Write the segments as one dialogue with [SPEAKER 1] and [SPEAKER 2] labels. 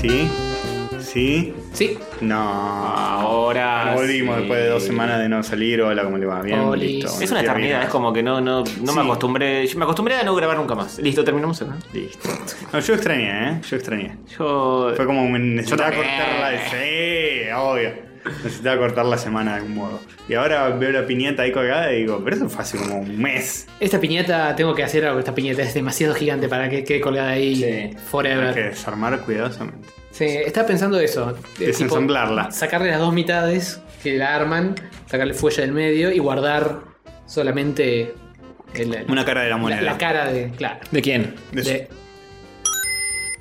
[SPEAKER 1] ¿Sí? ¿Sí?
[SPEAKER 2] Sí.
[SPEAKER 1] No.
[SPEAKER 3] Ahora.
[SPEAKER 1] Volvimos
[SPEAKER 3] Ah, sí. Oh,
[SPEAKER 1] después de dos semanas de no salir. Hola, ¿cómo le va? Bien,
[SPEAKER 2] Oli.
[SPEAKER 1] listo.
[SPEAKER 3] Es una
[SPEAKER 1] Bien,
[SPEAKER 3] eternidad,
[SPEAKER 1] bien.
[SPEAKER 3] es como que no, no, no
[SPEAKER 1] Sí.
[SPEAKER 3] me acostumbré. Yo me acostumbré a no grabar nunca más. Listo, terminamos acá.
[SPEAKER 1] Listo. No, yo extrañé, ¿eh? Yo extrañé.
[SPEAKER 3] Yo.
[SPEAKER 1] Fue como me necesitaba
[SPEAKER 3] también.
[SPEAKER 1] cortarla de. Sí, obvio. Necesitaba cortar la semana de algún modo. Y ahora veo la piñata ahí colgada y digo, pero eso fue hace como un mes.
[SPEAKER 2] Esta piñata, tengo que hacer algo. Esta piñata es demasiado gigante para que quede colgada ahí
[SPEAKER 3] Sí.
[SPEAKER 1] Hay que
[SPEAKER 2] forever.
[SPEAKER 1] desarmar cuidadosamente.
[SPEAKER 2] Sí, estaba pensando eso. eh, tipo,
[SPEAKER 1] Desensamblarla.
[SPEAKER 2] Sacarle las dos mitades que la arman, sacarle fuelle del medio y guardar solamente el- el-
[SPEAKER 1] Una cara de la
[SPEAKER 2] la,
[SPEAKER 1] moneda.
[SPEAKER 2] la cara de. Claro.
[SPEAKER 3] ¿De quién?
[SPEAKER 1] De-
[SPEAKER 2] De,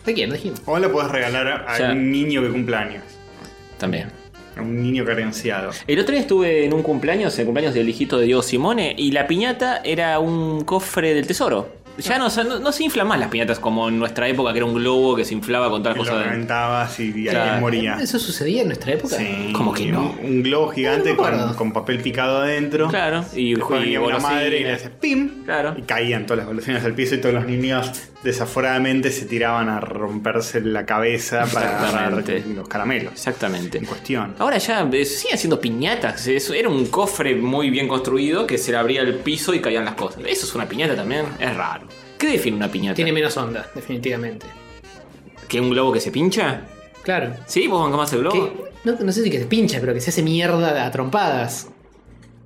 [SPEAKER 2] ¿De quién? ¿De quién?
[SPEAKER 1] O la puedes regalar a, a
[SPEAKER 3] Ya.
[SPEAKER 1] un niño que cumple años.
[SPEAKER 3] También.
[SPEAKER 1] A un niño carenciado.
[SPEAKER 3] El otro día estuve en un cumpleaños, en el cumpleaños del hijito de Diego Simone, y la piñata era un cofre del tesoro. Ya no, se- no, no se inflan más las piñatas como en nuestra época, que era un globo que se inflaba con tal
[SPEAKER 1] Y
[SPEAKER 3] cosa.
[SPEAKER 1] lo
[SPEAKER 3] de-
[SPEAKER 1] reventabas y, y
[SPEAKER 3] Claro.
[SPEAKER 1] alguien moría.
[SPEAKER 2] ¿Eso sucedía en nuestra época?
[SPEAKER 1] Sí.
[SPEAKER 3] ¿Cómo que no?
[SPEAKER 1] Un, un globo gigante
[SPEAKER 2] No, no me
[SPEAKER 1] con,
[SPEAKER 2] acuerdo.
[SPEAKER 1] con papel picado adentro.
[SPEAKER 3] Claro, y,
[SPEAKER 1] Y después
[SPEAKER 3] y
[SPEAKER 1] venía una
[SPEAKER 3] golosinas.
[SPEAKER 1] madre y le hace ¡pim!
[SPEAKER 3] Claro.
[SPEAKER 1] Y caían todas las golosinas al piso y todos los niños desaforadamente se tiraban a romperse la cabeza para agarrar
[SPEAKER 3] Exactamente.
[SPEAKER 1] los caramelos.
[SPEAKER 3] Exactamente.
[SPEAKER 1] En cuestión.
[SPEAKER 3] Ahora ya eh, siguen haciendo piñatas. Eso era un cofre muy bien construido que se le abría el piso y caían las cosas. Eso es una piñata también. Es raro. ¿Qué define una piñata?
[SPEAKER 2] Tiene menos onda, definitivamente.
[SPEAKER 3] ¿Que un globo que se pincha?
[SPEAKER 2] Claro.
[SPEAKER 3] ¿Sí? ¿Vos bancás el globo?
[SPEAKER 2] Que- no, no sé si que se pincha, pero que se hace mierda a trompadas.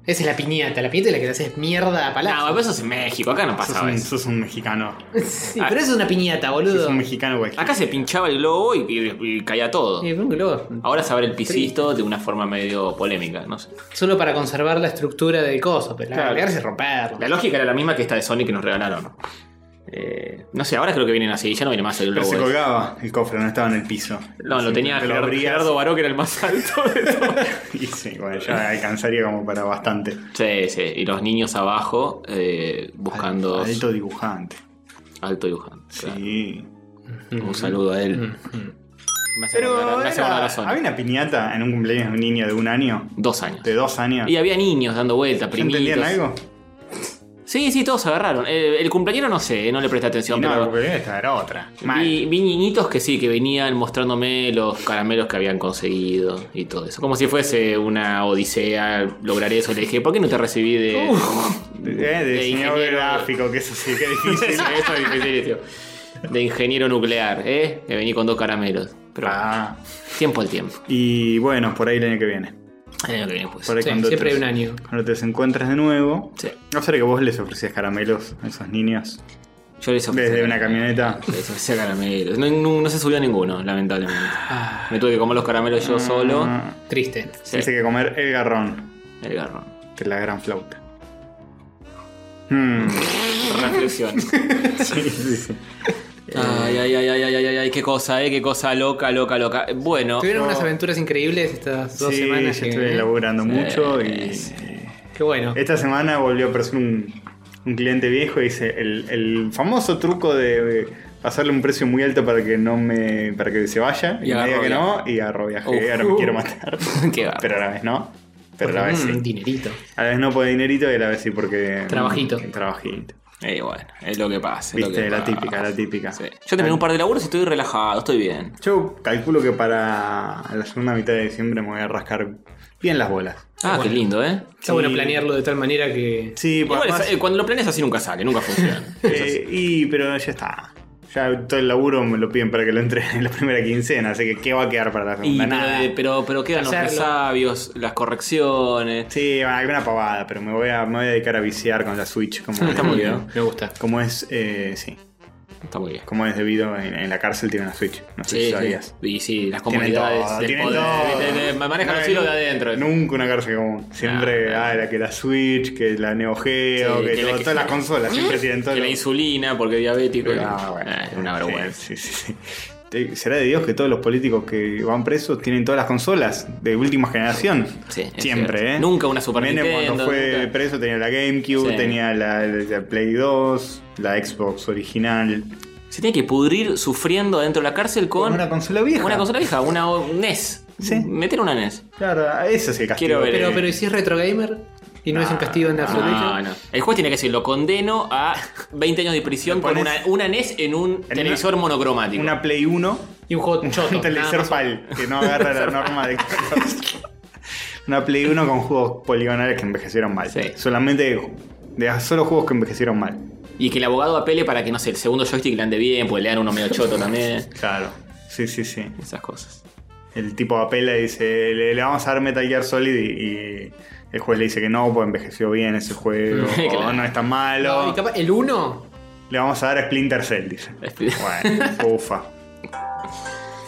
[SPEAKER 2] Esa es la piñata. La piñata es la que te haces mierda a
[SPEAKER 3] No,
[SPEAKER 2] palabras.
[SPEAKER 3] pero eso es en México. Acá no
[SPEAKER 1] Sos
[SPEAKER 3] pasaba
[SPEAKER 1] un,
[SPEAKER 3] eso.
[SPEAKER 1] sos un mexicano.
[SPEAKER 2] sí, pero eso es una piñata,
[SPEAKER 1] Sos
[SPEAKER 2] boludo.
[SPEAKER 1] un mexicano cualquiera.
[SPEAKER 3] Acá se pinchaba el globo y, y- y caía todo.
[SPEAKER 2] Eh, un globo.
[SPEAKER 3] Ahora saber el pisito de una forma medio polémica, no sé.
[SPEAKER 2] Solo para conservar la estructura del coso. Pero la
[SPEAKER 3] Claro.
[SPEAKER 2] la agarras y romperla.
[SPEAKER 3] La lógica era la misma que esta de Sonic que nos regalaron. Eh, no sé, ahora creo que vienen así, ya no viene más el
[SPEAKER 1] Pero
[SPEAKER 3] globo.
[SPEAKER 1] se
[SPEAKER 3] ese.
[SPEAKER 1] colgaba el cofre, no estaba en el piso.
[SPEAKER 3] No, lo tenía
[SPEAKER 1] Te lo
[SPEAKER 3] Gerardo,
[SPEAKER 1] abrías
[SPEAKER 3] Gerardo Baró, que era el más alto de todos.
[SPEAKER 1] Y sí, bueno, ya alcanzaría como para bastante.
[SPEAKER 3] Sí, sí. Y los niños abajo eh, buscando alto,
[SPEAKER 1] Alto dibujante.
[SPEAKER 3] dibujante. claro.
[SPEAKER 1] Sí.
[SPEAKER 3] Un saludo a él. Me hace acordar-
[SPEAKER 1] Pero
[SPEAKER 3] me hace
[SPEAKER 1] era-
[SPEAKER 3] acordar a Sonic.
[SPEAKER 1] había una piñata en un cumpleaños de un niño de un año,
[SPEAKER 3] Dos años.
[SPEAKER 1] de dos años.
[SPEAKER 3] Y había niños dando vueltas,
[SPEAKER 1] Ah. ¿Ya
[SPEAKER 3] primitos.
[SPEAKER 1] ¿Entendían algo?
[SPEAKER 3] Sí, sí, todos agarraron. Eh, el compañero no sé, no le presté
[SPEAKER 1] Y
[SPEAKER 3] atención,
[SPEAKER 1] no,
[SPEAKER 3] pero.
[SPEAKER 1] porque esta era otra. Mal.
[SPEAKER 3] Vi, vi niñitos que sí, que venían mostrándome los caramelos que habían conseguido y todo eso. Como si fuese una odisea lograr eso. Le dije, ¿por qué no te recibí de,
[SPEAKER 1] Eh, De, de
[SPEAKER 3] de
[SPEAKER 1] diseñador
[SPEAKER 3] ingeniero-
[SPEAKER 1] gráfico, que eso sí, que difícil.
[SPEAKER 3] Sí, eso es difícil, tío. De ingeniero nuclear, ¿eh? Que vení con dos caramelos. Pero
[SPEAKER 1] Ah,
[SPEAKER 3] tiempo al tiempo.
[SPEAKER 1] y bueno, por ahí el año que viene.
[SPEAKER 3] El año que viene, pues.
[SPEAKER 1] Por ahí
[SPEAKER 2] Sí,
[SPEAKER 1] cuando
[SPEAKER 2] siempre
[SPEAKER 1] te-
[SPEAKER 2] hay un año.
[SPEAKER 1] Cuando te encuentras de nuevo.
[SPEAKER 3] Sí.
[SPEAKER 1] No será que vos les ofrecías caramelos a esos niños
[SPEAKER 3] Yo les ofrecí.
[SPEAKER 1] desde una camioneta.
[SPEAKER 3] Les ofrecí caramelos. No, no- no se subió ninguno, lamentablemente.
[SPEAKER 2] Ah,
[SPEAKER 3] Me tuve que comer los caramelos yo solo.
[SPEAKER 1] Ah,
[SPEAKER 2] triste.
[SPEAKER 3] Sí,
[SPEAKER 1] Dice que comer el garrón
[SPEAKER 3] El garrón.
[SPEAKER 1] de la gran flauta. Hmm.
[SPEAKER 3] Reflexión.
[SPEAKER 1] Sí, sí, sí.
[SPEAKER 3] Ay, ay, ay, ay, ay, ay, ay, ay, qué cosa, eh, qué cosa loca, loca, loca. Eh, Bueno,
[SPEAKER 2] Tuvieron unas aventuras increíbles estas dos
[SPEAKER 1] Sí,
[SPEAKER 2] semanas.
[SPEAKER 1] yo
[SPEAKER 2] que- ¿eh?
[SPEAKER 1] estuve laburando mucho y
[SPEAKER 2] Qué bueno.
[SPEAKER 1] esta semana volvió a aparecer un, un cliente viejo y dice el, el famoso truco de pasarle un precio muy alto para que no me para que se vaya
[SPEAKER 3] Y
[SPEAKER 1] y, me diga
[SPEAKER 3] agarró
[SPEAKER 1] que no y agarró viaje
[SPEAKER 3] Uf.
[SPEAKER 1] ahora me quiero matar
[SPEAKER 3] qué va.
[SPEAKER 1] pero a la vez no pero a la vez
[SPEAKER 2] Mm,
[SPEAKER 1] sí
[SPEAKER 2] dinerito.
[SPEAKER 1] a la vez no por dinerito y a la vez sí porque
[SPEAKER 2] Trabajito.
[SPEAKER 1] trabajito
[SPEAKER 3] Eh, bueno, es lo que pasa. es lo
[SPEAKER 1] viste
[SPEAKER 3] que
[SPEAKER 1] la
[SPEAKER 3] pasa.
[SPEAKER 1] típica la típica
[SPEAKER 3] Sí. Yo terminé un par de laburos y estoy relajado, estoy bien.
[SPEAKER 1] yo calculo que para la segunda mitad de diciembre me voy a rascar bien las bolas
[SPEAKER 3] Ah, qué lindo, eh.
[SPEAKER 2] Está bueno
[SPEAKER 1] Sí.
[SPEAKER 2] planearlo de tal manera que.
[SPEAKER 1] sí pues,
[SPEAKER 3] Igual,
[SPEAKER 1] además-
[SPEAKER 3] eh, cuando lo planeas así nunca sale, nunca funciona.
[SPEAKER 1] Eh, y pero ya está. Ya todo el laburo me lo piden para que lo entre en la primera quincena, así que ¿qué va a quedar para la
[SPEAKER 3] Y,
[SPEAKER 1] segunda?
[SPEAKER 3] pero,
[SPEAKER 1] Nada.
[SPEAKER 3] eh, pero, pero quedan los
[SPEAKER 2] Hacerlo.
[SPEAKER 3] resabios, las correcciones.
[SPEAKER 1] Sí, bueno, alguna pavada, pero me voy a, me voy a dedicar a viciar con la Switch como,
[SPEAKER 3] Está muy bien.
[SPEAKER 2] Me gusta.
[SPEAKER 1] como es, eh, sí,
[SPEAKER 3] Está muy bien.
[SPEAKER 1] como es debido en, en la cárcel tiene una Switch. No sé si
[SPEAKER 3] Sí,
[SPEAKER 1] sabías.
[SPEAKER 3] sí. Y sí, las
[SPEAKER 1] Tienen
[SPEAKER 3] comunidades
[SPEAKER 1] todo,
[SPEAKER 3] del
[SPEAKER 1] tienen
[SPEAKER 3] poder. eh,
[SPEAKER 1] todo.
[SPEAKER 3] de- de- de- manejan
[SPEAKER 1] No
[SPEAKER 3] los
[SPEAKER 1] hay
[SPEAKER 3] hilos de
[SPEAKER 1] nu-
[SPEAKER 3] adentro.
[SPEAKER 1] Nunca una cárcel común. Siempre,
[SPEAKER 3] Ah,
[SPEAKER 1] ah, la que la Switch, que la Neo Geo,
[SPEAKER 3] Sí,
[SPEAKER 1] que,
[SPEAKER 3] que
[SPEAKER 1] todo-
[SPEAKER 3] la que-
[SPEAKER 1] todas las consolas, siempre tienen todo.
[SPEAKER 3] que la
[SPEAKER 1] lo-
[SPEAKER 3] insulina, porque es diabético.
[SPEAKER 1] Ah, bueno.
[SPEAKER 3] Eh, es una
[SPEAKER 1] Sí,
[SPEAKER 3] vergüenza.
[SPEAKER 1] Sí, sí, sí. Te- Será de Dios que todos los políticos que van presos tienen todas las consolas de última generación.
[SPEAKER 3] Sí, es
[SPEAKER 1] Siempre,
[SPEAKER 3] cierto.
[SPEAKER 1] ¿eh?
[SPEAKER 3] Nunca una Super
[SPEAKER 1] Menem cuando
[SPEAKER 3] Nintendo,
[SPEAKER 1] fue
[SPEAKER 3] nunca.
[SPEAKER 1] preso tenía la GameCube,
[SPEAKER 3] Sí.
[SPEAKER 1] tenía la, la Play 2, la Xbox original.
[SPEAKER 3] Se tiene que pudrir sufriendo adentro de la cárcel con
[SPEAKER 1] Una consola vieja.
[SPEAKER 3] una consola vieja, una o- NES.
[SPEAKER 1] Sí.
[SPEAKER 3] Meter una NES.
[SPEAKER 1] Claro, ese es el castigo.
[SPEAKER 3] Quiero ver.
[SPEAKER 2] Pero, pero ¿y si es retro gamer? Y no, es un castigo en
[SPEAKER 1] Eh, no,
[SPEAKER 2] absoluto.
[SPEAKER 3] No, no. El juez tiene que decir, lo condeno a 20 años de prisión
[SPEAKER 1] Le
[SPEAKER 3] con
[SPEAKER 1] pones-
[SPEAKER 3] una, una NES en un televisor monocromático.
[SPEAKER 1] Una Play 1
[SPEAKER 4] Y un juego choto.
[SPEAKER 1] Un
[SPEAKER 4] nada
[SPEAKER 1] televisor
[SPEAKER 4] más.
[SPEAKER 1] pal que no agarra la norma de color. Una Play 1 con juegos poligonales que envejecieron mal.
[SPEAKER 3] Sí.
[SPEAKER 1] Solamente de solo juegos que envejecieron mal.
[SPEAKER 3] Y que el abogado apele para que, no sé, el segundo joystick le ande bien, porque le dan uno medio choto también.
[SPEAKER 1] Claro. Sí, sí, sí.
[SPEAKER 3] Esas cosas.
[SPEAKER 1] El tipo apela y dice, le, le vamos a dar Metal Gear Solid y, y el juez le dice que no, pues envejeció bien ese juego,
[SPEAKER 3] Claro.
[SPEAKER 1] o no es tan malo.
[SPEAKER 4] No, y capaz- el 1.
[SPEAKER 1] Le vamos a dar Splinter Cell, dice. Bueno, ufa.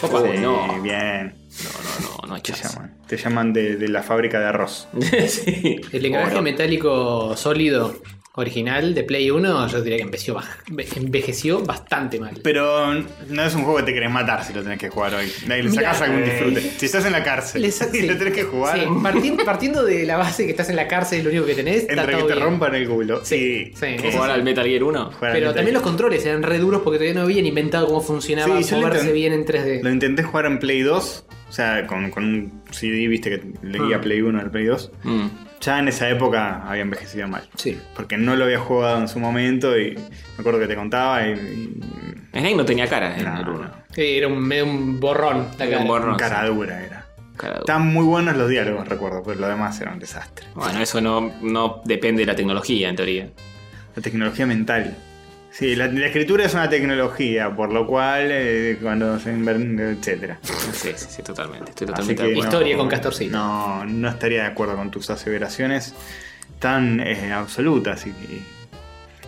[SPEAKER 3] Opa,
[SPEAKER 1] Sí,
[SPEAKER 3] no.
[SPEAKER 1] Bien.
[SPEAKER 3] No, no, no, hay
[SPEAKER 1] Te
[SPEAKER 3] chance.
[SPEAKER 1] llaman. Te llaman de, de la fábrica de arroz.
[SPEAKER 3] sí.
[SPEAKER 4] El engranaje
[SPEAKER 3] Oro.
[SPEAKER 4] metálico sólido original de Play 1, yo diría que envejeció, baj- envejeció bastante mal.
[SPEAKER 1] Pero no es un juego que te querés matar si lo tenés que jugar hoy. Ahí le
[SPEAKER 4] Mira,
[SPEAKER 1] sacás algún
[SPEAKER 4] eh,
[SPEAKER 1] disfrute. Si estás en la cárcel
[SPEAKER 4] Les-
[SPEAKER 1] y
[SPEAKER 4] sí.
[SPEAKER 1] lo tenés que jugar,
[SPEAKER 4] Sí, parti- partiendo, de la base que estás en la cárcel y lo único que tenés. está
[SPEAKER 1] entre que
[SPEAKER 4] todo
[SPEAKER 1] te
[SPEAKER 4] bien.
[SPEAKER 1] rompan el culo.
[SPEAKER 4] Sí,
[SPEAKER 1] Sí,
[SPEAKER 4] sí.
[SPEAKER 1] que-
[SPEAKER 3] Jugar al Metal Gear 1.
[SPEAKER 1] jugar al
[SPEAKER 4] Pero
[SPEAKER 1] Metal
[SPEAKER 4] también los
[SPEAKER 1] Gear.
[SPEAKER 4] controles eran re duros porque todavía no habían inventado cómo funcionaba
[SPEAKER 1] Sí, yo lo
[SPEAKER 4] moverse
[SPEAKER 1] intent-
[SPEAKER 4] bien en 3D.
[SPEAKER 1] Lo intenté jugar en Play 2. O sea, con, con un CD, viste, que leía
[SPEAKER 4] Ah.
[SPEAKER 1] Play 1 al Play 2.
[SPEAKER 3] Mm.
[SPEAKER 1] Ya en esa época había envejecido mal.
[SPEAKER 4] Sí.
[SPEAKER 1] Porque no lo había jugado en su momento y me acuerdo que te contaba y... y-
[SPEAKER 3] Snake no tenía cara eh, en
[SPEAKER 1] No,
[SPEAKER 3] el 1.
[SPEAKER 1] no.
[SPEAKER 4] Sí, Era un, medio un borrón. la
[SPEAKER 3] Era un
[SPEAKER 4] cara.
[SPEAKER 3] borrón. Ah, No,
[SPEAKER 1] cara
[SPEAKER 3] sí.
[SPEAKER 1] dura era.
[SPEAKER 3] Cara dura.
[SPEAKER 1] Estaban muy buenos los diálogos, recuerdo, pero lo demás era un desastre.
[SPEAKER 3] Bueno, eso no, no depende de la tecnología, en teoría.
[SPEAKER 1] La tecnología mental. Sí, la, la escritura es una tecnología, por lo cual eh, cuando se inver- etcétera.
[SPEAKER 3] Sí, sí, sí, totalmente. Estoy
[SPEAKER 1] Así
[SPEAKER 3] totalmente de
[SPEAKER 1] que
[SPEAKER 3] acuerdo.
[SPEAKER 4] Historia con Castorcito.
[SPEAKER 1] No, no estaría de acuerdo con tus aseveraciones tan eh, absolutas. Y, y-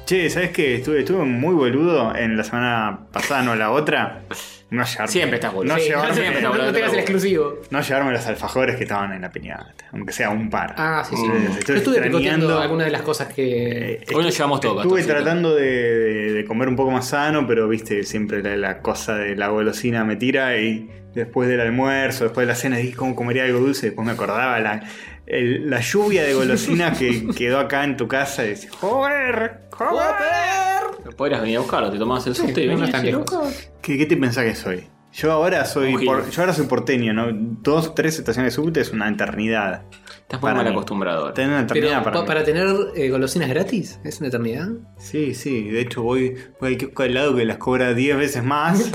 [SPEAKER 1] Che, ¿sabes qué? Estuve, estuve muy boludo en la semana pasada, no la otra. No llevarme-
[SPEAKER 3] Siempre estás boludo.
[SPEAKER 1] No,
[SPEAKER 3] Sí,
[SPEAKER 1] llevarme,
[SPEAKER 3] siempre estás
[SPEAKER 4] no,
[SPEAKER 3] boludo.
[SPEAKER 4] no tengas el exclusivo.
[SPEAKER 1] no llevarme los alfajores que estaban en la piñata, aunque sea un par.
[SPEAKER 4] Ah, sí, sí.
[SPEAKER 1] Mm.
[SPEAKER 4] Yo
[SPEAKER 1] Estoy
[SPEAKER 4] estuve picoteando
[SPEAKER 1] extrañando-
[SPEAKER 4] algunas de las cosas que.
[SPEAKER 1] Eh,
[SPEAKER 3] Hoy nos
[SPEAKER 1] estu-
[SPEAKER 3] llevamos todo,
[SPEAKER 1] Estuve
[SPEAKER 3] Gastón,
[SPEAKER 1] tratando de, de- de comer un poco más sano, pero viste, siempre la, la cosa de la golosina me tira y después del almuerzo, después de la cena, dije cómo comería algo dulce, después me acordaba la, el- la lluvia de golosinas que quedó acá en tu casa y decía, joder, joder.
[SPEAKER 3] Podrías venir a buscarlo, te tomabas el susto y
[SPEAKER 4] no
[SPEAKER 3] venías.
[SPEAKER 4] están
[SPEAKER 3] y-
[SPEAKER 4] lejos.
[SPEAKER 1] ¿Qué, qué te pensás que soy? Yo ahora soy
[SPEAKER 3] Un
[SPEAKER 1] por-
[SPEAKER 3] gil.
[SPEAKER 1] yo ahora soy porteño, ¿no? Dos, tres estaciones subte es una eternidad.
[SPEAKER 3] Estás muy
[SPEAKER 1] Para
[SPEAKER 3] mal
[SPEAKER 1] mí.
[SPEAKER 3] acostumbrado. ahora.
[SPEAKER 1] Tener una
[SPEAKER 4] Pero,
[SPEAKER 1] eternidad para,
[SPEAKER 4] pa-
[SPEAKER 1] mí.
[SPEAKER 4] para tener eh, golosinas gratis, es una eternidad.
[SPEAKER 1] Sí, sí, de hecho voy, voy al kiosco al lado que las cobra 10 veces más.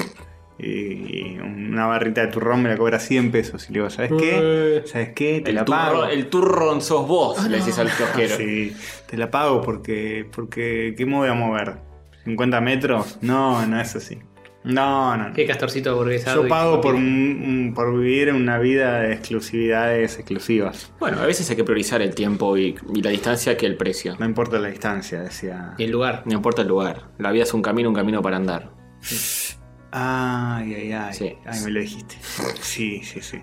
[SPEAKER 1] Y y una barrita de turrón me la cobra 100 pesos. Y le digo, ¿sabes qué?
[SPEAKER 4] Eh.
[SPEAKER 1] ¿Sabes qué? Te
[SPEAKER 3] El,
[SPEAKER 1] la pago.
[SPEAKER 3] turro, el turrón sos vos, le decís al kiosquero.
[SPEAKER 1] Ah, Sí, te la pago porque, porque ¿qué me voy a mover? ¿50 metros? No, no es así. No, no, no.
[SPEAKER 4] Qué castorcito aburguesado.
[SPEAKER 1] Yo
[SPEAKER 4] y-
[SPEAKER 1] pago por, un- un- por vivir una vida de exclusividades exclusivas.
[SPEAKER 3] Bueno, a veces hay que priorizar el tiempo y, y la distancia que el precio.
[SPEAKER 1] No importa la distancia, decía.
[SPEAKER 4] Y el lugar.
[SPEAKER 3] No importa el lugar. La vida es un camino, un camino para andar.
[SPEAKER 1] Ay, ay, ay.
[SPEAKER 3] Sí.
[SPEAKER 1] Ay, me lo dijiste. Sí, sí, sí.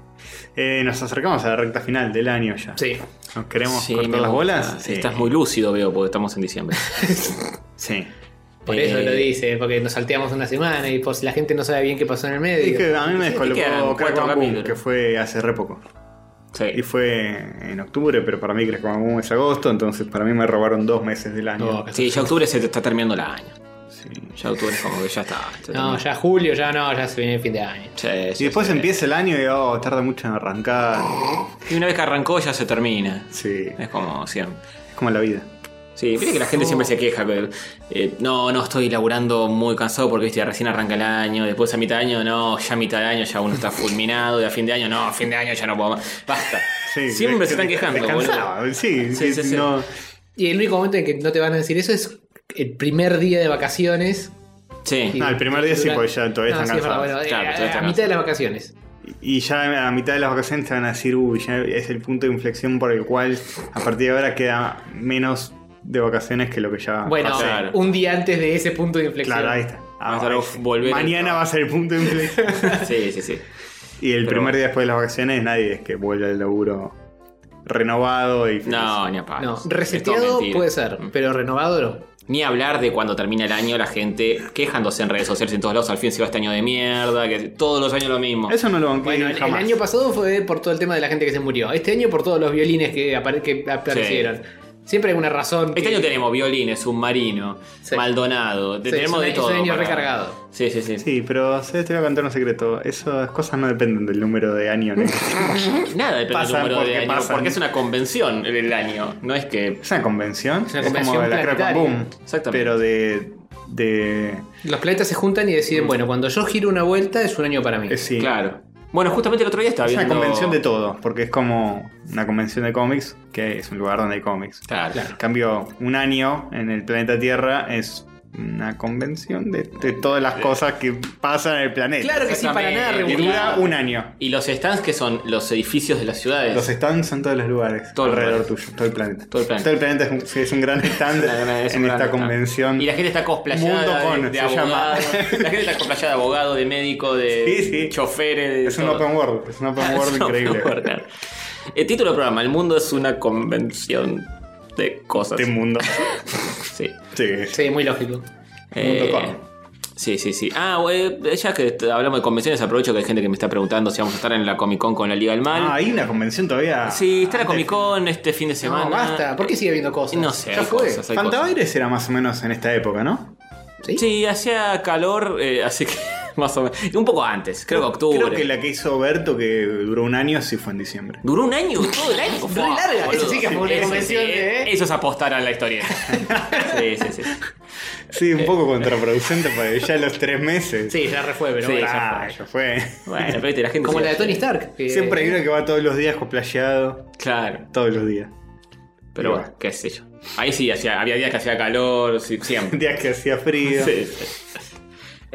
[SPEAKER 1] Eh, nos acercamos a la recta final del año ya.
[SPEAKER 4] Sí.
[SPEAKER 1] ¿Nos queremos
[SPEAKER 3] Sí, me
[SPEAKER 1] cortar las
[SPEAKER 3] gusta.
[SPEAKER 1] bolas? Sí.
[SPEAKER 3] Estás muy lúcido, veo, porque estamos en diciembre.
[SPEAKER 1] Sí.
[SPEAKER 4] Por eso
[SPEAKER 3] Eh,
[SPEAKER 4] lo dice, porque nos salteamos una semana y por si la gente no sabe bien qué pasó en el medio.
[SPEAKER 1] Es que a mí me
[SPEAKER 3] Sí, te quedan
[SPEAKER 1] descolocó
[SPEAKER 3] cuatro
[SPEAKER 1] Crack Bamboo,
[SPEAKER 3] capítulos.
[SPEAKER 1] que fue hace re poco.
[SPEAKER 3] Sí.
[SPEAKER 1] Y fue en octubre, pero para mí Crack Bamboo es agosto, entonces para mí me robaron dos meses del año.
[SPEAKER 4] No,
[SPEAKER 3] Sí, ya octubre se te está terminando el año.
[SPEAKER 1] Sí.
[SPEAKER 3] Ya octubre es como que ya está. se
[SPEAKER 4] No,
[SPEAKER 3] terminó.
[SPEAKER 4] ya julio, ya no, ya se viene el fin de año.
[SPEAKER 3] Sí,
[SPEAKER 1] Y
[SPEAKER 3] sí,
[SPEAKER 1] después
[SPEAKER 3] sí.
[SPEAKER 1] empieza el año y oh, tarda mucho en arrancar.
[SPEAKER 3] Y una vez que arrancó ya se termina.
[SPEAKER 1] Sí.
[SPEAKER 3] Es como siempre.
[SPEAKER 1] Es como la vida.
[SPEAKER 3] Sí, viste que la
[SPEAKER 4] Oh.
[SPEAKER 3] gente siempre se queja. que, eh, no, no estoy laburando muy cansado porque viste, recién arranca el año. Después a mitad de año, no, ya a mitad de año ya uno está fulminado. Y a fin de año, no, a fin de año ya no puedo más. Basta.
[SPEAKER 1] Sí,
[SPEAKER 3] siempre
[SPEAKER 1] de-
[SPEAKER 3] se están quejando.
[SPEAKER 1] descansaba.
[SPEAKER 3] boludo.
[SPEAKER 1] Sí,
[SPEAKER 3] Sí,
[SPEAKER 1] sí,
[SPEAKER 3] sí, sí.
[SPEAKER 1] no-
[SPEAKER 4] Y el único momento en que no te van a decir eso es el primer día de vacaciones.
[SPEAKER 3] Sí.
[SPEAKER 1] No, el primer día sí, porque ya todavía están
[SPEAKER 4] sí, es
[SPEAKER 1] cansados.
[SPEAKER 4] verdad, bueno, eh,
[SPEAKER 3] Claro, todavía
[SPEAKER 4] a- a,
[SPEAKER 3] están
[SPEAKER 4] mitad de las vacaciones.
[SPEAKER 1] Y ya a mitad de las vacaciones te van a decir, uy, ya es el punto de inflexión por el cual a partir de ahora queda menos de vacaciones que lo que ya.
[SPEAKER 4] Bueno,
[SPEAKER 1] pasé".
[SPEAKER 3] claro.
[SPEAKER 4] un día antes de ese punto de inflexión.
[SPEAKER 1] Ah, claro, ahí está. Ah,
[SPEAKER 3] Va a ser
[SPEAKER 1] ahí
[SPEAKER 3] of-
[SPEAKER 1] sí.
[SPEAKER 3] volver
[SPEAKER 1] Mañana
[SPEAKER 3] al-
[SPEAKER 1] va a ser el punto de inflexión.
[SPEAKER 3] Sí, sí, sí.
[SPEAKER 1] y el
[SPEAKER 3] Pero-
[SPEAKER 1] primer día después de las vacaciones, nadie es que vuelva al laburo renovado y. feliz.
[SPEAKER 3] No, ni a palos.
[SPEAKER 4] No,
[SPEAKER 3] Es todo
[SPEAKER 4] reseteado
[SPEAKER 3] mentira. Mm.
[SPEAKER 4] puede ser, pero renovado no.
[SPEAKER 3] Ni hablar de cuando termina el año la gente quejándose en redes sociales en todos lados. Al fin se va este año de mierda, que todos los años lo mismo.
[SPEAKER 1] Eso no lo banqué
[SPEAKER 4] Bueno, el, el
[SPEAKER 1] jamás.
[SPEAKER 4] año pasado fue por todo el tema de la gente que se murió. Este año por todos los violines que, apare- que aparecieron. Siempre hay una razón.
[SPEAKER 3] Este
[SPEAKER 4] que-
[SPEAKER 3] año tenemos violines, submarino,
[SPEAKER 4] Sí.
[SPEAKER 3] Maldonado,
[SPEAKER 4] Sí,
[SPEAKER 3] tenemos
[SPEAKER 4] es un-
[SPEAKER 3] de
[SPEAKER 4] es
[SPEAKER 3] todo.
[SPEAKER 4] un año
[SPEAKER 3] para-
[SPEAKER 4] recargado.
[SPEAKER 3] Sí, sí, sí.
[SPEAKER 1] Sí, pero ¿sabes? te voy a contar un secreto. Esas cosas no dependen del número de año. ¿no? ¿Es
[SPEAKER 3] Nada depende
[SPEAKER 1] Pasan
[SPEAKER 3] del número de
[SPEAKER 1] porque
[SPEAKER 3] año,
[SPEAKER 1] pasan.
[SPEAKER 3] porque es una convención el año. No es que.
[SPEAKER 1] una convención?
[SPEAKER 4] Es una
[SPEAKER 1] como la
[SPEAKER 4] convención
[SPEAKER 1] Crack
[SPEAKER 4] planetaria.
[SPEAKER 1] Boom.
[SPEAKER 3] Exactamente.
[SPEAKER 1] Pero de de...
[SPEAKER 2] Los planetas se juntan y deciden, bueno, cuando yo giro una vuelta es un año para mí.
[SPEAKER 1] eh, sí.
[SPEAKER 3] Claro. Bueno, justamente el otro día estaba
[SPEAKER 1] Es
[SPEAKER 3] viendo.
[SPEAKER 1] una convención de todo, porque es como una convención de cómics, que es un lugar donde hay cómics.
[SPEAKER 3] Claro.
[SPEAKER 1] En cambio, un año en el planeta Tierra es una convención de, de todas las cosas que pasan en el planeta.
[SPEAKER 2] Claro que sí, para nada
[SPEAKER 1] Y
[SPEAKER 3] Exactamente.
[SPEAKER 2] regular.
[SPEAKER 1] dura un año.
[SPEAKER 3] Y los stands que son los edificios de las ciudades.
[SPEAKER 1] Los stands son todos los lugares.
[SPEAKER 3] Todos los
[SPEAKER 1] alrededor
[SPEAKER 3] lugares.
[SPEAKER 1] tuyo, todo el planeta.
[SPEAKER 3] Todo el planeta.
[SPEAKER 1] es un, sí, es un gran stand
[SPEAKER 3] Una gran- es
[SPEAKER 1] en
[SPEAKER 3] un
[SPEAKER 1] esta
[SPEAKER 3] gran-
[SPEAKER 1] convención.
[SPEAKER 3] Y la gente está cosplayada
[SPEAKER 1] Mundo
[SPEAKER 3] de-
[SPEAKER 1] con,
[SPEAKER 3] de,
[SPEAKER 1] se
[SPEAKER 3] abogado.
[SPEAKER 1] llama.
[SPEAKER 3] La gente está cosplayada de abogado, de médico, de
[SPEAKER 1] Sí, sí.
[SPEAKER 3] choferes. de
[SPEAKER 1] es un
[SPEAKER 3] todo.
[SPEAKER 1] open world, es un open
[SPEAKER 3] Ah,
[SPEAKER 1] world
[SPEAKER 3] es un
[SPEAKER 1] increíble.
[SPEAKER 3] open world, claro. El título del programa, El mundo es una convención de cosas.
[SPEAKER 1] Este mundo.
[SPEAKER 3] Sí.
[SPEAKER 1] Sí.
[SPEAKER 2] Sí, muy lógico.
[SPEAKER 1] Mundo
[SPEAKER 3] Eh,
[SPEAKER 1] con.
[SPEAKER 3] Sí, sí, sí. Ah, güey, ya que t- hablamos de convenciones, aprovecho que hay gente que me está preguntando si vamos a estar en la Comic Con con la Liga del Mal.
[SPEAKER 1] Ah, hay una convención todavía.
[SPEAKER 3] sí, está la Comic Con este fin de semana.
[SPEAKER 2] No, basta. ¿Por qué sigue habiendo cosas?
[SPEAKER 3] No sé,
[SPEAKER 2] Ya
[SPEAKER 3] hay
[SPEAKER 2] fue.
[SPEAKER 3] cosas, hay cosas.
[SPEAKER 1] Fantabaires era más o menos en esta época, ¿no?
[SPEAKER 2] ¿Sí?
[SPEAKER 3] Sí, hacía calor, eh, así que más o menos. Un poco antes, creo que octubre.
[SPEAKER 1] Creo que la que hizo Berto, que duró un año, sí fue en diciembre.
[SPEAKER 3] Duró un año, todo el año.
[SPEAKER 2] Re larga,
[SPEAKER 3] boludo.
[SPEAKER 2] eso sí que fue una
[SPEAKER 3] Eso sí,
[SPEAKER 2] convención de-
[SPEAKER 3] eh, Eso es apostar a la historia. sí, sí, sí.
[SPEAKER 1] Sí, un poco contraproducente para ya los tres meses.
[SPEAKER 2] Sí, ya refue, pero
[SPEAKER 3] Eh, Sí,
[SPEAKER 2] bueno.
[SPEAKER 3] ya
[SPEAKER 1] Ah, ya fue.
[SPEAKER 3] Bueno, pero viste, la gente.
[SPEAKER 2] Como
[SPEAKER 3] se-
[SPEAKER 2] la de Tony Stark. que-
[SPEAKER 1] Siempre hay uno que va todos los días cosplayado.
[SPEAKER 3] Claro,
[SPEAKER 1] Todos los días.
[SPEAKER 3] pero
[SPEAKER 1] Y
[SPEAKER 3] bueno,
[SPEAKER 1] bueno.
[SPEAKER 3] qué sé yo. Ahí sí, hacía, había días que hacía calor, sí, siempre.
[SPEAKER 1] Días que hacía frío. Eh,
[SPEAKER 3] Sí, sí.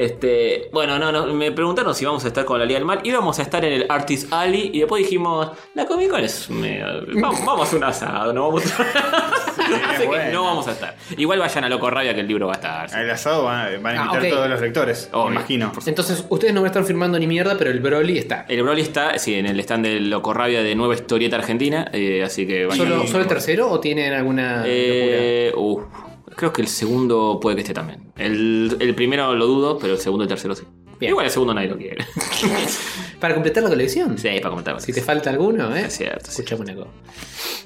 [SPEAKER 3] Este, bueno, no, no, me preguntaron si vamos a estar con la Liga del Mal. Íbamos a estar en el Artist Alley y después dijimos, la Comic Con es medio- Vamos, vamos a un asado, no vamos a... Así que
[SPEAKER 1] bueno.
[SPEAKER 3] no vamos a estar. Igual vayan a Loco Rabia que el libro va a estar. sí.
[SPEAKER 1] Al asado van, van a
[SPEAKER 2] Ah,
[SPEAKER 1] invitar
[SPEAKER 2] ok.
[SPEAKER 1] todos los lectores,
[SPEAKER 3] Obvio.
[SPEAKER 1] me imagino.
[SPEAKER 2] Entonces, ustedes no me están firmando ni mierda, pero el Broly está.
[SPEAKER 3] El Broly está, sí, en el stand de Loco Rabia de Nueva Historieta Argentina, eh, así que vayan.
[SPEAKER 2] ¿Solo, solo el tercero o tienen alguna
[SPEAKER 3] Eh, uf, creo que el segundo puede que esté también. El, el primero lo dudo, pero el segundo y el tercero sí.
[SPEAKER 2] Bien.
[SPEAKER 3] Igual el segundo nadie lo quiere.
[SPEAKER 2] locura? Para completar la colección.
[SPEAKER 3] sí, ahí para comentar.
[SPEAKER 2] Si te falta alguno, ¿eh?
[SPEAKER 3] Es cierto, sí.
[SPEAKER 2] Escuchame una cosa.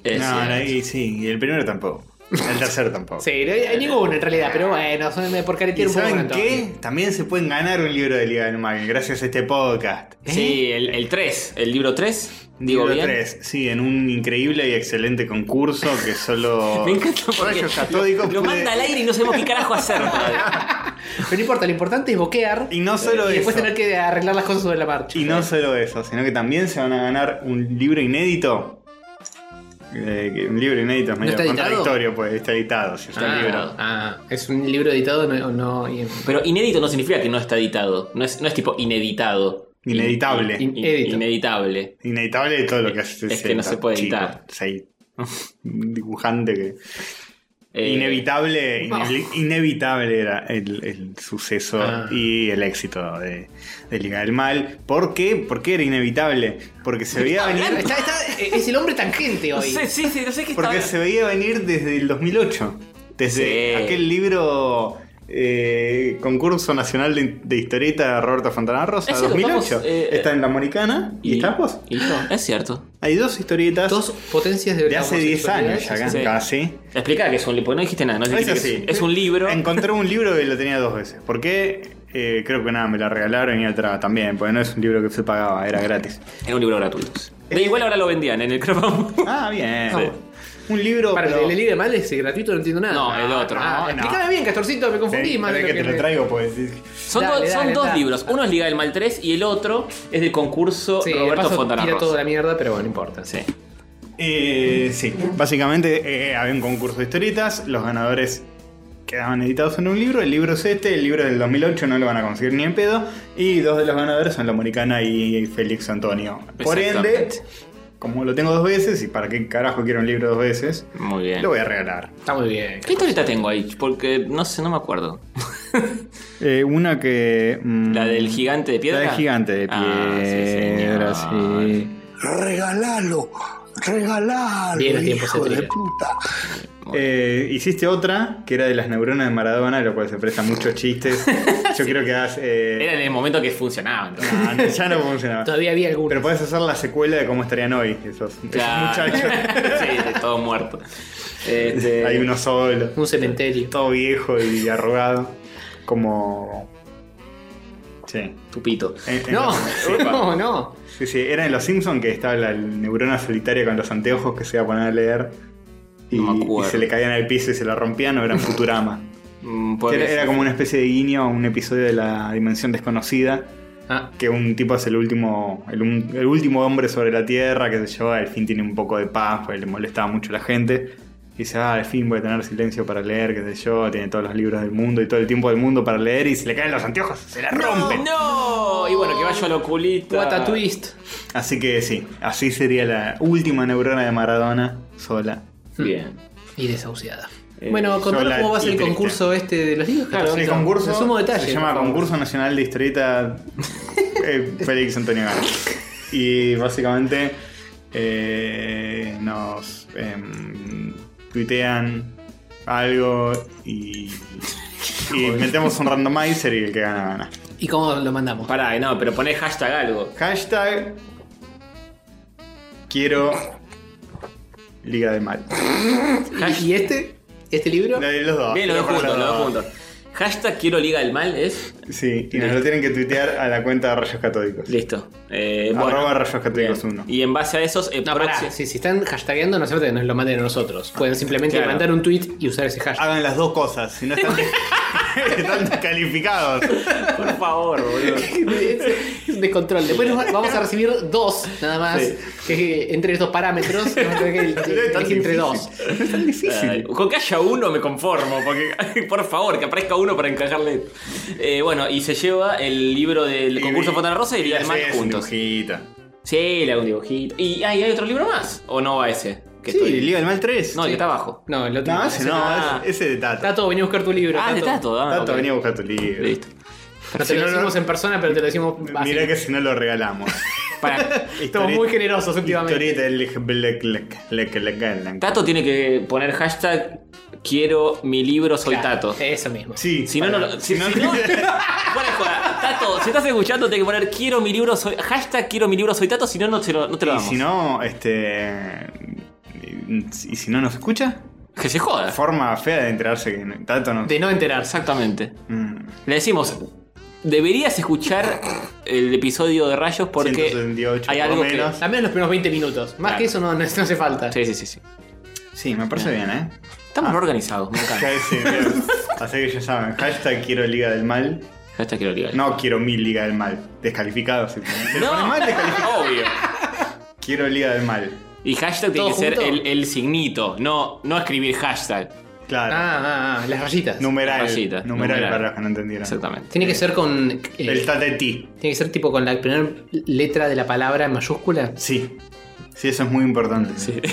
[SPEAKER 3] Es
[SPEAKER 1] no,
[SPEAKER 3] cierto.
[SPEAKER 1] no, y sí, y el primero tampoco. El tercero tampoco.
[SPEAKER 2] Sí, no hay, hay ninguno en realidad, pero bueno, son por
[SPEAKER 1] ¿Y
[SPEAKER 2] caretear un poco
[SPEAKER 1] saben
[SPEAKER 2] con Antonio.
[SPEAKER 1] qué? También se pueden ganar un libro de Liga del Mal gracias a este podcast.
[SPEAKER 3] Sí, el, el 3, el libro 3, digo
[SPEAKER 1] Libro
[SPEAKER 3] bien.
[SPEAKER 1] 3, sí, en un increíble y excelente concurso que solo
[SPEAKER 3] Me encanta porque
[SPEAKER 1] rayos catódicos
[SPEAKER 3] lo
[SPEAKER 1] pude-
[SPEAKER 3] manda al aire y no sabemos qué carajo hacer. todavía.
[SPEAKER 2] Pero no importa, lo importante es boquear eh,
[SPEAKER 1] Y no solo
[SPEAKER 2] y después
[SPEAKER 1] eso.
[SPEAKER 2] tener que arreglar las cosas sobre la marcha.
[SPEAKER 1] Y no solo eso, sino que también se van a ganar un libro inédito. Eh, que un libro inédito es medio
[SPEAKER 2] está editado?
[SPEAKER 1] contradictorio, pues está editado. Si está
[SPEAKER 2] ah,
[SPEAKER 1] el libro.
[SPEAKER 2] ah, es un libro editado no, no y-
[SPEAKER 3] Pero inédito no significa que no está editado. No es, no es tipo ineditado.
[SPEAKER 1] Ineditable.
[SPEAKER 3] In- in-
[SPEAKER 2] Edito.
[SPEAKER 3] ineditable.
[SPEAKER 1] Ineditable de todo lo que hace.
[SPEAKER 3] Es
[SPEAKER 1] ese
[SPEAKER 3] que no se puede
[SPEAKER 1] chico.
[SPEAKER 3] editar.
[SPEAKER 1] Sí. Un dibujante que.
[SPEAKER 3] Eh,
[SPEAKER 1] inevitable.
[SPEAKER 2] no.
[SPEAKER 1] inevi- Inevitable era el, el suceso
[SPEAKER 2] Ah.
[SPEAKER 1] y el éxito de, de Liga del Mal. ¿Por qué? ¿Por qué era inevitable? Porque se veía venir.
[SPEAKER 2] Está- está- eh, es el hombre tangente
[SPEAKER 3] No
[SPEAKER 2] hoy.
[SPEAKER 3] sé, sí, sí, no sé qué
[SPEAKER 1] Porque
[SPEAKER 3] estaba-
[SPEAKER 1] se veía venir desde el 2008. Desde
[SPEAKER 3] Sí.
[SPEAKER 1] aquel libro eh, Concurso Nacional de, de Historieta de Roberto Fontana Rosa,
[SPEAKER 3] Ese lo
[SPEAKER 1] 2008.
[SPEAKER 3] estamos, eh,
[SPEAKER 1] está en La Moricana y, está vos.
[SPEAKER 3] y no, es cierto.
[SPEAKER 1] Hay dos historietas
[SPEAKER 2] Dos potencias de
[SPEAKER 1] de hace 10 años ya
[SPEAKER 2] homosexualidad.
[SPEAKER 1] ca-
[SPEAKER 3] sí.
[SPEAKER 1] casi.
[SPEAKER 3] Explica que es un libro, porque no dijiste nada. No
[SPEAKER 1] Eso
[SPEAKER 3] dijiste que
[SPEAKER 1] sí.
[SPEAKER 3] Es un libro.
[SPEAKER 1] Encontré un libro que lo tenía dos veces. Porque eh, creo que nada, me la regalaron y otra también. Porque no es un libro que se pagaba, era gratis.
[SPEAKER 3] Era un libro gratuito. De igual ahora lo vendían en el crowdfunding.
[SPEAKER 1] Ah, bien.
[SPEAKER 3] Sí.
[SPEAKER 1] Un libro.
[SPEAKER 2] Para
[SPEAKER 1] pero-
[SPEAKER 2] el libro de mal es gratuito, no entiendo nada.
[SPEAKER 3] No, el otro.
[SPEAKER 2] Ah,
[SPEAKER 1] no,
[SPEAKER 2] explícame bien, Castorcito, me confundí
[SPEAKER 1] Sí,
[SPEAKER 2] más de
[SPEAKER 1] espera que te
[SPEAKER 2] lo que
[SPEAKER 1] lo
[SPEAKER 2] me-
[SPEAKER 1] traigo, pues.
[SPEAKER 3] Son,
[SPEAKER 2] Dale,
[SPEAKER 3] dos- son
[SPEAKER 2] dale,
[SPEAKER 3] dos
[SPEAKER 2] dale.
[SPEAKER 3] libros. Uno es Liga del Mal 3 y el otro es del concurso
[SPEAKER 2] Sí, de
[SPEAKER 3] Roberto
[SPEAKER 2] paso
[SPEAKER 3] Fontana
[SPEAKER 2] tira
[SPEAKER 3] Rosa.
[SPEAKER 2] toda la mierda, pero bueno, no importa.
[SPEAKER 3] Sí.
[SPEAKER 1] Eh, sí, básicamente eh, había un concurso de historietas, los ganadores quedaban editados en un libro, el libro es este, el libro del 2008 no lo van a conseguir ni en pedo, y dos de los ganadores son la Moricana y Félix Antonio. Por ende,
[SPEAKER 3] Exactamente.
[SPEAKER 1] como lo tengo dos veces, y para qué carajo quiero un libro dos veces,
[SPEAKER 3] Muy bien.
[SPEAKER 1] lo voy a regalar.
[SPEAKER 2] Está muy bien.
[SPEAKER 3] ¿Qué historieta tengo ahí? Porque no sé, no me acuerdo.
[SPEAKER 1] Mm. Eh, una que... mm,
[SPEAKER 3] ¿La del gigante de piedra?
[SPEAKER 1] La del gigante de
[SPEAKER 3] Ah, sí,
[SPEAKER 1] piedra,
[SPEAKER 3] señor.
[SPEAKER 1] sí.
[SPEAKER 5] Regalalo, regalalo,
[SPEAKER 2] Bien, a tiempo
[SPEAKER 5] hijo
[SPEAKER 2] se
[SPEAKER 5] de
[SPEAKER 2] tira.
[SPEAKER 5] puta.
[SPEAKER 1] Eh, hiciste otra que era de las neuronas de Maradona, lo cual se presta muchos chistes. Yo creo que hagas... eh,
[SPEAKER 3] Era en el momento que funcionaba. entonces.
[SPEAKER 1] No, no, ya no funcionaba.
[SPEAKER 2] Todavía había alguno.
[SPEAKER 1] Pero puedes hacer la secuela de cómo estarían hoy esos, esos
[SPEAKER 3] Claro.
[SPEAKER 1] muchachos.
[SPEAKER 3] sí, todo muerto. Este,
[SPEAKER 1] Hay uno solo,
[SPEAKER 2] Un cementerio.
[SPEAKER 1] todo viejo y arrugado. Como. Sí.
[SPEAKER 3] Tupito.
[SPEAKER 1] En- en
[SPEAKER 2] No,
[SPEAKER 1] los- sí,
[SPEAKER 2] no, no.
[SPEAKER 1] sí, sí, Era en Los Simpsons que estaba la neurona solitaria con los anteojos que se iba a poner a leer. Y,
[SPEAKER 3] No me acuerdo.
[SPEAKER 1] y se le caían al piso y se la rompían, o era en Futurama.
[SPEAKER 3] Mm, puede
[SPEAKER 1] Era,
[SPEAKER 3] que-
[SPEAKER 1] era como una especie de guiño a un episodio de la Dimensión Desconocida.
[SPEAKER 4] Ah,
[SPEAKER 1] Que un tipo es el último, el, un- el último hombre sobre la tierra que se lleva, al fin tiene un poco de paz, porque le molestaba mucho la gente. Y dice, ah, al fin voy a tener silencio para leer, qué sé yo, tiene todos los libros del mundo y todo el tiempo del mundo para leer y se le caen los anteojos, se la rompen.
[SPEAKER 3] ¡No! Y bueno, que vaya a lo culita.
[SPEAKER 4] what a twist.
[SPEAKER 1] Así que sí, así sería la última neurona de Maradona sola.
[SPEAKER 3] Bien.
[SPEAKER 4] Y desahuciada.
[SPEAKER 3] Eh,
[SPEAKER 4] bueno, contanos
[SPEAKER 1] sola
[SPEAKER 4] cómo va a ser
[SPEAKER 1] y
[SPEAKER 4] el
[SPEAKER 1] triste.
[SPEAKER 4] concurso este de los libros.
[SPEAKER 3] Claro,
[SPEAKER 1] El
[SPEAKER 4] Catorcito.
[SPEAKER 1] concurso
[SPEAKER 4] En sumo detalle.
[SPEAKER 1] se llama
[SPEAKER 4] por favor.
[SPEAKER 1] Concurso Nacional de Historieta eh, Félix Antonio Gana. Y básicamente eh, nos em, tuitean algo y, y metemos un randomizer y el que gana, gana.
[SPEAKER 4] ¿Y cómo lo mandamos?
[SPEAKER 3] Pará, eh, no, pero poné hashtag algo.
[SPEAKER 1] Hashtag quiero Liga de Mal.
[SPEAKER 4] ¿Y, y este? ¿Este libro?
[SPEAKER 1] Los dos.
[SPEAKER 3] Bien, los dos
[SPEAKER 1] Los
[SPEAKER 3] juntos, los dos
[SPEAKER 1] dos.
[SPEAKER 3] juntos. Hashtag quiero Liga del Mal es.
[SPEAKER 1] Sí, y nos lo tienen que tuitear a la cuenta de Rayos Catódicos.
[SPEAKER 3] Listo. Eh, bueno.
[SPEAKER 1] Arroba Rayos Catódicos
[SPEAKER 3] Bien.
[SPEAKER 1] 1.
[SPEAKER 3] Y en base a esos, eh,
[SPEAKER 4] No, pará,
[SPEAKER 3] proxi-
[SPEAKER 4] si, si están hashtagueando, no se trata de que nos lo manden a nosotros. Pueden simplemente
[SPEAKER 3] Claro.
[SPEAKER 4] mandar un tweet y usar ese hashtag.
[SPEAKER 1] Hagan las dos cosas, si no están, están descalificados.
[SPEAKER 3] Por Eh, favor, boludo.
[SPEAKER 4] es un descontrol. Después nos va- vamos a recibir dos, nada más.
[SPEAKER 1] Sí.
[SPEAKER 4] Que es entre estos parámetros, vamos a tener que
[SPEAKER 1] No es tan
[SPEAKER 4] elegir entre
[SPEAKER 1] difícil.
[SPEAKER 4] dos.
[SPEAKER 1] No es tan difícil.
[SPEAKER 3] Ay, con que haya uno me conformo, porque por favor, que aparezca uno para encajarle. Eh, bueno, y se lleva el libro del concurso Fontana Rosa y Liga del Mal
[SPEAKER 1] haces un
[SPEAKER 3] juntos.
[SPEAKER 1] dibujito.
[SPEAKER 3] Sí, le hago un dibujito. ¿Y ah, ¿y hay otro libro más? ¿O no va ese? Que
[SPEAKER 1] Sí,
[SPEAKER 3] estoy-
[SPEAKER 1] Liga del Mal 3.
[SPEAKER 3] No, el que está abajo.
[SPEAKER 4] No, el otro.
[SPEAKER 1] no, ese no,
[SPEAKER 3] Ah.
[SPEAKER 1] ese- ese de Tato.
[SPEAKER 4] Tato, vení a buscar tu libro.
[SPEAKER 3] Ah, de Tato, ah,
[SPEAKER 1] Tato,
[SPEAKER 3] ok.
[SPEAKER 1] venía a buscar tu libro.
[SPEAKER 3] Listo.
[SPEAKER 4] No te
[SPEAKER 1] Si
[SPEAKER 4] lo
[SPEAKER 1] no, no-
[SPEAKER 4] decimos en persona, pero te lo decimos así.
[SPEAKER 1] Mirá que si no lo regalamos.
[SPEAKER 3] Pará.
[SPEAKER 4] Estamos
[SPEAKER 1] Historieta-
[SPEAKER 4] muy generosos últimamente.
[SPEAKER 1] Historieta LGBT.
[SPEAKER 3] Tato tiene que poner hashtag quiero mi libro soy Tato.
[SPEAKER 4] Eso mismo.
[SPEAKER 1] Sí,
[SPEAKER 3] Si no, no
[SPEAKER 1] para-
[SPEAKER 3] lo- si- si no- Fuera de joda. Tato, si estás escuchando, tenés que poner quiero mi libro soy. Hashtag quiero mi libro soy Tato, si no, no, se lo- no te lo
[SPEAKER 1] Y
[SPEAKER 3] damos.
[SPEAKER 1] si no, este. Y si no nos escucha,
[SPEAKER 3] Que se joda.
[SPEAKER 1] forma fea de enterarse que Tato no.
[SPEAKER 4] De no enterarse.
[SPEAKER 3] Exactamente.
[SPEAKER 1] Mm.
[SPEAKER 3] Le decimos, deberías escuchar el episodio de Rayos porque
[SPEAKER 1] 178
[SPEAKER 3] hay
[SPEAKER 1] por
[SPEAKER 3] algo
[SPEAKER 1] lo menos.
[SPEAKER 4] Al menos los primeros 20 minutos. Más
[SPEAKER 3] Claro.
[SPEAKER 4] que eso no, no- no hace falta.
[SPEAKER 3] que... Sí, sí, sí, sí.
[SPEAKER 1] Sí, me parece bien, ¿eh?
[SPEAKER 3] Estamos re organizados, me encanta.
[SPEAKER 1] Ya es, sí, bien. Así que ya saben, hashtag quiero Liga del Mal.
[SPEAKER 3] Hashtag quiero ligar.
[SPEAKER 1] No quiero mi Liga del Mal. Descalificado, si ponen- si lo ponen mal, descalificado.
[SPEAKER 3] obvio.
[SPEAKER 1] Quiero Liga del Mal.
[SPEAKER 3] Y hashtag tiene que
[SPEAKER 4] ¿Todo
[SPEAKER 3] ser
[SPEAKER 4] junto?
[SPEAKER 3] el, el signito, no, no escribir hashtag.
[SPEAKER 1] Claro.
[SPEAKER 4] Ah, ah, ah, las rayitas.
[SPEAKER 1] numeral,
[SPEAKER 3] rayita,
[SPEAKER 1] numeral.
[SPEAKER 3] numeral.
[SPEAKER 1] para los que no entendieron.
[SPEAKER 3] Exactamente.
[SPEAKER 4] Tiene que ser con. eh,
[SPEAKER 1] El
[SPEAKER 4] tiene
[SPEAKER 1] tatetí.
[SPEAKER 4] que ser tipo con la primera letra de la palabra en mayúscula.
[SPEAKER 1] Sí. Sí, eso es muy importante.
[SPEAKER 3] Sí.
[SPEAKER 1] Porque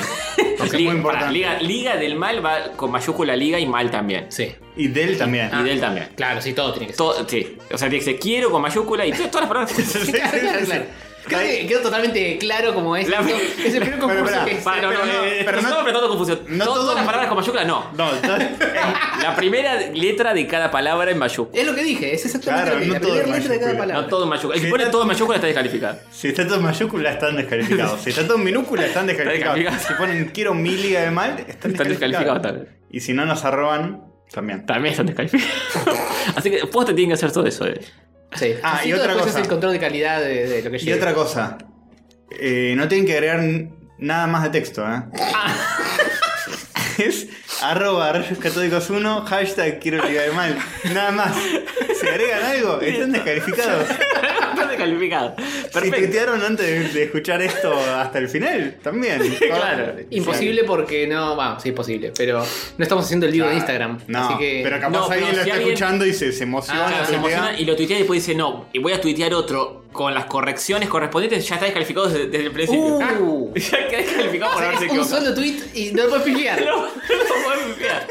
[SPEAKER 1] es
[SPEAKER 3] Liga-
[SPEAKER 1] muy importante.
[SPEAKER 3] pará, liga, liga del mal va con mayúscula liga y mal también.
[SPEAKER 4] Sí.
[SPEAKER 1] Y del también.
[SPEAKER 4] Ah.
[SPEAKER 3] Y del también.
[SPEAKER 4] Claro, sí, todo tiene que ser.
[SPEAKER 3] To- sí. O sea, tiene que ser quiero con mayúscula y to- todas las palabras.
[SPEAKER 1] Sí,
[SPEAKER 4] Claro,
[SPEAKER 1] sí,
[SPEAKER 4] claro,
[SPEAKER 1] sí.
[SPEAKER 4] claro. Creo
[SPEAKER 1] Ahí-
[SPEAKER 4] que quedó totalmente claro como es.
[SPEAKER 3] La-
[SPEAKER 4] esto. Es el primer concurso
[SPEAKER 1] pará,
[SPEAKER 4] que se-
[SPEAKER 3] Pará, no,
[SPEAKER 1] Pero
[SPEAKER 3] no,
[SPEAKER 1] no,
[SPEAKER 3] eh,
[SPEAKER 1] pero
[SPEAKER 3] no
[SPEAKER 1] no-
[SPEAKER 3] estamos apretando confusión.
[SPEAKER 1] no
[SPEAKER 3] To-
[SPEAKER 1] todo-
[SPEAKER 3] Todas las palabras con mayúscula, no.
[SPEAKER 1] No, ta-
[SPEAKER 3] La primera letra de cada palabra en mayúscula.
[SPEAKER 4] Es lo que dije, es exactamente
[SPEAKER 1] Claro,
[SPEAKER 4] lo que
[SPEAKER 1] no
[SPEAKER 4] la
[SPEAKER 1] todo
[SPEAKER 4] primera
[SPEAKER 1] es
[SPEAKER 4] letra de cada
[SPEAKER 1] mayúscula.
[SPEAKER 4] palabra.
[SPEAKER 3] No todo en mayúscula. El que
[SPEAKER 1] Sí,
[SPEAKER 3] pone
[SPEAKER 1] no-
[SPEAKER 3] todo en mayúscula está descalificado.
[SPEAKER 1] si está todo en mayúscula están descalificados. Si está todo en minúscula están descalificados.
[SPEAKER 3] descalificado.
[SPEAKER 1] Si ponen quiero mi liga del mal, están
[SPEAKER 3] Están
[SPEAKER 1] descalificados.
[SPEAKER 3] descalificados también.
[SPEAKER 1] Y si no nos arroban, también.
[SPEAKER 3] También están descalificados. Así que posta tienen que hacer todo eso. eh.
[SPEAKER 4] Sí.
[SPEAKER 1] Ah,
[SPEAKER 4] Así
[SPEAKER 1] y
[SPEAKER 4] todo
[SPEAKER 1] otra
[SPEAKER 4] después
[SPEAKER 1] cosa.
[SPEAKER 4] es el control de calidad de, de lo que
[SPEAKER 1] Y
[SPEAKER 4] llega.
[SPEAKER 1] otra cosa, eh, no tienen que agregar n- nada más de texto, ¿eh? es arroba rayos catódicos 1, hashtag quiero ligar de mal. Nada más. Si agregan algo, están descalificados.
[SPEAKER 3] Están descalificados.
[SPEAKER 1] Si
[SPEAKER 3] Perfecto.
[SPEAKER 1] tuitearon antes de, de escuchar esto hasta el final, también.
[SPEAKER 3] Claro.
[SPEAKER 4] Imposible porque no. Vamos, sí, es posible. Pero no estamos haciendo el vivo de Instagram.
[SPEAKER 1] No,
[SPEAKER 4] así que.
[SPEAKER 1] pero capaz
[SPEAKER 3] No, pero
[SPEAKER 1] alguien lo
[SPEAKER 3] si
[SPEAKER 1] está
[SPEAKER 3] alguien-
[SPEAKER 1] escuchando y se, se emociona.
[SPEAKER 4] Ah,
[SPEAKER 3] Se
[SPEAKER 1] tuitea.
[SPEAKER 3] emociona y lo tuitea y después dice no. Y voy a tuitear otro con las correcciones correspondientes. Ya está descalificado desde, desde el principio.
[SPEAKER 4] Uh.
[SPEAKER 3] Ya queda descalificado por haberse
[SPEAKER 4] Es un
[SPEAKER 3] equivocado.
[SPEAKER 4] solo tweet y no lo puedes pillar.
[SPEAKER 3] No, no podés tuitear.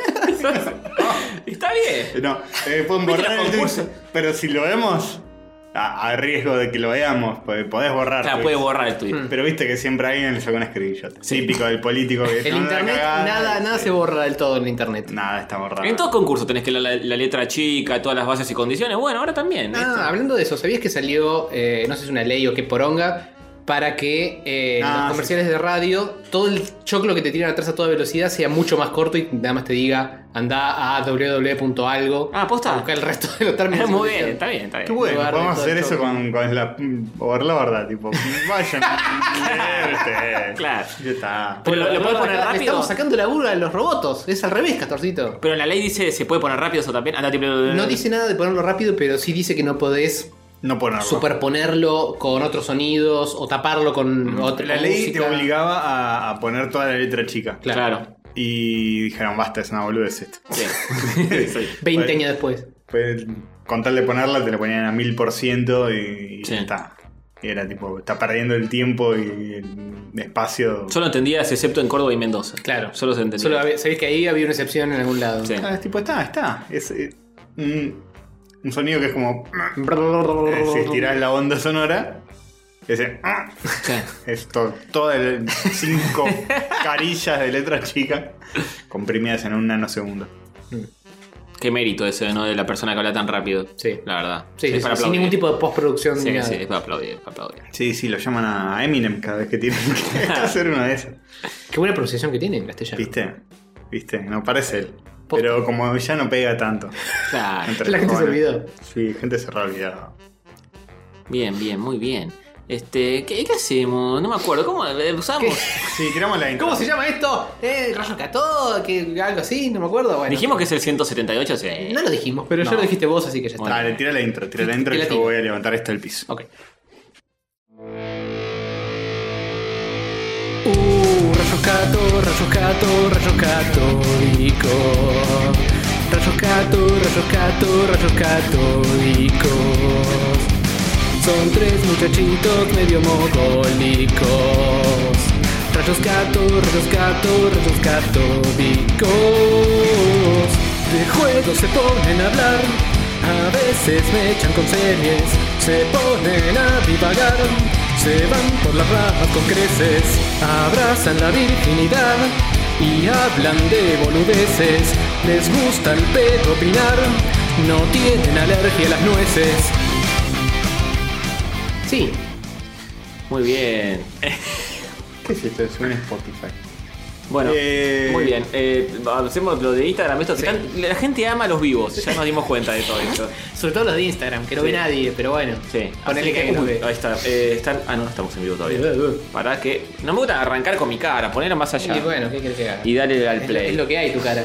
[SPEAKER 3] Está bien.
[SPEAKER 1] No, eh, pueden
[SPEAKER 3] Viste
[SPEAKER 1] borrar
[SPEAKER 3] los
[SPEAKER 1] el
[SPEAKER 3] concursos.
[SPEAKER 1] tweet, pero si lo vemos, a, a riesgo de que lo veamos, pues podés borrar.
[SPEAKER 3] Claro,
[SPEAKER 1] tweets.
[SPEAKER 3] puede borrar el tuit.
[SPEAKER 1] Pero viste que siempre alguien le sacó un screenshot. Típico del político que "No,
[SPEAKER 4] El
[SPEAKER 1] la
[SPEAKER 4] internet,
[SPEAKER 1] cagada".
[SPEAKER 4] nada, nada se borra del todo en el internet.
[SPEAKER 1] Nada, está borrado.
[SPEAKER 3] En todos concursos tenés que leer la, la letra chica, todas las bases y condiciones. Bueno, ahora también.
[SPEAKER 4] Ah, hablando de eso, ¿sabías que salió, eh, no sé si es una ley o qué poronga,
[SPEAKER 2] para que eh,
[SPEAKER 1] Ah,
[SPEAKER 2] los
[SPEAKER 1] sí.
[SPEAKER 2] comerciales de radio, todo el choclo que te tiran atrás a toda velocidad sea mucho más corto y nada más te diga, anda a www.algo.
[SPEAKER 3] Ah, ¿posta?
[SPEAKER 2] a buscar el resto de los términos.
[SPEAKER 3] Muy bien, está bien, está bien.
[SPEAKER 1] Qué bueno,
[SPEAKER 2] Lugar de
[SPEAKER 1] podemos
[SPEAKER 2] todo
[SPEAKER 1] hacer
[SPEAKER 2] el
[SPEAKER 1] eso
[SPEAKER 2] show.
[SPEAKER 1] con, con la mm, overlorda, tipo, vayan. ustedes.
[SPEAKER 3] Claro.
[SPEAKER 1] Ya está.
[SPEAKER 3] Pero lo, lo podés poner
[SPEAKER 2] Le
[SPEAKER 3] rápido.
[SPEAKER 2] Estamos sacando la burla a los robotos. Es al revés, Castorcito.
[SPEAKER 3] Pero en la ley dice, ¿se puede poner rápido eso también? Anda, tipo, eh,
[SPEAKER 2] No dice nada de ponerlo rápido, pero sí dice que no podés
[SPEAKER 1] No ponerlo.
[SPEAKER 2] superponerlo con otros sonidos o taparlo con otra
[SPEAKER 1] La ley
[SPEAKER 2] música.
[SPEAKER 1] te obligaba a, a poner toda la letra chica.
[SPEAKER 2] Claro.
[SPEAKER 3] Claro.
[SPEAKER 1] Y dijeron, basta, es una boludez esto.
[SPEAKER 3] Sí. Sí.
[SPEAKER 2] 20
[SPEAKER 1] Bueno.
[SPEAKER 2] años después.
[SPEAKER 1] Pues, con tal de ponerla, te la ponían a mil por ciento y y
[SPEAKER 3] Sí.
[SPEAKER 1] ya está. Y era tipo, está perdiendo el tiempo y el espacio.
[SPEAKER 3] Solo entendías, excepto en Córdoba y Mendoza.
[SPEAKER 2] Claro.
[SPEAKER 3] Solo se entendía.
[SPEAKER 2] Solo había- sabés que ahí había una excepción en algún lado.
[SPEAKER 3] Sí.
[SPEAKER 1] Ah, es tipo, está, está. Es eh, un, un sonido que es como. eh, si estirás la onda sonora, ese. ah,
[SPEAKER 3] Sí.
[SPEAKER 1] Es to- todo el cinco carillas de letra chica comprimidas en un nanosegundo.
[SPEAKER 3] Qué mérito ese, ¿no? De la persona que habla tan rápido.
[SPEAKER 2] Sí.
[SPEAKER 3] La verdad.
[SPEAKER 2] Sí,
[SPEAKER 3] es
[SPEAKER 2] sí,
[SPEAKER 3] para
[SPEAKER 2] sin
[SPEAKER 3] aplaudir.
[SPEAKER 2] ningún tipo de postproducción. ni
[SPEAKER 3] Sí,
[SPEAKER 2] nada.
[SPEAKER 3] sí, es para aplaudir, es para aplaudir.
[SPEAKER 1] Sí, sí, lo llaman a Eminem cada vez que tienen que hacer una de esas.
[SPEAKER 2] Qué buena pronunciación que tiene en castellano.
[SPEAKER 1] ¿Viste? ¿Viste? No parece él. Pero como ya no pega tanto.
[SPEAKER 3] Claro.
[SPEAKER 1] entre
[SPEAKER 2] La
[SPEAKER 1] los
[SPEAKER 2] gente se
[SPEAKER 1] jóvenes.
[SPEAKER 2] olvidó.
[SPEAKER 1] Sí, gente se re olvidaba.
[SPEAKER 3] Bien, bien, muy bien. Este, ¿qué, qué hacemos? No me acuerdo. ¿Cómo eh, usamos?
[SPEAKER 1] Sí, tiramos la intro.
[SPEAKER 2] ¿Cómo se llama esto? Eh, rayo cató, que algo así, no me acuerdo. Bueno,
[SPEAKER 3] Dijimos que es el 178, sí.
[SPEAKER 2] no lo dijimos, pero ya
[SPEAKER 3] No.
[SPEAKER 2] lo dijiste vos, así que ya está.
[SPEAKER 3] Bueno.
[SPEAKER 1] Dale, tira la intro, tira la intro
[SPEAKER 2] ¿Qué
[SPEAKER 1] y
[SPEAKER 2] la
[SPEAKER 1] yo
[SPEAKER 2] tiro?
[SPEAKER 1] voy a levantar esto del piso.
[SPEAKER 2] Ok. Uh, rayos gato, rayos gato, rayos católicos. Rayos gato, rayos gato, rayos católicos. Son tres muchachitos medio mogólicos. Rayos gato, rayos gato, rayos católicos. De juegos se ponen a hablar. A veces me echan con series. Se ponen a divagar. Se van por las ramas con creces. Abrazan la virginidad. Y hablan de boludeces. Les gusta el pedo opinar. No tienen alergia a las nueces. Sí,
[SPEAKER 3] Muy bien.
[SPEAKER 1] ¿Qué es esto? Es un Spotify.
[SPEAKER 3] Bueno,
[SPEAKER 1] Eh.
[SPEAKER 3] muy bien. Eh, hacemos lo de Instagram. Esto, que tan- la gente ama a los vivos. Ya nos dimos cuenta de todo esto.
[SPEAKER 2] sobre todo los de Instagram, que no
[SPEAKER 3] Sí.
[SPEAKER 2] ve nadie, pero bueno.
[SPEAKER 3] Sí.
[SPEAKER 2] Ponele
[SPEAKER 3] Así
[SPEAKER 2] que, nos
[SPEAKER 3] uy,
[SPEAKER 2] ve.
[SPEAKER 3] ahí está. Eh, están, ah, no, no estamos en vivo todavía. Para que. No me gusta arrancar con mi cara, ponerla más allá.
[SPEAKER 2] Y bueno, ¿qué querés que haga?
[SPEAKER 3] Y dale al
[SPEAKER 2] es, lo,
[SPEAKER 3] play.
[SPEAKER 2] es lo que hay tu cara.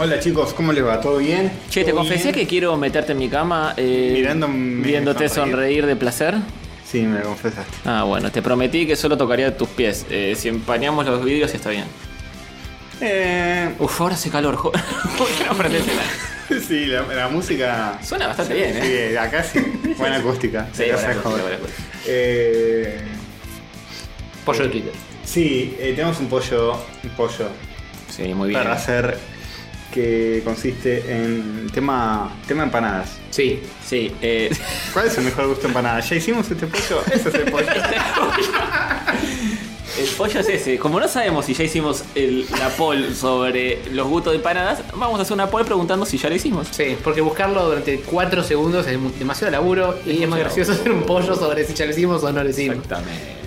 [SPEAKER 1] Hola chicos, ¿cómo les va? ¿Todo bien?
[SPEAKER 3] Che, te
[SPEAKER 1] ¿Todo
[SPEAKER 3] confesé
[SPEAKER 1] bien?
[SPEAKER 3] que quiero meterte en mi cama eh,
[SPEAKER 1] Mirándome
[SPEAKER 3] viéndote
[SPEAKER 1] sonreír.
[SPEAKER 3] sonreír de placer.
[SPEAKER 1] Sí, me confesaste.
[SPEAKER 3] Ah, bueno, te prometí que solo tocaría tus pies. Eh, si empañamos los vidrios está bien.
[SPEAKER 1] Eh,
[SPEAKER 3] Uf, ahora hace calor, joder. ¿Por qué no prendésela?
[SPEAKER 1] sí, la, la música.
[SPEAKER 3] Suena bastante bien, ¿eh?
[SPEAKER 1] Sí, acá sí. Buena acústica.
[SPEAKER 3] Sí,
[SPEAKER 1] Acá
[SPEAKER 3] buena
[SPEAKER 1] se
[SPEAKER 3] acústica,
[SPEAKER 1] jode.
[SPEAKER 3] buena acústica.
[SPEAKER 1] Eh,
[SPEAKER 2] Pollo de Twitter.
[SPEAKER 1] sí, eh, tenemos un pollo. Un pollo
[SPEAKER 3] Sí, muy bien.
[SPEAKER 1] para hacer que consiste en tema, tema empanadas.
[SPEAKER 2] Sí.
[SPEAKER 3] Sí, eh,
[SPEAKER 1] ¿Cuál es el mejor gusto de empanada? ¿Ya hicimos este pollo? Ese es el pollo.
[SPEAKER 3] el pollo es ese. Como no sabemos si ya hicimos el- la poll sobre los gustos de empanadas, vamos a hacer una poll preguntando si ya lo hicimos.
[SPEAKER 2] Sí, porque buscarlo durante 4 segundos es mu- demasiado laburo y es más gracioso hacer un pollo sobre si ya lo hicimos o no lo hicimos.
[SPEAKER 3] Exactamente.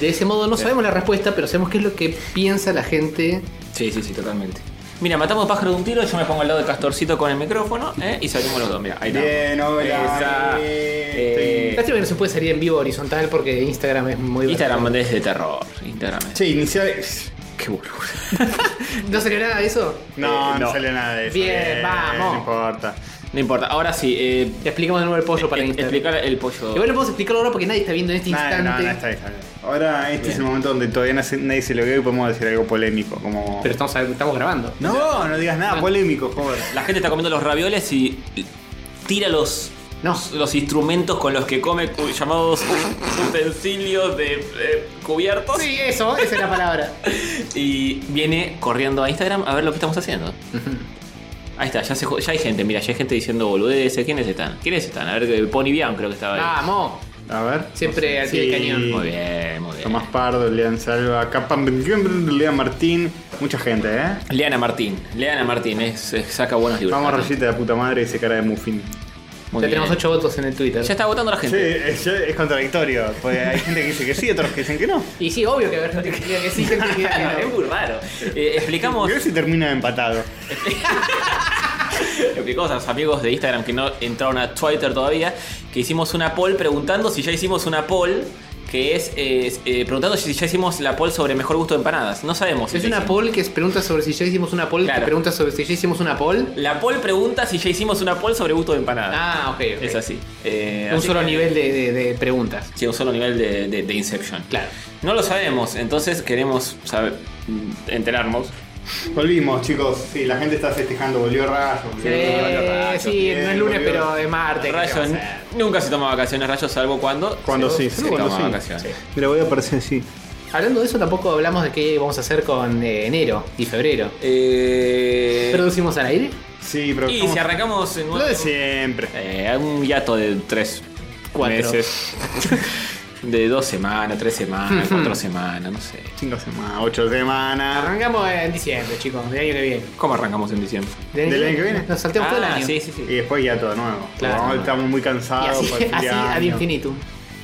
[SPEAKER 2] De ese modo no sabemos la respuesta, pero sabemos qué es lo que piensa la gente.
[SPEAKER 3] Sí, sí, sí, totalmente. Mira, matamos pájaro de un tiro, yo me pongo al lado de Castorcito con el micrófono ¿eh? y salimos los dos. Mira, ahí estamos.
[SPEAKER 1] Bien, hola.
[SPEAKER 3] Esa.
[SPEAKER 1] Eh,
[SPEAKER 3] Eh,
[SPEAKER 2] Lástima que no se puede salir en vivo horizontal porque Instagram es muy...
[SPEAKER 3] Instagram es de terror. Instagram es.
[SPEAKER 1] Che, iniciar.
[SPEAKER 3] Qué boludo.
[SPEAKER 2] ¿No salió nada de eso?
[SPEAKER 1] No, no,
[SPEAKER 3] no.
[SPEAKER 1] sale nada de eso.
[SPEAKER 2] Eh, Bien, vamos.
[SPEAKER 1] No importa.
[SPEAKER 3] No importa. Ahora sí, eh,
[SPEAKER 2] Te explicamos de nuevo el pollo para
[SPEAKER 3] e-
[SPEAKER 2] Instagram.
[SPEAKER 3] explicar el pollo.
[SPEAKER 2] Igual lo podemos explicarlo ahora porque nadie está viendo en este
[SPEAKER 1] Nada, no,
[SPEAKER 2] instante.
[SPEAKER 1] no, está bien, está bien. Ahora este es el momento donde todavía no se- nadie se lo vio y podemos decir algo polémico. Como.
[SPEAKER 2] Pero estamos, estamos grabando.
[SPEAKER 1] No, no digas nada polémico, joder.
[SPEAKER 3] La gente está comiendo los ravioles y tira los,
[SPEAKER 2] No.
[SPEAKER 3] los instrumentos con los que come, cu- llamados utensilios de eh, cubiertos.
[SPEAKER 2] Sí, eso, esa es la palabra.
[SPEAKER 3] Y viene corriendo a Instagram a ver lo que estamos haciendo. Ahí está, ya, se ju- ya hay gente, mira, ya hay gente diciendo boludeces. ¿Quiénes están? ¿Quiénes están? A ver, el Pony Bian creo que estaba ahí.
[SPEAKER 4] Ah,
[SPEAKER 2] Vamos.
[SPEAKER 1] A ver.
[SPEAKER 2] Siempre al pie del cañón.
[SPEAKER 3] Muy bien, muy bien.
[SPEAKER 1] Tomás Pardo, Lean Salva, Capan, Lean Martín, mucha gente, ¿eh?
[SPEAKER 3] Leana Martín, Leana Martín, es- es- saca buenos libros.
[SPEAKER 1] Vamos, Rayita de puta madre, ese cara de Muffin.
[SPEAKER 3] Muy
[SPEAKER 4] ya
[SPEAKER 3] bien.
[SPEAKER 4] tenemos 8 votos en el Twitter.
[SPEAKER 3] Ya está votando la
[SPEAKER 1] Sí,
[SPEAKER 3] gente.
[SPEAKER 1] es, es contradictorio. Pues hay gente que dice que sí, otros que dicen que no.
[SPEAKER 4] Y sí, obvio que habrá gente que diga que sí, gente que diga que
[SPEAKER 3] es
[SPEAKER 4] no.
[SPEAKER 3] muy raro. Eh, explicamos,
[SPEAKER 1] Creo que si termina empatado.
[SPEAKER 3] explicamos a los amigos de Instagram que no entraron a Twitter todavía que hicimos una poll preguntando si ya hicimos una poll que es eh, eh, preguntando si ya hicimos la poll sobre mejor gusto de empanadas. No sabemos. si
[SPEAKER 4] Es
[SPEAKER 3] ya
[SPEAKER 4] una
[SPEAKER 3] hicimos.
[SPEAKER 4] poll que pregunta sobre si ya hicimos una poll, que
[SPEAKER 3] Claro.
[SPEAKER 4] pregunta sobre si ya hicimos una poll.
[SPEAKER 3] La poll pregunta si ya hicimos una poll sobre gusto de empanadas.
[SPEAKER 4] Ah, ok. ok.
[SPEAKER 3] es así. Eh,
[SPEAKER 4] Un
[SPEAKER 3] así
[SPEAKER 4] solo
[SPEAKER 3] que-
[SPEAKER 4] nivel de, de- de preguntas.
[SPEAKER 3] Sí, un solo nivel de, de- de Inception.
[SPEAKER 4] Claro.
[SPEAKER 3] No lo sabemos, entonces queremos saber, mm, enterarnos.
[SPEAKER 1] Volvimos, chicos. Sí, la gente está festejando. Volvió Rayo. volvió-
[SPEAKER 4] Eh,
[SPEAKER 1] Rayo,
[SPEAKER 4] sí,
[SPEAKER 1] bien,
[SPEAKER 4] no es lunes,
[SPEAKER 1] volvió.
[SPEAKER 4] pero eh, es martes. ¿qué
[SPEAKER 3] Rayos
[SPEAKER 4] se va a hacer?
[SPEAKER 3] nunca se toma vacaciones, Rayos, salvo cuando.
[SPEAKER 1] Cuando sí, sí,
[SPEAKER 3] se
[SPEAKER 1] cuando
[SPEAKER 3] toma
[SPEAKER 1] sí.
[SPEAKER 3] vacaciones.
[SPEAKER 1] Mira, voy a aparecer sí.
[SPEAKER 4] Hablando de eso, tampoco hablamos de qué vamos a hacer con eh, enero y febrero.
[SPEAKER 3] Eh,
[SPEAKER 4] ¿Producimos al aire?
[SPEAKER 1] Sí, pero.
[SPEAKER 3] y
[SPEAKER 1] estamos-
[SPEAKER 3] si arrancamos en
[SPEAKER 1] Lo de siempre.
[SPEAKER 3] Eh, un hiato de tres
[SPEAKER 4] Cuatro.
[SPEAKER 3] meses. de dos semanas, tres semanas, cuatro semanas, no sé.
[SPEAKER 1] Cinco semanas, ocho semanas.
[SPEAKER 4] Arrancamos en diciembre, chicos, del año que viene.
[SPEAKER 3] ¿Cómo arrancamos en diciembre?
[SPEAKER 1] ¿Del año que viene?
[SPEAKER 4] Nos salteamos todo el
[SPEAKER 3] Ah,
[SPEAKER 4] año.
[SPEAKER 3] Sí, sí, sí.
[SPEAKER 1] Y después ya todo nuevo.
[SPEAKER 4] Claro.
[SPEAKER 1] Como Estamos muy
[SPEAKER 4] Y
[SPEAKER 1] cansados.
[SPEAKER 4] así,
[SPEAKER 1] por el fin de
[SPEAKER 4] así ad
[SPEAKER 1] Ah, pues, año.
[SPEAKER 4] infinitum.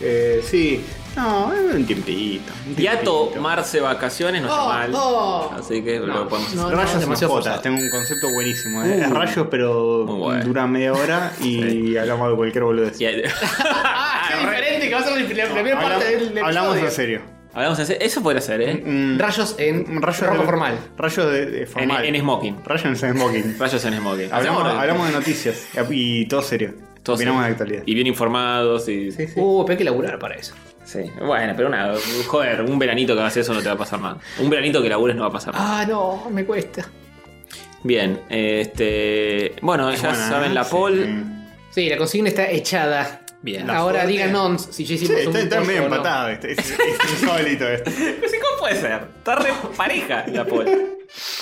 [SPEAKER 1] Eh, sí. No, es un tiempito. un
[SPEAKER 3] Hiato,
[SPEAKER 1] tiempito.
[SPEAKER 3] marce, vacaciones, no está
[SPEAKER 4] Oh,
[SPEAKER 3] mal.
[SPEAKER 4] oh.
[SPEAKER 3] Así que
[SPEAKER 4] No,
[SPEAKER 3] lo podemos
[SPEAKER 4] no,
[SPEAKER 3] hacer.
[SPEAKER 1] Rayos y
[SPEAKER 4] no, demasiado
[SPEAKER 1] mascotas,
[SPEAKER 4] forzado.
[SPEAKER 1] tengo un concepto buenísimo. eh. Es
[SPEAKER 3] Uh.
[SPEAKER 1] rayos, pero
[SPEAKER 3] Muy bueno.
[SPEAKER 1] dura media hora y hablamos de cualquier boludez.
[SPEAKER 3] Y ahí-
[SPEAKER 4] Ah, qué diferente, que va a ser la
[SPEAKER 1] No,
[SPEAKER 4] primera parte
[SPEAKER 1] habla-
[SPEAKER 4] del, del
[SPEAKER 1] hablamos en
[SPEAKER 4] episodio.
[SPEAKER 1] serio.
[SPEAKER 3] Hablamos en serio. Eso podría ser, ¿eh?
[SPEAKER 1] Mm,
[SPEAKER 4] Rayos en
[SPEAKER 1] rayos
[SPEAKER 4] ropa
[SPEAKER 1] de-
[SPEAKER 4] formal.
[SPEAKER 1] Rayos de, de formal.
[SPEAKER 3] En, en smoking.
[SPEAKER 1] Rayos en smoking.
[SPEAKER 3] Rayos en smoking.
[SPEAKER 1] hablamos,
[SPEAKER 3] Hacemos-
[SPEAKER 1] hablamos de noticias y todo serio.
[SPEAKER 3] todo
[SPEAKER 1] Opinamos
[SPEAKER 3] serio.
[SPEAKER 1] de actualidad.
[SPEAKER 3] Y bien informados. Y... Sí,
[SPEAKER 4] Uh, pero hay que laburar para eso.
[SPEAKER 3] Bueno, pero nada. Joder, un veranito que hagas eso no te va a pasar nada. Un veranito que labures no va a pasar nada.
[SPEAKER 4] Ah, no, me cuesta.
[SPEAKER 3] Bien, este. Bueno, ya
[SPEAKER 1] Bueno,
[SPEAKER 3] saben la
[SPEAKER 1] ¿eh? sí. Mm.
[SPEAKER 3] poll.
[SPEAKER 4] Sí, la consigna está echada.
[SPEAKER 3] Bien.
[SPEAKER 1] La
[SPEAKER 4] Ahora
[SPEAKER 1] suerte.
[SPEAKER 4] díganos si ya
[SPEAKER 1] Sí,
[SPEAKER 4] hicimos un
[SPEAKER 1] está, está
[SPEAKER 4] pozo
[SPEAKER 1] medio
[SPEAKER 4] o no.
[SPEAKER 1] empatado. este, Es, es insólito esto.
[SPEAKER 3] Pero sí, ¿Cómo puede ser? Está re pareja la poll.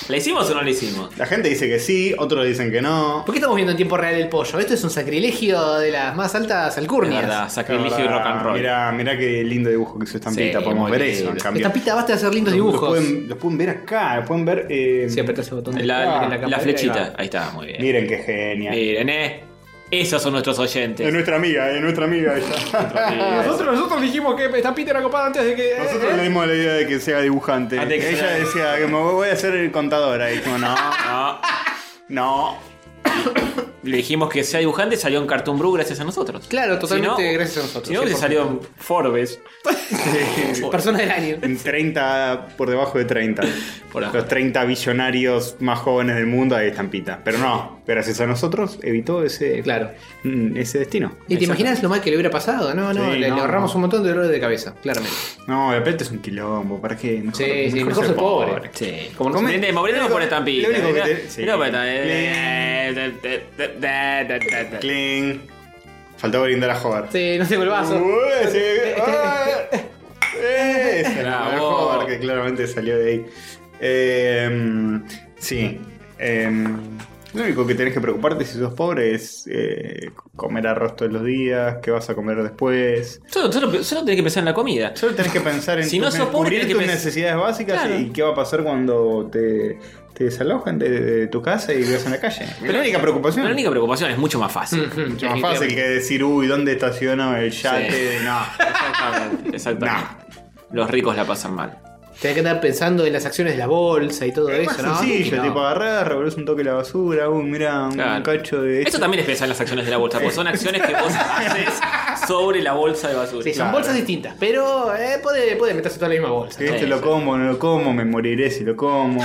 [SPEAKER 3] ¿La hicimos o no la hicimos?
[SPEAKER 1] La gente dice que sí, otros dicen que no.
[SPEAKER 4] ¿Por qué estamos viendo en tiempo real el pollo? Esto es un sacrilegio de las más altas
[SPEAKER 3] Es
[SPEAKER 4] alcurnias.
[SPEAKER 3] verdad, sacrilegio y rock and roll.
[SPEAKER 1] Mirá, mirá qué lindo dibujo que hizo estampita.
[SPEAKER 3] Sí,
[SPEAKER 1] Podemos
[SPEAKER 3] muy
[SPEAKER 1] ver
[SPEAKER 3] lindo.
[SPEAKER 1] eso, en cambio.
[SPEAKER 4] Estampita, basta de hacer lindos
[SPEAKER 1] Los-
[SPEAKER 4] dibujos.
[SPEAKER 1] Los pueden, los pueden ver acá, los pueden ver. eh,
[SPEAKER 4] Sí, apretás el botón de
[SPEAKER 3] La,
[SPEAKER 4] de
[SPEAKER 3] la
[SPEAKER 4] cámara.
[SPEAKER 3] flechita. Ahí está, muy bien.
[SPEAKER 1] Miren qué genial.
[SPEAKER 3] Miren, eh. Esos son nuestros oyentes. Eh,
[SPEAKER 1] Es nuestra amiga, es nuestra amiga ella.
[SPEAKER 4] Ah, Nosotros, nosotros dijimos que Estampita era copada antes de que. eh,
[SPEAKER 1] Nosotros le dimos la idea de que sea dibujante.
[SPEAKER 3] Ah, de que
[SPEAKER 1] ella
[SPEAKER 3] sea-
[SPEAKER 1] decía que me voy a hacer el contadora. Y dijimos, no,
[SPEAKER 3] No,
[SPEAKER 1] no.
[SPEAKER 3] le dijimos que sea dibujante, salió en Cartoon Brew gracias a nosotros.
[SPEAKER 4] Claro, totalmente
[SPEAKER 3] Si no-
[SPEAKER 4] gracias a nosotros.
[SPEAKER 3] Si no, hubiese
[SPEAKER 4] 100%.
[SPEAKER 3] salido en Forbes.
[SPEAKER 4] Persona del año.
[SPEAKER 1] En 30, por debajo de 30.
[SPEAKER 3] Por abajo.
[SPEAKER 1] Los 30 billonarios más jóvenes del mundo, ahí estampita. Pero no, gracias a nosotros evitó ese,
[SPEAKER 4] Claro.
[SPEAKER 1] mm, ese destino.
[SPEAKER 4] ¿Y te
[SPEAKER 3] Exacto.
[SPEAKER 4] imaginas lo mal que le hubiera pasado? No, no,
[SPEAKER 1] Sí,
[SPEAKER 4] le, le
[SPEAKER 1] no,
[SPEAKER 4] ahorramos
[SPEAKER 1] no.
[SPEAKER 4] un montón de dolores de cabeza, claramente.
[SPEAKER 1] No, el pelota es un quilombo. ¿Para qué? Mejor,
[SPEAKER 4] Sí, sí, mejor ser pobre.
[SPEAKER 3] Sí.
[SPEAKER 4] Como
[SPEAKER 3] Como
[SPEAKER 4] no
[SPEAKER 3] nos
[SPEAKER 1] come-
[SPEAKER 3] brindemos, brindemos
[SPEAKER 1] lo
[SPEAKER 3] por
[SPEAKER 1] único-
[SPEAKER 3] estampita.
[SPEAKER 1] lo único que
[SPEAKER 3] Mira,
[SPEAKER 1] te- sí.
[SPEAKER 3] mira por estampita.
[SPEAKER 1] Cling. Faltó brindar a Hover.
[SPEAKER 4] Sí, no tengo el vaso.
[SPEAKER 1] Ué, sí, ah, eh, ese era el
[SPEAKER 3] Bravo.
[SPEAKER 1] mejor que claramente salió de ahí. Em, sí. em, lo único que tenés que preocuparte si sos pobre es eh, comer arroz todos los días, qué vas a comer después.
[SPEAKER 3] Solo, solo, solo tenés que pensar en la comida.
[SPEAKER 1] Solo tenés que pensar en
[SPEAKER 3] Si
[SPEAKER 1] tus
[SPEAKER 3] no sos
[SPEAKER 1] ne-
[SPEAKER 3] pobre,
[SPEAKER 1] cubrir
[SPEAKER 3] tenés que
[SPEAKER 1] tus
[SPEAKER 3] pens-
[SPEAKER 1] necesidades básicas
[SPEAKER 3] Claro.
[SPEAKER 1] y qué va a pasar cuando te, te desalojan de, de tu casa y vivas en la calle. Pero la única preocupación.
[SPEAKER 3] La única preocupación es mucho más fácil.
[SPEAKER 1] mucho más fácil que decir, uy, ¿dónde estaciono el yate? No.
[SPEAKER 3] Exactamente. exactamente. Los ricos la pasan mal.
[SPEAKER 4] Tenés que andar pensando en las acciones de la bolsa y todo
[SPEAKER 1] Es
[SPEAKER 4] eso,
[SPEAKER 1] más
[SPEAKER 4] ¿no?
[SPEAKER 1] sencillo,
[SPEAKER 4] No.
[SPEAKER 1] tipo agarrás, revolvés un toque la basura, uy, mirá, un
[SPEAKER 3] Claro.
[SPEAKER 1] cacho de.
[SPEAKER 3] Eso
[SPEAKER 1] esto.
[SPEAKER 3] también es pensar en las acciones de la bolsa, porque son acciones que vos haces sobre la bolsa de basura.
[SPEAKER 4] Sí, son
[SPEAKER 1] Claro.
[SPEAKER 4] bolsas distintas, pero eh, puede, puede meterse toda la misma bolsa.
[SPEAKER 1] Que
[SPEAKER 4] ¿no?
[SPEAKER 1] Este lo como, no lo como, me moriré si lo como.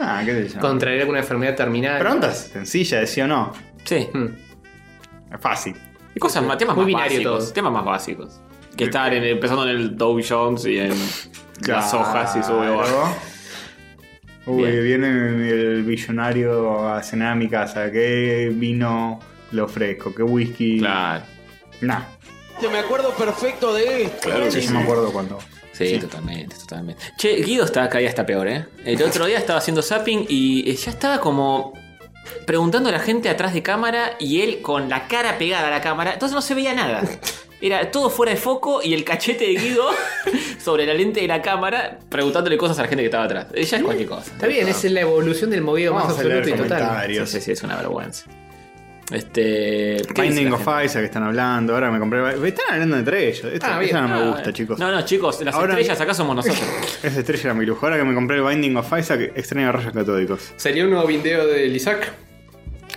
[SPEAKER 1] ah, qué sé yo.
[SPEAKER 4] Contraer alguna enfermedad terminal.
[SPEAKER 1] Preguntas sencillas, de sí o no.
[SPEAKER 3] Sí.
[SPEAKER 4] Mm.
[SPEAKER 1] Es Fácil.
[SPEAKER 3] Y cosas más, temas
[SPEAKER 4] Muy
[SPEAKER 3] más
[SPEAKER 4] binario
[SPEAKER 3] básicos.
[SPEAKER 4] todo.
[SPEAKER 3] Temas más básicos. Que estar en- empezando en el Dow Jones y en las hojas y su huevo.
[SPEAKER 1] Claro. Uy,
[SPEAKER 3] Bien.
[SPEAKER 1] viene el billonario a cenar a mi casa. ¿Qué vino lo ofrezco? ¿Qué whisky?
[SPEAKER 3] Claro.
[SPEAKER 1] Nah,
[SPEAKER 6] Yo me acuerdo perfecto de esto.
[SPEAKER 1] sí, yo me acuerdo cuando.
[SPEAKER 3] Sí, totalmente, totalmente. Che, Guido está cada día está peor, ¿eh? El otro día estaba haciendo zapping y eh, ya estaba como preguntando a la gente atrás de cámara y él con la cara pegada a la cámara, entonces no se veía nada. Era todo fuera de foco y el cachete de Guido sobre la lente de la cámara preguntándole cosas a la gente que estaba atrás. Eh, Ya es cualquier cosa.
[SPEAKER 4] Está bien, es la evolución del movido más
[SPEAKER 1] Vamos a leer
[SPEAKER 4] absoluto y total.
[SPEAKER 1] comentarios.
[SPEAKER 3] Sí, sí, sí, es una vergüenza. Este. ¿qué dice
[SPEAKER 1] Binding
[SPEAKER 3] la
[SPEAKER 1] of
[SPEAKER 3] gente?
[SPEAKER 1] Isaac que están hablando, ahora me compré. Están hablando entre ellos. Esto,
[SPEAKER 4] Ah, bien.
[SPEAKER 1] eso no me
[SPEAKER 3] Ah,
[SPEAKER 1] gusta, chicos.
[SPEAKER 3] No, no, chicos, las
[SPEAKER 1] Ahora-
[SPEAKER 3] estrellas acá somos nosotros.
[SPEAKER 1] Esa estrella era mi lujo. Ahora que me compré el Binding of Isaac, extraño rayos catódicos.
[SPEAKER 4] ¿Sería un nuevo video del Isaac?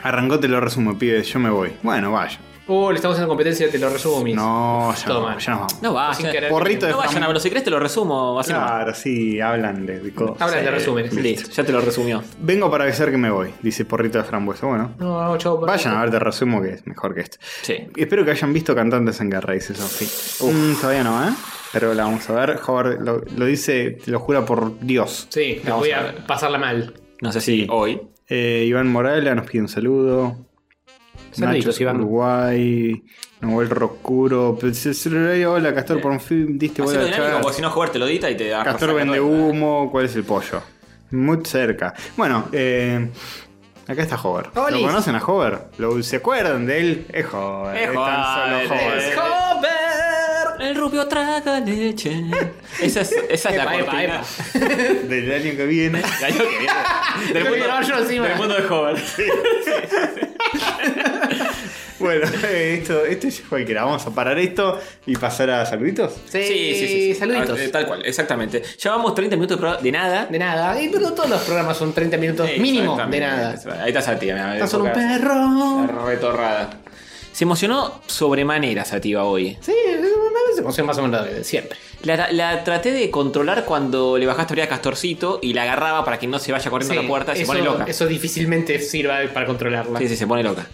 [SPEAKER 1] Arrancó, te lo resumo, pibes, yo me voy. Bueno, vaya.
[SPEAKER 4] Oh, le estamos haciendo competencia, te lo resumo, Miss. Ah,
[SPEAKER 1] No, ya,
[SPEAKER 4] Todo
[SPEAKER 1] no,
[SPEAKER 4] mal.
[SPEAKER 1] ya nos vamos.
[SPEAKER 3] No
[SPEAKER 4] Sin
[SPEAKER 3] vayan.
[SPEAKER 4] querer.
[SPEAKER 1] Porrito de
[SPEAKER 3] No vayan a ver, si querés te lo resumo. así nomás.
[SPEAKER 1] Claro, sí, hablan de, de cosas.
[SPEAKER 4] Hablan de resúmenes.
[SPEAKER 3] Listo, ya te lo resumió.
[SPEAKER 1] Vengo para avisar que me voy, dice Porrito de Frambuesa. Bueno,
[SPEAKER 4] No, no, chao. por-
[SPEAKER 1] vayan a ver, te resumo que es mejor que esto.
[SPEAKER 3] Sí.
[SPEAKER 1] Espero que hayan visto Cantantes en Guerra, dice Sofi. Mm, todavía no, ¿eh? Pero la vamos a ver. Howard lo, lo dice, te lo jura por Dios.
[SPEAKER 4] Sí,
[SPEAKER 3] Vamos
[SPEAKER 4] voy
[SPEAKER 3] a
[SPEAKER 4] a,
[SPEAKER 3] ver.
[SPEAKER 4] pasarla mal.
[SPEAKER 3] No sé si hoy.
[SPEAKER 1] Eh, Iván Morales nos pide un saludo.
[SPEAKER 4] Saluditos,
[SPEAKER 1] Nacho,
[SPEAKER 4] Iván.
[SPEAKER 1] Uruguay. Nahuel Pues, Rocuro. Hola, Castor, por un film diste bola
[SPEAKER 3] Hacelo
[SPEAKER 1] a
[SPEAKER 3] dinámico,
[SPEAKER 1] Char.
[SPEAKER 3] porque si no jugar te lo dita y te da.
[SPEAKER 1] Castor vende humo. ¿Cuál es el pollo? Muy cerca. Bueno, eh, acá está Hover. ¿Lo
[SPEAKER 4] Olis.
[SPEAKER 1] conocen a Hover? ¿Lo, ¿Se acuerdan de él? Es Hover.
[SPEAKER 3] Es
[SPEAKER 1] tan
[SPEAKER 3] Hover,
[SPEAKER 1] solo Hover.
[SPEAKER 3] es El rubio traga leche. Esa es, esa es la
[SPEAKER 4] Epa, epa,
[SPEAKER 3] cortina.
[SPEAKER 4] epa.
[SPEAKER 1] Del año que viene.
[SPEAKER 3] El año que viene. Del
[SPEAKER 4] Lo
[SPEAKER 3] mundo-
[SPEAKER 4] quiero yo encima.
[SPEAKER 3] del mundo de joven.
[SPEAKER 1] bueno, eh, esto, esto es cualquiera. Vamos a parar esto y pasar a saluditos.
[SPEAKER 4] Sí, Saluditos.
[SPEAKER 3] Ah, eh, Tal cual, exactamente. Llevamos 30 minutos de, pro- de nada.
[SPEAKER 4] De nada. Eh, pero todos los programas son 30 minutos
[SPEAKER 3] Sí,
[SPEAKER 4] mínimo de
[SPEAKER 3] exactamente.
[SPEAKER 4] nada.
[SPEAKER 3] Ahí está Sativa. mira,
[SPEAKER 4] Tan solo un
[SPEAKER 3] enfocada.
[SPEAKER 4] perro.
[SPEAKER 3] Está retorrada. Se emocionó sobremanera Sativa hoy.
[SPEAKER 4] Sí, una vez se emociona más o menos de siempre.
[SPEAKER 3] La, la traté de controlar cuando le bajaste a Castorcito y la agarraba para que no se vaya corriendo
[SPEAKER 4] Sí,
[SPEAKER 3] a la puerta. Se
[SPEAKER 4] eso,
[SPEAKER 3] pone loca.
[SPEAKER 4] Eso difícilmente sirva para controlarla.
[SPEAKER 3] Sí, sí, se pone loca.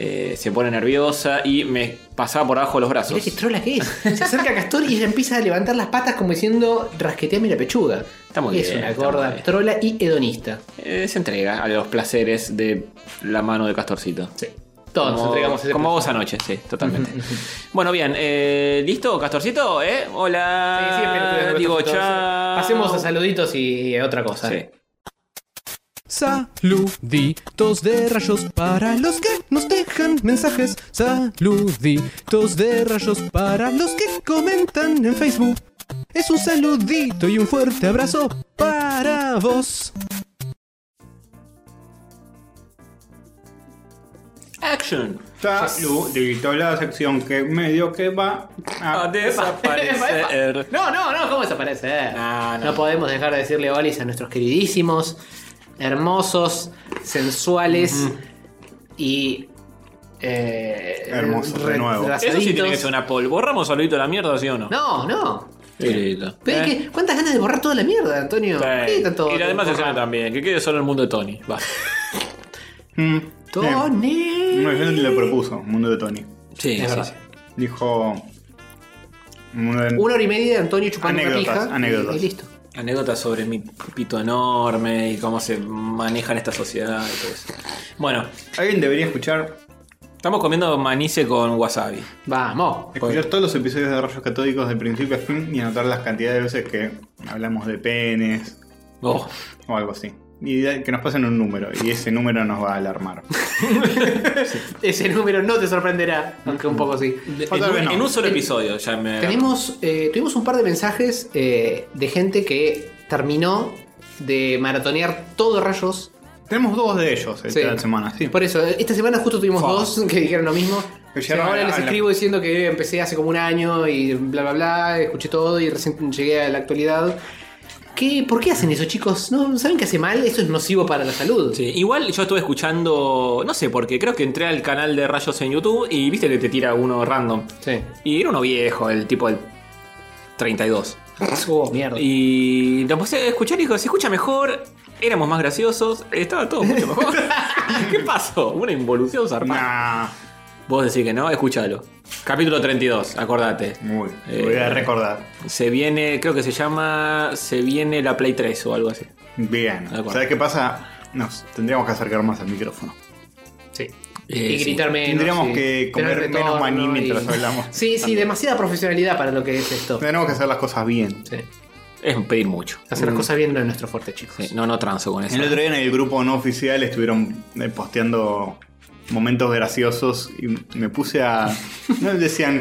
[SPEAKER 3] Eh, se pone nerviosa y me pasaba por abajo los brazos.
[SPEAKER 4] Mirá qué trola que es. Se acerca a Castor y ella empieza a levantar las patas como diciendo rasqueteame la pechuga.
[SPEAKER 3] Está muy
[SPEAKER 4] es
[SPEAKER 3] bien,
[SPEAKER 4] una
[SPEAKER 3] está muy
[SPEAKER 4] gorda
[SPEAKER 3] bien.
[SPEAKER 4] trola y hedonista.
[SPEAKER 3] Eh, se entrega a los placeres de la mano de Castorcito.
[SPEAKER 4] Sí. Todos nos
[SPEAKER 3] como,
[SPEAKER 4] entregamos ese
[SPEAKER 3] como vos anoche, sí, totalmente. bueno, bien, eh, ¿listo, Castorcito? ¿Eh?
[SPEAKER 4] Sí, sí,
[SPEAKER 3] Hola.
[SPEAKER 4] pero-
[SPEAKER 3] ah, Digo,
[SPEAKER 4] pero-
[SPEAKER 3] chao.
[SPEAKER 4] Pasemos a saluditos y a otra cosa.
[SPEAKER 3] Sí.
[SPEAKER 2] Saluditos de rayos para los que nos dejan mensajes. Saluditos de rayos para los que comentan en Facebook. Es un saludito y un fuerte abrazo para vos.
[SPEAKER 3] Action.
[SPEAKER 1] Saludito, la sección que medio que va
[SPEAKER 4] Ah,
[SPEAKER 1] a...
[SPEAKER 3] A desaparecer.
[SPEAKER 4] No, no, no, ¿cómo desaparecer?
[SPEAKER 3] No, no.
[SPEAKER 4] podemos dejar de decirle olis a nuestros queridísimos, hermosos, sensuales y. eh,
[SPEAKER 1] Hermosos, de
[SPEAKER 4] re-
[SPEAKER 1] nuevo.
[SPEAKER 3] Eso sí tiene que
[SPEAKER 4] rasaditos.
[SPEAKER 3] ser una polvo. ¿Borramos saludito a la mierda, sí o no?
[SPEAKER 4] No, no.
[SPEAKER 3] Sí, listo.
[SPEAKER 4] Pero es
[SPEAKER 3] Eh.
[SPEAKER 4] que, ¿cuántas ganas de borrar toda la mierda, Antonio? ¿Por
[SPEAKER 3] Sí.
[SPEAKER 4] qué tanto-
[SPEAKER 3] Eh, y la demás escena también, que quede solo el mundo de Tony. Va.
[SPEAKER 1] Mm, bien.
[SPEAKER 4] Tony.
[SPEAKER 1] No, yo lo propuso, Mundo de Tony.
[SPEAKER 3] Sí,
[SPEAKER 4] Es
[SPEAKER 3] sí,
[SPEAKER 4] verdad.
[SPEAKER 3] sí.
[SPEAKER 1] Dijo... Mundo de-
[SPEAKER 4] Una hora y media de Antonio chupando
[SPEAKER 1] Anécdotas,
[SPEAKER 4] una pija. y-
[SPEAKER 1] anécdotas.
[SPEAKER 4] Y, listo.
[SPEAKER 3] Anécdotas sobre mi pito enorme y cómo se maneja en esta sociedad y todo eso. Bueno,
[SPEAKER 1] Alguien debería escuchar,
[SPEAKER 3] estamos comiendo manice con wasabi.
[SPEAKER 4] Vamos.
[SPEAKER 1] escuchar todos los episodios de Rayos Catódicos de principio a fin y anotar las cantidades de veces que hablamos de penes
[SPEAKER 3] Oh,
[SPEAKER 1] o algo así. Y de- que nos pasen un número y ese número nos va a alarmar.
[SPEAKER 4] Ese número no te sorprenderá, aunque un poco sí.
[SPEAKER 3] en,
[SPEAKER 1] tal vez
[SPEAKER 3] un,
[SPEAKER 1] no.
[SPEAKER 3] en un solo episodio ya me.
[SPEAKER 4] Tenemos, eh, tuvimos un par de mensajes eh, de gente que terminó de maratonear todo rayos.
[SPEAKER 1] Tenemos dos de ellos
[SPEAKER 4] Sí.
[SPEAKER 1] esta semana, sí.
[SPEAKER 4] Por eso, eh, esta semana justo tuvimos
[SPEAKER 1] Fua.
[SPEAKER 4] dos que dijeron lo mismo.
[SPEAKER 1] Que
[SPEAKER 4] O sea,
[SPEAKER 1] llegaron
[SPEAKER 4] ahora
[SPEAKER 1] a-
[SPEAKER 4] les
[SPEAKER 1] a la-
[SPEAKER 4] escribo diciendo que empecé hace como un año y bla bla bla, escuché todo y recién llegué a la actualidad. ¿Qué, ¿Por qué hacen eso, chicos? ¿No saben que hace mal? Eso es nocivo para la salud.
[SPEAKER 3] Sí, igual yo estuve escuchando, no sé por qué, creo que entré al canal de Rayos en YouTube y viste que te tira uno random.
[SPEAKER 4] Sí.
[SPEAKER 3] Y era uno viejo, el tipo del 32.
[SPEAKER 4] Oh, mierda.
[SPEAKER 3] Y lo puse a escuchar y dijo, se escucha mejor, éramos más graciosos, estaba todo mucho mejor. ¿Qué pasó? Una involución zarpada.
[SPEAKER 1] Nah,
[SPEAKER 3] Vos decís que no, escúchalo. Capítulo 32, acordate.
[SPEAKER 1] muy.
[SPEAKER 3] Eh,
[SPEAKER 1] voy a recordar.
[SPEAKER 3] Se viene, creo que se llama, se viene la Play 3 o algo así.
[SPEAKER 1] Bien.
[SPEAKER 3] acuerdo.
[SPEAKER 1] ¿Sabes qué pasa? Nos tendríamos que acercar más al micrófono.
[SPEAKER 4] Sí.
[SPEAKER 3] Eh,
[SPEAKER 4] y
[SPEAKER 3] sí.
[SPEAKER 4] gritar menos.
[SPEAKER 1] Tendríamos
[SPEAKER 4] sí.
[SPEAKER 1] que comer
[SPEAKER 4] Tener
[SPEAKER 1] menos
[SPEAKER 4] retorno
[SPEAKER 1] maní mientras hablamos.
[SPEAKER 4] Sí, sí, demasiada profesionalidad para lo que es esto.
[SPEAKER 1] Tenemos que hacer las cosas bien.
[SPEAKER 4] Sí.
[SPEAKER 3] Es pedir mucho. Mm.
[SPEAKER 4] Hacer
[SPEAKER 1] Mm.
[SPEAKER 4] las cosas bien no es nuestro fuerte, chicos.
[SPEAKER 3] Sí, no, no transo con eso.
[SPEAKER 1] El otro día en el grupo no oficial estuvieron eh, posteando momentos graciosos y me puse a... No decían...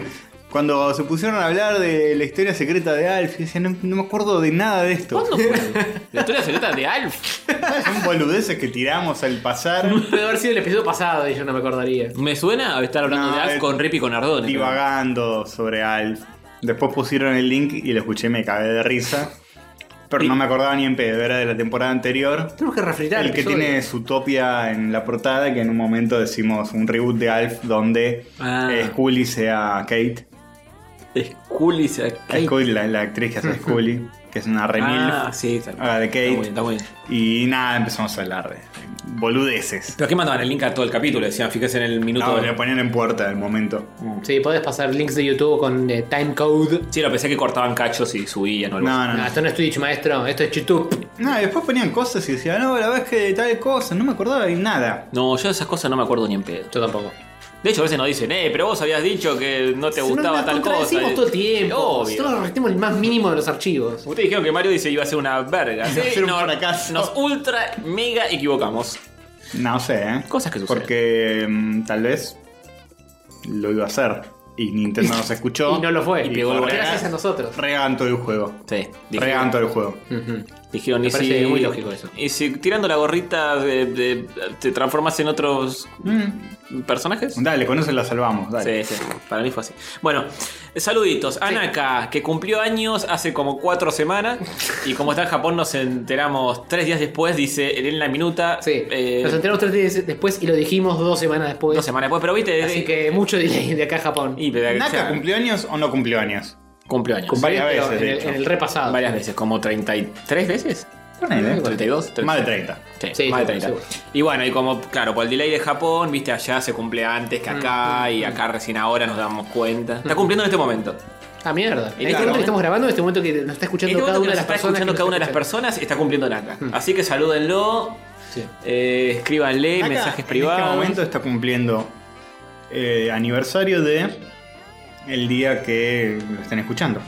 [SPEAKER 1] "Cuan- Cuando se pusieron a hablar de la historia secreta de Alf, y decían, no, no me acuerdo de nada de esto.
[SPEAKER 3] ¿Cuándo fue? La historia secreta de Alf.
[SPEAKER 1] Son boludeces que tiramos al pasar,
[SPEAKER 4] Puede haber sido el episodio pasado y yo no me acordaría.
[SPEAKER 3] Me suena a estar hablando
[SPEAKER 1] No,
[SPEAKER 3] de Alf
[SPEAKER 1] es-
[SPEAKER 3] con Rippy y con Ardone.
[SPEAKER 1] divagando sobre Alf. Después pusieron el link y lo escuché y me cagué de risa. Pero no me acordaba ni en pedo, era de la temporada anterior.
[SPEAKER 4] Tenemos que refritar
[SPEAKER 1] El que
[SPEAKER 4] episodio.
[SPEAKER 1] tiene Zootopia en la portada, que en un momento decimos un reboot de Alf donde
[SPEAKER 3] Ah.
[SPEAKER 1] eh, Scully sea Kate.
[SPEAKER 3] Es Scully se-
[SPEAKER 1] Scully, la, la actriz que hace Scully, que es una remil.
[SPEAKER 3] Ah, sí, está,
[SPEAKER 1] Ah, de Kate.
[SPEAKER 3] Está bueno, está bueno.
[SPEAKER 1] Y nada, empezamos a hablar de boludeces.
[SPEAKER 3] Pero que mandaban el link a todo el capítulo, decían, fíjese en el minuto.
[SPEAKER 1] No, lo ponían en puerta el momento.
[SPEAKER 4] Sí, podés pasar links de YouTube con eh, timecode.
[SPEAKER 3] Sí, lo pensé que cortaban cachos y subían o algo así.
[SPEAKER 1] No, no,
[SPEAKER 4] No,
[SPEAKER 1] no.
[SPEAKER 4] esto no es Twitch, maestro, esto es YouTube.
[SPEAKER 1] No, y después ponían cosas y decían, no, la vez que tal cosa, no me acordaba de nada.
[SPEAKER 3] No, yo de esas cosas no me acuerdo ni en pedo.
[SPEAKER 4] Yo tampoco.
[SPEAKER 3] De hecho, a veces nos dicen, eh, pero vos habías dicho que no te
[SPEAKER 4] Si
[SPEAKER 3] gustaba
[SPEAKER 4] no,
[SPEAKER 3] tal cosa. eh.
[SPEAKER 4] contradecimos todo el tiempo.
[SPEAKER 3] Obvio.
[SPEAKER 4] Nosotros repetimos el más mínimo de los archivos.
[SPEAKER 3] Ustedes dijeron que Mario dice iba a ser una verga.
[SPEAKER 1] Iba a ser un fracaso.
[SPEAKER 3] nos ultra mega equivocamos.
[SPEAKER 1] No sé, ¿eh?
[SPEAKER 3] Cosas que suceden.
[SPEAKER 1] Porque mm, tal vez lo iba a hacer. Y Nintendo nos escuchó.
[SPEAKER 4] Y no lo fue.
[SPEAKER 1] Y
[SPEAKER 4] Y
[SPEAKER 1] pegó el
[SPEAKER 4] Gracias a nosotros.
[SPEAKER 1] Regan todo el juego.
[SPEAKER 3] Sí,
[SPEAKER 1] Regan todo el juego.
[SPEAKER 3] Dijeron, y
[SPEAKER 4] parece
[SPEAKER 3] si,
[SPEAKER 4] muy lógico eso.
[SPEAKER 3] Y si tirando la gorrita eh, eh, te transformas en otros
[SPEAKER 4] Mm.
[SPEAKER 3] personajes.
[SPEAKER 1] Dale, con eso la salvamos. Dale.
[SPEAKER 3] Sí, sí, para mí fue así. Bueno, saluditos. Anaka, que cumplió años hace como cuatro semanas. Y como está en Japón, nos enteramos tres días después, dice en la minuta.
[SPEAKER 4] Sí.
[SPEAKER 3] eh,
[SPEAKER 4] Nos enteramos tres días después y lo dijimos dos semanas después.
[SPEAKER 3] dos semanas después, pero viste.
[SPEAKER 4] Pues, Así
[SPEAKER 3] eh,
[SPEAKER 4] que mucho delay de acá a Japón.
[SPEAKER 3] y, pero, o
[SPEAKER 1] ¿Naka
[SPEAKER 3] sea,
[SPEAKER 1] cumplió años o no cumplió años?
[SPEAKER 3] cumplió años.
[SPEAKER 1] Cum- varias
[SPEAKER 4] Pero
[SPEAKER 1] veces, de
[SPEAKER 4] En el,
[SPEAKER 1] hecho.
[SPEAKER 4] en el repasado.
[SPEAKER 3] Varias veces, como 33 veces.
[SPEAKER 1] Ponele.
[SPEAKER 3] 32, 32.
[SPEAKER 1] Más de 30.
[SPEAKER 3] Sí,
[SPEAKER 4] Sí,
[SPEAKER 3] más de
[SPEAKER 4] seguro,
[SPEAKER 3] 30. Y bueno, y como, claro, por el delay de Japón, viste, allá se cumple antes que acá,
[SPEAKER 4] Mm,
[SPEAKER 3] y acá recién ahora nos damos cuenta. Está cumpliendo en este momento.
[SPEAKER 4] Ah, mierda. En este
[SPEAKER 3] claro,
[SPEAKER 4] momento que
[SPEAKER 3] ¿eh?
[SPEAKER 4] estamos grabando, en este momento que nos está
[SPEAKER 3] En este
[SPEAKER 4] escuchando cada
[SPEAKER 3] momento que
[SPEAKER 4] una
[SPEAKER 3] nos
[SPEAKER 4] de las
[SPEAKER 3] está
[SPEAKER 4] personas. que
[SPEAKER 3] escuchando
[SPEAKER 4] nos Mm.
[SPEAKER 3] cada una de las
[SPEAKER 4] escuchan.
[SPEAKER 3] personas, está cumpliendo Naka. Así que salúdenlo, eh, escríbanle,
[SPEAKER 1] Naka,
[SPEAKER 3] mensajes
[SPEAKER 1] En
[SPEAKER 3] privados.
[SPEAKER 1] este momento está cumpliendo eh, aniversario de el día que lo están escuchando.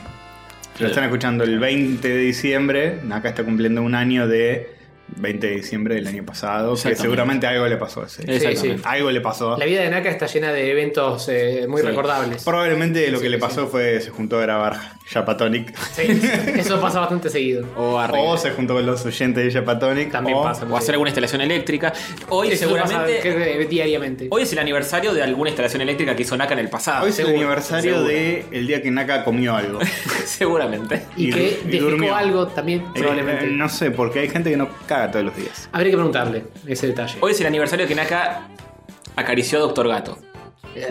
[SPEAKER 1] Lo están escuchando el 20 de diciembre. Naka está cumpliendo un año de 20 de diciembre del año pasado. Que
[SPEAKER 3] Exactamente.
[SPEAKER 1] seguramente algo le pasó a ese.
[SPEAKER 4] sí.
[SPEAKER 3] Exactamente.
[SPEAKER 1] Algo le pasó.
[SPEAKER 4] La vida de Naka está llena de eventos eh, muy
[SPEAKER 3] Sí.
[SPEAKER 4] recordables.
[SPEAKER 1] Probablemente lo que le pasó fue se juntó a grabar Japatonic.
[SPEAKER 4] Sí, eso pasa bastante seguido.
[SPEAKER 3] O, a
[SPEAKER 1] O se juntó con los oyentes de Japatonic.
[SPEAKER 4] También
[SPEAKER 1] o-
[SPEAKER 4] pasa.
[SPEAKER 3] o hacer alguna instalación eléctrica. Hoy
[SPEAKER 4] Eso pasa,
[SPEAKER 3] seguramente.
[SPEAKER 4] creo que eh, diariamente.
[SPEAKER 3] Hoy es el aniversario de alguna instalación eléctrica que hizo Naka en el pasado.
[SPEAKER 1] Hoy es el
[SPEAKER 3] Seguro,
[SPEAKER 1] aniversario
[SPEAKER 3] seguro.
[SPEAKER 1] de el día que Naka comió algo. Eh,
[SPEAKER 3] seguramente.
[SPEAKER 4] y,
[SPEAKER 1] y-
[SPEAKER 4] que
[SPEAKER 1] y
[SPEAKER 4] dejó
[SPEAKER 1] durmió.
[SPEAKER 4] algo también, probablemente.
[SPEAKER 1] Eh, no sé, porque hay gente que no caga todos los días.
[SPEAKER 4] Habría que preguntarle ese detalle.
[SPEAKER 3] Hoy es el aniversario que Naka acarició a Doctor Gato.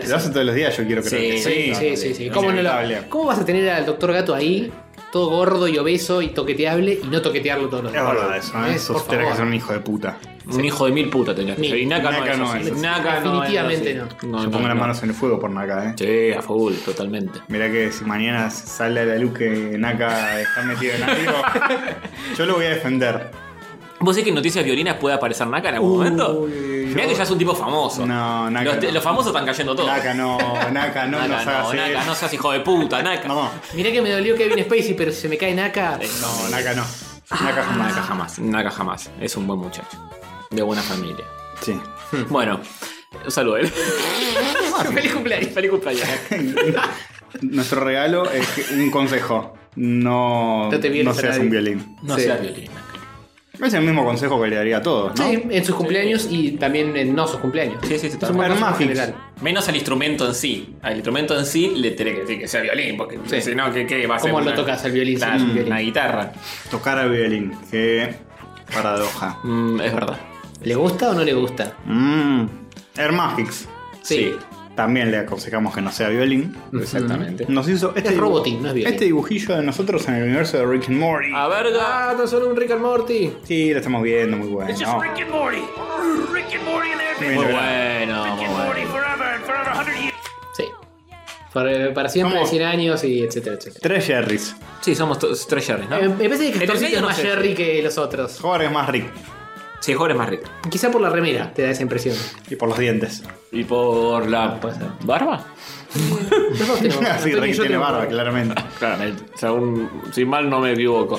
[SPEAKER 1] Lo hace todos los días, yo quiero creer.
[SPEAKER 3] Sí,
[SPEAKER 4] Sí, sí, sí, sí. ¿Cómo, no lo-
[SPEAKER 1] Inevitable.
[SPEAKER 4] ¿Cómo vas a tener al doctor gato ahí, todo gordo y obeso y toqueteable, y no toquetearlo todos los
[SPEAKER 1] Es
[SPEAKER 4] días?
[SPEAKER 1] verdad eso, ¿eh?
[SPEAKER 4] Eh,
[SPEAKER 1] Sos
[SPEAKER 4] por
[SPEAKER 1] tenés que
[SPEAKER 4] favor.
[SPEAKER 1] ser un hijo de puta.
[SPEAKER 3] Un hijo de mil putas tenía que
[SPEAKER 4] Mil.
[SPEAKER 3] ser. Y Naka,
[SPEAKER 1] Naka
[SPEAKER 3] no
[SPEAKER 1] no es
[SPEAKER 3] es. así.
[SPEAKER 1] así.
[SPEAKER 3] Naka no es
[SPEAKER 4] Definitivamente
[SPEAKER 3] así.
[SPEAKER 4] no.
[SPEAKER 1] yo pongo las manos en el fuego por Naka, ¿eh?
[SPEAKER 3] Sí, a full, totalmente.
[SPEAKER 1] Mirá que si mañana sale a la luz que Naka está metido en algo, yo lo voy a defender.
[SPEAKER 3] ¿Vos sabés que en Noticias Violinas puede aparecer Naka en algún momento? Mirá que ya es un tipo famoso.
[SPEAKER 1] No, Naka
[SPEAKER 3] Los,
[SPEAKER 1] no.
[SPEAKER 3] los famosos están cayendo todos.
[SPEAKER 1] Naka no, Naka no,
[SPEAKER 3] Naka,
[SPEAKER 1] nos hagas
[SPEAKER 3] no, Naka,
[SPEAKER 1] eso.
[SPEAKER 3] no seas hijo de puta, Naka. Eh,
[SPEAKER 1] Vamos.
[SPEAKER 4] Mirá que me dolió Kevin Spacey, pero si se me cae Naka.
[SPEAKER 1] No, Naka no. Naka jamás.
[SPEAKER 3] Naka jamás, Naka jamás. Es un buen muchacho. De buena familia.
[SPEAKER 1] Sí.
[SPEAKER 4] Hmm.
[SPEAKER 3] Bueno, un saludo a él.
[SPEAKER 4] Feliz cumpleaños.
[SPEAKER 3] Feliz cumpleaños. ¿eh?
[SPEAKER 1] Nuestro regalo es que- un consejo. No,
[SPEAKER 4] No te
[SPEAKER 1] no
[SPEAKER 4] violes a
[SPEAKER 1] seas
[SPEAKER 4] nadie.
[SPEAKER 1] un violín.
[SPEAKER 3] No
[SPEAKER 4] Sí.
[SPEAKER 3] seas violín. Naka.
[SPEAKER 1] Es el mismo consejo que le daría a todos, ¿no?
[SPEAKER 4] Sí, en sus cumpleaños y también en no sus cumpleaños.
[SPEAKER 3] Sí, sí, sí,
[SPEAKER 4] Es
[SPEAKER 3] está
[SPEAKER 4] un buen
[SPEAKER 1] bien.
[SPEAKER 4] consejo
[SPEAKER 1] Hermafix.
[SPEAKER 4] general.
[SPEAKER 3] Menos al instrumento en sí. Al instrumento en sí le tenés que decir que sea violín, porque
[SPEAKER 4] Sí.
[SPEAKER 3] si no, ¿qué, qué va a ser?
[SPEAKER 4] ¿Cómo lo
[SPEAKER 3] una-
[SPEAKER 4] tocas al violín? si
[SPEAKER 3] Claro,
[SPEAKER 4] no es un
[SPEAKER 3] una
[SPEAKER 4] violín?
[SPEAKER 3] guitarra.
[SPEAKER 1] Tocar al violín. Qué paradoja.
[SPEAKER 3] Mm, es verdad.
[SPEAKER 4] ¿Le gusta o no le gusta?
[SPEAKER 1] Mmm. Hermagix.
[SPEAKER 4] Sí.
[SPEAKER 1] También le aconsejamos que no sea violín.
[SPEAKER 3] Exactamente.
[SPEAKER 1] Nos hizo este,
[SPEAKER 4] Es
[SPEAKER 1] dibuj-
[SPEAKER 4] robotín, no es violín.
[SPEAKER 1] este dibujillo de nosotros en el universo de Rick and Morty.
[SPEAKER 3] A verga.
[SPEAKER 4] Ah, no solo un Rick and Morty.
[SPEAKER 1] Sí, lo estamos viendo, muy bueno. Muy
[SPEAKER 3] Muy
[SPEAKER 1] bueno.
[SPEAKER 3] bueno, muy bueno.
[SPEAKER 4] Sí. eh, Para, para siempre,
[SPEAKER 1] Somos-
[SPEAKER 4] 100 años y etcétera, etcétera.
[SPEAKER 1] Tres Jerrys.
[SPEAKER 3] Sí, somos todos tres Jerrys, ¿no?
[SPEAKER 4] Eh, Me parece que
[SPEAKER 3] En el
[SPEAKER 4] Castorcito
[SPEAKER 3] medio
[SPEAKER 4] es
[SPEAKER 3] no
[SPEAKER 4] más
[SPEAKER 3] sé.
[SPEAKER 4] Jerry que los otros.
[SPEAKER 1] Jorge es más Rick.
[SPEAKER 3] Sí, Jorge es más rico.
[SPEAKER 4] Quizá por la remera te da esa impresión.
[SPEAKER 1] Y por los dientes.
[SPEAKER 3] ¿Y por la
[SPEAKER 4] puede ser.
[SPEAKER 3] barba?
[SPEAKER 4] Los dos tenemos.
[SPEAKER 1] sí, Rick
[SPEAKER 4] Antonio y este yo
[SPEAKER 1] tiene
[SPEAKER 4] tenemos
[SPEAKER 1] barba, claramente.
[SPEAKER 3] Claramente. Según, si mal no me equivoco.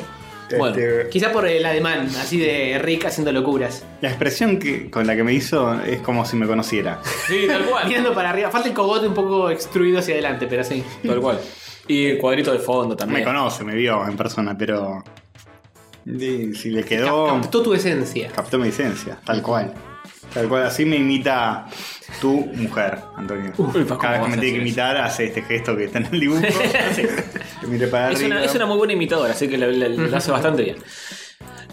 [SPEAKER 3] Bueno,
[SPEAKER 1] Este,
[SPEAKER 4] Quizá por el ademán, así de Rick haciendo locuras.
[SPEAKER 1] la expresión que, con la que me hizo es como si me conociera.
[SPEAKER 3] Sí, tal cual.
[SPEAKER 4] Mirando para arriba. Falta el cogote un poco extruido hacia adelante, pero sí.
[SPEAKER 3] tal cual. Y el cuadrito de fondo también.
[SPEAKER 1] Me conoce, me vio en persona, pero. di- Si le
[SPEAKER 4] Cap-
[SPEAKER 1] quedó.
[SPEAKER 4] Captó tu esencia.
[SPEAKER 1] Captó mi esencia, tal cual. Tal cual, así me imita tu mujer, Antonio.
[SPEAKER 3] Uy, Paco,
[SPEAKER 1] Cada vez
[SPEAKER 3] ¿cómo
[SPEAKER 1] que me
[SPEAKER 3] vas a
[SPEAKER 1] tiene que
[SPEAKER 3] hacer
[SPEAKER 1] imitar, hace este gesto que está en el dibujo. Que mire para
[SPEAKER 3] Es
[SPEAKER 1] arriba.
[SPEAKER 3] una, es una muy buena imitadora, así que la, la- la hace bastante bien.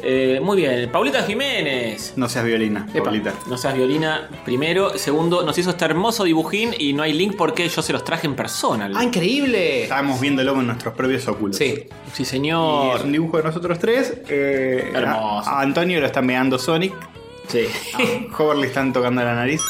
[SPEAKER 3] Eh, muy bien, Paulita Jiménez.
[SPEAKER 1] No seas violina,
[SPEAKER 4] Epa.
[SPEAKER 1] Paulita.
[SPEAKER 3] No seas violina, primero. Segundo, nos hizo este hermoso dibujín y no hay link porque yo se los traje en persona.
[SPEAKER 4] ¡Ah, increíble!
[SPEAKER 1] Estábamos viéndolo con nuestros propios óculos.
[SPEAKER 4] Sí.
[SPEAKER 3] Sí,
[SPEAKER 1] Y es
[SPEAKER 3] señor.
[SPEAKER 1] un dibujo de nosotros tres. eh,
[SPEAKER 3] Hermoso.
[SPEAKER 1] a- a Antonio lo está meando Sonic.
[SPEAKER 3] Sí.
[SPEAKER 1] A Howard le están tocando la nariz.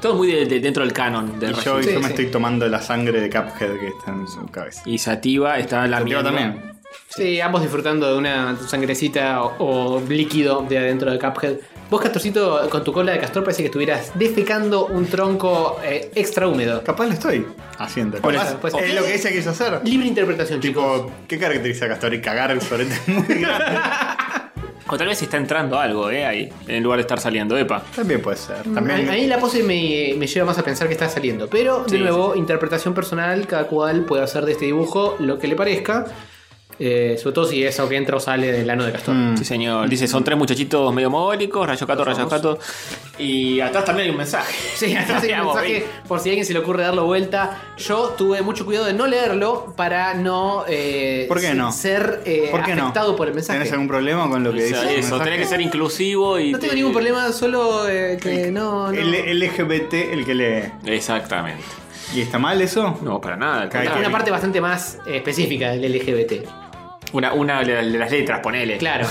[SPEAKER 3] Todo muy de- de- dentro del canon
[SPEAKER 1] Y
[SPEAKER 3] de Rayos.
[SPEAKER 1] yo,
[SPEAKER 4] Sí,
[SPEAKER 1] yo me
[SPEAKER 4] sí.
[SPEAKER 1] estoy tomando la sangre de Cuphead que está en su cabeza.
[SPEAKER 3] Y Sativa está la
[SPEAKER 1] Santiago también.
[SPEAKER 4] Sí, ambos disfrutando de una sangrecita o, o líquido de adentro de Cuphead. Vos, Castorcito, con tu cola de castor parece que estuvieras defecando un tronco eh, extra húmedo.
[SPEAKER 1] Capaz lo estoy haciendo.
[SPEAKER 4] Por
[SPEAKER 1] Capaz,
[SPEAKER 4] eso, pues-
[SPEAKER 1] es lo que ella quiso hacer.
[SPEAKER 4] Libre interpretación, chicos.
[SPEAKER 1] Tipo, ¿qué caracteriza a Castor? Y cagar el sorete muy grande.
[SPEAKER 3] O tal vez está entrando algo, eh, ahí. En lugar de estar saliendo, epa.
[SPEAKER 1] También puede ser.
[SPEAKER 4] A, a mí
[SPEAKER 1] También.
[SPEAKER 4] la pose me, me lleva más a pensar que está saliendo. Pero, de
[SPEAKER 3] Sí,
[SPEAKER 4] nuevo, interpretación personal, cada cual puede hacer de este dibujo lo que le parezca. Eh, sobre todo si es algo que entra o sale del ano de castor.
[SPEAKER 1] Mm.
[SPEAKER 3] Sí, señor. Dice, son tres muchachitos medio mogólicos, rayo cato, rayo cato. Y atrás también hay un mensaje.
[SPEAKER 4] Sí, acá hay un
[SPEAKER 3] Vamos,
[SPEAKER 4] mensaje por si a alguien se le ocurre darlo vuelta. Yo tuve mucho cuidado de no leerlo para no, eh,
[SPEAKER 1] ¿Por qué no?
[SPEAKER 4] ser eh,
[SPEAKER 1] ¿Por qué no?
[SPEAKER 4] afectado por el mensaje.
[SPEAKER 1] ¿Tenés algún problema con lo que
[SPEAKER 3] Eso,
[SPEAKER 1] dice? el
[SPEAKER 3] eso,
[SPEAKER 1] mensaje?
[SPEAKER 3] tenés que ser inclusivo y.
[SPEAKER 4] No tengo ningún problema, solo eh, que no, no.
[SPEAKER 1] El LGBT, el que lee.
[SPEAKER 3] Exactamente.
[SPEAKER 1] ¿Y está mal eso?
[SPEAKER 3] No, para nada. al
[SPEAKER 1] Cae-
[SPEAKER 4] Una-
[SPEAKER 3] contrario.
[SPEAKER 4] Una parte bastante más eh, específica del LGBT.
[SPEAKER 3] Una, una de las- de las letras, ponele.
[SPEAKER 4] Claro.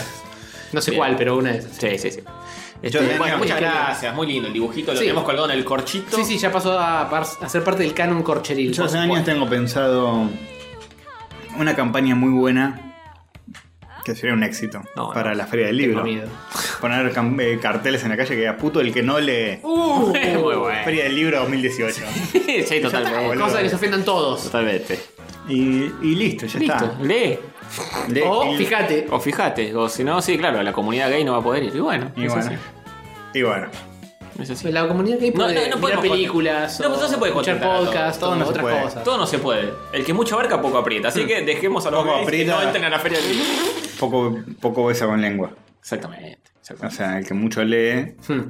[SPEAKER 4] No sé
[SPEAKER 3] Bien.
[SPEAKER 4] cuál, pero una de esas.
[SPEAKER 3] Sí, sí, sí. Este,
[SPEAKER 1] Yo tenía-
[SPEAKER 3] bueno, muchas
[SPEAKER 4] Qué lindo.
[SPEAKER 3] gracias. Muy lindo el dibujito. Lo
[SPEAKER 4] Sí.
[SPEAKER 3] tenemos colgado en el corchito.
[SPEAKER 4] Sí, sí, ya pasó a, par- a ser parte del canon corcheril.
[SPEAKER 1] Yo hace
[SPEAKER 4] Por
[SPEAKER 1] años
[SPEAKER 4] supuesto.
[SPEAKER 1] tengo pensado una campaña muy buena que sería un éxito
[SPEAKER 3] No, no.
[SPEAKER 1] para la Feria del Libro.
[SPEAKER 4] miedo.
[SPEAKER 1] Poner cam- eh, carteles en la calle que diga puto el que no lee.
[SPEAKER 3] Uh, muy bueno.
[SPEAKER 1] Feria del Libro 2018.
[SPEAKER 3] sí, totalmente.
[SPEAKER 1] boludo.
[SPEAKER 4] Cosa de que se ofendan todos.
[SPEAKER 3] Totalmente.
[SPEAKER 1] Y, y listo, ya
[SPEAKER 3] Listo.
[SPEAKER 1] está.
[SPEAKER 3] Lee.
[SPEAKER 1] Le-
[SPEAKER 4] O
[SPEAKER 1] y-
[SPEAKER 4] Oh, fíjate,
[SPEAKER 3] O fíjate. O si no, sí, claro, la comunidad gay no va a poder ir. Y bueno,
[SPEAKER 1] Y
[SPEAKER 3] es
[SPEAKER 1] bueno.
[SPEAKER 3] así.
[SPEAKER 1] Y bueno,
[SPEAKER 3] Es así.
[SPEAKER 4] la comunidad gay
[SPEAKER 3] No,
[SPEAKER 4] puede
[SPEAKER 3] no, no
[SPEAKER 4] mirar
[SPEAKER 3] podemos
[SPEAKER 4] películas,
[SPEAKER 3] con- no,
[SPEAKER 4] o
[SPEAKER 3] no se puede
[SPEAKER 4] escuchar
[SPEAKER 3] contentar a todos.
[SPEAKER 4] podcasts,
[SPEAKER 1] Todo
[SPEAKER 4] o
[SPEAKER 1] no se
[SPEAKER 4] otras
[SPEAKER 1] puede.
[SPEAKER 4] cosas.
[SPEAKER 3] Todo no se puede. El que mucho abarca, poco aprieta. Así que dejemos a los
[SPEAKER 1] Poco
[SPEAKER 3] gays que
[SPEAKER 1] aprieta.
[SPEAKER 3] no entren a la feria del libro.
[SPEAKER 1] poco, poco besa con lengua.
[SPEAKER 3] Exactamente.
[SPEAKER 1] O
[SPEAKER 3] exactamente.
[SPEAKER 1] sea, el que mucho lee,
[SPEAKER 4] Hmm.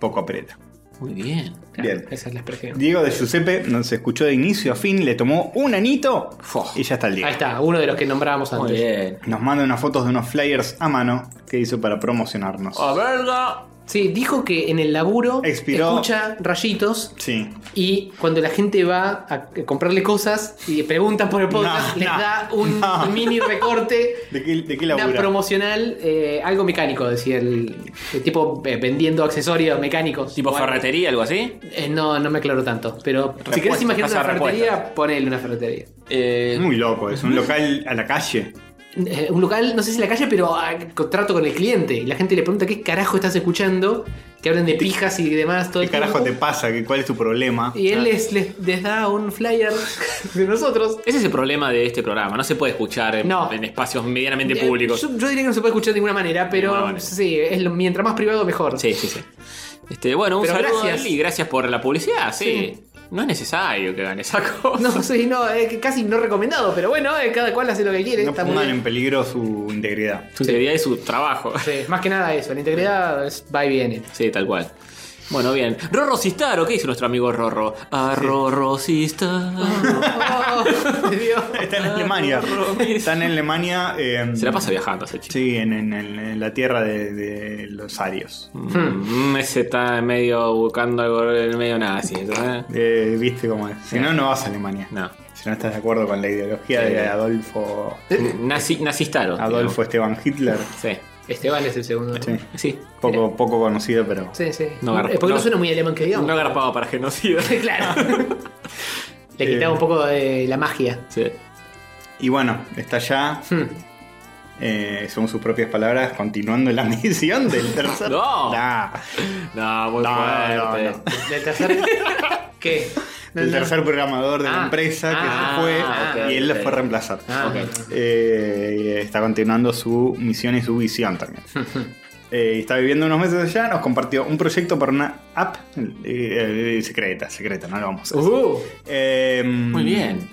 [SPEAKER 1] poco aprieta.
[SPEAKER 3] Muy bien.
[SPEAKER 1] Bien.
[SPEAKER 4] Esa es la expresión.
[SPEAKER 1] Diego de Giuseppe nos escuchó de inicio a fin, le tomó un anito
[SPEAKER 3] Fo.
[SPEAKER 1] y ya está el día.
[SPEAKER 4] Ahí está, uno de los que nombrábamos
[SPEAKER 3] Muy
[SPEAKER 4] antes.
[SPEAKER 3] bien.
[SPEAKER 1] Nos manda unas fotos de unos flyers a mano que hizo para promocionarnos.
[SPEAKER 3] A verga.
[SPEAKER 4] Sí, dijo que en el laburo
[SPEAKER 1] Expiró.
[SPEAKER 4] escucha rayitos
[SPEAKER 1] Sí.
[SPEAKER 4] y cuando la gente va a eh, comprarle cosas y preguntan por el podcast,
[SPEAKER 1] No,
[SPEAKER 4] les
[SPEAKER 1] no,
[SPEAKER 4] da un
[SPEAKER 1] no.
[SPEAKER 4] mini recorte.
[SPEAKER 1] ¿De qué, de qué
[SPEAKER 4] Una
[SPEAKER 1] labura?
[SPEAKER 4] promocional, eh, algo mecánico, decía el, el tipo eh, vendiendo accesorios mecánicos.
[SPEAKER 3] Tipo
[SPEAKER 4] O algo.
[SPEAKER 3] ferretería, algo así.
[SPEAKER 4] Eh, no, no me aclaro tanto. Pero si querés
[SPEAKER 3] Repuestos,
[SPEAKER 4] imaginar una
[SPEAKER 3] casa de
[SPEAKER 4] ferretería, ponele una ferretería.
[SPEAKER 3] Eh,
[SPEAKER 1] Muy loco, es un local a la calle.
[SPEAKER 4] Eh, un local, no sé si en la calle, pero ah, contrato con el cliente. Y la gente le pregunta qué carajo estás escuchando, que hablan de pijas y demás todo
[SPEAKER 1] ¿Qué
[SPEAKER 4] el
[SPEAKER 1] carajo te
[SPEAKER 4] tiempo.
[SPEAKER 1] pasa? ¿Qué- ¿Cuál es tu problema?
[SPEAKER 4] Y él les, les- les da un flyer de nosotros.
[SPEAKER 3] Ese es el problema de este programa. No se puede escuchar en,
[SPEAKER 4] No.
[SPEAKER 3] en espacios medianamente
[SPEAKER 4] Eh,
[SPEAKER 3] públicos.
[SPEAKER 4] Yo, yo diría que no se puede escuchar de ninguna manera, pero
[SPEAKER 3] ninguna manera.
[SPEAKER 4] sí, es lo- mientras más privado mejor.
[SPEAKER 3] Sí, sí, sí. Este, bueno, un
[SPEAKER 4] Pero
[SPEAKER 3] saludo
[SPEAKER 4] gracias.
[SPEAKER 3] a él y gracias por la publicidad, sí. No es necesario que hagan esa cosa.
[SPEAKER 4] No, sí, no, es que casi no recomendado, pero bueno, eh, cada cual hace lo que quiere.
[SPEAKER 1] No
[SPEAKER 4] está muy
[SPEAKER 1] pongan
[SPEAKER 4] bien.
[SPEAKER 1] en peligro su integridad.
[SPEAKER 3] Su integridad es su trabajo.
[SPEAKER 4] Sí, más que nada eso, la integridad es- va y viene.
[SPEAKER 3] Sí, tal cual. Bueno, bien. Rorro Sistaro, ¿qué hizo nuestro amigo Rorro? A Rorro Sistaro.
[SPEAKER 4] Ah. Oh, Dios.
[SPEAKER 1] Está en Alemania. Está en Alemania. eh,
[SPEAKER 3] Se la pasa viajando ese chico.
[SPEAKER 1] Sí, en, en- en- en la tierra de, de los arios.
[SPEAKER 3] Mm, ese está medio buscando algo en medio nazi. ¿eh?
[SPEAKER 1] Eh, ¿Viste cómo es? Si no, no vas a Alemania.
[SPEAKER 3] No.
[SPEAKER 1] Si no estás de acuerdo con la ideología
[SPEAKER 3] Sí.
[SPEAKER 1] de Adolfo
[SPEAKER 4] Eh.
[SPEAKER 3] Nazi, nazistaro.
[SPEAKER 1] Adolfo Esteban Hitler.
[SPEAKER 3] Sí.
[SPEAKER 4] Esteban es el segundo.
[SPEAKER 1] Sí.
[SPEAKER 3] Sí.
[SPEAKER 1] Poco, poco conocido, pero.
[SPEAKER 4] Sí, sí.
[SPEAKER 3] No garpa.
[SPEAKER 4] Eh, porque no,
[SPEAKER 3] No.
[SPEAKER 4] suena muy alemán que digamos.
[SPEAKER 3] No agarpaba para genocidio.
[SPEAKER 4] claro. Le quitaba
[SPEAKER 1] Eh.
[SPEAKER 4] un poco de la magia.
[SPEAKER 3] Sí.
[SPEAKER 1] Y bueno, está ya.
[SPEAKER 4] Hmm.
[SPEAKER 1] eh, según sus propias palabras, continuando la misión del tercer.
[SPEAKER 3] No.
[SPEAKER 1] Nah.
[SPEAKER 3] No, muy
[SPEAKER 1] No, no,
[SPEAKER 3] fuerte.
[SPEAKER 1] no.
[SPEAKER 4] Del tercer. ¿Qué?
[SPEAKER 1] el tercer programador de la
[SPEAKER 4] Ah.
[SPEAKER 1] empresa que
[SPEAKER 4] Ah,
[SPEAKER 1] se fue
[SPEAKER 3] ok,
[SPEAKER 1] y él
[SPEAKER 3] ok.
[SPEAKER 1] lo fue a reemplazar.
[SPEAKER 4] Ah,
[SPEAKER 3] Ok.
[SPEAKER 1] Eh, y está continuando su misión y su visión también. Eh, y está viviendo unos meses allá, nos compartió un proyecto para una app eh, eh, secreta, secreta, no lo vamos a decir.
[SPEAKER 4] Uh,
[SPEAKER 1] Eh,
[SPEAKER 3] Muy bien.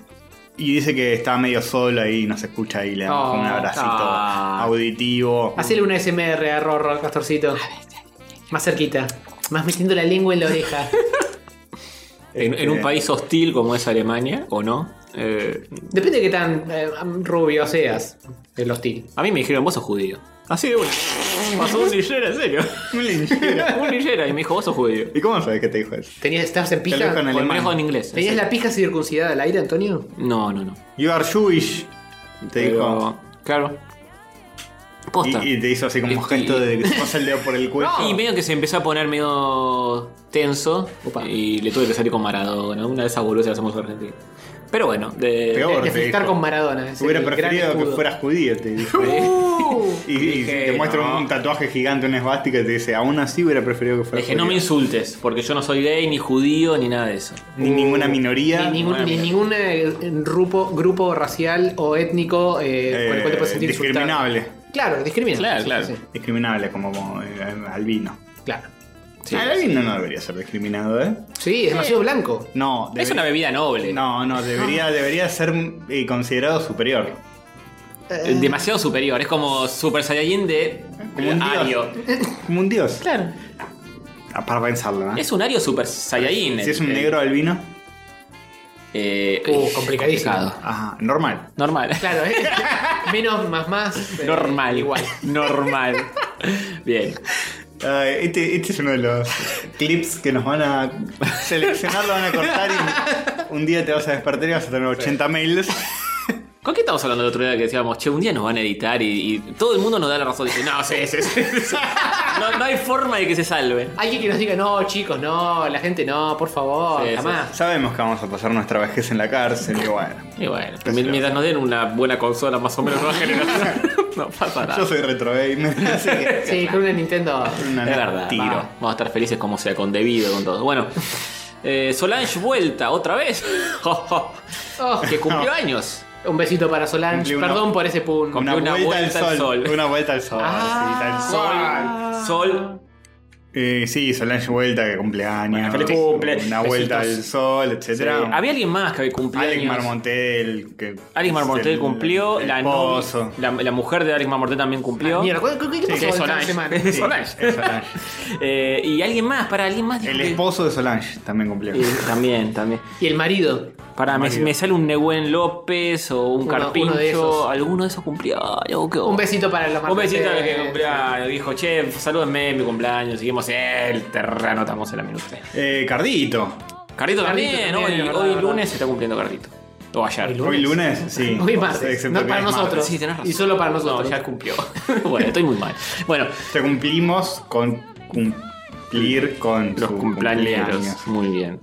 [SPEAKER 1] Y dice que está medio solo ahí, nos escucha y le damos
[SPEAKER 4] Oh,
[SPEAKER 1] un abracito
[SPEAKER 3] ah.
[SPEAKER 1] auditivo.
[SPEAKER 4] hacele una SMR a Rorro, al Castorcito. Más cerquita. Más metiendo la lengua en la oreja.
[SPEAKER 3] En, en un
[SPEAKER 1] Eh,
[SPEAKER 3] país hostil como es Alemania, ¿o no? Eh,
[SPEAKER 4] Depende de qué tan eh, rubio seas. El hostil.
[SPEAKER 3] a mí me dijeron, vos sos judío. Así de una. Pasó un linchera, en serio.
[SPEAKER 1] Un linchera.
[SPEAKER 3] un linchera y me dijo, vos sos judío.
[SPEAKER 1] ¿Y cómo sabes que te dijo eso?
[SPEAKER 4] ¿Tenías, ¿Estabas en
[SPEAKER 1] Te lo dijo en
[SPEAKER 4] pija?
[SPEAKER 3] Porque me
[SPEAKER 1] alemán.
[SPEAKER 3] dijo en inglés. en
[SPEAKER 4] ¿Tenías
[SPEAKER 3] serio.
[SPEAKER 4] la pija circuncidada al aire, Antonio?
[SPEAKER 3] No, no, no.
[SPEAKER 1] You are Jewish. Te dijo.
[SPEAKER 3] Pero, Claro. Posta.
[SPEAKER 1] Y, y te hizo así como un
[SPEAKER 3] Y-
[SPEAKER 1] gesto de que se pasa el dedo por el cuello.
[SPEAKER 3] Y medio que se empezó a poner medio tenso y le tuve que salir con Maradona. Una de esas boludeces las hacemos los argentinos. Pero bueno, de,
[SPEAKER 1] Peor.
[SPEAKER 4] De
[SPEAKER 1] te
[SPEAKER 4] fijar
[SPEAKER 1] dijo.
[SPEAKER 4] con Maradona. ese
[SPEAKER 1] Hubiera
[SPEAKER 4] gran
[SPEAKER 1] preferido que
[SPEAKER 4] escudo.
[SPEAKER 1] fueras judío, te dijo.
[SPEAKER 4] Uh,
[SPEAKER 1] Y, y
[SPEAKER 3] Dije,
[SPEAKER 1] te muestra
[SPEAKER 3] no.
[SPEAKER 1] un tatuaje gigante, una esvástica, y te dice, aún así hubiera preferido que
[SPEAKER 3] le
[SPEAKER 1] fuera
[SPEAKER 3] dije, no me insultes, porque yo no soy gay, ni judío, ni nada de eso.
[SPEAKER 1] Ni ninguna minoría.
[SPEAKER 4] ni ningún, ni ningún eh, grupo, grupo racial o étnico eh, con el cual te puedes
[SPEAKER 1] eh,
[SPEAKER 4] sentir insultado.
[SPEAKER 1] discriminable.
[SPEAKER 4] Claro, discriminable.
[SPEAKER 3] Claro,
[SPEAKER 4] Sí,
[SPEAKER 3] claro.
[SPEAKER 4] sí,
[SPEAKER 1] Discriminable como eh, albino.
[SPEAKER 4] claro.
[SPEAKER 3] Sí.
[SPEAKER 1] Ah, el albino no debería ser discriminado, ¿eh?
[SPEAKER 4] Sí, es demasiado blanco.
[SPEAKER 1] No,
[SPEAKER 3] Es
[SPEAKER 1] debería-
[SPEAKER 3] una bebida noble.
[SPEAKER 1] No, no, debería, debería ser eh, considerado superior.
[SPEAKER 3] Eh, Demasiado superior. Es como Super Saiyajin de
[SPEAKER 1] Como un dios.
[SPEAKER 3] Ario.
[SPEAKER 1] Como un dios. Claro. Para pensarlo, ¿eh?
[SPEAKER 3] Es un Ario Super Saiyajin.
[SPEAKER 1] Si es un
[SPEAKER 3] el-
[SPEAKER 1] negro albino,
[SPEAKER 3] Eh,
[SPEAKER 4] Uh, complicadísimo.
[SPEAKER 3] complicado.
[SPEAKER 1] ajá, normal.
[SPEAKER 3] Normal.
[SPEAKER 4] Claro, ¿eh? menos más más. eh,
[SPEAKER 3] Normal.
[SPEAKER 4] Igual.
[SPEAKER 3] Normal. Bien.
[SPEAKER 1] Ay, este, este es uno de los clips que nos van a seleccionar, lo van a cortar y un día te vas a despertar y vas a tener 80 mails.
[SPEAKER 3] ¿Con qué estamos hablando el otro día que decíamos, che, un día nos van a editar y, y todo el mundo nos da la razón? Dice, no, sí, sí, sí, sí. No, no hay forma de que se salve.
[SPEAKER 4] Alguien que nos diga, no, chicos, no, la gente no, por favor,
[SPEAKER 3] Sí, sí.
[SPEAKER 4] jamás.
[SPEAKER 1] Sabemos que vamos a pasar nuestra vejez en la cárcel y bueno.
[SPEAKER 3] Y bueno, mi- mientras nos den una buena consola más o menos nueva generación, no pasa nada.
[SPEAKER 1] Yo soy retro gamer, así que
[SPEAKER 4] Sí, con una Nintendo.
[SPEAKER 1] una
[SPEAKER 3] es verdad.
[SPEAKER 1] tiro.
[SPEAKER 3] va, Vamos a estar felices como sea, con debido, con todo. Bueno, eh, Solange vuelta otra vez.
[SPEAKER 4] Oh,
[SPEAKER 3] que cumplió años.
[SPEAKER 4] un besito para Solange.
[SPEAKER 1] Cumplí una-
[SPEAKER 4] Perdón por ese pun.
[SPEAKER 3] Con- una vuelta al sol.
[SPEAKER 1] Una vuelta al sol.
[SPEAKER 4] Ah.
[SPEAKER 1] sí, tal sol.
[SPEAKER 3] Sol, sol.
[SPEAKER 1] Eh, sí, Solange Vuelta que cumpleaños.
[SPEAKER 3] Bueno, feliz cumple.
[SPEAKER 1] Una vuelta
[SPEAKER 3] Besitos.
[SPEAKER 1] al sol, etcétera.
[SPEAKER 3] Eh, Había alguien más que había cumplido.
[SPEAKER 1] Alex
[SPEAKER 3] años.
[SPEAKER 1] Marmontel. Que
[SPEAKER 3] Alex Marmontel
[SPEAKER 1] el-
[SPEAKER 3] cumplió.
[SPEAKER 1] el
[SPEAKER 3] La, no-
[SPEAKER 1] esposo.
[SPEAKER 3] la, la mujer de Alex Marmontel también cumplió.
[SPEAKER 4] Mierda, ¿cu- cu- ¿qué, pasó
[SPEAKER 3] que es
[SPEAKER 4] esta
[SPEAKER 3] Solange.
[SPEAKER 4] semana?
[SPEAKER 3] Es
[SPEAKER 1] Sí,
[SPEAKER 3] Solange.
[SPEAKER 1] es Solange.
[SPEAKER 3] Eh, y alguien más, para alguien más.
[SPEAKER 1] El
[SPEAKER 3] dijo que-
[SPEAKER 1] esposo de Solange también cumplió.
[SPEAKER 3] Eh, también, también.
[SPEAKER 4] Y el marido.
[SPEAKER 3] Para, me,
[SPEAKER 1] Marido.
[SPEAKER 3] me sale un Nehuen López o un
[SPEAKER 4] Uno-
[SPEAKER 3] Carpincho.
[SPEAKER 4] uno de esos.
[SPEAKER 3] alguno de esos cumplió.
[SPEAKER 4] Un besito para los
[SPEAKER 3] Un besito al
[SPEAKER 4] martes.
[SPEAKER 3] que cumpleaños. Dijo, che, salúdenme mi cumpleaños. Seguimos el terreno, estamos en la minuta.
[SPEAKER 1] Eh, Cardito.
[SPEAKER 3] Cardito también,
[SPEAKER 4] también,
[SPEAKER 3] hoy,
[SPEAKER 4] verdad,
[SPEAKER 3] hoy
[SPEAKER 4] verdad.
[SPEAKER 3] lunes se está cumpliendo Cardito. O ayer.
[SPEAKER 1] Hoy lunes, sí.
[SPEAKER 4] Hoy martes.
[SPEAKER 1] Excepto
[SPEAKER 4] No
[SPEAKER 1] que
[SPEAKER 4] para
[SPEAKER 1] es martes.
[SPEAKER 4] nosotros.
[SPEAKER 3] Sí, tenés razón.
[SPEAKER 4] Y solo para
[SPEAKER 3] No,
[SPEAKER 4] nosotros.
[SPEAKER 3] ya cumplió. bueno, estoy muy mal. Bueno,
[SPEAKER 1] Te cumplimos con cumplir con
[SPEAKER 3] los
[SPEAKER 1] su
[SPEAKER 3] cumpleaños. Muy bien.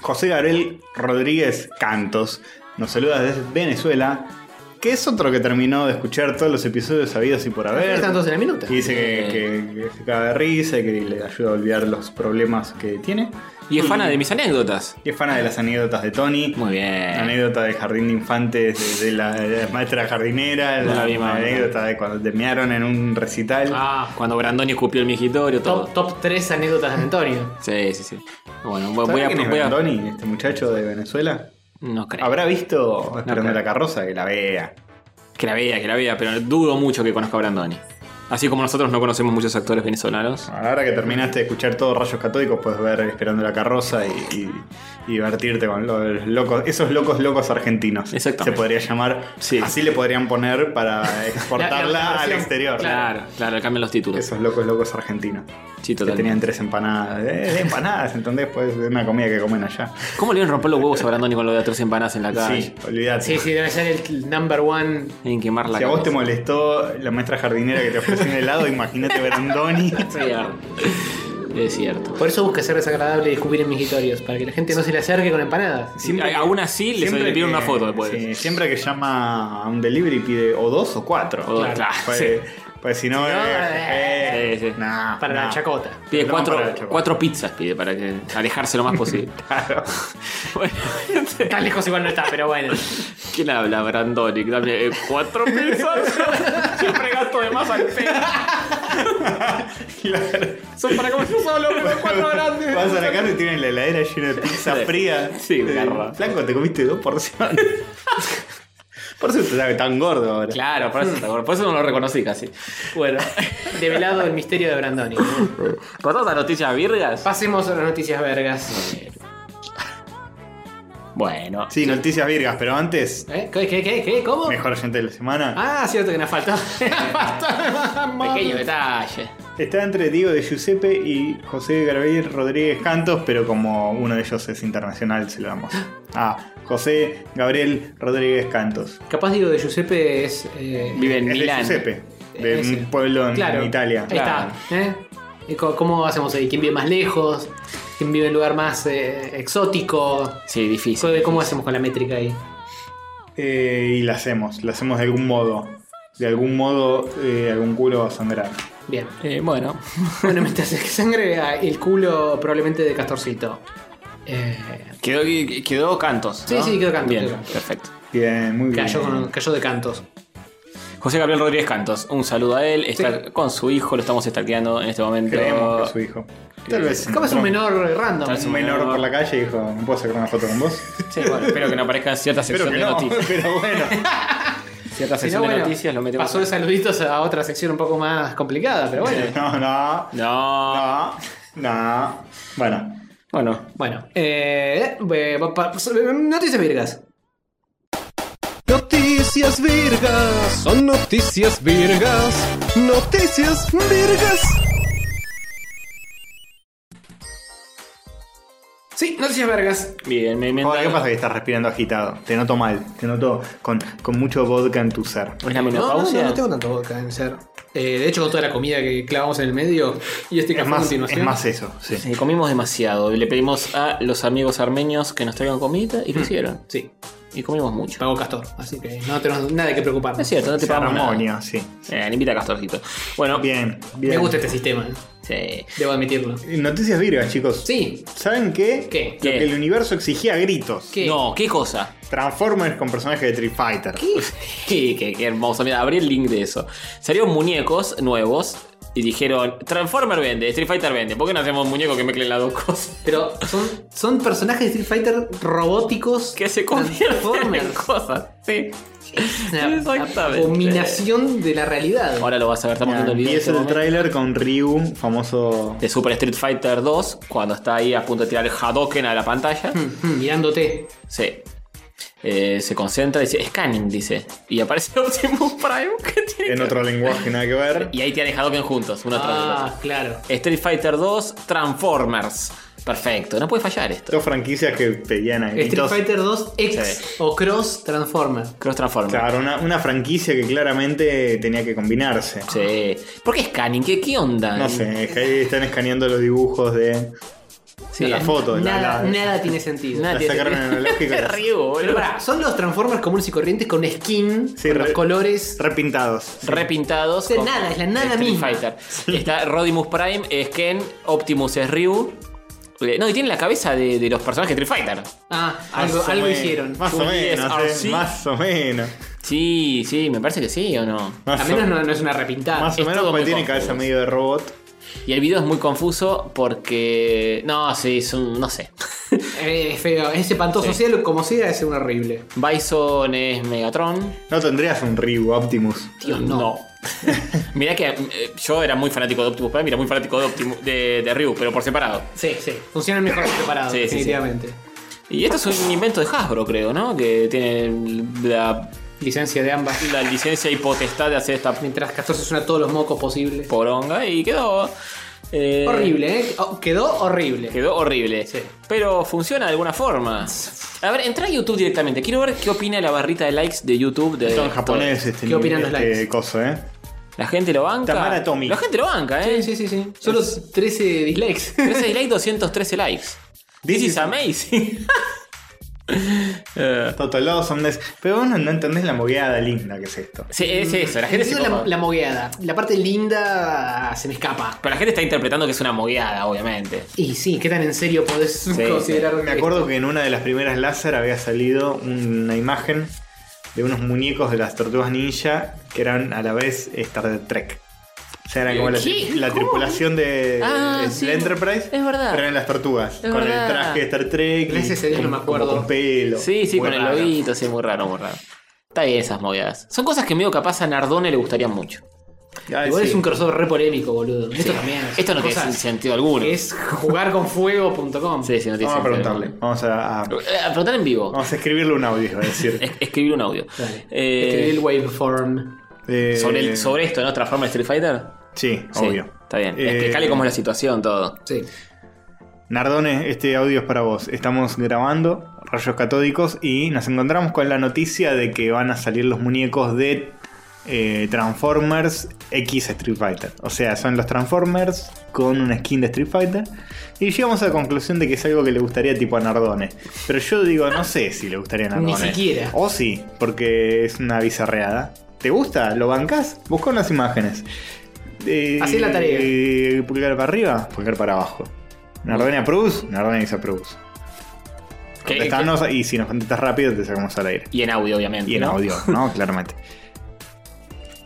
[SPEAKER 1] José Gabriel Rodríguez Cantos nos saluda desde Venezuela, que es otro que terminó de escuchar todos los episodios sabidos y por haber.
[SPEAKER 4] Están todos en la minuta.
[SPEAKER 1] Y dice que, que- que se caga de risa y que le ayuda a olvidar los problemas que tiene.
[SPEAKER 3] Y es fana de mis anécdotas.
[SPEAKER 1] Y es fan de las anécdotas de Tony.
[SPEAKER 3] Muy bien.
[SPEAKER 1] Anécdota del jardín de infantes de, de la, de la maestra jardinera.
[SPEAKER 3] No
[SPEAKER 1] la,
[SPEAKER 3] la vi más, no.
[SPEAKER 1] anécdota de cuando te mearon en un recital.
[SPEAKER 4] Ah,
[SPEAKER 3] Cuando Brandoni escupió el migitorio, todo.
[SPEAKER 4] top, top 3 anécdotas de Antonio.
[SPEAKER 3] Sí, sí, sí. Bueno, voy,
[SPEAKER 1] ¿Sabe
[SPEAKER 3] voy a.
[SPEAKER 1] quién es
[SPEAKER 3] voy a-
[SPEAKER 1] Tony, este muchacho de Venezuela?
[SPEAKER 3] No creo.
[SPEAKER 1] ¿Habrá visto Esperando
[SPEAKER 3] creo.
[SPEAKER 1] la carroza? Que la vea.
[SPEAKER 3] Que la vea, que la vea, pero dudo mucho que conozca a Brandoni. Así como nosotros no conocemos muchos actores venezolanos.
[SPEAKER 1] Ahora que terminaste de escuchar todo Rayos Catódicos, puedes ver Esperando la Carroza y, y- y divertirte con los locos, esos locos locos argentinos.
[SPEAKER 3] Exactamente.
[SPEAKER 1] Se podría llamar.
[SPEAKER 3] Sí.
[SPEAKER 1] Así le podrían poner para exportarla
[SPEAKER 4] La- la
[SPEAKER 1] al
[SPEAKER 4] versión,
[SPEAKER 1] exterior.
[SPEAKER 3] Claro, claro, cambian los títulos.
[SPEAKER 1] Esos locos locos argentinos.
[SPEAKER 3] Sí,
[SPEAKER 1] Que tenían
[SPEAKER 3] totalmente.
[SPEAKER 1] tres empanadas. Eh, empanadas, ¿entendés? Pues de una comida que comen allá.
[SPEAKER 3] ¿Cómo le iban a romper los huevos a Brandoni con lo de tres empanadas en la calle?
[SPEAKER 1] Sí, olvidate.
[SPEAKER 4] Sí, sí, debe ser el number one.
[SPEAKER 3] Tienen que quemar la
[SPEAKER 1] Si a vos te
[SPEAKER 3] cabeza.
[SPEAKER 1] molestó la maestra jardinera que te ofreció un helado, imagínate Brandoni.
[SPEAKER 3] Sí, Es cierto.
[SPEAKER 4] Por eso busca ser desagradable y descubrir en migitorios, para que la gente no se le acerque con empanadas.
[SPEAKER 3] Siempre- aún así, les- le pidieron
[SPEAKER 1] que-
[SPEAKER 3] una foto después.
[SPEAKER 1] sí, siempre que llama a un delivery pide o dos o cuatro.
[SPEAKER 3] O dos, claro,
[SPEAKER 1] Fue- Pues si no,
[SPEAKER 4] Si no,
[SPEAKER 1] eh, eh,
[SPEAKER 3] Sí, sí.
[SPEAKER 1] nah,
[SPEAKER 4] Para
[SPEAKER 1] nah.
[SPEAKER 4] la chacota.
[SPEAKER 3] Pide
[SPEAKER 1] No,
[SPEAKER 3] cuatro,
[SPEAKER 1] para la chapa.
[SPEAKER 3] cuatro pizzas, pide, para que alejarse lo más posible. Bueno,
[SPEAKER 4] Tan lejos igual no está, pero bueno.
[SPEAKER 3] ¿Quién habla, Brandonic? Dame eh, cuatro pizzas. Siempre gasto de más al pedo.
[SPEAKER 1] Claro.
[SPEAKER 3] Son para comer yo solo, pero cuatro grandes.
[SPEAKER 1] Vas a la casa y tienen la heladera llena de pizza
[SPEAKER 3] Sí.
[SPEAKER 1] fría.
[SPEAKER 3] Sí,
[SPEAKER 1] Eh,
[SPEAKER 3] garra.
[SPEAKER 1] Flaco, te comiste dos porciones. Por eso te sabe tan gordo ahora.
[SPEAKER 3] Claro, por eso, te acuerdo, por eso no lo reconocí casi.
[SPEAKER 4] Bueno, develado el misterio de Brandoni.
[SPEAKER 3] ¿Pasamos a noticias virgas?
[SPEAKER 4] Pasemos a las noticias vergas.
[SPEAKER 3] Bueno.
[SPEAKER 1] Sí, noticias virgas, pero antes,
[SPEAKER 4] ¿Eh? ¿Qué, qué, qué, qué? ¿Cómo?
[SPEAKER 1] mejor oyente de la semana.
[SPEAKER 4] Ah, cierto que nos faltó.
[SPEAKER 3] Pequeño detalle.
[SPEAKER 1] Está entre Diego de Giuseppe y José Gabriel Rodríguez Cantos, pero como uno de ellos es internacional, se lo damos. Ah, José Gabriel Rodríguez Cantos.
[SPEAKER 4] Capaz digo de Giuseppe es. eh,
[SPEAKER 3] Vive en
[SPEAKER 1] Es de
[SPEAKER 3] Milán.
[SPEAKER 1] Giuseppe, de
[SPEAKER 4] Ese.
[SPEAKER 1] un pueblo en,
[SPEAKER 4] claro,
[SPEAKER 1] en Italia.
[SPEAKER 4] Ahí está. ¿eh? ¿Y co- ¿Cómo hacemos ahí? ¿Quién vive más lejos? ¿Quién vive en un lugar más eh, exótico?
[SPEAKER 3] Sí, difícil.
[SPEAKER 4] ¿Cómo- ¿Cómo hacemos con la métrica ahí?
[SPEAKER 1] Eh, y la hacemos, la hacemos de algún modo. De algún modo, eh, algún culo va a sangrar.
[SPEAKER 4] Bien.
[SPEAKER 3] Eh, bueno.
[SPEAKER 4] Bueno, mientras que sangre ah, el culo probablemente de Castorcito. Eh,
[SPEAKER 3] Quedó, quedó cantos.
[SPEAKER 4] Sí,
[SPEAKER 3] ¿no?
[SPEAKER 4] sí, quedó Cantos,
[SPEAKER 3] Bien,
[SPEAKER 4] quedó Cantos.
[SPEAKER 3] perfecto.
[SPEAKER 1] Bien, muy bien.
[SPEAKER 4] cayó, con- cayó de cantos.
[SPEAKER 3] José Gabriel Rodríguez Cantos, un saludo a él. Está
[SPEAKER 4] Sí.
[SPEAKER 3] con su hijo, lo estamos stalkeando en este momento.
[SPEAKER 1] Creemos que es su hijo. Tal vez.
[SPEAKER 4] Capaz un menor random.
[SPEAKER 3] Tal vez
[SPEAKER 1] Un menor por la calle dijo: ¿Me puedo sacar una foto con vos?
[SPEAKER 3] Sí, bueno, espero que no aparezca en cierta
[SPEAKER 1] Pero
[SPEAKER 3] sección
[SPEAKER 1] que
[SPEAKER 3] de
[SPEAKER 1] no,
[SPEAKER 3] noticias.
[SPEAKER 1] pero bueno.
[SPEAKER 3] Cierta
[SPEAKER 4] Si no,
[SPEAKER 3] sección de
[SPEAKER 4] bueno,
[SPEAKER 3] noticias lo metemos.
[SPEAKER 4] pasó de saluditos a otra sección un poco más complicada, pero bueno.
[SPEAKER 1] No, no.
[SPEAKER 3] No.
[SPEAKER 1] No, no. Bueno,
[SPEAKER 3] Bueno.
[SPEAKER 4] bueno, eh, eh, pa- pa- noticias virgas.
[SPEAKER 7] Noticias virgas, son noticias virgas, noticias virgas.
[SPEAKER 4] Sí, noticias vergas.
[SPEAKER 3] Bien, me, me
[SPEAKER 1] Ahora, ¿qué pasa que estás respirando agitado? Te noto mal, te noto con, con mucho vodka en tu ser.
[SPEAKER 3] ¿Es la
[SPEAKER 4] No, no,
[SPEAKER 3] menopausia?
[SPEAKER 4] no, no tengo tanto vodka en ser. Eh, de hecho, con toda la comida que clavamos en el medio y este
[SPEAKER 1] Es
[SPEAKER 4] café a
[SPEAKER 1] más, es
[SPEAKER 4] continuación.
[SPEAKER 1] más eso, sí.
[SPEAKER 3] Sí, comimos demasiado. Le pedimos a los amigos armenios que nos traigan comida
[SPEAKER 1] Hmm.
[SPEAKER 3] y lo hicieron.
[SPEAKER 4] Sí,
[SPEAKER 3] Y comimos mucho.
[SPEAKER 4] pagó Castor, así que no tenemos nada que
[SPEAKER 3] Es
[SPEAKER 4] preocuparnos.
[SPEAKER 3] cierto, no te pagamos nada.
[SPEAKER 1] Armonio, sí.
[SPEAKER 3] Eh, invita a Castorcito. Bueno,
[SPEAKER 1] Bien, bien.
[SPEAKER 4] Me gusta este sistema, eh.
[SPEAKER 3] Sí.
[SPEAKER 4] debo admitirlo.
[SPEAKER 1] Noticias virgas, chicos.
[SPEAKER 4] Sí,
[SPEAKER 1] ¿Saben qué?
[SPEAKER 4] ¿Qué?
[SPEAKER 1] Lo
[SPEAKER 3] ¿Qué?
[SPEAKER 1] que el universo exigía a gritos.
[SPEAKER 4] ¿Qué?
[SPEAKER 3] No, qué cosa.
[SPEAKER 1] Transformers con personajes de Street Fighter.
[SPEAKER 3] Qué, qué- qué hermoso. Mira, abrí el link de eso. Salieron muñecos nuevos y dijeron: Transformer vende, Street Fighter vende. ¿Por qué no hacemos muñecos que mezclen las dos cosas?
[SPEAKER 4] pero son, son personajes de Street Fighter robóticos
[SPEAKER 3] Que se convierten en
[SPEAKER 4] Transformers.
[SPEAKER 3] cosas. Sí.
[SPEAKER 4] Una
[SPEAKER 3] Exactamente.
[SPEAKER 4] abominación de la realidad.
[SPEAKER 3] Ahora lo vas a ver, estamos viendo el video.
[SPEAKER 1] Y
[SPEAKER 3] en
[SPEAKER 1] es
[SPEAKER 3] este
[SPEAKER 1] el
[SPEAKER 3] momento.
[SPEAKER 1] tráiler con Ryu, famoso.
[SPEAKER 3] de Super Street Fighter 2 cuando está ahí a punto de tirar el Hadoken a la pantalla.
[SPEAKER 1] Hmm.
[SPEAKER 4] Mm, Mirándote.
[SPEAKER 3] Sí. Eh, se concentra y dice Scanning, dice. Y aparece Optimus Prime que tiene.
[SPEAKER 1] En otro lenguaje, nada que ver.
[SPEAKER 3] Y ahí tiran el Hadoken juntos, uno tras del
[SPEAKER 4] Ah,
[SPEAKER 3] otro.
[SPEAKER 4] claro.
[SPEAKER 3] Street Fighter 2, Transformers. Perfecto, no puede fallar esto.
[SPEAKER 1] Dos franquicias que pedían a
[SPEAKER 4] Street
[SPEAKER 1] gritos.
[SPEAKER 4] Fighter 2 X o Cross Transformer.
[SPEAKER 3] Cross Transformers.
[SPEAKER 1] Claro, una, una franquicia que claramente tenía que combinarse.
[SPEAKER 3] Sí. ¿Por qué Scanning? ¿Qué, qué onda?
[SPEAKER 1] No sé, es que ahí están escaneando los dibujos de.
[SPEAKER 3] Sí.
[SPEAKER 1] de la foto, la-
[SPEAKER 4] Nada,
[SPEAKER 1] la-
[SPEAKER 4] nada tiene sentido.
[SPEAKER 3] Nada
[SPEAKER 1] La
[SPEAKER 3] tiene
[SPEAKER 1] sacaron en
[SPEAKER 3] sentido.
[SPEAKER 1] la lógica. y
[SPEAKER 3] Me
[SPEAKER 1] las-
[SPEAKER 3] río, boludo.
[SPEAKER 4] Pero pará, son los Transformers comunes y corrientes con skin,
[SPEAKER 1] Sí,
[SPEAKER 4] con
[SPEAKER 1] re-
[SPEAKER 4] los colores.
[SPEAKER 1] repintados.
[SPEAKER 3] repintados.
[SPEAKER 4] Es
[SPEAKER 3] con
[SPEAKER 4] nada, es la nada
[SPEAKER 3] Street
[SPEAKER 4] misma.
[SPEAKER 3] Fighter. Está Rodimus Prime, es Ken, Optimus es Ryu. Eh, No, y tiene la cabeza de, de los personajes de Street Fighter.
[SPEAKER 4] Ah,
[SPEAKER 1] Más
[SPEAKER 4] algo,
[SPEAKER 1] o
[SPEAKER 4] algo
[SPEAKER 1] menos,
[SPEAKER 4] hicieron.
[SPEAKER 1] Más o
[SPEAKER 3] Un
[SPEAKER 1] menos, eh,
[SPEAKER 3] SRC.
[SPEAKER 1] más o menos.
[SPEAKER 3] Sí, sí, me parece que sí o no.
[SPEAKER 1] Más
[SPEAKER 4] A
[SPEAKER 1] o-
[SPEAKER 4] menos no, no Ah, es una repintada.
[SPEAKER 1] Más o
[SPEAKER 3] es
[SPEAKER 1] menos
[SPEAKER 3] todo
[SPEAKER 1] porque
[SPEAKER 3] muy
[SPEAKER 1] tiene
[SPEAKER 3] confuso.
[SPEAKER 1] cabeza medio de robot.
[SPEAKER 3] Y el video es muy confuso porque. No, sí, es un. No sé.
[SPEAKER 4] Eh, es feo. Es espantoso.
[SPEAKER 3] Sí.
[SPEAKER 4] Sea lo- como sea, es un horrible.
[SPEAKER 3] Bison es Megatron.
[SPEAKER 1] No tendrías un Ryu Optimus.
[SPEAKER 4] Dios, no.
[SPEAKER 3] Mirá que eh, yo era muy fanático de Optimus Prime, era muy fanático de, Optimu- de, de Ryu, pero por separado.
[SPEAKER 4] Sí, sí. Funcionan mejor separados,
[SPEAKER 3] Sí, sí, sí.
[SPEAKER 4] definitivamente.
[SPEAKER 3] Y esto es un invento de Hasbro, creo, ¿no? Que tiene la,
[SPEAKER 4] Licencia de ambas.
[SPEAKER 3] la licencia y potestad de hacer esta
[SPEAKER 4] Mientras Castor se suena todos los mocos posibles.
[SPEAKER 3] poronga y quedó. eh,
[SPEAKER 4] horrible, ¿eh? Oh, Quedó horrible.
[SPEAKER 3] Quedó horrible.
[SPEAKER 4] Sí.
[SPEAKER 3] Pero funciona de alguna forma. A ver, entra a YouTube directamente. Quiero ver qué opina la barrita de likes de YouTube. De
[SPEAKER 1] Todo en
[SPEAKER 3] todo.
[SPEAKER 1] japonés este,
[SPEAKER 4] ¿Qué opinan los
[SPEAKER 1] este
[SPEAKER 4] likes?
[SPEAKER 1] coso, ¿eh?
[SPEAKER 3] La gente lo banca.
[SPEAKER 1] Tamara Tomy.
[SPEAKER 3] La gente lo banca, ¿eh?
[SPEAKER 4] Sí, sí, sí, sí. Solo 13 dislikes.
[SPEAKER 3] 13 dislikes, 213 likes. This is amazing. Eh,
[SPEAKER 1] Total lados son des- Pero vos no, no entendés la mogueada linda que es esto.
[SPEAKER 3] sí, es eso, la gente se
[SPEAKER 4] Mm. Entiendo la,
[SPEAKER 3] copa.
[SPEAKER 4] la mogueada. La parte linda se me escapa.
[SPEAKER 3] Pero la gente está interpretando que es una mogueada, obviamente.
[SPEAKER 4] Y sí, ¿qué tan en serio podés
[SPEAKER 3] sí.
[SPEAKER 4] considerar?
[SPEAKER 1] Me acuerdo que en una de las primeras láser había salido una imagen de unos muñecos de las tortugas ninja que eran a la vez Star Trek. O sea, eran como la,
[SPEAKER 3] ¿Qué?
[SPEAKER 1] la
[SPEAKER 3] ¿Cómo?
[SPEAKER 1] tripulación de,
[SPEAKER 3] Ah,
[SPEAKER 1] de
[SPEAKER 3] sí,
[SPEAKER 1] la Enterprise.
[SPEAKER 3] es verdad.
[SPEAKER 1] Pero eran las tortugas. con
[SPEAKER 3] verdad.
[SPEAKER 1] el traje de Star Trek. y
[SPEAKER 4] Ese sería, no me
[SPEAKER 1] como
[SPEAKER 4] acuerdo.
[SPEAKER 1] Con pelo.
[SPEAKER 3] Sí, sí,
[SPEAKER 1] Muy
[SPEAKER 3] con el
[SPEAKER 1] raro.
[SPEAKER 3] lobito, sí, muy raro, muy raro. Está bien esas mogueadas. Son cosas que medio capaz a Nardone le gustarían mucho.
[SPEAKER 1] Ah,
[SPEAKER 4] Igual
[SPEAKER 1] sí.
[SPEAKER 4] es un crossover re polémico, boludo. Esto también.
[SPEAKER 3] Esto no tiene
[SPEAKER 4] cosas
[SPEAKER 3] sentido alguno.
[SPEAKER 4] que Es jugarconfuego.com.
[SPEAKER 3] Sí, sí, no tiene
[SPEAKER 1] Vamos a
[SPEAKER 3] sentido
[SPEAKER 1] preguntarle.
[SPEAKER 3] alguno.
[SPEAKER 1] Vamos a, a-
[SPEAKER 3] Eh, a preguntar en vivo.
[SPEAKER 1] vamos a escribirle un audio, iba a decir.
[SPEAKER 3] Es- escribir un audio.
[SPEAKER 4] Dale. Este
[SPEAKER 3] Eh,
[SPEAKER 4] Escribí el waveform.
[SPEAKER 1] Eh,
[SPEAKER 3] sobre, el- sobre esto, ¿no? Transforma Street Fighter.
[SPEAKER 1] Sí,
[SPEAKER 3] Sí,
[SPEAKER 1] obvio.
[SPEAKER 3] Está bien.
[SPEAKER 1] Eh,
[SPEAKER 3] Explicale cómo es la situación, todo.
[SPEAKER 4] Sí.
[SPEAKER 1] Nardone, este audio es para vos. Estamos grabando Rayos Catódicos y nos encontramos con la noticia de que van a salir los muñecos de eh, Transformers X Street Fighter. O sea, son los Transformers con una skin de Street Fighter. Y llegamos a la conclusión de que es algo que le gustaría tipo a Nardone. Pero yo digo, no sé si le gustaría a Nardone.
[SPEAKER 4] siquiera.
[SPEAKER 1] O sí, porque es una bizarreada. ¿Te gusta? ¿Lo bancás? Busca unas imágenes. Eh,
[SPEAKER 4] Hacé la tarea.
[SPEAKER 1] eh, pulgar para arriba, pulgar para abajo. Nardone Prus, Nardone dice Prus.
[SPEAKER 3] ¿Qué-
[SPEAKER 1] Contestanos y si nos contestas rápido te sacamos al aire.
[SPEAKER 3] Y en audio, obviamente.
[SPEAKER 1] Y en
[SPEAKER 3] ¿no?
[SPEAKER 1] audio, ¿no? Claramente.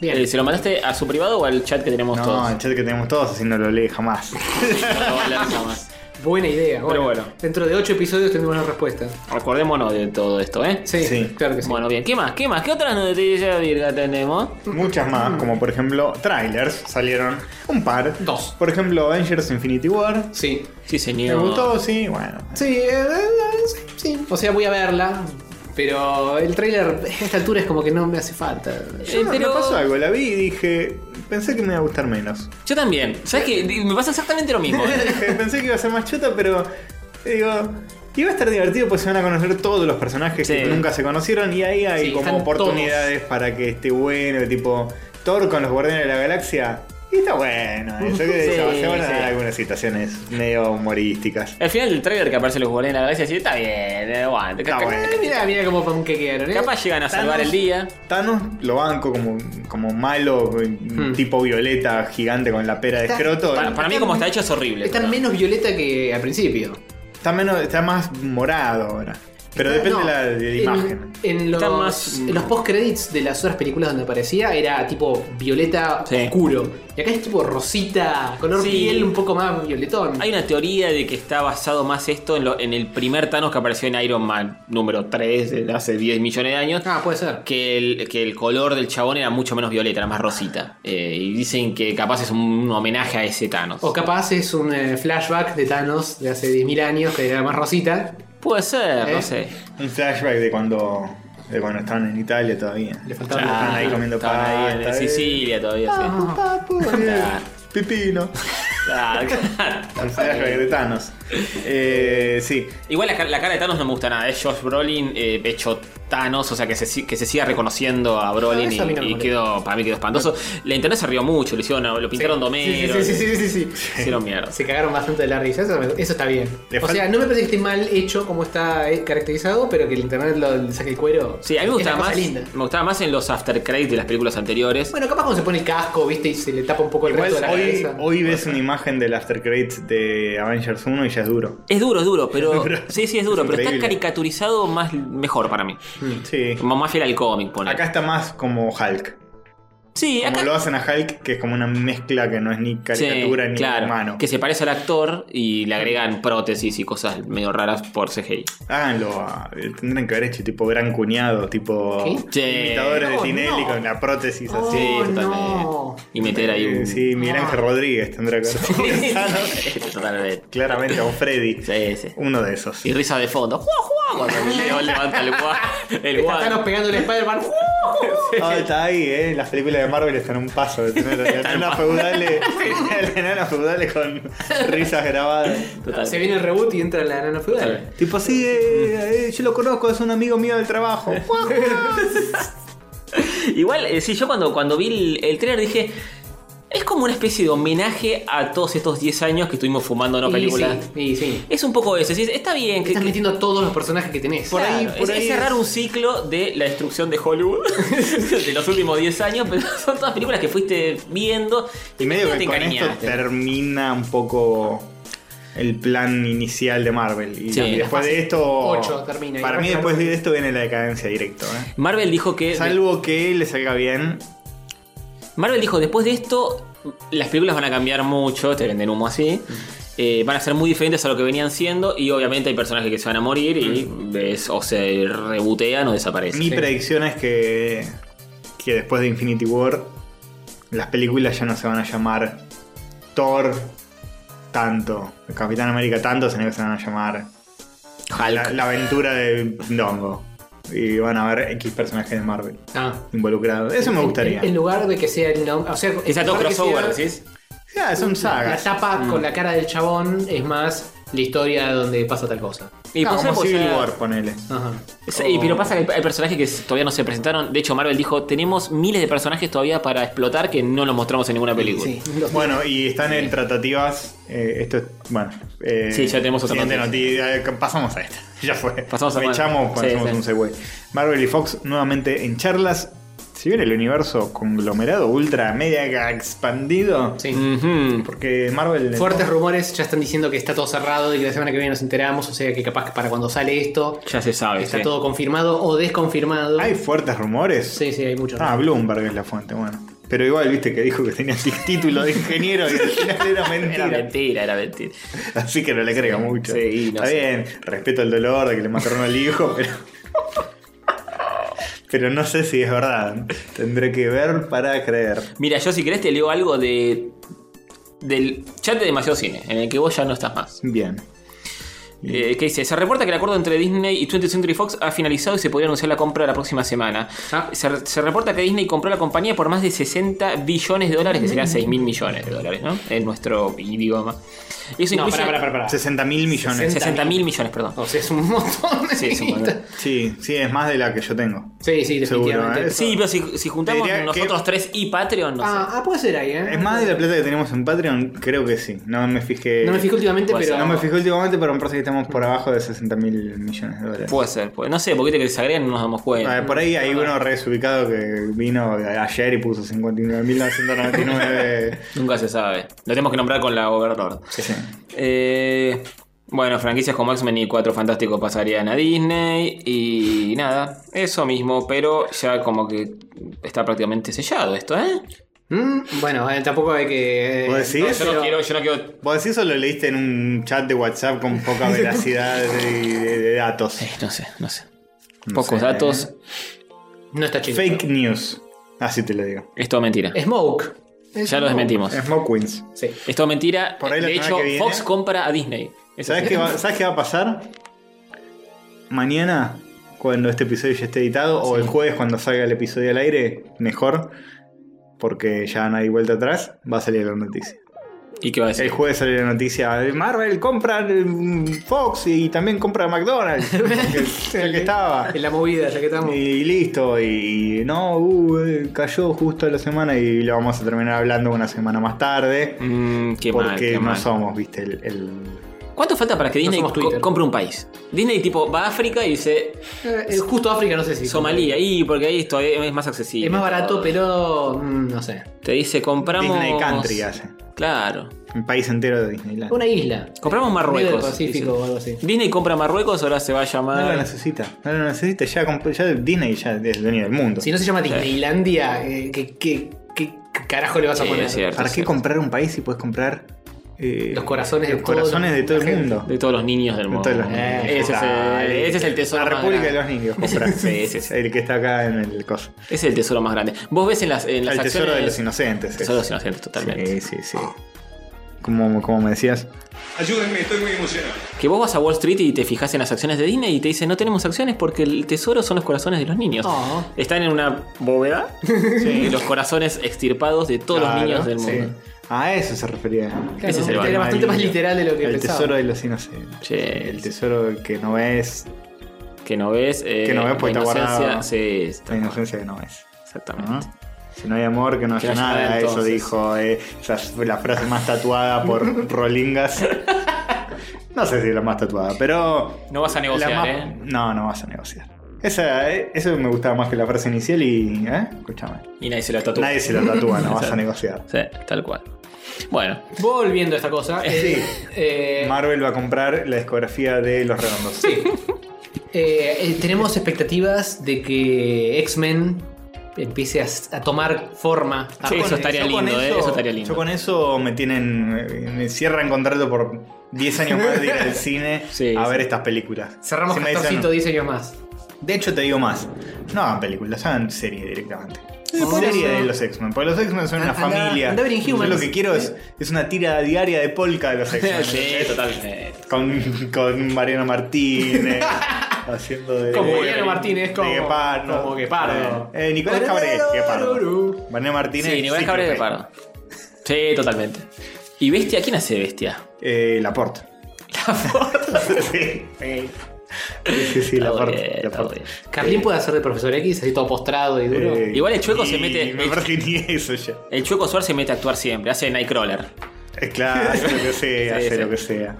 [SPEAKER 4] Bien.
[SPEAKER 3] Eh, ¿Se lo mandaste a su privado o al chat que tenemos
[SPEAKER 1] No,
[SPEAKER 3] todos?
[SPEAKER 1] el chat que tenemos todos así no lo lee jamás.
[SPEAKER 3] No lo lanza más.
[SPEAKER 4] Buena idea.
[SPEAKER 3] Pero bueno.
[SPEAKER 4] Dentro de 8 episodios tendremos la respuesta.
[SPEAKER 3] Recordémonos de todo esto, ¿eh?
[SPEAKER 4] Sí,
[SPEAKER 1] Sí.
[SPEAKER 4] claro que sí.
[SPEAKER 3] Bueno, bien. ¿Qué más? ¿Qué más? ¿Qué otras noticias virga tenemos?
[SPEAKER 1] Muchas más, como por ejemplo, trailers salieron un par.
[SPEAKER 4] Dos.
[SPEAKER 1] Por ejemplo, Avengers Infinity War.
[SPEAKER 4] Sí.
[SPEAKER 3] Sí,
[SPEAKER 1] ¿Te
[SPEAKER 3] señor.
[SPEAKER 1] gustó? Sí, bueno.
[SPEAKER 4] Sí, eh, eh, sí, sí. O sea, voy a verla. Pero el trailer a esta altura es como que no me hace falta.
[SPEAKER 1] Yo no-
[SPEAKER 3] Eh, pero-
[SPEAKER 1] me pasó algo, la vi y dije, pensé que me iba a gustar menos.
[SPEAKER 3] Yo también. ¿Sabes qué? Me pasa exactamente lo mismo. ¿eh?
[SPEAKER 1] Dije, Pensé que iba a ser más chota, pero digo, iba a estar divertido pues se van a conocer todos los personajes que
[SPEAKER 3] Sí.
[SPEAKER 1] nunca se conocieron y ahí hay
[SPEAKER 4] Sí,
[SPEAKER 1] como
[SPEAKER 4] están
[SPEAKER 1] oportunidades para que esté bueno, tipo Thor con los Guardianes de la Galaxia. Y está bueno, eso que
[SPEAKER 3] Sí,
[SPEAKER 1] se van a
[SPEAKER 3] sí.
[SPEAKER 1] dar algunas situaciones medio humorísticas.
[SPEAKER 3] Al final del trailer que aparece los jugadores en la galaxia, sí, está bien, eh, aguante.
[SPEAKER 1] Está
[SPEAKER 3] Ca- ca-
[SPEAKER 1] bueno.
[SPEAKER 4] Mira, mira cómo panquequearon. ¿eh?
[SPEAKER 3] Capaz llegan a salvar el día.
[SPEAKER 1] Thanos lo banco como, como malo, tipo violeta gigante con la pera de
[SPEAKER 4] Está-
[SPEAKER 1] escroto.
[SPEAKER 3] Hmm. Para, para mí, como está hecho, es horrible.
[SPEAKER 4] Está
[SPEAKER 3] pero-
[SPEAKER 4] menos violeta que al principio.
[SPEAKER 1] Está, menos, está más morado ahora. Pero
[SPEAKER 4] Está-
[SPEAKER 1] depende
[SPEAKER 4] Eh, no,
[SPEAKER 1] de la, de la
[SPEAKER 4] en-
[SPEAKER 1] imagen.
[SPEAKER 4] En los,
[SPEAKER 3] Está más-
[SPEAKER 4] en los post-credits de las otras películas donde aparecía era tipo violeta
[SPEAKER 3] Sí.
[SPEAKER 4] oscuro. Y acá es tipo rosita, color
[SPEAKER 3] Sí.
[SPEAKER 4] piel un poco más violetón.
[SPEAKER 3] Hay una teoría de que está basado más esto en, lo- en el primer Thanos que apareció en Iron Man número 3 de hace 10 millones de años.
[SPEAKER 4] Ah, puede ser.
[SPEAKER 3] Que el, que el color del chabón era mucho menos violeta, era más rosita. Eh, y dicen que capaz es un, un homenaje a ese Thanos.
[SPEAKER 4] O capaz es un eh, flashback de Thanos de hace 10.000 años que era más rosita.
[SPEAKER 3] Puede ser, no
[SPEAKER 4] ¿Eh?
[SPEAKER 3] sé.
[SPEAKER 1] Un flashback de cuando, de cuando estaban en Italia todavía.
[SPEAKER 4] Le faltaba
[SPEAKER 1] Estaban
[SPEAKER 3] Claro,
[SPEAKER 1] ahí comiendo
[SPEAKER 3] estaban ahí
[SPEAKER 1] pasta.
[SPEAKER 3] en
[SPEAKER 1] eh.
[SPEAKER 3] Sicilia todavía, sí.
[SPEAKER 1] Papu, papu, eh. Pipino.
[SPEAKER 3] Claro, claro.
[SPEAKER 1] Un flashback de Thanos. Eh, sí.
[SPEAKER 3] Igual la, ca- la cara de Thanos no me gusta nada. Es Josh Brolin eh, hecho Thanos, o sea que se, si- que se siga reconociendo a Brolin
[SPEAKER 4] Ah, eso a mí
[SPEAKER 3] y,
[SPEAKER 4] no me
[SPEAKER 3] y
[SPEAKER 4] molesta.
[SPEAKER 3] quedó, para mí quedó espantoso. La internet se rió mucho, lo hicieron, lo pintaron domero,
[SPEAKER 4] Sí, sí, sí, sí, sí, sí.
[SPEAKER 3] hicieron mierda.
[SPEAKER 4] Se cagaron bastante de la risa, eso, eso está bien.
[SPEAKER 1] Le
[SPEAKER 4] O
[SPEAKER 1] fal-
[SPEAKER 4] sea, no me parece que esté mal hecho como está eh, caracterizado, pero que el internet lo le saque el cuero.
[SPEAKER 3] Sí, a mí me
[SPEAKER 4] es una
[SPEAKER 3] gustaba
[SPEAKER 4] cosa
[SPEAKER 3] más.
[SPEAKER 4] linda.
[SPEAKER 3] Me gustaba más en los after credits de las películas anteriores.
[SPEAKER 4] Bueno, capaz cuando se pone el casco, viste, y se le tapa un poco el
[SPEAKER 1] Igual
[SPEAKER 4] resto de la
[SPEAKER 1] hoy,
[SPEAKER 4] cabeza.
[SPEAKER 1] hoy ves una imagen del After Credits de Avengers 1 y ya es duro.
[SPEAKER 3] es duro, es duro, pero. sí, sí, es duro, pero está
[SPEAKER 1] increíble.
[SPEAKER 3] caricaturizado más mejor para mí.
[SPEAKER 4] Mm.
[SPEAKER 1] Sí.
[SPEAKER 3] Como Más fiel al cómic, pone.
[SPEAKER 1] Acá está más como Hulk.
[SPEAKER 3] sí,
[SPEAKER 1] Como
[SPEAKER 3] acá.
[SPEAKER 1] lo hacen a Hulk, que es como una mezcla que no es ni caricatura
[SPEAKER 3] Sí,
[SPEAKER 1] ni
[SPEAKER 3] claro,
[SPEAKER 1] humano.
[SPEAKER 3] Que se parece al actor y le agregan prótesis y cosas medio raras por CGI.
[SPEAKER 1] Háganlo, ah, tendrían que haber hecho tipo gran cuñado, tipo
[SPEAKER 3] ¿Qué?
[SPEAKER 1] imitadores
[SPEAKER 4] Sí.
[SPEAKER 1] de Tinelli
[SPEAKER 4] Eh, No, no.
[SPEAKER 1] con la prótesis
[SPEAKER 4] Oh,
[SPEAKER 1] así.
[SPEAKER 3] Sí, totalmente.
[SPEAKER 4] no.
[SPEAKER 3] Y meter ahí
[SPEAKER 1] Eh,
[SPEAKER 3] un.
[SPEAKER 1] Sí, Miguel Ángel Rodríguez tendrá que haber
[SPEAKER 3] Totalmente.
[SPEAKER 1] Claramente, o Freddy.
[SPEAKER 3] Sí, sí.
[SPEAKER 1] Uno de esos.
[SPEAKER 3] Y risa de fondo. ¡Juá, juá! Cuando León levanta el guá. El
[SPEAKER 4] Está Thanos
[SPEAKER 3] guá.
[SPEAKER 4] pegando el Spider-Man. ¡Uh!
[SPEAKER 1] Ah, está ahí, ¿eh? Las películas de Marvel están a un paso de tener el enano feudal, el enano feudal con risas grabadas.
[SPEAKER 3] Total.
[SPEAKER 4] se viene el reboot y entra la nana feudal.
[SPEAKER 1] Tipo, sí, eh, eh, yo lo conozco, es un amigo mío del trabajo.
[SPEAKER 3] Igual, eh, sí, yo cuando, cuando vi el, el trailer dije. Es como una especie de homenaje a todos estos 10 años que estuvimos fumando una
[SPEAKER 4] Y
[SPEAKER 3] película.
[SPEAKER 4] sí, y sí.
[SPEAKER 3] Es un poco eso. sí, Está bien que.
[SPEAKER 4] Estás
[SPEAKER 3] que-
[SPEAKER 4] metiendo todos los personajes que tenés.
[SPEAKER 3] claro, es, es cerrar un ciclo de la destrucción de Hollywood de los últimos 10 años, pero son todas películas que fuiste viendo
[SPEAKER 1] Y medio
[SPEAKER 3] te
[SPEAKER 1] que con esto
[SPEAKER 3] encariñaste.
[SPEAKER 1] termina un poco el plan inicial de Marvel. Y,
[SPEAKER 3] Sí.
[SPEAKER 1] y después
[SPEAKER 4] La fase
[SPEAKER 1] de esto.
[SPEAKER 4] ocho termina.
[SPEAKER 1] Para
[SPEAKER 4] Y
[SPEAKER 1] mí, después
[SPEAKER 4] después termina.
[SPEAKER 1] de esto viene la decadencia directo. ¿eh?
[SPEAKER 3] Marvel dijo que.
[SPEAKER 1] Salvo que le salga bien.
[SPEAKER 3] Marvel dijo, después de esto, las películas van a cambiar mucho, te venden humo así. eh, van a ser muy diferentes a lo que venían siendo y obviamente hay personajes que se van a morir y ves, o se rebotean o desaparecen.
[SPEAKER 1] Mi predicción es que. Que después de Infinity War. Las películas ya no se van a llamar Thor tanto. Capitán América tanto, sino que se van a llamar.
[SPEAKER 3] Hulk.
[SPEAKER 1] La, la aventura de Dongo. Y van a ver X personajes de Marvel
[SPEAKER 4] Ah.
[SPEAKER 1] involucrados. Eso me gustaría.
[SPEAKER 4] En, en lugar de que sea el nombre. O sea,
[SPEAKER 3] Que sea
[SPEAKER 4] en
[SPEAKER 3] todo
[SPEAKER 4] lugar de que
[SPEAKER 3] crossover,
[SPEAKER 4] sea-
[SPEAKER 3] ¿decís?
[SPEAKER 1] Ya, son
[SPEAKER 4] La
[SPEAKER 1] sagas.
[SPEAKER 4] tapa
[SPEAKER 3] Mm.
[SPEAKER 4] con la cara del chabón es más la historia donde pasa tal cosa.
[SPEAKER 3] Y
[SPEAKER 1] Ah,
[SPEAKER 3] pues,
[SPEAKER 1] como
[SPEAKER 3] pues,
[SPEAKER 1] Civil
[SPEAKER 3] eh,
[SPEAKER 1] War, ponele.
[SPEAKER 4] Ajá.
[SPEAKER 3] Sí, y- pero pasa que hay hay personajes que s- todavía no se presentaron. De hecho, Marvel dijo, tenemos miles de personajes todavía para explotar que no los mostramos en ninguna película.
[SPEAKER 4] Sí, los-
[SPEAKER 1] Bueno, y están en tratativas. eh, esto es. Bueno. eh,
[SPEAKER 3] Sí, ya tenemos otra
[SPEAKER 1] siguiente
[SPEAKER 3] noticia.
[SPEAKER 1] noticia. eh, Pasamos a esta. Ya fue.
[SPEAKER 3] Pasamos a
[SPEAKER 1] Me
[SPEAKER 3] Mar-
[SPEAKER 1] echamos,
[SPEAKER 3] Sí,
[SPEAKER 1] hacemos
[SPEAKER 3] sí.
[SPEAKER 1] un segue. Marvel y Fox nuevamente en charlas. Si bien el universo conglomerado, ultra, media expandido.
[SPEAKER 4] sí.
[SPEAKER 3] Ujú.
[SPEAKER 1] Porque Marvel.
[SPEAKER 4] Fuertes rumores ya están diciendo que está todo cerrado y que la semana que viene nos enteramos. O sea que capaz que para cuando sale esto
[SPEAKER 3] Ya se sabe.
[SPEAKER 4] está
[SPEAKER 3] sí.
[SPEAKER 4] todo confirmado o desconfirmado.
[SPEAKER 1] Hay fuertes rumores.
[SPEAKER 4] Sí, sí, hay muchos.
[SPEAKER 1] Ah, Bloomberg es la fuente, bueno. Pero igual, viste que dijo que tenía t- título de ingeniero y al final era
[SPEAKER 3] Era
[SPEAKER 1] mentira.
[SPEAKER 3] mentira, era mentira.
[SPEAKER 1] Así que no le creo mucho.
[SPEAKER 3] sí, no
[SPEAKER 1] Está
[SPEAKER 3] sé.
[SPEAKER 1] bien, respeto el dolor de que le mataron al hijo, pero. pero no sé si es verdad. Tendré que ver para creer.
[SPEAKER 3] Mira, yo si querés te leo algo de. del chat de demasiado cine, en el que vos ya no estás más.
[SPEAKER 1] Bien.
[SPEAKER 3] Eh, que dice, se reporta que el acuerdo entre Disney y 20th Century Fox ha finalizado y se podría anunciar la compra la próxima semana.
[SPEAKER 4] Ah.
[SPEAKER 3] Se, se reporta que Disney compró la compañía por más de 60 billones de dólares, que serían
[SPEAKER 4] Mm.
[SPEAKER 3] 6 mil millones de dólares, ¿no? En nuestro idioma. Y eso
[SPEAKER 4] no,
[SPEAKER 3] incluye
[SPEAKER 4] pará, pará, pará, pará.
[SPEAKER 1] 60 mil millones.
[SPEAKER 3] 60 mil millones, perdón.
[SPEAKER 4] O sea, es un montón de
[SPEAKER 3] Sí, es un
[SPEAKER 4] guita.
[SPEAKER 3] montón.
[SPEAKER 1] Sí, sí, es más de la que yo tengo.
[SPEAKER 4] Sí, sí,
[SPEAKER 1] Seguro,
[SPEAKER 4] definitivamente.
[SPEAKER 1] ¿eh?
[SPEAKER 3] Sí, pero si, si juntamos
[SPEAKER 1] Diría que-
[SPEAKER 3] nosotros tres y Patreon, no
[SPEAKER 4] Ah, ah, puede ser ahí, ¿eh?
[SPEAKER 1] ¿Es más de la plata que tenemos en Patreon? Creo que sí. No me fijé.
[SPEAKER 4] No me fijo últimamente,
[SPEAKER 3] Puede
[SPEAKER 4] pero.
[SPEAKER 1] No me fijé últimamente, pero me parece que estamos por abajo de 60 mil millones de
[SPEAKER 3] sé.
[SPEAKER 1] dólares.
[SPEAKER 3] Puede ser, puede- no sé, porque te que se agreguen no nos damos
[SPEAKER 1] A
[SPEAKER 3] cuenta.
[SPEAKER 1] ver, por ahí hay uno re desubicado que vino ayer y puso 59.999.
[SPEAKER 3] Nunca se sabe. Lo tenemos que nombrar con la Overlord.
[SPEAKER 1] Sí.
[SPEAKER 3] Eh, bueno, franquicias como X-Men y Cuatro Fantásticos pasarían a Disney y nada, eso mismo, pero ya como que está prácticamente sellado esto, ¿eh?
[SPEAKER 4] Mm, bueno, eh, tampoco hay que. eh,
[SPEAKER 1] ¿Vos decís?
[SPEAKER 3] yo, no quiero, yo no quiero...
[SPEAKER 1] ¿Vos decís o lo leíste en un chat de WhatsApp con poca veracidad y de, de datos?
[SPEAKER 3] Eh, no sé, no sé.
[SPEAKER 1] No
[SPEAKER 3] Pocos
[SPEAKER 1] sé.
[SPEAKER 3] datos,
[SPEAKER 4] No está chido.
[SPEAKER 1] Fake news. Así te lo digo.
[SPEAKER 3] es todo mentira.
[SPEAKER 4] Smoke.
[SPEAKER 3] ya lo desmentimos.
[SPEAKER 1] Smoke Queens.
[SPEAKER 4] Sí.
[SPEAKER 3] Es todo mentira.
[SPEAKER 1] Por ahí la
[SPEAKER 3] de
[SPEAKER 1] semana
[SPEAKER 3] hecho,
[SPEAKER 1] que viene-
[SPEAKER 3] Fox compra a Disney. Eso
[SPEAKER 1] ¿Sabés
[SPEAKER 3] sí.
[SPEAKER 1] qué, va, ¿Sabés qué va a pasar? Mañana, cuando este episodio ya esté editado, o el jueves cuando salga el episodio al aire, mejor, porque ya no hay vuelta atrás, va a salir la noticia.
[SPEAKER 3] ¿Y qué va a decir?
[SPEAKER 1] El jueves salió la noticia de Marvel compra mm, Fox y también compra McDonald's, que- en el que estaba.
[SPEAKER 4] En la movida, ya que estamos.
[SPEAKER 1] Y listo, y no, uh, eh, cayó justo la semana y lo vamos a terminar hablando una semana más tarde.
[SPEAKER 3] Mm, qué mal,
[SPEAKER 1] porque
[SPEAKER 3] qué
[SPEAKER 1] no
[SPEAKER 3] mal.
[SPEAKER 1] somos, viste, el, el-
[SPEAKER 3] ¿Cuánto falta para que Disney
[SPEAKER 4] somos
[SPEAKER 3] co-
[SPEAKER 4] Twitter.
[SPEAKER 3] compre un país? Disney tipo va a África y dice
[SPEAKER 4] Eh, eh, justo África, no sé si.
[SPEAKER 3] Somalia, y porque ahí esto es más accesible.
[SPEAKER 4] Es más barato,
[SPEAKER 3] todo.
[SPEAKER 4] pero. mm, no sé.
[SPEAKER 3] Te dice, compramos.
[SPEAKER 1] Disney Country hace.
[SPEAKER 3] Claro.
[SPEAKER 1] Un país entero de Disneyland.
[SPEAKER 4] Una isla.
[SPEAKER 3] Compramos Marruecos,
[SPEAKER 4] Medio del Pacífico
[SPEAKER 3] dice.
[SPEAKER 4] o algo así.
[SPEAKER 3] Disney compra Marruecos, ahora se va a
[SPEAKER 1] No lo
[SPEAKER 3] llamar.
[SPEAKER 1] necesita, no lo necesita, ya, comp- ya Disney ya es dueño del mundo.
[SPEAKER 4] Si no se llama Disneylandia, eh, ¿qué, qué, qué carajo le vas a
[SPEAKER 3] Sí,
[SPEAKER 4] poner?
[SPEAKER 3] es cierto,
[SPEAKER 1] ¿Para
[SPEAKER 3] es
[SPEAKER 1] qué
[SPEAKER 3] cierto.
[SPEAKER 1] comprar un país si puedes comprar eh,
[SPEAKER 4] Los corazones de
[SPEAKER 1] los
[SPEAKER 4] todo-
[SPEAKER 1] corazones de todo
[SPEAKER 4] la
[SPEAKER 1] el
[SPEAKER 4] gente?
[SPEAKER 1] mundo?
[SPEAKER 3] De todos los niños del mundo.
[SPEAKER 1] todos los
[SPEAKER 3] Eh,
[SPEAKER 1] niños.
[SPEAKER 3] ese, es el,
[SPEAKER 1] Dale.
[SPEAKER 3] ese es el tesoro
[SPEAKER 1] La
[SPEAKER 3] más
[SPEAKER 1] República de
[SPEAKER 3] grande.
[SPEAKER 1] los Niños, comprar.
[SPEAKER 3] Sí, sí, sí.
[SPEAKER 1] El que está acá en el coso.
[SPEAKER 3] Ese es el tesoro más grande. Vos ves en las, en las
[SPEAKER 1] El
[SPEAKER 3] acciones.
[SPEAKER 1] tesoro de los inocentes.
[SPEAKER 3] Tesoro de los
[SPEAKER 1] es.
[SPEAKER 3] inocentes, totalmente.
[SPEAKER 1] Sí, sí, sí. Como, como me decías.
[SPEAKER 8] Ayúdenme, estoy muy emocionado.
[SPEAKER 3] Que vos vas a Wall Street y te fijas en las acciones de Disney y te dicen, no tenemos acciones porque el tesoro son los corazones de los niños.
[SPEAKER 4] Oh.
[SPEAKER 3] Están en una bóveda y los corazones extirpados de todos los
[SPEAKER 1] Claro,
[SPEAKER 3] niños del mundo.
[SPEAKER 1] sí. A eso se refería.
[SPEAKER 4] Claro,
[SPEAKER 3] Ese es el
[SPEAKER 4] era
[SPEAKER 3] valor.
[SPEAKER 4] bastante más
[SPEAKER 1] Niño.
[SPEAKER 4] literal de lo que
[SPEAKER 1] El
[SPEAKER 4] pensaba.
[SPEAKER 1] tesoro de los inocentes.
[SPEAKER 3] Sí,
[SPEAKER 1] El
[SPEAKER 3] sí.
[SPEAKER 1] tesoro que no es.
[SPEAKER 3] Que no ves. eh,
[SPEAKER 1] Que no ves porque
[SPEAKER 3] la
[SPEAKER 1] está
[SPEAKER 3] inocencia,
[SPEAKER 1] guardado.
[SPEAKER 3] Sí, está
[SPEAKER 1] La inocencia que no es.
[SPEAKER 3] Exactamente.
[SPEAKER 1] Ajá. Si no hay amor, que no haya
[SPEAKER 3] no haya
[SPEAKER 1] nada.
[SPEAKER 3] nada,
[SPEAKER 1] Eso
[SPEAKER 3] entonces.
[SPEAKER 1] dijo. eh, esa fue la frase más tatuada por Rolingas. No sé si es la más tatuada, pero.
[SPEAKER 3] No vas a negociar,
[SPEAKER 1] la más-
[SPEAKER 3] ¿eh?
[SPEAKER 1] No, no vas a negociar. Esa, eh, eso me gustaba más que la frase inicial y. ¿eh? Escúchame.
[SPEAKER 3] Y nadie se lo tatúa.
[SPEAKER 1] Nadie se la tatúa, no vas a negociar.
[SPEAKER 3] Sí, tal cual. Bueno,
[SPEAKER 4] Volviendo a esta cosa. eh, eh,
[SPEAKER 1] Marvel va a comprar la discografía de Los Redondos.
[SPEAKER 4] Sí. Eh, eh, tenemos expectativas de que X-Men empiece a, a tomar forma. Ah, A-
[SPEAKER 3] Sí, eso
[SPEAKER 1] con-
[SPEAKER 3] estaría
[SPEAKER 1] yo con
[SPEAKER 3] lindo, ¿eh? Eso estaría lindo.
[SPEAKER 1] Yo con eso me tienen. eh, Me cierran contrato por 10 años más de ir al cine
[SPEAKER 3] Sí,
[SPEAKER 1] a
[SPEAKER 3] sí.
[SPEAKER 1] ver estas películas.
[SPEAKER 4] Cerramos
[SPEAKER 1] Si me dicen-
[SPEAKER 4] 14, 10 años más.
[SPEAKER 1] De hecho, te digo más. No hagan películas, hagan serie directamente.
[SPEAKER 3] Eh,
[SPEAKER 4] por
[SPEAKER 1] serie
[SPEAKER 4] eso.
[SPEAKER 1] de los X-Men, porque los X-Men son una
[SPEAKER 4] Andá-
[SPEAKER 1] familia.
[SPEAKER 4] andá a ver
[SPEAKER 1] Yo
[SPEAKER 4] Inhumans.
[SPEAKER 1] lo que quiero es, es una tira diaria de polka de los X-Men.
[SPEAKER 3] sí, Eh, totalmente.
[SPEAKER 1] Con, con Mariano Martínez. haciendo de.
[SPEAKER 4] Como
[SPEAKER 1] de-
[SPEAKER 4] Mariano Martínez,
[SPEAKER 1] de
[SPEAKER 4] como-
[SPEAKER 1] Guepardo.
[SPEAKER 4] como Guepardo.
[SPEAKER 1] Eh, eh, Nicolás Cabré, Guepardo. Mariano Martínez.
[SPEAKER 3] Sí, Nicolás Cabrera de
[SPEAKER 1] cíclope.
[SPEAKER 3] Pardo. Sí, totalmente. ¿Y Bestia? ¿Quién hace Bestia?
[SPEAKER 1] Eh, Laporte. Laporte. sí. Sí, sí, sí,
[SPEAKER 3] Está
[SPEAKER 1] Laporte.
[SPEAKER 3] bien, está
[SPEAKER 1] Laporte.
[SPEAKER 3] bien.
[SPEAKER 4] Carlín puede hacer de profesor X, así todo postrado y duro.
[SPEAKER 1] Eh,
[SPEAKER 3] Igual el chueco
[SPEAKER 1] y
[SPEAKER 3] se mete-
[SPEAKER 1] Me parece que ni eso ya.
[SPEAKER 3] El Chueco Suárez se mete a actuar siempre, hace Nightcrawler.
[SPEAKER 1] Eh, Claro, hace lo que sea,
[SPEAKER 3] Sí,
[SPEAKER 1] hace
[SPEAKER 3] sí.
[SPEAKER 1] lo que sea.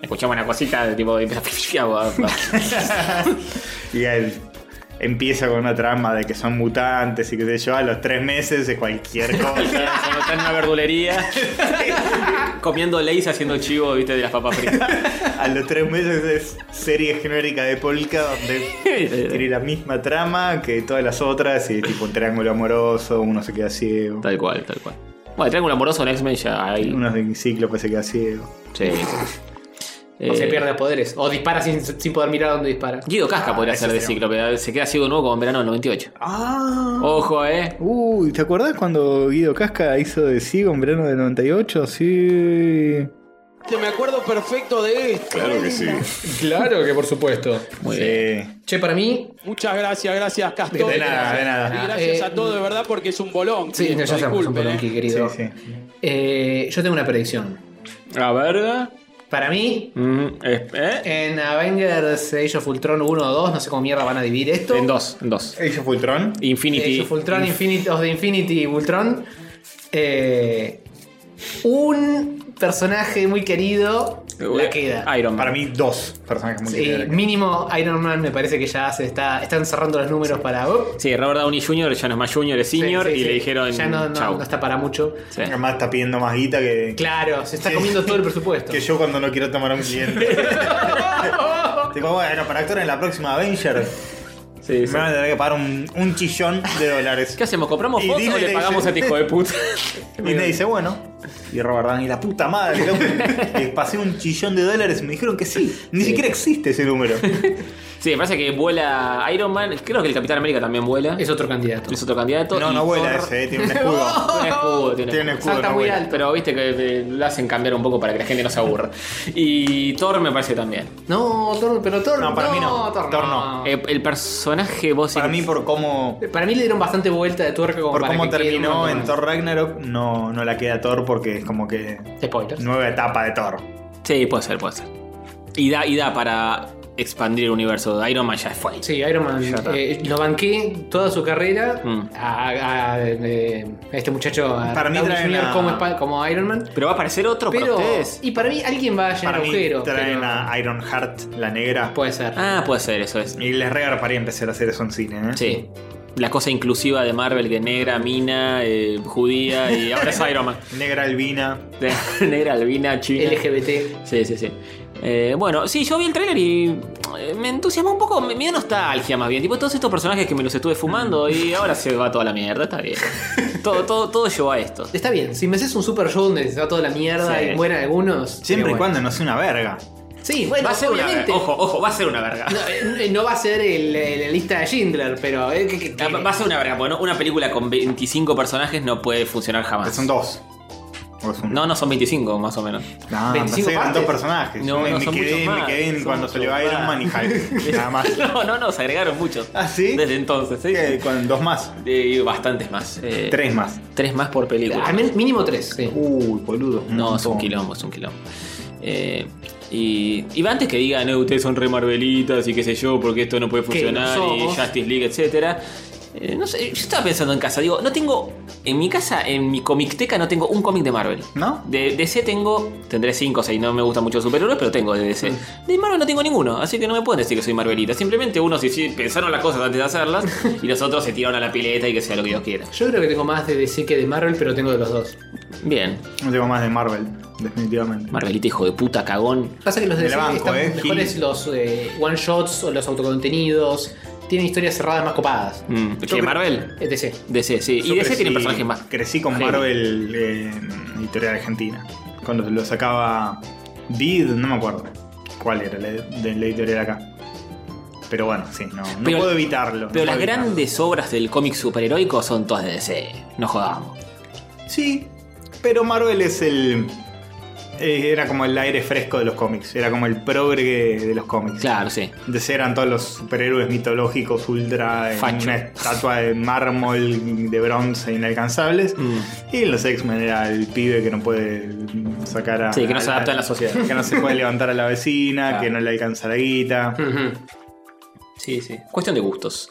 [SPEAKER 3] Escuchamos una cosita, tipo, y empieza a...
[SPEAKER 1] Y él empieza con una trama de que son mutantes y que sé yo, a los tres meses es cualquier cosa.
[SPEAKER 3] Cuando está en una verdulería, comiendo leis haciendo chivo, viste, de las papas fritas.
[SPEAKER 1] a los tres meses es serie genérica de Polka donde tiene la misma trama que todas las otras y tipo un triángulo amoroso, uno se queda ciego.
[SPEAKER 3] Tal cual, tal cual. Bueno, el triángulo amoroso en X-Men ya hay.
[SPEAKER 1] Uno de cíclope se queda ciego.
[SPEAKER 3] Sí.
[SPEAKER 4] o se
[SPEAKER 3] Eh,
[SPEAKER 4] pierde poderes. O dispara sin, sin poder mirar a dónde dispara.
[SPEAKER 3] Guido
[SPEAKER 9] Ah,
[SPEAKER 3] Casca podría ser de cíclope, se queda ciego de nuevo como en verano del 98.
[SPEAKER 1] Ah.
[SPEAKER 3] Ojo, eh.
[SPEAKER 1] Uy, ¿te acordás cuando Guido Casca hizo de Sigo en verano del 98? Sí.
[SPEAKER 9] Yo me acuerdo perfecto de esto.
[SPEAKER 8] Claro que sí.
[SPEAKER 4] Claro que por supuesto.
[SPEAKER 3] Muy
[SPEAKER 1] Sí.
[SPEAKER 3] bien.
[SPEAKER 4] Che, para mí.
[SPEAKER 9] Muchas gracias, gracias Castor.
[SPEAKER 1] De nada, de nada.
[SPEAKER 9] Y gracias
[SPEAKER 4] Eh,
[SPEAKER 9] a todos, de verdad, porque es un bolón.
[SPEAKER 4] Sí, ya sabemos un
[SPEAKER 9] disculpen,
[SPEAKER 4] bolonqui,
[SPEAKER 9] eh.
[SPEAKER 4] querido.
[SPEAKER 1] Sí,
[SPEAKER 4] Eh, yo tengo una predicción.
[SPEAKER 3] A ver. eh.
[SPEAKER 4] Para mí,
[SPEAKER 3] mm, eh, eh,
[SPEAKER 4] en Avengers Age of Ultron 1 o 2, no sé cómo mierda van a dividir esto.
[SPEAKER 3] En dos, en dos.
[SPEAKER 1] Age of Ultron.
[SPEAKER 3] Infinity.
[SPEAKER 4] Age of Ultron, Eh, Infinity, of the Infinity Ultron. Eh, un personaje muy querido la queda.
[SPEAKER 3] Iron Man.
[SPEAKER 1] Para mí, dos personajes muy
[SPEAKER 4] Sí,
[SPEAKER 1] queridos.
[SPEAKER 4] mínimo Iron Man me parece que ya se está están cerrando los números para oh,
[SPEAKER 3] Sí, Robert Downey Jr. ya no es más Jr., es Senior
[SPEAKER 4] sí, sí,
[SPEAKER 3] y
[SPEAKER 4] sí.
[SPEAKER 3] le dijeron.
[SPEAKER 4] ya no, no-
[SPEAKER 3] chau.
[SPEAKER 4] no está para mucho.
[SPEAKER 3] Sí.
[SPEAKER 1] Además, está pidiendo más guita que,
[SPEAKER 4] Claro, se está
[SPEAKER 1] Sí.
[SPEAKER 4] comiendo todo el presupuesto.
[SPEAKER 1] que yo cuando no quiero tomar a un cliente. tipo, bueno, para actuar en la próxima Avenger,
[SPEAKER 3] Sí, sí.
[SPEAKER 1] me van a tener que pagar un, un chillón de dólares.
[SPEAKER 3] ¿Qué hacemos? ¿Compramos
[SPEAKER 1] Y
[SPEAKER 3] Fox
[SPEAKER 1] Disney
[SPEAKER 3] o le
[SPEAKER 1] dice-
[SPEAKER 3] pagamos a este hijo de puta?
[SPEAKER 1] Y me dice, bueno. Y Robert Downey, la puta madre, loco. Les pasé un chillón de dólares y me dijeron que sí. Ni siquiera existe ese número.
[SPEAKER 3] Sí, me parece que vuela Iron Man. Creo que el Capitán América también vuela.
[SPEAKER 4] Es otro candidato.
[SPEAKER 3] Es otro candidato.
[SPEAKER 1] No,
[SPEAKER 3] y
[SPEAKER 1] no vuela
[SPEAKER 3] Thor-
[SPEAKER 1] ese, eh, tiene un escudo.
[SPEAKER 3] Tiene escudo, tiene
[SPEAKER 1] Tiene
[SPEAKER 3] escudo.
[SPEAKER 1] escudo, no
[SPEAKER 4] Salta Ah, muy
[SPEAKER 1] vuela.
[SPEAKER 4] alto.
[SPEAKER 3] Pero viste que eh, lo hacen cambiar un poco para que la gente no se aburra. Y Thor me parece que también.
[SPEAKER 4] No, Thor, pero Thor.
[SPEAKER 1] No, para mí no.
[SPEAKER 4] Thor
[SPEAKER 1] Thor
[SPEAKER 4] no.
[SPEAKER 1] no.
[SPEAKER 3] Eh, el personaje vos
[SPEAKER 1] Para mí, por cómo,
[SPEAKER 4] Para mí le dieron bastante vuelta de tuerca como
[SPEAKER 1] por
[SPEAKER 4] para
[SPEAKER 1] cómo
[SPEAKER 4] que quede
[SPEAKER 1] terminó
[SPEAKER 4] más
[SPEAKER 1] en
[SPEAKER 4] normal.
[SPEAKER 1] Thor Ragnarok, no, no la queda Thor porque es como que
[SPEAKER 4] Spoilers.
[SPEAKER 1] nueva etapa de Thor.
[SPEAKER 3] Sí, puede ser, puede ser. Y da, y da para expandir el universo. Iron Man ya fue.
[SPEAKER 4] Sí, Iron Man.
[SPEAKER 3] Ya está.
[SPEAKER 4] eh, lo banqué toda su carrera
[SPEAKER 3] Mm.
[SPEAKER 4] a, a- a, eh, a este muchacho, a
[SPEAKER 1] Para mí
[SPEAKER 4] Downey
[SPEAKER 1] traen
[SPEAKER 4] Jr.
[SPEAKER 1] a-
[SPEAKER 4] como, Sp- como Iron Man.
[SPEAKER 3] Pero va a aparecer otro para
[SPEAKER 4] Pero,
[SPEAKER 3] ustedes.
[SPEAKER 4] y para mí alguien va a llenar
[SPEAKER 1] Para mí
[SPEAKER 4] agujeros.
[SPEAKER 1] traen
[SPEAKER 4] pero-
[SPEAKER 1] a Ironheart, la negra.
[SPEAKER 4] Puede ser.
[SPEAKER 3] Ah, puede ser, eso es.
[SPEAKER 1] Y les regarparía empezar a hacer eso en cine, ¿eh?
[SPEAKER 3] Sí. La cosa inclusiva de Marvel que negra, mina, eh, judía y ahora es Iron Man.
[SPEAKER 1] Negra albina.
[SPEAKER 3] negra, albina, china.
[SPEAKER 4] LGBT.
[SPEAKER 3] Sí, sí, sí. Eh, bueno, sí, yo vi el tráiler y eh, me entusiasmó un poco, me, me dio nostalgia más bien. Tipo, todos estos personajes que me los estuve fumando y ahora se va toda la mierda, está bien. todo, todo, todo llevó a esto.
[SPEAKER 4] Está bien, si me haces un super show donde se va toda la mierda
[SPEAKER 3] Sí.
[SPEAKER 4] y mueren algunos.
[SPEAKER 1] Siempre y
[SPEAKER 4] pero bueno.
[SPEAKER 1] cuando no sea una verga.
[SPEAKER 4] Sí, bueno,
[SPEAKER 3] Va a ser una
[SPEAKER 4] obviamente.
[SPEAKER 3] verga. Ojo, ojo, va a ser una verga.
[SPEAKER 4] No, eh, no va a ser el- el- la lista de Schindler, pero. eh, que- que-
[SPEAKER 3] Ah, Va va a ser una verga, porque no- una película con 25 personajes no puede funcionar jamás.
[SPEAKER 1] Son dos. O es un-
[SPEAKER 3] No, no son 25 más o menos.
[SPEAKER 1] No,
[SPEAKER 4] 25
[SPEAKER 1] pensé que eran dos
[SPEAKER 4] partes.
[SPEAKER 1] personajes.
[SPEAKER 3] No,
[SPEAKER 1] me,
[SPEAKER 3] no,
[SPEAKER 1] me
[SPEAKER 3] son
[SPEAKER 1] quedé,
[SPEAKER 3] muchos
[SPEAKER 1] me quedé en
[SPEAKER 3] más,
[SPEAKER 1] cuando
[SPEAKER 3] son
[SPEAKER 1] salió
[SPEAKER 3] muchos
[SPEAKER 1] Iron Man y Hulk. Nada más.
[SPEAKER 3] No, no, nos agregaron muchos.
[SPEAKER 1] ¿Ah, sí?
[SPEAKER 3] Desde entonces, sí.
[SPEAKER 1] Eh, Con dos más.
[SPEAKER 3] Eh, bastantes más. Eh,
[SPEAKER 1] Tres Ah, más.
[SPEAKER 3] Tres más por película.
[SPEAKER 4] al menos mínimo tres. sí.
[SPEAKER 3] Uh.
[SPEAKER 1] Uy, boludo.
[SPEAKER 3] No, es un
[SPEAKER 1] montón.
[SPEAKER 3] quilombo, es un quilombo. Eh, y, y antes que digan, "Eh, ustedes son re Marvelitas y qué sé yo, porque esto no puede
[SPEAKER 4] ¿Qué, no
[SPEAKER 3] funcionar, y
[SPEAKER 4] somos?
[SPEAKER 3] Justice League, etcétera Eh, no sé, yo estaba pensando en casa. Digo, no tengo. En mi casa, en mi comicteca, no tengo un cómic de Marvel.
[SPEAKER 1] ¿No?
[SPEAKER 3] De DC tengo. Tendré 5 o 6. No me gustan mucho los superhéroes, pero tengo de DC. De Marvel no tengo ninguno. Así que no me pueden decir que soy Marvelita. Simplemente unos hici- pensaron las cosas antes de hacerlas. y los otros se tiraron a la pileta y que sea lo que Dios quiera.
[SPEAKER 4] Yo creo que tengo más de DC que de Marvel, pero tengo de los dos.
[SPEAKER 3] Bien.
[SPEAKER 1] No tengo más de Marvel, definitivamente.
[SPEAKER 3] Marvelita, hijo de puta, cagón.
[SPEAKER 4] Pasa que los
[SPEAKER 1] Me
[SPEAKER 4] de
[SPEAKER 1] la
[SPEAKER 4] DC
[SPEAKER 1] banco,
[SPEAKER 4] están
[SPEAKER 1] eh,
[SPEAKER 4] mejores
[SPEAKER 1] Gil.
[SPEAKER 4] los eh, one shots o los autocontenidos. Tienen historias cerradas más copadas.
[SPEAKER 3] Mm, ¿qué, Marvel?
[SPEAKER 4] Eh, DC.
[SPEAKER 3] DC, sí.
[SPEAKER 1] Yo
[SPEAKER 3] y DC
[SPEAKER 1] crecí-
[SPEAKER 3] tiene personajes más.
[SPEAKER 1] Crecí con
[SPEAKER 3] heavy.
[SPEAKER 1] Marvel eh, en Editorial Argentina. Cuando lo sacaba Did, no me acuerdo cuál era la, de la editorial acá. Pero bueno, sí, no, no
[SPEAKER 3] Pero-
[SPEAKER 1] puedo evitarlo. no
[SPEAKER 3] Pero
[SPEAKER 1] puedo
[SPEAKER 3] las
[SPEAKER 1] evitarlo.
[SPEAKER 3] grandes obras del cómic superheroico son todas de DC. No jodamos.
[SPEAKER 1] Sí, pero Marvel es el. eh, Era como el aire fresco de los cómics. Era como el progre de los cómics.
[SPEAKER 3] Claro, sí.
[SPEAKER 1] De ser eran todos los superhéroes mitológicos ultra en
[SPEAKER 3] Facho.
[SPEAKER 1] una estatua de mármol de bronce inalcanzables.
[SPEAKER 3] Mm.
[SPEAKER 1] Y los X-Men era el pibe que no puede sacar a.
[SPEAKER 3] Sí, que no se adapta a la sociedad. Ah.
[SPEAKER 1] Que no se puede levantar a la vecina,
[SPEAKER 3] Claro.
[SPEAKER 1] que no le alcanza la guita.
[SPEAKER 3] Mm. Sí, sí. Cuestión de gustos.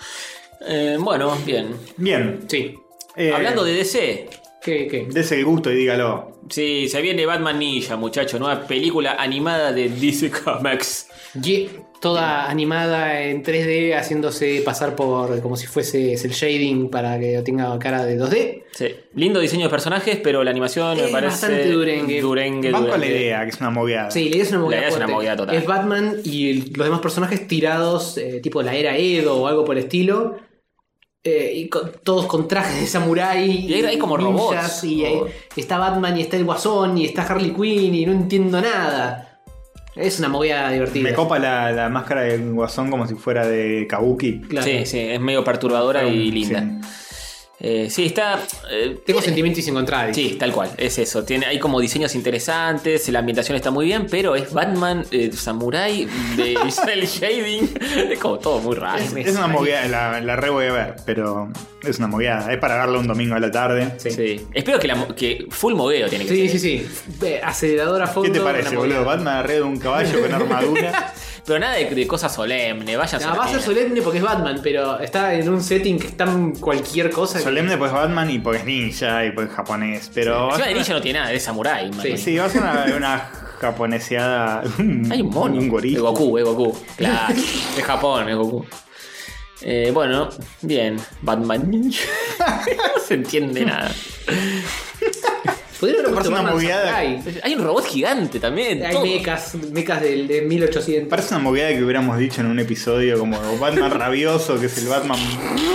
[SPEAKER 3] Eh, bueno, bien.
[SPEAKER 1] Bien.
[SPEAKER 4] Sí.
[SPEAKER 1] eh,
[SPEAKER 3] Hablando de DC.
[SPEAKER 4] ¿Qué, qué?
[SPEAKER 1] Dese el gusto y dígalo.
[SPEAKER 3] Sí, se viene Batman Ninja, muchacho. Nueva película animada de DC Comics.
[SPEAKER 4] Ye- toda animada en 3D, haciéndose pasar por como si fuese el shading para que tenga cara de 2D.
[SPEAKER 3] Sí. Lindo diseño de personajes, pero la animación me
[SPEAKER 4] Es
[SPEAKER 3] parece.
[SPEAKER 4] bastante durengue.
[SPEAKER 3] Durengue,
[SPEAKER 1] Banco la
[SPEAKER 3] durengue.
[SPEAKER 1] idea, que es una mogueada.
[SPEAKER 4] Sí, le es una movida
[SPEAKER 3] La idea es una
[SPEAKER 4] fuerte.
[SPEAKER 3] movida total.
[SPEAKER 4] Es Batman y el- los demás personajes tirados, eh, tipo la era Edo o algo por el estilo. eh, y con- todos con trajes de samurái.
[SPEAKER 3] Y hay- hay como robots,
[SPEAKER 4] Y hay-
[SPEAKER 3] o-
[SPEAKER 4] está Batman y está el Guasón y está Harley Quinn y no entiendo nada. Es una movida divertida.
[SPEAKER 1] Me copa la, la máscara de guasón como si fuera de Kabuki.
[SPEAKER 4] Claro.
[SPEAKER 3] Sí, sí, es medio perturbadora y linda. Eh,
[SPEAKER 1] Sí.
[SPEAKER 3] Sí, está. eh,
[SPEAKER 4] Tengo
[SPEAKER 3] tiene-
[SPEAKER 4] sentimientos encontrados.
[SPEAKER 3] Sí, tal cual, es eso. Tiene, hay como diseños interesantes, la ambientación está muy bien, pero es Batman, eh, Samurai, de el shading. Es como todo muy raro.
[SPEAKER 1] Es, es una mogueada, la, la re voy a ver, pero es una mogueada. Es para verla un domingo a la tarde.
[SPEAKER 3] Sí. Espero que, la, mo- que full mogueo tiene que
[SPEAKER 4] Sí,
[SPEAKER 3] ser.
[SPEAKER 4] sí, sí. Eh, Acelerador a fondo.
[SPEAKER 1] ¿Qué te
[SPEAKER 4] una
[SPEAKER 1] parece,
[SPEAKER 4] movida.
[SPEAKER 1] boludo? Batman arriba de un caballo con armadura.
[SPEAKER 3] Pero nada de, de cosa solemne, vaya
[SPEAKER 4] No, va a ser solemne porque es Batman, pero está en un setting que es tan cualquier cosa. que-
[SPEAKER 1] Solemne pues Batman y pues ninja y pues japonés. Pero.
[SPEAKER 3] Encima
[SPEAKER 1] va
[SPEAKER 3] de
[SPEAKER 1] a
[SPEAKER 3] ninja no tiene nada, es Samurai. man.
[SPEAKER 1] ser- Sí, va a ser una, una japoneseada.
[SPEAKER 3] Hay un mono.
[SPEAKER 1] Un gorila.
[SPEAKER 3] Es Goku, es Goku. Claro. es Japón, es Goku. Eh, bueno, bien. Batman Ninja. no se entiende nada.
[SPEAKER 4] Podrían
[SPEAKER 1] Parece
[SPEAKER 4] haber puesto
[SPEAKER 1] una
[SPEAKER 4] Batman
[SPEAKER 1] moviada.
[SPEAKER 4] Samurai.
[SPEAKER 3] Hay un robot gigante también.
[SPEAKER 4] Hay
[SPEAKER 3] todo.
[SPEAKER 4] mecas, mecas del, de 1800.
[SPEAKER 1] Parece una mogueada que hubiéramos dicho en un episodio como Batman rabioso, que es el Batman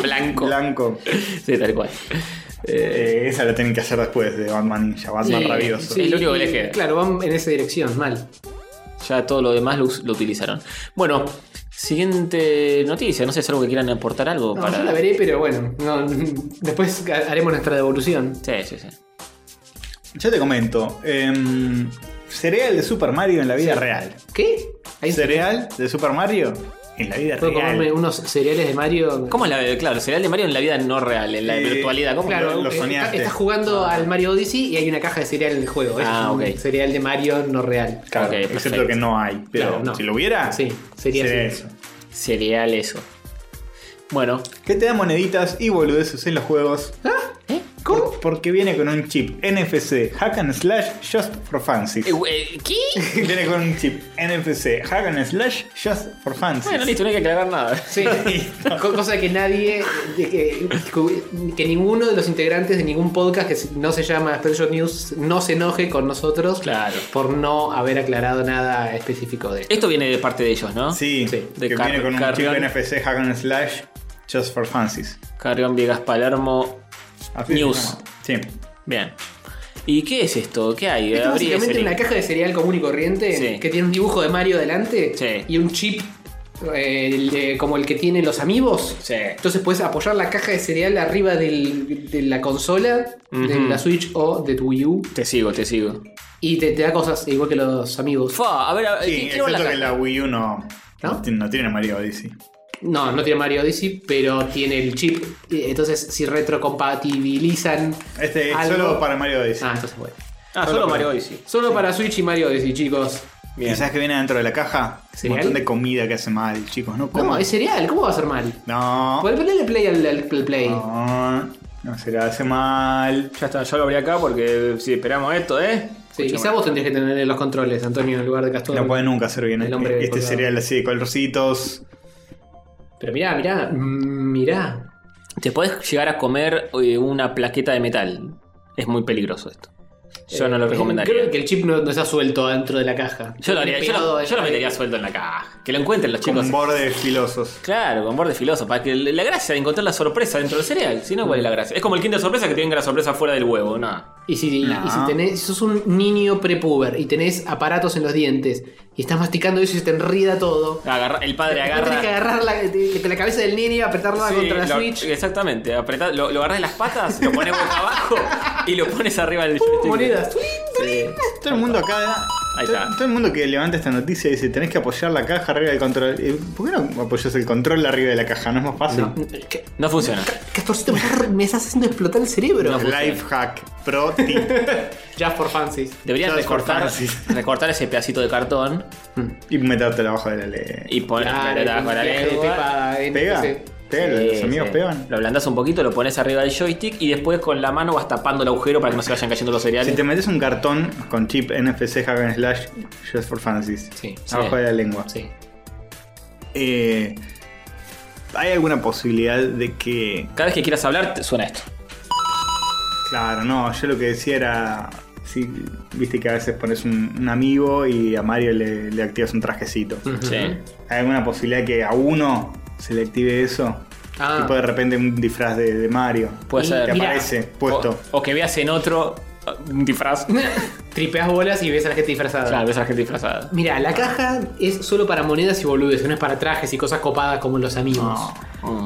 [SPEAKER 3] Blanco.
[SPEAKER 1] blanco.
[SPEAKER 3] Sí, tal cual.
[SPEAKER 1] Eh, esa la tienen que hacer después de Batman Ninja, Batman
[SPEAKER 4] Sí,
[SPEAKER 1] rabioso.
[SPEAKER 3] Es lo único que les queda.
[SPEAKER 4] Claro, van en esa dirección, mal.
[SPEAKER 3] Ya todo lo demás lo, us- lo utilizaron. Bueno, siguiente noticia. No sé si es algo que quieran aportar algo
[SPEAKER 4] No,
[SPEAKER 3] para.
[SPEAKER 4] Yo la veré, pero bueno. no, después ha- haremos nuestra devolución.
[SPEAKER 3] Sí, sí, sí.
[SPEAKER 1] Yo te comento. em, cereal de Super Mario en la vida
[SPEAKER 4] Sí.
[SPEAKER 1] real.
[SPEAKER 4] ¿Qué? ¿Hay
[SPEAKER 1] cereal de Super Mario en la vida
[SPEAKER 4] ¿Puedo
[SPEAKER 1] real.
[SPEAKER 4] comerme unos cereales de Mario?
[SPEAKER 3] ¿Cómo es la de- Claro, será el de Mario en la vida no real, en la
[SPEAKER 1] Eh,
[SPEAKER 3] virtualidad. ¿Cómo?
[SPEAKER 1] claro. Lo- lo
[SPEAKER 4] eh,
[SPEAKER 1] soñaste.
[SPEAKER 4] está- Estás jugando al Mario Odyssey y hay una caja de cereal en el juego. Es
[SPEAKER 3] Ah,
[SPEAKER 4] un
[SPEAKER 3] ok.
[SPEAKER 4] cereal de Mario no real.
[SPEAKER 1] Claro,
[SPEAKER 3] Ok,
[SPEAKER 1] excepto
[SPEAKER 3] perfecto.
[SPEAKER 1] que no hay. Pero
[SPEAKER 4] Claro, no.
[SPEAKER 1] si lo hubiera,
[SPEAKER 4] Sí, sería así.
[SPEAKER 1] eso.
[SPEAKER 3] Serial eso. Bueno,
[SPEAKER 1] Que te da moneditas y boludeces en los juegos.
[SPEAKER 3] ¿eh?
[SPEAKER 1] ¿Cómo? Porque viene con un chip NFC Hack and Slash Just for Fancies.
[SPEAKER 3] Eh, eh, ¿Qué?
[SPEAKER 1] viene con un chip NFC Hack and Slash Just for Fancies.
[SPEAKER 3] Bueno, listo, no hay que aclarar nada.
[SPEAKER 4] Sí, Co- cosa que nadie, de que, que ninguno de los integrantes de ningún podcast que no se llama Special News no se enoje con nosotros
[SPEAKER 3] Claro.
[SPEAKER 4] por no haber aclarado nada específico de
[SPEAKER 3] Esto viene de parte de ellos, ¿no?
[SPEAKER 1] Sí,
[SPEAKER 4] Sí,
[SPEAKER 3] de
[SPEAKER 1] que
[SPEAKER 3] car-
[SPEAKER 1] viene con un chip
[SPEAKER 3] cargan-
[SPEAKER 1] NFC Hack and Slash Just for Fancies.
[SPEAKER 3] Carrión Viegas Palermo.
[SPEAKER 1] Así
[SPEAKER 3] News.
[SPEAKER 1] se llama. Sí.
[SPEAKER 3] Bien. ¿Y qué es esto? ¿Qué hay?
[SPEAKER 4] Esto es
[SPEAKER 3] Eh, Abrí
[SPEAKER 4] básicamente
[SPEAKER 3] ese
[SPEAKER 4] una
[SPEAKER 3] link.
[SPEAKER 4] caja de cereal común y corriente
[SPEAKER 3] Sí.
[SPEAKER 4] que tiene un dibujo de Mario delante
[SPEAKER 3] Sí.
[SPEAKER 4] y un chip eh, el de- como el que tienen los amigos.
[SPEAKER 3] Sí.
[SPEAKER 4] Entonces puedes apoyar la caja de cereal arriba del- de la consola, de
[SPEAKER 3] Ujú.
[SPEAKER 4] la Switch o de tu Wii U
[SPEAKER 3] Te sigo, te sigo.
[SPEAKER 4] y te, te da cosas igual que los amigos.
[SPEAKER 3] Fa, a ver, a-
[SPEAKER 1] Sí,
[SPEAKER 3] quiero la
[SPEAKER 1] excepto que
[SPEAKER 3] caja.
[SPEAKER 1] la Wii U no,
[SPEAKER 4] ¿No?
[SPEAKER 1] no, tiene- no tiene Mario Odyssey.
[SPEAKER 4] No, no tiene Mario Odyssey, pero tiene el chip. Eh, Entonces, si retrocompatibilizan.
[SPEAKER 1] Este es
[SPEAKER 4] algo-
[SPEAKER 1] solo para Mario Odyssey.
[SPEAKER 4] Ah, entonces bueno.
[SPEAKER 3] Ah, solo Mario Odyssey.
[SPEAKER 4] Solo para Switch y Mario Odyssey, chicos.
[SPEAKER 3] Bien.
[SPEAKER 1] Quizás que viene dentro de la caja.
[SPEAKER 4] ¿Cereal?
[SPEAKER 1] Un montón de comida que hace mal, chicos. No,
[SPEAKER 4] ¿Cómo?
[SPEAKER 1] coman.
[SPEAKER 4] Es cereal, ¿cómo va a ser mal?
[SPEAKER 1] No.
[SPEAKER 4] Por ponerle play al, al- al play.
[SPEAKER 1] No, no se la hace mal.
[SPEAKER 3] Ya está, yo lo abrí acá porque si esperamos esto, ¿eh?
[SPEAKER 4] Sí, quizá vos tendrías que tener los controles, Antonio, en lugar de Castor.
[SPEAKER 1] No puede nunca hacer bien
[SPEAKER 4] El hombre
[SPEAKER 1] este
[SPEAKER 4] colgado.
[SPEAKER 1] cereal así de colorcitos.
[SPEAKER 4] Pero mirá, mirá, mm, mirá.
[SPEAKER 3] Te puedes llegar a comer eh, una plaqueta de metal. Es muy peligroso esto. Yo no lo
[SPEAKER 4] Eh,
[SPEAKER 3] recomendaría.
[SPEAKER 4] Creo que el chip no, no está suelto dentro de la caja.
[SPEAKER 3] Yo lo haría, yo
[SPEAKER 4] Pegado
[SPEAKER 3] lo,
[SPEAKER 4] de-
[SPEAKER 3] yo lo metería suelto en la caja. Que lo encuentren los chicos.
[SPEAKER 1] Con bordes filosos.
[SPEAKER 3] Claro, con borde filoso, para que la gracia de encontrar la sorpresa dentro del cereal, si no, ¿cuál es la gracia? Es como el kinder sorpresa que tienen la sorpresa fuera del huevo, nada.
[SPEAKER 4] eh, Y si, y
[SPEAKER 1] No.
[SPEAKER 4] si tenés, sos un niño prepuber y tenés aparatos en los dientes y estás masticando eso y se te enrida todo.
[SPEAKER 3] Agarra- el padre
[SPEAKER 4] Vos Tenés que
[SPEAKER 3] agarra.
[SPEAKER 4] agarrar la, de- de la cabeza del niño y apretarla
[SPEAKER 3] Sí,
[SPEAKER 4] contra la
[SPEAKER 3] lo-
[SPEAKER 4] Switch.
[SPEAKER 3] Exactamente, apretá- lo, lo agarras de las patas, lo pones boca abajo y lo pones arriba
[SPEAKER 4] Uh,
[SPEAKER 3] del joystick.
[SPEAKER 4] monedas.
[SPEAKER 3] Sí.
[SPEAKER 1] Todo el mundo acá.
[SPEAKER 3] Ahí
[SPEAKER 1] todo,
[SPEAKER 3] está.
[SPEAKER 1] todo el mundo que levanta esta noticia dice: tenés que apoyar la caja arriba del control. Eh, ¿Por qué no apoyas el control arriba de la caja? ¿No es más fácil?
[SPEAKER 4] Ca-
[SPEAKER 3] No funciona.
[SPEAKER 4] Castorcito, me estás- me estás haciendo explotar el cerebro.
[SPEAKER 3] No.
[SPEAKER 1] Life hack pro tip.
[SPEAKER 4] Just pues, for fancies.
[SPEAKER 3] Deberías
[SPEAKER 1] Sabes
[SPEAKER 3] recortar,
[SPEAKER 1] cortar, sí.
[SPEAKER 3] recortar ese pedacito de cartón
[SPEAKER 1] y metértelo abajo de la ley.
[SPEAKER 3] y ponerlo abajo de la lengua.
[SPEAKER 1] ¿Pega? ¿Pega? ¿Los
[SPEAKER 3] Sí,
[SPEAKER 1] amigos
[SPEAKER 3] sí.
[SPEAKER 1] pegan?
[SPEAKER 3] Lo ablandás un poquito, lo pones arriba del joystick y después con la mano vas tapando el agujero para que no se vayan cayendo los cereales.
[SPEAKER 1] Si te metes un cartón con chip NFC Hack and Slash Just for Fancies
[SPEAKER 4] Sí,
[SPEAKER 1] abajo
[SPEAKER 3] sí.
[SPEAKER 1] de la lengua,
[SPEAKER 4] Sí.
[SPEAKER 1] eh, ¿hay alguna posibilidad de que
[SPEAKER 3] Cada vez que quieras hablar, te suena esto.
[SPEAKER 1] Claro, no, yo lo que decía era. Sí, viste que a veces pones un, un amigo y a Mario le, le activas un trajecito.
[SPEAKER 3] Sí.
[SPEAKER 1] ¿Hay alguna posibilidad que a uno se le active eso?
[SPEAKER 4] Ah. Pues,
[SPEAKER 1] Tipo de repente un disfraz de, de Mario.
[SPEAKER 3] Puede
[SPEAKER 1] Y
[SPEAKER 3] ser.
[SPEAKER 1] Te
[SPEAKER 4] Mirá.
[SPEAKER 1] aparece puesto.
[SPEAKER 3] O, o que veas en otro eh, un disfraz.
[SPEAKER 4] Tripeas bolas y ves a la gente disfrazada.
[SPEAKER 3] claro, ves a la gente disfrazada.
[SPEAKER 4] Mira, la caja es solo para monedas y boludes, no es para trajes y cosas copadas como los amigos.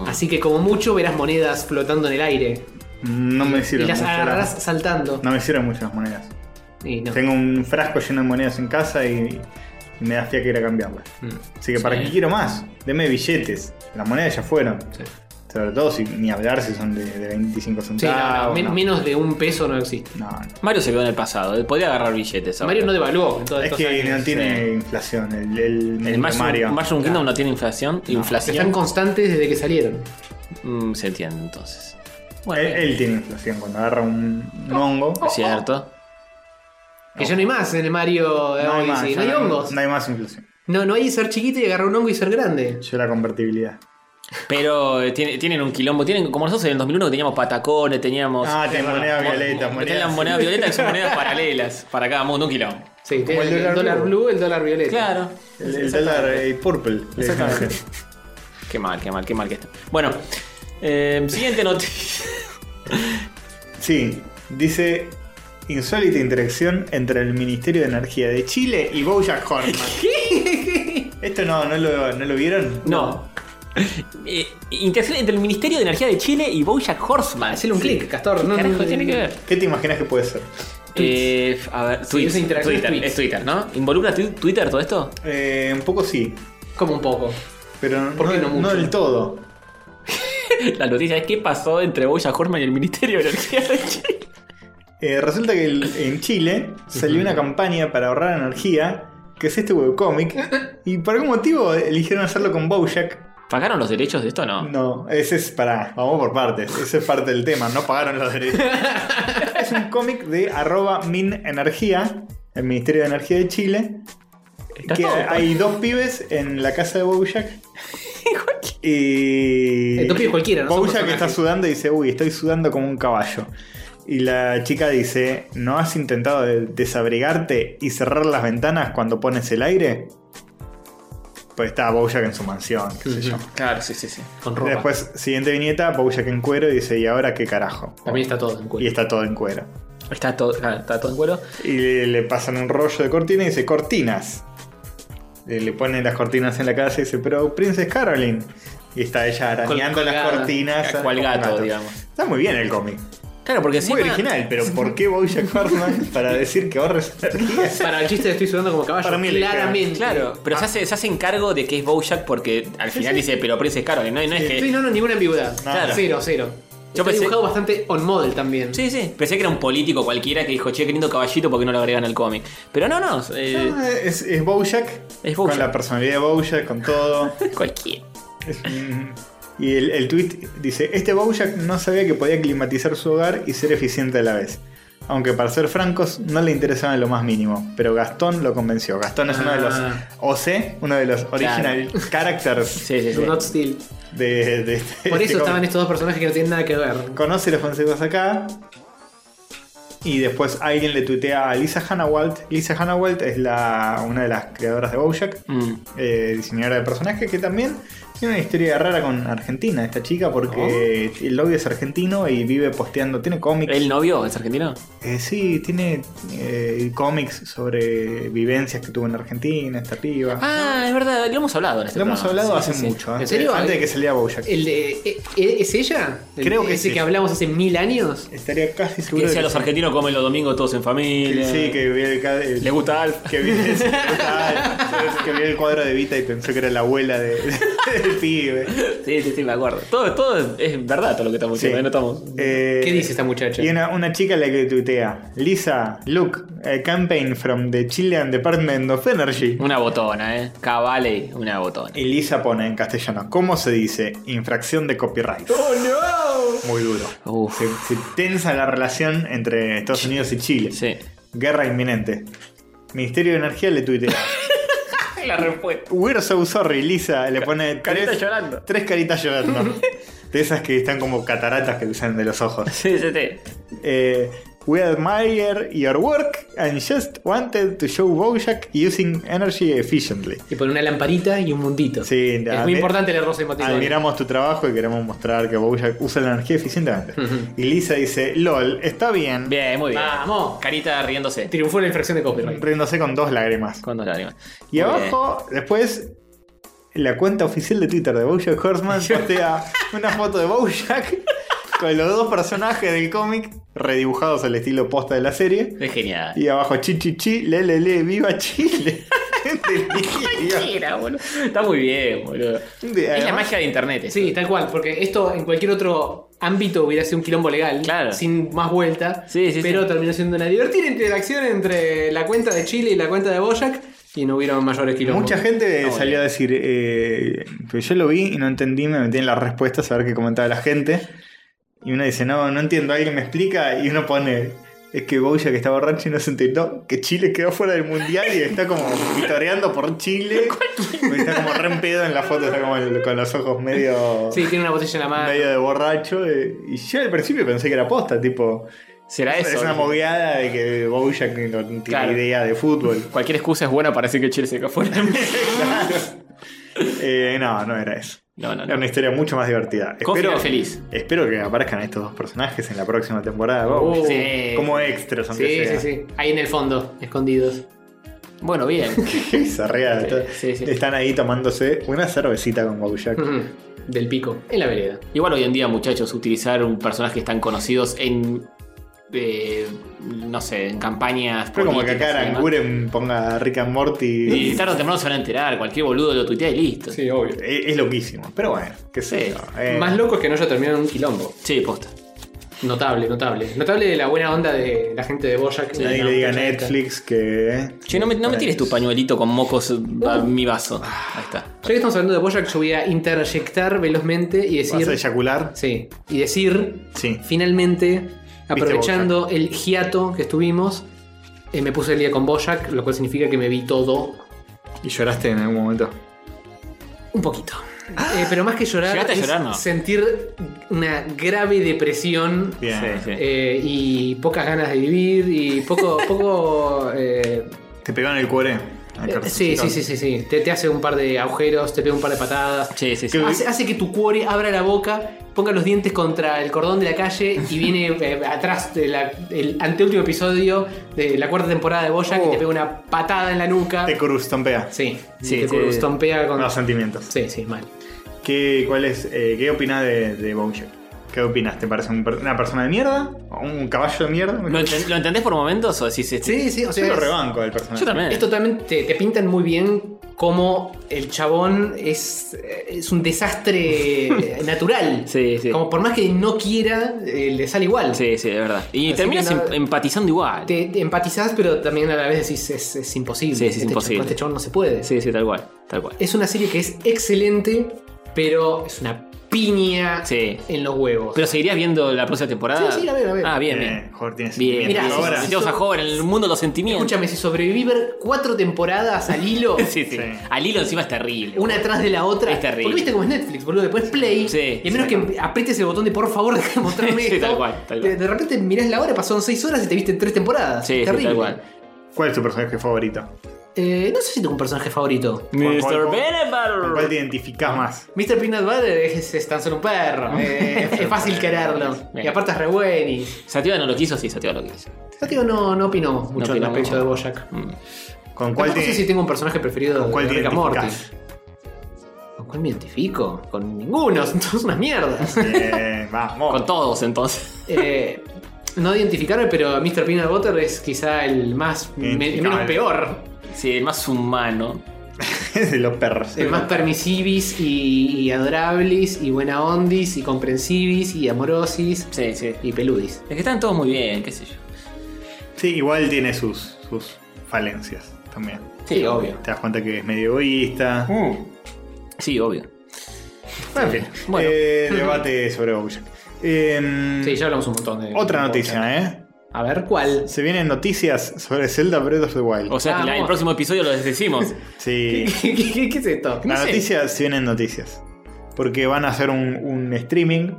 [SPEAKER 4] Así que como mucho verás monedas flotando en el aire.
[SPEAKER 1] No me
[SPEAKER 4] Y
[SPEAKER 1] sirven
[SPEAKER 4] las
[SPEAKER 1] mucho. las-
[SPEAKER 4] agarrarás saltando.
[SPEAKER 1] No me sirven mucho las monedas.
[SPEAKER 4] Y no.
[SPEAKER 1] Tengo un frasco lleno de monedas en casa y, y me da fia que ir a cambiarlas.
[SPEAKER 4] Mm.
[SPEAKER 1] Así que ¿para
[SPEAKER 3] Sí.
[SPEAKER 1] qué quiero más? Deme billetes. Las monedas ya fueron.
[SPEAKER 4] Sí.
[SPEAKER 1] Sobre todo si ni hablar si son de, de 25 centavos.
[SPEAKER 4] Sí, no, no, men-
[SPEAKER 1] no.
[SPEAKER 4] menos de un peso no existe.
[SPEAKER 1] No, no.
[SPEAKER 3] Mario se quedó en el pasado, él podía agarrar billetes. ahora.
[SPEAKER 4] Mario no devaluó en todos
[SPEAKER 1] Es
[SPEAKER 4] estos
[SPEAKER 1] que
[SPEAKER 4] años. eh,
[SPEAKER 1] no tiene inflación el, el,
[SPEAKER 3] El
[SPEAKER 1] el
[SPEAKER 3] Mushroom,
[SPEAKER 1] Mario.
[SPEAKER 3] Mushroom Kingdom no tiene inflación.
[SPEAKER 4] Están
[SPEAKER 3] Inflación.
[SPEAKER 4] constantes desde que salieron.
[SPEAKER 3] Mm, se entiende entonces.
[SPEAKER 1] él, él tiene inflación cuando agarra un, un hongo.
[SPEAKER 3] es cierto.
[SPEAKER 4] Que ya no hay más en el Mario de Odyssey.
[SPEAKER 1] ya
[SPEAKER 4] Oh, no hay
[SPEAKER 1] no-
[SPEAKER 4] hongos.
[SPEAKER 1] no hay más inflación.
[SPEAKER 4] No, no hay ser chiquito y agarrar un hongo y ser grande.
[SPEAKER 1] Yo la convertibilidad.
[SPEAKER 3] Pero eh, tiene- tienen un quilombo. Tienen, como nosotros en el 2001 que teníamos patacones, teníamos.
[SPEAKER 1] Ah, tiene monedas violetas,
[SPEAKER 3] Están las
[SPEAKER 1] monedas.
[SPEAKER 3] monedas violetas que son monedas paralelas para cada mundo, un quilombo.
[SPEAKER 4] Sí, tiene
[SPEAKER 1] el
[SPEAKER 4] el,
[SPEAKER 1] dólar
[SPEAKER 4] dólar
[SPEAKER 1] blue.
[SPEAKER 4] blue, el dólar violeta.
[SPEAKER 3] Claro.
[SPEAKER 1] El, el dólar eh, purple. le dicen.
[SPEAKER 3] Exactamente. Qué mal, qué mal, qué mal que está. Bueno, eh, siguiente noticia.
[SPEAKER 1] Sí, dice insólita interacción entre el Ministerio de Energía de Chile y Bojack Horseman. Esto no, no lo, no lo vieron.
[SPEAKER 3] No. Eh, interacción entre el Ministerio de Energía de Chile y Bojack Horseman.
[SPEAKER 4] Hacele un
[SPEAKER 3] Sí.
[SPEAKER 4] clic, Castor. No,
[SPEAKER 3] Carajo,
[SPEAKER 4] no-
[SPEAKER 3] tiene que ver.
[SPEAKER 1] ¿Qué te imaginas que puede ser?
[SPEAKER 3] Eh, a ver,
[SPEAKER 4] Sí,
[SPEAKER 3] tweets,
[SPEAKER 4] esa interacción es
[SPEAKER 3] Twitter,
[SPEAKER 4] tweets.
[SPEAKER 3] es Twitter, ¿no? ¿Involucra tu- Twitter todo esto?
[SPEAKER 1] Eh, un poco sí,
[SPEAKER 4] Como un poco.
[SPEAKER 1] pero
[SPEAKER 4] ¿Por qué
[SPEAKER 1] no,
[SPEAKER 4] no mucho?
[SPEAKER 1] no del todo.
[SPEAKER 3] La noticia es qué pasó entre Bojack Horseman y el Ministerio de Energía de Chile.
[SPEAKER 1] Eh, resulta que el- en Chile salió una campaña para ahorrar energía, que es este webcomic, y por algún motivo eligieron hacerlo con Bojack.
[SPEAKER 3] ¿Pagaron los derechos de esto o no?
[SPEAKER 1] No, ese es para, vamos por partes, ese es parte del tema, no pagaron los derechos. es un cómic de arroba minenergía, el Ministerio de Energía de Chile,
[SPEAKER 3] Está
[SPEAKER 1] que
[SPEAKER 3] todo.
[SPEAKER 1] hay
[SPEAKER 4] pues.
[SPEAKER 1] dos pibes en la casa de Bojack. y...
[SPEAKER 4] Eh, dos pibes cualquiera, no son
[SPEAKER 1] Bojack
[SPEAKER 4] personajes.
[SPEAKER 1] está sudando y dice, uy, estoy sudando como un caballo. Y la chica dice, ¿no has intentado de- desabrigarte y cerrar las ventanas cuando pones el aire? Pues está Bojack en su mansión, qué sé yo.
[SPEAKER 3] Claro, sí, sí, sí.
[SPEAKER 4] Con ropa.
[SPEAKER 1] Después, siguiente viñeta, Bojack en cuero y dice, ¿y ahora qué carajo?
[SPEAKER 4] También está todo en cuenta.
[SPEAKER 1] Y está todo en cuero.
[SPEAKER 3] Está todo, claro, está todo en cuero.
[SPEAKER 1] Y le, le pasan un rollo de cortina y dice, cortinas. Eh, Le ponen las cortinas en la casa y dice, pero Princess Caroline. Y está ella arañando las
[SPEAKER 4] colgada,
[SPEAKER 1] cortinas.
[SPEAKER 3] cual
[SPEAKER 1] con
[SPEAKER 3] gato,
[SPEAKER 1] gatos.
[SPEAKER 3] digamos.
[SPEAKER 1] Está muy bien el cómic.
[SPEAKER 3] Claro, porque
[SPEAKER 1] Es muy
[SPEAKER 3] encima-
[SPEAKER 1] original, pero ¿por qué Bojack Horseman para decir que ahorres energía?
[SPEAKER 4] Para el chiste de estoy sudando como caballo.
[SPEAKER 1] Para mí le
[SPEAKER 4] claramente.
[SPEAKER 3] Claro,
[SPEAKER 1] Eh,
[SPEAKER 3] pero
[SPEAKER 1] ah.
[SPEAKER 3] se, hace, se hacen cargo de que
[SPEAKER 4] Eh,
[SPEAKER 3] es Bojack porque al final dice, pero Princess Carol, no, no es que.
[SPEAKER 4] Sí, no, no, ninguna ambigüedad.
[SPEAKER 1] Claro.
[SPEAKER 4] Cero, cero.
[SPEAKER 3] Yo
[SPEAKER 4] Yo
[SPEAKER 3] pensé-
[SPEAKER 4] dibujado bastante on model también.
[SPEAKER 3] Sí, sí. Pensé que era un político cualquiera que dijo, che, qué lindo caballito porque no lo agregan al cómic. Pero no, no. eh,
[SPEAKER 1] Ah, es, es Bojack.
[SPEAKER 3] Es Bojack.
[SPEAKER 1] Con la personalidad de Bojack, con todo.
[SPEAKER 3] cualquiera.
[SPEAKER 1] Es un- y el, el tweet dice: Este Bojack no sabía que podía climatizar su hogar y ser eficiente a la vez. Aunque para ser francos, no le interesaba en lo más mínimo. Pero Gastón lo convenció. Gastón es uno de los
[SPEAKER 4] Ah.
[SPEAKER 1] OC, uno de los original characters
[SPEAKER 3] Sí, sí, sí.
[SPEAKER 4] Do not steal.
[SPEAKER 1] de, de este-
[SPEAKER 4] Por
[SPEAKER 1] este
[SPEAKER 4] eso estaban
[SPEAKER 1] cómic.
[SPEAKER 4] estos dos personajes que no tienen nada que ver.
[SPEAKER 1] Conoce los consejos acá. Y después alguien le tuitea a Lisa Hannawalt. Lisa Hannawalt es la, una de las creadoras de Bojack,
[SPEAKER 3] Mm.
[SPEAKER 1] eh, diseñadora de personajes, que también tiene una historia rara con Argentina, esta chica, porque
[SPEAKER 3] Oh.
[SPEAKER 1] el novio es argentino y vive posteando, tiene cómics.
[SPEAKER 3] ¿El novio es argentino?
[SPEAKER 1] Eh, sí, tiene eh, cómics sobre vivencias que tuvo en Argentina, esta piba.
[SPEAKER 3] Ah, es verdad, lo hemos hablado en este
[SPEAKER 1] Lo hemos
[SPEAKER 3] programa.
[SPEAKER 1] hablado
[SPEAKER 3] Sí,
[SPEAKER 1] hace
[SPEAKER 3] sí, sí.
[SPEAKER 1] mucho,
[SPEAKER 4] ¿En
[SPEAKER 1] antes,
[SPEAKER 4] serio?
[SPEAKER 1] antes de que saliera Bojack.
[SPEAKER 4] El de- eh, eh, ¿Es ella? El-
[SPEAKER 1] Creo que
[SPEAKER 4] ese
[SPEAKER 1] sí.
[SPEAKER 4] que hablamos hace mil años.
[SPEAKER 1] Estaría casi
[SPEAKER 3] Que
[SPEAKER 1] seguro de
[SPEAKER 3] decía,
[SPEAKER 1] que
[SPEAKER 3] los
[SPEAKER 1] sí.
[SPEAKER 3] argentinos comen los domingos todos en
[SPEAKER 1] Que
[SPEAKER 3] familia.
[SPEAKER 1] Sí, que vi el, ca- el-
[SPEAKER 3] Le gusta Alf.
[SPEAKER 1] que vi, ah, que vi el cuadro de Vita y pensó que era la abuela de, del pibe.
[SPEAKER 3] Sí, sí, sí, me acuerdo. Todo, todo es verdad todo lo que estamos
[SPEAKER 1] Sí.
[SPEAKER 3] diciendo, ¿eh? no estamos.
[SPEAKER 1] Eh,
[SPEAKER 4] ¿Qué dice esta muchacha?
[SPEAKER 1] Y una, una chica la que tuitea, Lisa, look, a campaign from the Chilean Department of Energy.
[SPEAKER 3] Una botona, eh. Cavale, una botona.
[SPEAKER 1] Y Lisa pone en castellano, ¿cómo se dice? Infracción de copyright. ¡Oh, no! Muy duro.
[SPEAKER 3] Uf.
[SPEAKER 1] Se, se tensa la relación entre Estados Unidos y Chile.
[SPEAKER 3] Sí.
[SPEAKER 1] Guerra inminente. Ministerio de Energía le tuitea.
[SPEAKER 3] La respuesta.
[SPEAKER 1] We're so sorry, Lisa. Le pone
[SPEAKER 3] carita
[SPEAKER 1] tres,
[SPEAKER 3] llorando.
[SPEAKER 1] tres caritas llorando. de esas que están como cataratas que le salen de los ojos.
[SPEAKER 3] Sí, sí, sí.
[SPEAKER 1] Eh, we admire your work and just wanted to show Bojack using energy efficiently.
[SPEAKER 4] Y pone una lamparita y un mundito.
[SPEAKER 1] Sí, Ah,
[SPEAKER 4] es
[SPEAKER 1] admi-
[SPEAKER 4] muy importante el rosa emoticón.
[SPEAKER 1] Admiramos tu trabajo y queremos mostrar que Bojack usa la energía eficientemente.
[SPEAKER 4] Ujú.
[SPEAKER 1] Y Lisa dice, LOL, está bien.
[SPEAKER 3] Bien, muy
[SPEAKER 1] Ah,
[SPEAKER 3] bien.
[SPEAKER 4] Vamos.
[SPEAKER 3] Carita riéndose.
[SPEAKER 4] Triunfó en la infracción de copyright.
[SPEAKER 1] Riéndose con dos lágrimas.
[SPEAKER 3] Con dos lágrimas.
[SPEAKER 1] Y
[SPEAKER 3] Muy
[SPEAKER 1] abajo, después, la cuenta oficial de Twitter de Bojack Horseman postea una foto de Bojack con los dos personajes del cómic redibujados al estilo posta de la serie.
[SPEAKER 3] bien. Es genial.
[SPEAKER 1] Y abajo, chi chi chi, le le le, viva Chile.
[SPEAKER 3] Cualquiera, boludo. Está muy bien, boludo. es la
[SPEAKER 1] Además-
[SPEAKER 3] magia de internet. eso.
[SPEAKER 4] Sí, tal cual, porque esto en cualquier otro ámbito hubiera sido un quilombo legal,
[SPEAKER 3] Claro.
[SPEAKER 4] sin más vuelta,
[SPEAKER 3] Sí, sí,
[SPEAKER 4] pero
[SPEAKER 3] sí.
[SPEAKER 4] terminó siendo una divertida interacción entre la cuenta de Chile y la cuenta de Boyac y no hubieron mayores quilombos.
[SPEAKER 1] Mucha gente
[SPEAKER 3] bueno.
[SPEAKER 1] salió a decir, eh, pues yo lo vi y no entendí, me metí en las respuestas a ver qué comentaba la gente. Y uno dice, no, no entiendo, alguien me explica. Y uno pone, es que Boya que está borracho y no se enteró que Chile quedó fuera del mundial y está como vitoreando por Chile. Y está como re en pedo en la foto, está como el- con los ojos medio,
[SPEAKER 4] Sí, tiene una botella en la mano.
[SPEAKER 1] medio de borracho. eh, Y yo al principio pensé que era posta, tipo,
[SPEAKER 3] Será eso.
[SPEAKER 1] es una
[SPEAKER 3] boludo?
[SPEAKER 1] moviada de que Boya que no tiene
[SPEAKER 3] Claro.
[SPEAKER 1] idea de fútbol.
[SPEAKER 3] Cualquier excusa es buena para decir que Chile se quedó fuera.
[SPEAKER 1] Eh, no, no era eso.
[SPEAKER 3] No, no,
[SPEAKER 1] Era
[SPEAKER 3] no.
[SPEAKER 1] una historia mucho más divertida.
[SPEAKER 3] Con final feliz. Uh,
[SPEAKER 1] Espero que aparezcan estos dos personajes en la próxima temporada. Wow.
[SPEAKER 4] Oh.
[SPEAKER 3] Sí.
[SPEAKER 1] Como extras, aunque
[SPEAKER 4] Sí, sí,
[SPEAKER 1] sea.
[SPEAKER 4] sí. Ahí en el fondo, escondidos.
[SPEAKER 3] Bueno, bien.
[SPEAKER 1] Qué bizarreada.
[SPEAKER 3] Sí, sí, sí.
[SPEAKER 1] Están ahí tomándose una cervecita con Bojack.
[SPEAKER 4] Ujú. Del pico, en la vereda.
[SPEAKER 3] Igual hoy en día, muchachos, utilizar un personaje tan conocidos en. eh, no sé, en campañas.
[SPEAKER 1] Fue como que
[SPEAKER 3] políticas
[SPEAKER 1] acá
[SPEAKER 3] y demás.
[SPEAKER 1] Aranguren ponga a Rick and Morty.
[SPEAKER 3] Y tarde o temprano se van a enterar, cualquier boludo lo tuitea y listo. Sí,
[SPEAKER 4] obvio.
[SPEAKER 1] Es, es loquísimo. Pero bueno, qué sé
[SPEAKER 3] Sí.
[SPEAKER 1] yo. Eh,
[SPEAKER 4] Más loco es que no haya terminado en un quilombo.
[SPEAKER 3] posta.
[SPEAKER 4] Notable, notable. Notable la buena onda de la gente de Boyac.
[SPEAKER 1] nadie le diga a Netflix que.
[SPEAKER 3] Che, no me, no me tires tu pañuelito con mocos a
[SPEAKER 4] Uh.
[SPEAKER 3] mi vaso. Ahí está.
[SPEAKER 4] Ya que estamos hablando de Boyac, yo voy a interjectar velozmente y
[SPEAKER 1] ¿Vas a
[SPEAKER 4] decir.
[SPEAKER 1] eyacular?
[SPEAKER 4] Sí. Y decir,
[SPEAKER 1] Sí.
[SPEAKER 4] finalmente, aprovechando el hiato que estuvimos, eh, me puse el día con Boyac, lo cual significa que me vi todo
[SPEAKER 1] ¿Y lloraste en algún momento?
[SPEAKER 4] un poquito. Eh, pero más que llorar,
[SPEAKER 3] ¿Llegaste a
[SPEAKER 4] es
[SPEAKER 3] llorar, no?
[SPEAKER 4] sentir una grave depresión
[SPEAKER 1] Bien.
[SPEAKER 3] Sí, sí.
[SPEAKER 4] eh, y pocas ganas de vivir y poco. poco eh,
[SPEAKER 1] Te pegó en el cuore.
[SPEAKER 4] eh, sí, sí, sí, sí, sí. Te, te hace un par de agujeros, te pega un par de patadas.
[SPEAKER 3] Sí, sí, sí.
[SPEAKER 1] Qué-
[SPEAKER 4] Hace, hace que tu cuore abra la boca, ponga los dientes contra el cordón de la calle y viene eh, atrás del anteúltimo episodio de la cuarta temporada de Boya que
[SPEAKER 1] Oh.
[SPEAKER 4] te pega una patada en la nuca.
[SPEAKER 1] Te crustompea.
[SPEAKER 4] sí,
[SPEAKER 3] Sí,
[SPEAKER 4] te
[SPEAKER 3] sí. Ah.
[SPEAKER 4] estompea con.
[SPEAKER 1] Los sentimientos.
[SPEAKER 4] Sí, sí, mal.
[SPEAKER 1] ¿Qué, cuál es, eh, ¿Qué opinás de, de Bojack? ¿Qué opinas? ¿Te parece un per- una persona de mierda? ¿O ¿Un caballo de mierda?
[SPEAKER 3] ¿Lo, enten- lo entendés por momentos o decís este?
[SPEAKER 4] Sí, sí, o sea.
[SPEAKER 1] Yo lo
[SPEAKER 4] es-
[SPEAKER 1] rebanco el personaje.
[SPEAKER 3] Yo también.
[SPEAKER 4] Es totalmente. Te, te pintan muy bien cómo el chabón es, eh, es un desastre eh, natural.
[SPEAKER 3] Sí, sí.
[SPEAKER 4] Como por más que no quiera, eh, le sale igual.
[SPEAKER 3] Sí, sí, es verdad. Y
[SPEAKER 4] Así
[SPEAKER 3] terminas
[SPEAKER 4] que no-
[SPEAKER 3] em- empatizando igual.
[SPEAKER 4] Te, te empatizás, pero también a la vez decís es, es imposible.
[SPEAKER 3] Sí, sí, es
[SPEAKER 4] Este
[SPEAKER 3] imposible.
[SPEAKER 4] chabón- este chabón no se puede.
[SPEAKER 3] Sí, sí, tal cual. Tal cual.
[SPEAKER 4] Es una serie que es excelente, pero es una piña
[SPEAKER 3] Sí.
[SPEAKER 4] en los huevos.
[SPEAKER 3] Pero seguirías viendo la próxima temporada.
[SPEAKER 4] Sí, sí, la veo, la veo.
[SPEAKER 3] Ah, bien,
[SPEAKER 1] Eh,
[SPEAKER 3] bien.
[SPEAKER 1] joder, tiene
[SPEAKER 3] Bien.
[SPEAKER 1] sentimiento.
[SPEAKER 4] Mirá,
[SPEAKER 1] Ahora,
[SPEAKER 4] sí, sí,
[SPEAKER 3] Metemos a
[SPEAKER 4] sí.
[SPEAKER 3] joven en el mundo de los sentimientos.
[SPEAKER 4] Escúchame, si sobrevivir cuatro temporadas al hilo,
[SPEAKER 3] Sí, sí.
[SPEAKER 1] Sí.
[SPEAKER 3] Al hilo encima es terrible.
[SPEAKER 4] una atrás de la otra.
[SPEAKER 3] Es terrible.
[SPEAKER 4] Porque viste cómo es Netflix, boludo. Después play.
[SPEAKER 3] Sí,
[SPEAKER 4] y a menos
[SPEAKER 3] sí.
[SPEAKER 4] que aprietes el botón de por favor, deja de mostrarme
[SPEAKER 3] Sí,
[SPEAKER 4] esto.
[SPEAKER 3] tal cual, tal cual.
[SPEAKER 4] De, de repente mirás la hora, pasaron seis horas y te viste tres temporadas.
[SPEAKER 3] Sí, sí,
[SPEAKER 4] terrible.
[SPEAKER 3] tal cual.
[SPEAKER 1] ¿Cuál es tu personaje favorito?
[SPEAKER 4] Eh, no sé si tengo un personaje favorito.
[SPEAKER 1] ¿Cuál- cuál-
[SPEAKER 3] Mr.
[SPEAKER 1] cuál- ¿Con cuál
[SPEAKER 3] Benebar.
[SPEAKER 1] te identificás más?
[SPEAKER 4] Mr. Peanut Butter es, es tan solo un perro. Eh, es fácil quererlo.
[SPEAKER 3] Bien.
[SPEAKER 4] Y aparte es re buen y.
[SPEAKER 3] Sativa no lo quiso, sí, Sativa lo quiso.
[SPEAKER 4] Yo digo, no, no opino mucho al
[SPEAKER 3] opinamos.
[SPEAKER 4] respecto de Bojack.
[SPEAKER 3] Mm.
[SPEAKER 1] ¿Con cuál
[SPEAKER 4] Tampoco
[SPEAKER 1] te,
[SPEAKER 4] sé si tengo un personaje preferido
[SPEAKER 1] con cuál
[SPEAKER 4] de
[SPEAKER 1] te
[SPEAKER 4] Rick and Morty.
[SPEAKER 1] identificás?
[SPEAKER 4] ¿Con cuál me identifico? Con ninguno, son todas unas mierdas.
[SPEAKER 1] Eh,
[SPEAKER 4] Oh.
[SPEAKER 1] vamos.
[SPEAKER 3] Con todos, entonces.
[SPEAKER 4] Eh, no identificarme, pero Mr. Peanut Butter es quizá el más me- el menos
[SPEAKER 1] Identificable.
[SPEAKER 4] peor.
[SPEAKER 3] Sí, el más humano.
[SPEAKER 1] de los perros.
[SPEAKER 4] El más permisivis y, y adorablis y buena ondis y comprensivis y amorosis
[SPEAKER 3] Sí, sí.
[SPEAKER 4] y peludis.
[SPEAKER 3] Es que están todos muy bien, qué sé yo.
[SPEAKER 1] Sí, igual tiene sus, sus falencias también.
[SPEAKER 3] Sí, obvio.
[SPEAKER 1] Te das cuenta que es medio egoísta.
[SPEAKER 4] Uh,
[SPEAKER 3] Sí, obvio.
[SPEAKER 1] En fin,
[SPEAKER 3] Bueno.
[SPEAKER 1] eh, debate sobre Bojack. Eh,
[SPEAKER 4] Sí, ya hablamos un montón de.
[SPEAKER 1] Otra
[SPEAKER 4] de
[SPEAKER 1] noticia,
[SPEAKER 4] Bojack.
[SPEAKER 1] ¿eh?
[SPEAKER 4] A ver, ¿cuál?
[SPEAKER 1] Se vienen noticias sobre Zelda Breath of the Wild.
[SPEAKER 3] O sea, que la- el
[SPEAKER 4] Vamos.
[SPEAKER 3] próximo episodio lo decimos.
[SPEAKER 1] sí.
[SPEAKER 4] ¿Qué, qué- qué es esto?
[SPEAKER 1] La
[SPEAKER 4] No sé.
[SPEAKER 1] noticia, se vienen noticias. Porque van a hacer un, un streaming,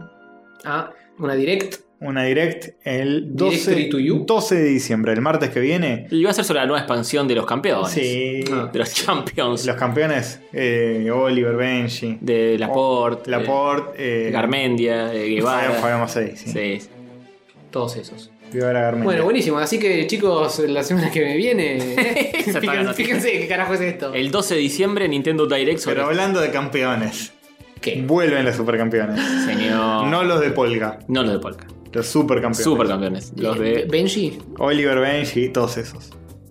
[SPEAKER 4] Ah, una direct.
[SPEAKER 1] una direct, el 12,
[SPEAKER 4] Directory to you.
[SPEAKER 1] 12 de diciembre, el martes que viene.
[SPEAKER 3] Y va a ser sobre la nueva expansión de los campeones.
[SPEAKER 1] Sí.
[SPEAKER 4] Ah.
[SPEAKER 3] De los champions.
[SPEAKER 1] Los campeones, eh, Oliver, Benji,
[SPEAKER 3] De Laporte. de-
[SPEAKER 1] Laporte,
[SPEAKER 3] de
[SPEAKER 1] eh,
[SPEAKER 3] Garmendia, de Guevara.
[SPEAKER 1] Fabián- Fabián Macei, sí.
[SPEAKER 3] Sí.
[SPEAKER 4] Todos esos.
[SPEAKER 1] Viva la Garmendia.
[SPEAKER 4] Bueno, buenísimo. Así que, chicos, la semana que me viene. eh,
[SPEAKER 3] Esa está la
[SPEAKER 4] fíjense,
[SPEAKER 3] noticia.
[SPEAKER 4] fíjense qué carajo es esto.
[SPEAKER 3] El 12 de diciembre, Nintendo Direct sobre. este
[SPEAKER 1] Pero hablando de campeones,
[SPEAKER 4] ¿Qué?
[SPEAKER 1] vuelven los supercampeones.
[SPEAKER 3] Señor.
[SPEAKER 1] No los de Polga,
[SPEAKER 3] No los de Polka.
[SPEAKER 1] los supercampeones.
[SPEAKER 3] Supercampeones. Los de.
[SPEAKER 4] Benji.
[SPEAKER 1] Oliver, Benji, todos esos.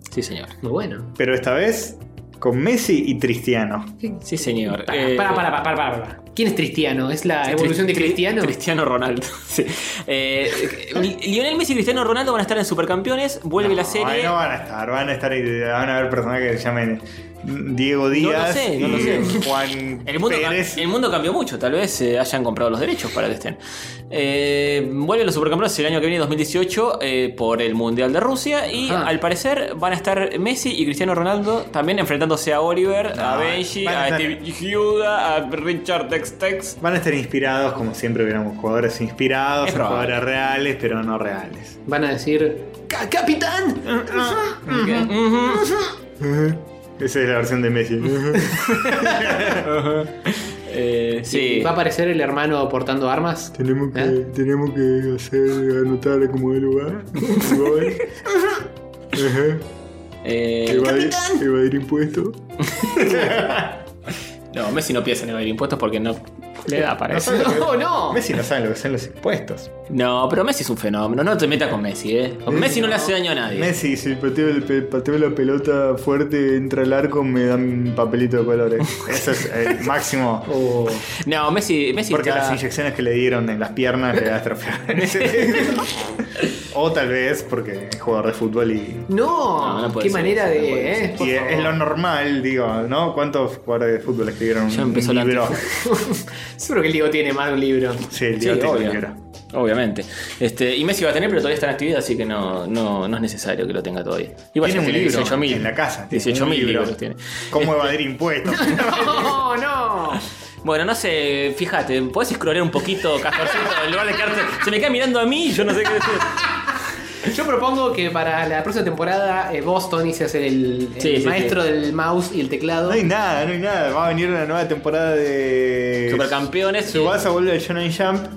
[SPEAKER 3] Sí, señor.
[SPEAKER 4] Muy bueno.
[SPEAKER 1] Pero esta vez con Messi y Cristiano.
[SPEAKER 3] Sí, señor.
[SPEAKER 4] Para,
[SPEAKER 3] Eh,
[SPEAKER 4] para, para, para, para, para, para. ¿Quién es Cristiano? ¿Es la evolución de
[SPEAKER 3] Tri- Tri-
[SPEAKER 4] Cristiano?
[SPEAKER 3] Cristiano Ronaldo. sí. Eh, eh, Lionel Messi y Cristiano Ronaldo van a estar en Supercampeones. Vuelve la
[SPEAKER 1] Ay,
[SPEAKER 3] serie.
[SPEAKER 1] no van a estar, van a estar y van a haber personas que se llamen Diego Díaz
[SPEAKER 3] sé, no lo
[SPEAKER 1] y
[SPEAKER 3] sé.
[SPEAKER 1] Juan
[SPEAKER 3] El mundo,
[SPEAKER 1] Pérez.
[SPEAKER 3] el mundo cambió mucho, tal vez eh, hayan comprado los derechos para que estén. Eh, vuelven los supercampeones el año que viene, 2018, eh, por el Mundial de Rusia. Y
[SPEAKER 4] Ajá.
[SPEAKER 3] al parecer van a estar Messi y Cristiano Ronaldo también enfrentándose a Oliver, a
[SPEAKER 1] No,
[SPEAKER 3] Benji,
[SPEAKER 1] van a
[SPEAKER 3] a
[SPEAKER 1] estar-
[SPEAKER 3] Steve Huga, a Richard Tex Tex.
[SPEAKER 1] Van a estar inspirados, como siempre hubiéramos jugadores inspirados,
[SPEAKER 3] Es
[SPEAKER 1] son
[SPEAKER 3] probable.
[SPEAKER 1] jugadores reales, pero no reales.
[SPEAKER 4] Van a decir. "Ca- ¡Capitán!
[SPEAKER 3] Mm.
[SPEAKER 1] Esa es la versión de Messi.
[SPEAKER 3] Eh, sí.
[SPEAKER 4] ¿Va a aparecer el hermano portando armas?
[SPEAKER 1] tenemos,
[SPEAKER 4] que- ¿Eh?
[SPEAKER 1] tenemos que hacer anotar como de lugar.
[SPEAKER 3] Eh,
[SPEAKER 1] Evadir impuestos.
[SPEAKER 3] no, Messi no piensa en evadir impuestos porque no le da para eso.
[SPEAKER 4] ¡No, no!
[SPEAKER 1] Messi no sabe lo que son los impuestos.
[SPEAKER 3] No, pero Messi es un fenómeno. No te metas con Messi, ¿eh? Con Messi no le hace daño a nadie.
[SPEAKER 1] Messi, si pateo, el pe- pateo la pelota fuerte, entra al arco, me dan un papelito de colores. Eso es el máximo.
[SPEAKER 4] Oh,
[SPEAKER 3] No, Messi, Messi
[SPEAKER 1] Porque
[SPEAKER 3] está-
[SPEAKER 1] las inyecciones que le dieron en las piernas le atrofiaron. o tal vez porque es jugador de fútbol y.
[SPEAKER 4] no,
[SPEAKER 3] No, no puede
[SPEAKER 4] qué
[SPEAKER 3] ser,
[SPEAKER 4] manera
[SPEAKER 3] no
[SPEAKER 4] de.
[SPEAKER 3] puede
[SPEAKER 4] eh, por
[SPEAKER 1] y es,
[SPEAKER 4] favor.
[SPEAKER 1] es lo normal, digo, ¿no? ¿Cuántos jugadores de fútbol escribieron
[SPEAKER 3] Ya
[SPEAKER 1] un
[SPEAKER 3] empezó la
[SPEAKER 1] libro?
[SPEAKER 4] Seguro que el Diego tiene más de un libro.
[SPEAKER 1] Sí, el
[SPEAKER 3] Sí,
[SPEAKER 1] libro tiene un
[SPEAKER 3] obvio.
[SPEAKER 1] libro.
[SPEAKER 3] Obviamente. Este, y Messi va a tener, pero todavía está en actividad, así que no, no, no es necesario que lo tenga todavía. Igual
[SPEAKER 1] Tiene
[SPEAKER 3] ya
[SPEAKER 1] un libro
[SPEAKER 3] 18.000.
[SPEAKER 1] en la casa. tiene
[SPEAKER 3] 18.000
[SPEAKER 1] un libro.
[SPEAKER 3] libros tiene.
[SPEAKER 1] ¿Cómo evadir impuestos?
[SPEAKER 4] ¡No, no!
[SPEAKER 3] Bueno, no sé, fíjate, podés scrollear un poquito, Castorcito, en lugar de quedarte. Se me queda mirando a mí, yo no sé qué decir.
[SPEAKER 4] Yo propongo que para la próxima temporada eh, vos, Tony, seas el, el
[SPEAKER 3] Sí, sí,
[SPEAKER 4] maestro del mouse y el teclado.
[SPEAKER 1] No hay nada, no hay nada. Va a venir una nueva temporada de.
[SPEAKER 3] Supercampeones.
[SPEAKER 1] Subasa vuelve al Shonen Jump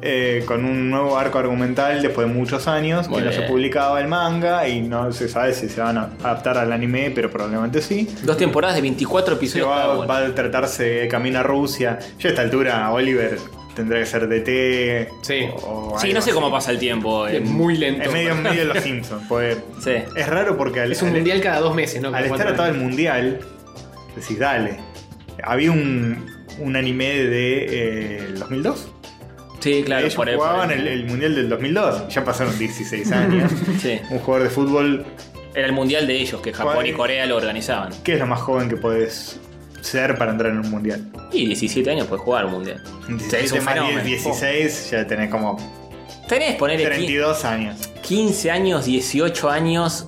[SPEAKER 1] eh, con un nuevo arco argumental después de muchos años
[SPEAKER 3] Muy
[SPEAKER 1] que no se
[SPEAKER 3] bien.
[SPEAKER 1] publicaba el manga y no se sabe si se van a adaptar al anime, pero probablemente sí.
[SPEAKER 3] Dos temporadas de 24
[SPEAKER 1] Se
[SPEAKER 3] episodios
[SPEAKER 1] va,
[SPEAKER 3] cada una.
[SPEAKER 1] va a tratarse de camino a Rusia. Yo a esta altura, Oliver, tendrá que ser DT.
[SPEAKER 4] Sí.
[SPEAKER 1] o
[SPEAKER 3] Sí,
[SPEAKER 1] algo
[SPEAKER 3] no
[SPEAKER 1] así.
[SPEAKER 3] sé cómo pasa el tiempo.
[SPEAKER 4] Es
[SPEAKER 3] en-
[SPEAKER 4] muy lento.
[SPEAKER 1] En medio, en medio de los Simpsons. pues,
[SPEAKER 3] Sí.
[SPEAKER 1] Es raro porque al,
[SPEAKER 4] Es un
[SPEAKER 1] al-
[SPEAKER 4] mundial cada dos meses, ¿no?
[SPEAKER 1] al estar atado al mundial, decís, dale. Había un, un anime de eh, el 2002.
[SPEAKER 3] Sí, claro,
[SPEAKER 1] Ellos
[SPEAKER 3] por ¿eh? ahí- por
[SPEAKER 1] jugaban
[SPEAKER 3] ahí.
[SPEAKER 1] el, el mundial del 2002. Ya pasaron 16 años.
[SPEAKER 3] Sí.
[SPEAKER 1] un jugador de fútbol,
[SPEAKER 3] Era el mundial de ellos, que Japón
[SPEAKER 1] ¿Cuál?
[SPEAKER 3] y Corea lo organizaban.
[SPEAKER 1] ¿qué es lo más joven que podés ser para entrar en un mundial?
[SPEAKER 3] Y 17 años puedes jugar un mundial. O sea, es
[SPEAKER 1] 17
[SPEAKER 3] un
[SPEAKER 1] más 10,
[SPEAKER 3] fenómeno. Oh.
[SPEAKER 1] 16, ya tenés como
[SPEAKER 3] Tenés, poner
[SPEAKER 1] 32 años.
[SPEAKER 3] 15 años, 18 años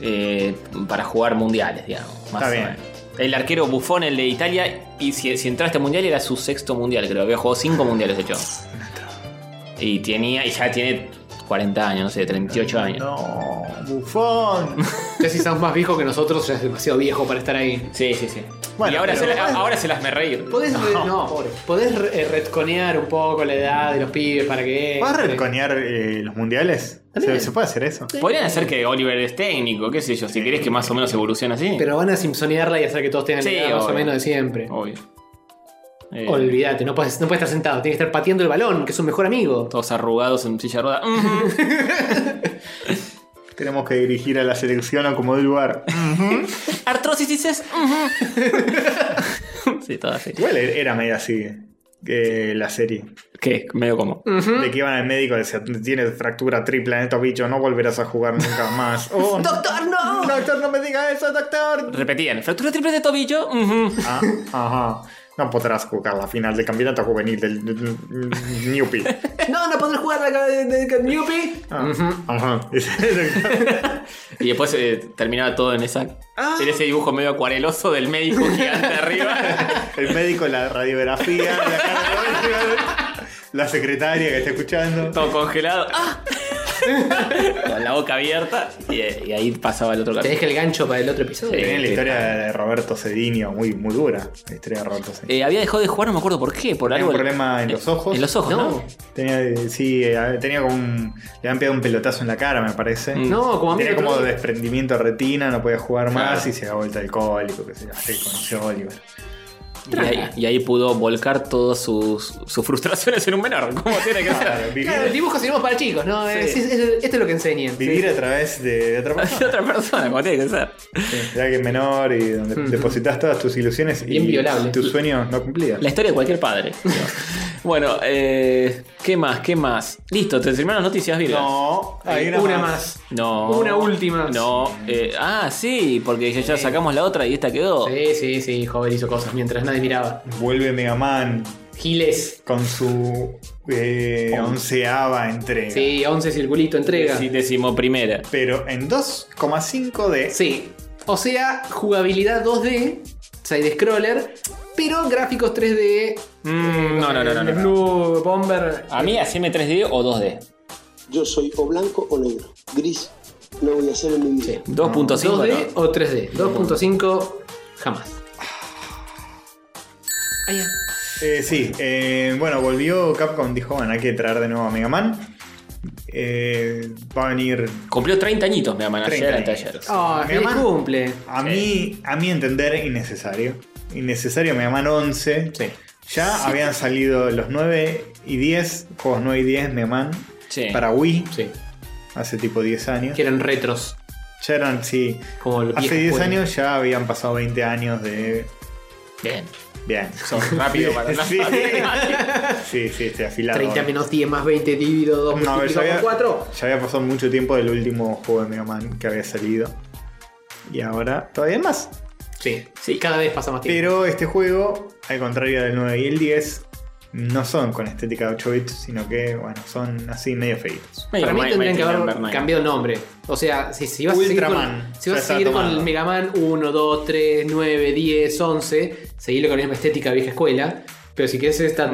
[SPEAKER 3] eh, para jugar mundiales, digamos. Más
[SPEAKER 1] Está
[SPEAKER 3] o
[SPEAKER 1] bien.
[SPEAKER 3] menos. El arquero Buffon, el de Italia, y si, si entraste al mundial era su sexto mundial, creo. Había jugado 5 mundiales de hecho. Y tenía, y ya tiene 40 años, no sé, 38 años.
[SPEAKER 1] No, bufón.
[SPEAKER 4] Ya si estamos más viejos que nosotros, ya es demasiado viejo para estar ahí.
[SPEAKER 3] Sí, sí, sí.
[SPEAKER 1] Bueno,
[SPEAKER 3] y ahora,
[SPEAKER 1] pero-
[SPEAKER 3] se, la- ahora se las me reír.
[SPEAKER 4] Podés, no, pobre. Podés re- eh, retconear un poco la edad de los pibes para que.
[SPEAKER 1] ¿Vas a retconear eh, los mundiales? ¿Se,
[SPEAKER 4] También.
[SPEAKER 1] se puede hacer eso?
[SPEAKER 3] Podrían hacer que Oliver es técnico, qué sé yo, si querés que más o menos evolucione así.
[SPEAKER 4] Pero van a simpsonearla y hacer que todos tengan
[SPEAKER 3] Sí,
[SPEAKER 4] la edad más o
[SPEAKER 3] obvio.
[SPEAKER 4] menos de siempre.
[SPEAKER 3] Obvio. Eh,
[SPEAKER 4] Olvídate, no puedes, no puedes estar sentado, tienes que estar pateando el balón, que es un mejor amigo.
[SPEAKER 3] todos arrugados en silla de rueda.
[SPEAKER 1] Tenemos que dirigir a la selección a como de lugar.
[SPEAKER 3] Artrosis dices. sí, todo así.
[SPEAKER 1] Igual er- era medio así que la serie.
[SPEAKER 3] ¿Qué? Medio como.
[SPEAKER 1] De que iban al médico y decían, tienes fractura triple en estos bichos, no volverás a jugar nunca más. Oh, no,
[SPEAKER 3] ¡Doctor, no!
[SPEAKER 1] doctor, no me diga eso, doctor.
[SPEAKER 3] Repetían, fractura triple de tobillo. ujú.
[SPEAKER 1] Ah, ajá. No podrás jugar la final del campeonato juvenil del del- del Newpi.
[SPEAKER 4] No, no podrás jugar la de, de, de- Newpi.
[SPEAKER 1] Ah, Ajá.
[SPEAKER 3] Y después eh, terminaba todo en esa. En ese dibujo medio acuareloso del médico gigante arriba.
[SPEAKER 1] El médico, la radiografía, la, cara de Oliver, la secretaria que está escuchando.
[SPEAKER 3] Todo congelado. ¡Ah! Con la boca abierta. Y, eh, y ahí pasaba el otro
[SPEAKER 4] Te
[SPEAKER 3] capítulo.
[SPEAKER 4] deja el gancho para el otro episodio.
[SPEAKER 3] Sí.
[SPEAKER 1] Tenés la historia de Roberto Cedinio, muy, muy dura. La historia de Roberto Cedinio.
[SPEAKER 3] Eh, había dejado de jugar, no me acuerdo por qué. Por
[SPEAKER 1] Tenía
[SPEAKER 3] algo. eh,
[SPEAKER 1] un problema en los ojos.
[SPEAKER 3] En los ojos, ¿no?
[SPEAKER 4] No.
[SPEAKER 1] Tenía, eh, sí, eh, a- tenía como un. Le habían pegado un pelotazo en la cara, me parece.
[SPEAKER 4] Mm. No, como a mí
[SPEAKER 1] Tenía
[SPEAKER 4] el otro
[SPEAKER 1] como
[SPEAKER 4] día-
[SPEAKER 1] desprendimiento de retina, no podía jugar más
[SPEAKER 3] Claro.
[SPEAKER 1] y se da vuelta alcohólico, que se llama. Sí, conoció a Oliver.
[SPEAKER 3] Y ahí, y ahí pudo volcar todas sus, sus frustraciones en un menor. ¿Cómo tiene que
[SPEAKER 1] Claro,
[SPEAKER 3] ser?
[SPEAKER 1] Ah, vivir
[SPEAKER 4] Claro, el dibujo sirve para chicos, ¿no? Es- es- es- esto es lo que enseñan.
[SPEAKER 1] vivir a través de, de otra
[SPEAKER 3] De
[SPEAKER 1] persona.
[SPEAKER 3] otra persona, como tiene que ser.
[SPEAKER 1] de alguien menor y donde depositas todas tus ilusiones y
[SPEAKER 4] Bien violable.
[SPEAKER 1] tus sueños no cumplidos.
[SPEAKER 3] La historia de cualquier padre. bueno, eh, ¿qué más? ¿Qué más? Listo, te terminaron las noticias, Virgas.
[SPEAKER 1] No,
[SPEAKER 4] Hay una, más.
[SPEAKER 3] No.
[SPEAKER 4] Una última.
[SPEAKER 3] No. eh, ah, sí, porque ya, ya sacamos la otra y esta quedó.
[SPEAKER 4] Sí, sí, sí, joven hizo cosas mientras nadie miraba.
[SPEAKER 1] Vuelve Mega Man
[SPEAKER 4] Giles.
[SPEAKER 1] con su eh, onceava entrega.
[SPEAKER 4] Sí, 11 circulito entrega.
[SPEAKER 3] Sí, decimoprimera.
[SPEAKER 1] Pero en 2,5D.
[SPEAKER 4] Sí. O sea, jugabilidad 2D, side scroller, pero gráficos 3D.
[SPEAKER 3] Mm, no, no, no, no, no, no.
[SPEAKER 4] Blue Bomber.
[SPEAKER 3] A mí, haceme 3D o 2D.
[SPEAKER 10] Yo soy o blanco o negro. Gris no voy a hacer en mi vida.
[SPEAKER 3] 2.5.
[SPEAKER 4] 2D
[SPEAKER 3] no.
[SPEAKER 4] o 3D. 2.5 jamás. Ah, ya.
[SPEAKER 1] Eh, sí, eh, bueno, volvió Capcom, dijo, bueno, hay que traer de nuevo a Mega Man. Eh, va a venir...
[SPEAKER 3] Cumplió 30 añitos, me aman ayer
[SPEAKER 1] 30
[SPEAKER 3] antes de ayer.
[SPEAKER 4] Ah,
[SPEAKER 1] Mi
[SPEAKER 4] feliz
[SPEAKER 1] mamá-
[SPEAKER 4] cumple.
[SPEAKER 1] A, mí, a mi entender, innecesario. Innecesario Mega Man 11.
[SPEAKER 4] Sí.
[SPEAKER 1] Ya habían salido los 9 y 10, juegos 9 y 10 Mega Man.
[SPEAKER 3] Sí.
[SPEAKER 1] Para Wii,
[SPEAKER 4] Sí.
[SPEAKER 1] hace tipo 10 años.
[SPEAKER 4] Que eran retros.
[SPEAKER 1] Ya eran, sí.
[SPEAKER 4] Como los
[SPEAKER 1] Hace
[SPEAKER 4] viejos
[SPEAKER 1] 10
[SPEAKER 4] juegos.
[SPEAKER 1] años ya habían pasado 20 años de...
[SPEAKER 3] Bien.
[SPEAKER 1] Bien.
[SPEAKER 3] Son rápido para no-
[SPEAKER 1] Sí. Sí, sí, estoy afilado.
[SPEAKER 4] 30 menos 10 más 20 dividido 2
[SPEAKER 1] No, pero ya
[SPEAKER 4] multiplicado
[SPEAKER 1] había,
[SPEAKER 4] por 4.
[SPEAKER 1] ya había pasado mucho tiempo del último juego de Mega Man que había salido. Y ahora todavía hay más.
[SPEAKER 4] Sí.
[SPEAKER 3] Sí.
[SPEAKER 4] Cada vez pasa más tiempo.
[SPEAKER 1] Pero este juego, al contrario del 9 y el 10, no son con estética de 8 bits, sino que, bueno, son así medio feitos.
[SPEAKER 3] Medio
[SPEAKER 4] Para mí
[SPEAKER 3] My-
[SPEAKER 4] tendrían
[SPEAKER 3] My
[SPEAKER 4] que
[SPEAKER 3] Number
[SPEAKER 4] haber
[SPEAKER 3] Nine.
[SPEAKER 4] cambiado el nombre. O sea, si, si vas a seguir
[SPEAKER 1] Ultraman.
[SPEAKER 4] con, si vas
[SPEAKER 1] Ya
[SPEAKER 4] a seguir
[SPEAKER 1] estaba
[SPEAKER 4] con el
[SPEAKER 1] tomado.
[SPEAKER 4] Mega Man 1, 2, 3, 9, 10, 11, seguirlo con la misma estética vieja escuela. Pero si querés
[SPEAKER 1] Mm.
[SPEAKER 4] esta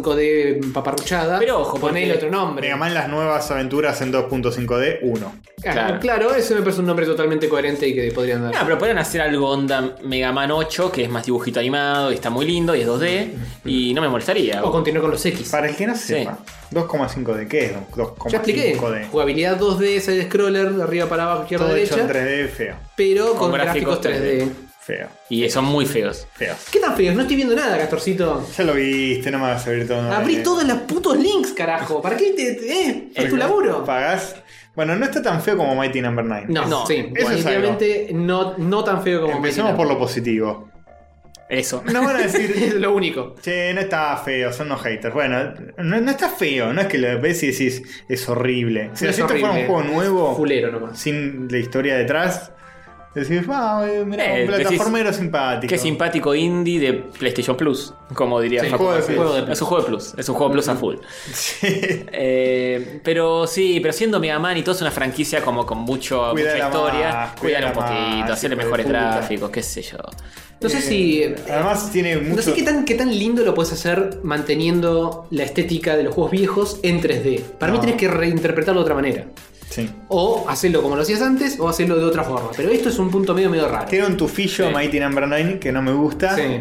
[SPEAKER 4] 2,5D paparruchada,
[SPEAKER 3] Pero ojo, porque-
[SPEAKER 4] ponele otro nombre.
[SPEAKER 1] Mega Man las nuevas aventuras en 2.5D 1.
[SPEAKER 4] Ah,
[SPEAKER 3] Claro.
[SPEAKER 4] claro. eso me parece un nombre totalmente coherente y que podrían dar.
[SPEAKER 3] Ah, pero podrían hacer algo onda Mega Man 8, que es más dibujito animado y está muy lindo y es 2D. Y no me molestaría.
[SPEAKER 4] o continuar con los X.
[SPEAKER 1] Para el que no
[SPEAKER 3] Sí.
[SPEAKER 1] sepa, 2.5D, ¿qué es 2.5D?
[SPEAKER 4] Ya expliqué. Jugabilidad 2D, side scroller, de arriba para abajo, izquierda,
[SPEAKER 1] Todo hecho
[SPEAKER 4] derecha.
[SPEAKER 1] en 3D feo.
[SPEAKER 4] Pero con,
[SPEAKER 3] Con
[SPEAKER 4] gráficos
[SPEAKER 3] gráficos
[SPEAKER 4] 3D.
[SPEAKER 1] Feo,
[SPEAKER 3] Y son muy feos.
[SPEAKER 1] feo.
[SPEAKER 4] ¿Qué tan feos? No estoy viendo nada, Castorcito.
[SPEAKER 1] Ya lo viste, no me vas a abrir todo.
[SPEAKER 4] Abrí
[SPEAKER 1] Eh,
[SPEAKER 4] todos los putos links, carajo. ¿Para qué te, te- eh? Es tu
[SPEAKER 1] porque
[SPEAKER 4] laburo.
[SPEAKER 1] Pagás. Bueno, no está tan feo como Mighty Number 9.
[SPEAKER 4] No,
[SPEAKER 3] No,
[SPEAKER 4] sí.
[SPEAKER 3] eso
[SPEAKER 1] es
[SPEAKER 4] Definitivamente no, no tan feo como
[SPEAKER 1] Empecemos por
[SPEAKER 4] Mighty
[SPEAKER 1] lo positivo.
[SPEAKER 3] Eso.
[SPEAKER 1] Nos van a decir,
[SPEAKER 4] Number. Es lo único.
[SPEAKER 1] che, no está feo, son los haters. Bueno, no, no está feo, no es que lo ves y decís, es horrible. Si
[SPEAKER 4] No
[SPEAKER 1] esto
[SPEAKER 4] horrible. e-
[SPEAKER 1] fuera un juego nuevo,
[SPEAKER 4] Fulero nomás.
[SPEAKER 1] sin la historia detrás, decís, ah, eh, mirá,
[SPEAKER 3] Eh,
[SPEAKER 1] un
[SPEAKER 3] decís,
[SPEAKER 1] plataformero simpático.
[SPEAKER 3] Qué simpático indie de PlayStation Plus, como diría
[SPEAKER 4] Sí,
[SPEAKER 3] Facu.
[SPEAKER 1] juego de
[SPEAKER 3] Martínez.
[SPEAKER 4] Plus.
[SPEAKER 3] Es un juego de Plus, es un juego Plus a full. Eh, pero sí, pero siendo Mega Man y todo es una franquicia como con mucho,
[SPEAKER 1] Cuídala
[SPEAKER 3] mucha
[SPEAKER 1] más,
[SPEAKER 3] historia, cuidar un
[SPEAKER 1] cuídala más,
[SPEAKER 3] poquito, hacerle
[SPEAKER 1] hijo de
[SPEAKER 3] mejores
[SPEAKER 1] puta.
[SPEAKER 3] gráficos, qué sé yo.
[SPEAKER 4] No sé si. eh,
[SPEAKER 1] Además, tiene mucho.
[SPEAKER 4] No sé qué tan, qué tan lindo lo puedes hacer manteniendo la estética de los juegos viejos en 3D. Para
[SPEAKER 1] No.
[SPEAKER 4] mí tenés que reinterpretarlo de otra manera.
[SPEAKER 1] Sí.
[SPEAKER 4] O hacerlo como lo hacías antes, o hacerlo de otra forma. Pero esto es un punto medio medio raro.
[SPEAKER 1] Tiene un tufillo
[SPEAKER 4] Sí.
[SPEAKER 1] Mighty Number 9 que no me gusta.
[SPEAKER 4] Sí,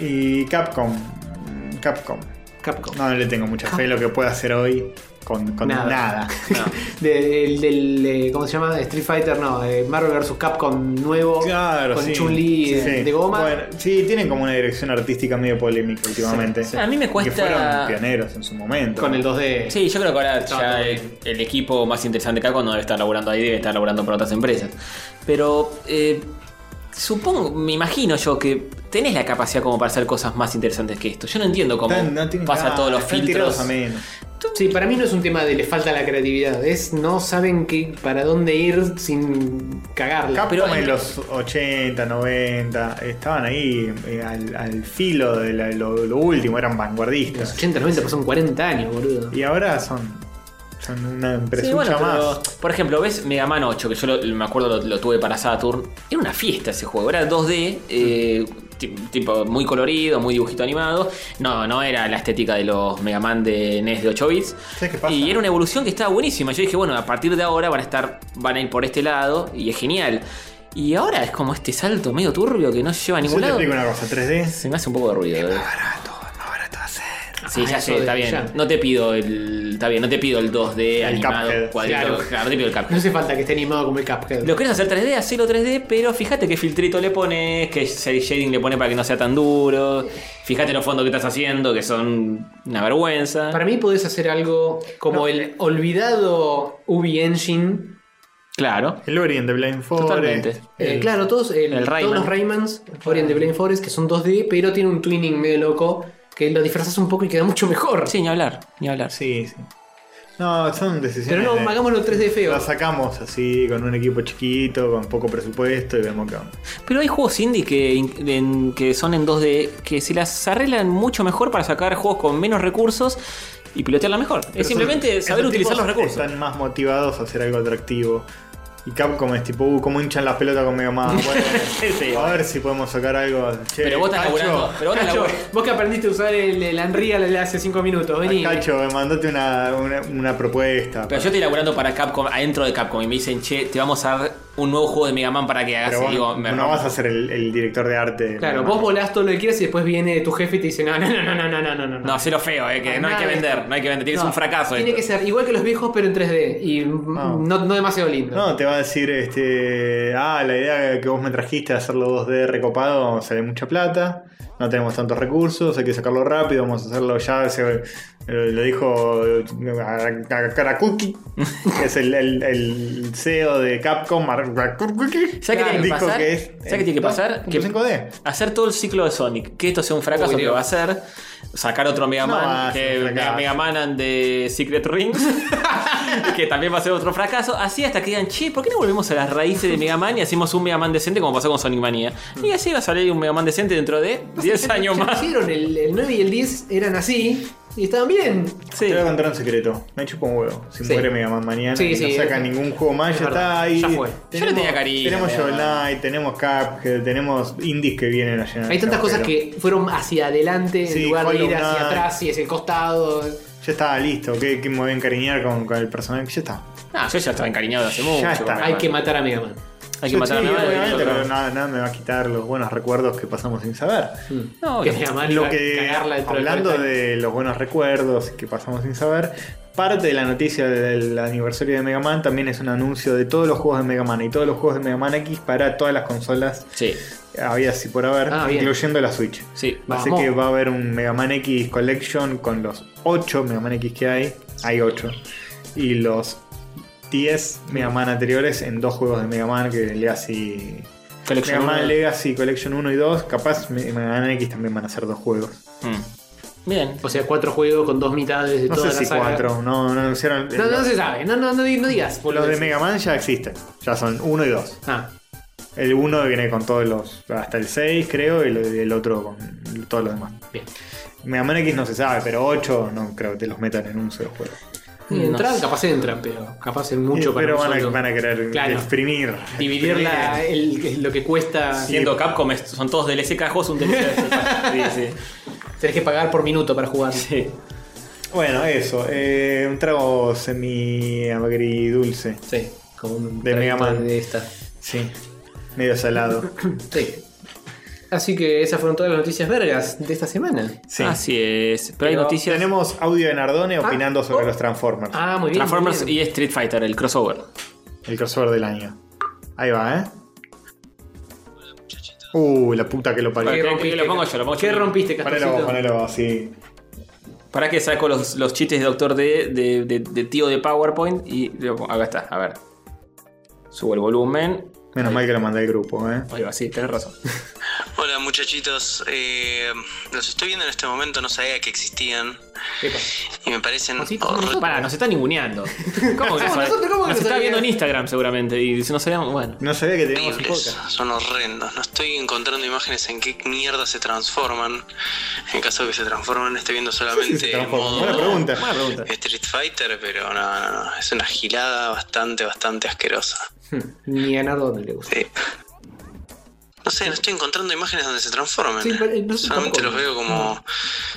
[SPEAKER 1] Y Capcom. Mm, Capcom.
[SPEAKER 4] Capcom.
[SPEAKER 1] No, no le tengo mucha fe lo que pueda hacer hoy con, con nada.
[SPEAKER 4] Nada. De- del, del, eh, ¿Cómo se llama? Street Fighter, no, de Marvel vs. Capcom nuevo.
[SPEAKER 1] Claro,
[SPEAKER 4] con
[SPEAKER 1] sí.
[SPEAKER 4] Chun-Li
[SPEAKER 1] Sí,
[SPEAKER 4] eh,
[SPEAKER 1] sí.
[SPEAKER 4] de goma.
[SPEAKER 1] Bueno, sí, tienen como una dirección artística medio polémica últimamente.
[SPEAKER 3] A mí me cuesta-
[SPEAKER 1] Que fueron pioneros en su momento.
[SPEAKER 4] Con el 2D.
[SPEAKER 3] Sí, yo creo que ahora
[SPEAKER 4] Está
[SPEAKER 3] ya
[SPEAKER 4] todo
[SPEAKER 3] el,
[SPEAKER 4] bien.
[SPEAKER 3] el equipo más interesante que Capcom no debe estar laburando ahí, debe estar laburando por otras empresas. Pero eh, supongo, me imagino yo que tenés la capacidad como para hacer cosas más interesantes que esto. Yo no entiendo cómo
[SPEAKER 1] Están- no tienen
[SPEAKER 3] pasa
[SPEAKER 1] nada,
[SPEAKER 3] todos los
[SPEAKER 1] están tirados
[SPEAKER 3] filtros.
[SPEAKER 1] a menos.
[SPEAKER 4] Sí, para mí no es un tema de le falta la creatividad. Es no saben qué, para dónde ir sin cagarla.
[SPEAKER 1] Capcom
[SPEAKER 3] Pero-
[SPEAKER 1] en los 80, 90, estaban ahí eh, al, al filo de la- lo, lo último, eran
[SPEAKER 4] Los
[SPEAKER 1] vanguardistas.
[SPEAKER 4] 80, 90 pasaron 40 años, boludo.
[SPEAKER 1] Y ahora son, son una empresa
[SPEAKER 3] Sí, bueno, pero,
[SPEAKER 1] más.
[SPEAKER 3] por ejemplo, ves Mega Man 8, que yo lo- me acuerdo lo, lo tuve para Saturn. Era una fiesta ese juego, era 2D, eh, ti- tipo muy colorido, muy dibujito animado. No, no era la estética de los Mega Man de NES de 8 bits.
[SPEAKER 1] ¿Sabes qué pasa?
[SPEAKER 3] Y era una evolución que estaba buenísima. Yo dije, bueno, a partir de ahora van a estar, van a ir por este lado y es genial. Y ahora es como este salto medio turbio que no lleva a
[SPEAKER 1] Yo
[SPEAKER 3] ningún
[SPEAKER 1] te
[SPEAKER 3] lado.
[SPEAKER 1] explico una cosa, 3D.
[SPEAKER 3] Se me hace un poco de ruido. eh. Sí,
[SPEAKER 4] Ah,
[SPEAKER 3] ya
[SPEAKER 4] eso
[SPEAKER 3] sé,
[SPEAKER 4] de-
[SPEAKER 3] está bien.
[SPEAKER 4] ya.
[SPEAKER 3] No te pido el. Está bien, no te pido el 2D animado
[SPEAKER 1] Cuphead.
[SPEAKER 3] cuadrado.
[SPEAKER 4] Claro.
[SPEAKER 3] Claro. no te pido el
[SPEAKER 4] No
[SPEAKER 3] Cuphead.
[SPEAKER 4] hace falta que esté animado como el Cuphead.
[SPEAKER 3] Lo querés hacer 3D, hacelo 3D, pero fíjate qué filtrito le pones, qué shading le pones para que no sea tan duro. Fíjate los fondos que estás haciendo, que son una vergüenza.
[SPEAKER 4] Para mí podés hacer algo como el olvidado Ubi Engine.
[SPEAKER 3] Claro.
[SPEAKER 1] El Orient de Blind Forest.
[SPEAKER 3] Totalmente.
[SPEAKER 4] Eh,
[SPEAKER 1] el-
[SPEAKER 4] claro, todos, el-
[SPEAKER 3] el Rayman.
[SPEAKER 4] todos los Raymans, Orient de Blind Forest, que son 2D, pero tiene un twinning medio loco, que lo disfrazas un poco y queda mucho mejor.
[SPEAKER 3] Sí, ni hablar, ni hablar.
[SPEAKER 1] Sí, sí. No, son
[SPEAKER 4] Pero
[SPEAKER 1] decisiones.
[SPEAKER 4] no,
[SPEAKER 1] de-
[SPEAKER 4] hagámoslo 3D feo.
[SPEAKER 1] La sacamos así, con un equipo chiquito, con poco presupuesto y vemos qué onda.
[SPEAKER 3] Pero hay juegos indie que, in- en- que son en 2D que se las arreglan mucho mejor para sacar juegos con menos recursos y pilotearla mejor. es simplemente
[SPEAKER 1] Esos
[SPEAKER 3] saber utilizar
[SPEAKER 1] tipos
[SPEAKER 3] los recursos.
[SPEAKER 1] Están más motivados a hacer algo atractivo. Y Capcom es tipo, uh, cómo hinchan las pelotas con Mega Man. Bueno,
[SPEAKER 3] Sí.
[SPEAKER 1] a ver si podemos sacar algo. Che,
[SPEAKER 3] Pero vos estás
[SPEAKER 1] Cacho,
[SPEAKER 3] laburando. Pero vos estás
[SPEAKER 4] Nacho,
[SPEAKER 3] laburando-
[SPEAKER 4] vos que aprendiste a usar el, el Unreal hace 5 minutos, vení.
[SPEAKER 1] Cacho, mandate una, una, una propuesta.
[SPEAKER 3] Pero yo estoy laburando para Capcom, adentro de Capcom, y me dicen, che, te vamos a dar un nuevo juego de Mega Man para que hagas.
[SPEAKER 1] Pero
[SPEAKER 3] y
[SPEAKER 1] vos
[SPEAKER 3] digo, me
[SPEAKER 1] no
[SPEAKER 3] rompo.
[SPEAKER 1] vas a ser el, el director de arte. de
[SPEAKER 4] Claro,
[SPEAKER 1] Mega
[SPEAKER 4] vos
[SPEAKER 1] Man.
[SPEAKER 4] volás todo lo que quieras y después viene tu jefe y te dice, no, no, no, no, no, no, no, no.
[SPEAKER 3] No, hacelo feo, eh, que no hay que vender, no hay que vender, tienes
[SPEAKER 4] No,
[SPEAKER 3] un fracaso.
[SPEAKER 4] Tiene
[SPEAKER 3] esto.
[SPEAKER 4] que ser igual que los viejos, pero en 3D. Y mm,
[SPEAKER 1] No.
[SPEAKER 4] no, no demasiado lindo.
[SPEAKER 1] No, te va a decir, este, ah, la idea que vos me trajiste de hacerlo 2D recopado sale mucha plata, no tenemos tantos recursos, hay que sacarlo rápido, vamos a hacerlo ya, se- eh, lo dijo eh, Karakuki, que es el, el- el CEO de Capcom, Karakuki,
[SPEAKER 3] ¿Sabes qué tiene que
[SPEAKER 1] dijo
[SPEAKER 3] pasar?
[SPEAKER 1] que es... eh,
[SPEAKER 3] ¿Sabes qué tiene que pasar? Que-
[SPEAKER 1] 5D.
[SPEAKER 3] Hacer todo el ciclo de Sonic, que esto sea un fracaso
[SPEAKER 4] Uy,
[SPEAKER 3] que
[SPEAKER 4] Dios.
[SPEAKER 3] va a ser. Sacar otro Mega
[SPEAKER 1] No va
[SPEAKER 3] Man,
[SPEAKER 1] a ser
[SPEAKER 3] que
[SPEAKER 1] un
[SPEAKER 3] Mega,
[SPEAKER 1] fracaso.
[SPEAKER 3] Mega Man and the Secret Rings, que también va a ser otro fracaso. Así hasta que digan, che, ¿por qué no volvemos a las raíces de Mega Man y hacemos un Mega Man decente como pasó con Sonic Mania? Y así va a salir un Mega Man decente dentro de 10 años
[SPEAKER 4] Ya
[SPEAKER 3] más.
[SPEAKER 4] hicieron el, el 9 y el 10 eran así y estaban bien.
[SPEAKER 3] Sí.
[SPEAKER 1] Te voy a contar un secreto, me chupa un huevo, si
[SPEAKER 4] Sí.
[SPEAKER 1] muere Mega Man mañana
[SPEAKER 4] Sí,
[SPEAKER 1] y
[SPEAKER 4] sí,
[SPEAKER 1] no saca
[SPEAKER 4] es-
[SPEAKER 1] ningún juego más,
[SPEAKER 4] es
[SPEAKER 1] ya
[SPEAKER 4] verdad,
[SPEAKER 1] está ahí.
[SPEAKER 4] ya fue. Yo
[SPEAKER 3] le tenía cariño,
[SPEAKER 1] Tenemos
[SPEAKER 3] Mega
[SPEAKER 1] Shovel
[SPEAKER 3] Man.
[SPEAKER 1] Knight, tenemos Cuphead, tenemos indies que vienen a llenar
[SPEAKER 4] Hay
[SPEAKER 1] el
[SPEAKER 4] tantas cosas
[SPEAKER 1] agujero.
[SPEAKER 4] que fueron hacia adelante
[SPEAKER 1] Sí,
[SPEAKER 4] en lugar de
[SPEAKER 1] Hollow
[SPEAKER 4] ir hacia
[SPEAKER 1] Knight.
[SPEAKER 4] atrás y hacia el costado.
[SPEAKER 1] Ya estaba listo, que, que me voy a encariñar con, con el personaje. Ya está.
[SPEAKER 3] No, yo ya estaba encariñado hace mucho.
[SPEAKER 1] está.
[SPEAKER 3] con Mega
[SPEAKER 4] Hay
[SPEAKER 3] Man.
[SPEAKER 4] que matar a Mega Man.
[SPEAKER 3] Hay que matar a mi
[SPEAKER 1] Sí,
[SPEAKER 3] madre.
[SPEAKER 1] obviamente, pero nada, nada me va a quitar los buenos recuerdos que pasamos sin saber.
[SPEAKER 3] Oh, No,
[SPEAKER 4] Que me aman
[SPEAKER 1] Lo
[SPEAKER 4] ca-
[SPEAKER 1] que,
[SPEAKER 4] cagarla dentro del
[SPEAKER 1] hablando
[SPEAKER 4] colegio.
[SPEAKER 1] de los buenos recuerdos que pasamos sin saber, parte de la noticia del aniversario de Mega Man también es un anuncio de todos los juegos de Mega Man y todos los juegos de Mega Man X para todas las consolas
[SPEAKER 3] Sí,
[SPEAKER 1] habidas y por haber,
[SPEAKER 4] Ah, bien.
[SPEAKER 1] incluyendo la Switch.
[SPEAKER 3] sí.
[SPEAKER 1] Así
[SPEAKER 4] Vamos.
[SPEAKER 1] que va a haber un Mega Man X Collection con los 8 Mega Man X que hay. Hay 8. Y los 10 Mega Man anteriores en dos juegos de Mega Man que Legacy.
[SPEAKER 4] Collection
[SPEAKER 1] Mega Man
[SPEAKER 4] uno.
[SPEAKER 1] Legacy Collection 1 y 2. Capaz Me- Mega Man X también van a ser dos juegos.
[SPEAKER 3] Mm. Bien.
[SPEAKER 4] O sea, cuatro juegos con dos mitades de
[SPEAKER 1] No
[SPEAKER 4] toda
[SPEAKER 1] sé
[SPEAKER 4] la
[SPEAKER 1] si
[SPEAKER 4] saga.
[SPEAKER 1] 4. No, no anunciaron.
[SPEAKER 4] No, no
[SPEAKER 1] los,
[SPEAKER 4] se sabe. No, no, no, di- no digas.
[SPEAKER 1] los de
[SPEAKER 4] boludeces.
[SPEAKER 1] Mega Man ya existen. Ya son 1 y 2.
[SPEAKER 4] Ah,
[SPEAKER 1] El 1 viene con todos los. hasta el 6, creo, y el, el otro con todos los demás.
[SPEAKER 4] bien.
[SPEAKER 1] Mega Man X no se sabe, pero 8 no creo que te los metan en un solo juego.
[SPEAKER 4] Y
[SPEAKER 3] No
[SPEAKER 4] entran,
[SPEAKER 3] sé.
[SPEAKER 4] capaz entran, pero capaz es mucho
[SPEAKER 1] Eh,
[SPEAKER 4] para
[SPEAKER 1] pero
[SPEAKER 4] un
[SPEAKER 1] van a,
[SPEAKER 4] solo.
[SPEAKER 1] van a querer
[SPEAKER 4] Claro.
[SPEAKER 1] exprimir.
[SPEAKER 4] Dividir la- el- lo que cuesta.
[SPEAKER 3] Siendo Capcom, es- son todos DLC, cada juego es un DLC.
[SPEAKER 4] ¿eh?
[SPEAKER 3] sí, sí.
[SPEAKER 4] Tenés que pagar por minuto para jugar.
[SPEAKER 3] Sí.
[SPEAKER 1] Bueno, eso. eh, un trago semi agridulce.
[SPEAKER 4] Sí, como un
[SPEAKER 1] De Mega
[SPEAKER 4] traguito
[SPEAKER 1] Man.
[SPEAKER 4] De esta.
[SPEAKER 1] Sí. Medio salado.
[SPEAKER 4] Sí. Así que esas fueron todas las noticias vergas de esta semana.
[SPEAKER 1] Sí.
[SPEAKER 3] Así es. Pero, hay
[SPEAKER 4] Pero
[SPEAKER 3] noticias.
[SPEAKER 1] Tenemos audio de Nardone opinando sobre
[SPEAKER 4] oh.
[SPEAKER 1] los Transformers.
[SPEAKER 4] Ah, muy bien.
[SPEAKER 3] Transformers
[SPEAKER 4] muy bien.
[SPEAKER 3] y Street Fighter, el crossover.
[SPEAKER 1] El crossover del año. Ahí va, ¿eh? Uh, la puta que lo
[SPEAKER 4] ¿Qué
[SPEAKER 1] parió.
[SPEAKER 3] que-
[SPEAKER 4] rompiste,
[SPEAKER 3] que lo pongo yo, lo pongo
[SPEAKER 4] ¿Qué
[SPEAKER 3] yo.
[SPEAKER 4] rompiste,
[SPEAKER 1] Ponelo,
[SPEAKER 4] Castorcito?
[SPEAKER 1] vos, ponelo, vos, sí.
[SPEAKER 3] ¿Para que saco los, los chistes de Doctor D de, de- de tío de PowerPoint? Y lo- acá está, a ver. Subo el volumen.
[SPEAKER 1] Menos mal que lo mandé al grupo, ¿eh?
[SPEAKER 3] Ahí va, sí, tenés razón.
[SPEAKER 11] Hola muchachitos, eh, los estoy viendo en este momento, no sabía que existían
[SPEAKER 4] Epa.
[SPEAKER 11] y me parecen
[SPEAKER 4] Cosita,
[SPEAKER 11] horribles.
[SPEAKER 4] nosotros.
[SPEAKER 3] Oh, Pará, nos está ninguneando. ¿Cómo que no sabe?
[SPEAKER 4] nosotros? ¿Cómo que
[SPEAKER 3] Nos
[SPEAKER 4] no
[SPEAKER 3] está
[SPEAKER 4] sabía?
[SPEAKER 3] viendo en Instagram seguramente y dice, no sabíamos. Bueno,
[SPEAKER 1] No sabía que teníamos un podcast.
[SPEAKER 11] son horrendos, no estoy encontrando imágenes en qué mierda se transforman, en caso de que se transformen estoy viendo
[SPEAKER 1] Sí,
[SPEAKER 11] solamente
[SPEAKER 1] se transforma.
[SPEAKER 11] modo
[SPEAKER 1] Buena pregunta.
[SPEAKER 3] buena pregunta.
[SPEAKER 11] Street Fighter, pero no, no, no, es una gilada bastante, bastante asquerosa.
[SPEAKER 4] Hm, Ni a Nardo le gusta.
[SPEAKER 11] Sí. No sé, no estoy encontrando imágenes donde se transformen.
[SPEAKER 4] Sí, pero, eh, no sé
[SPEAKER 11] Solamente
[SPEAKER 4] tampoco.
[SPEAKER 11] los veo como.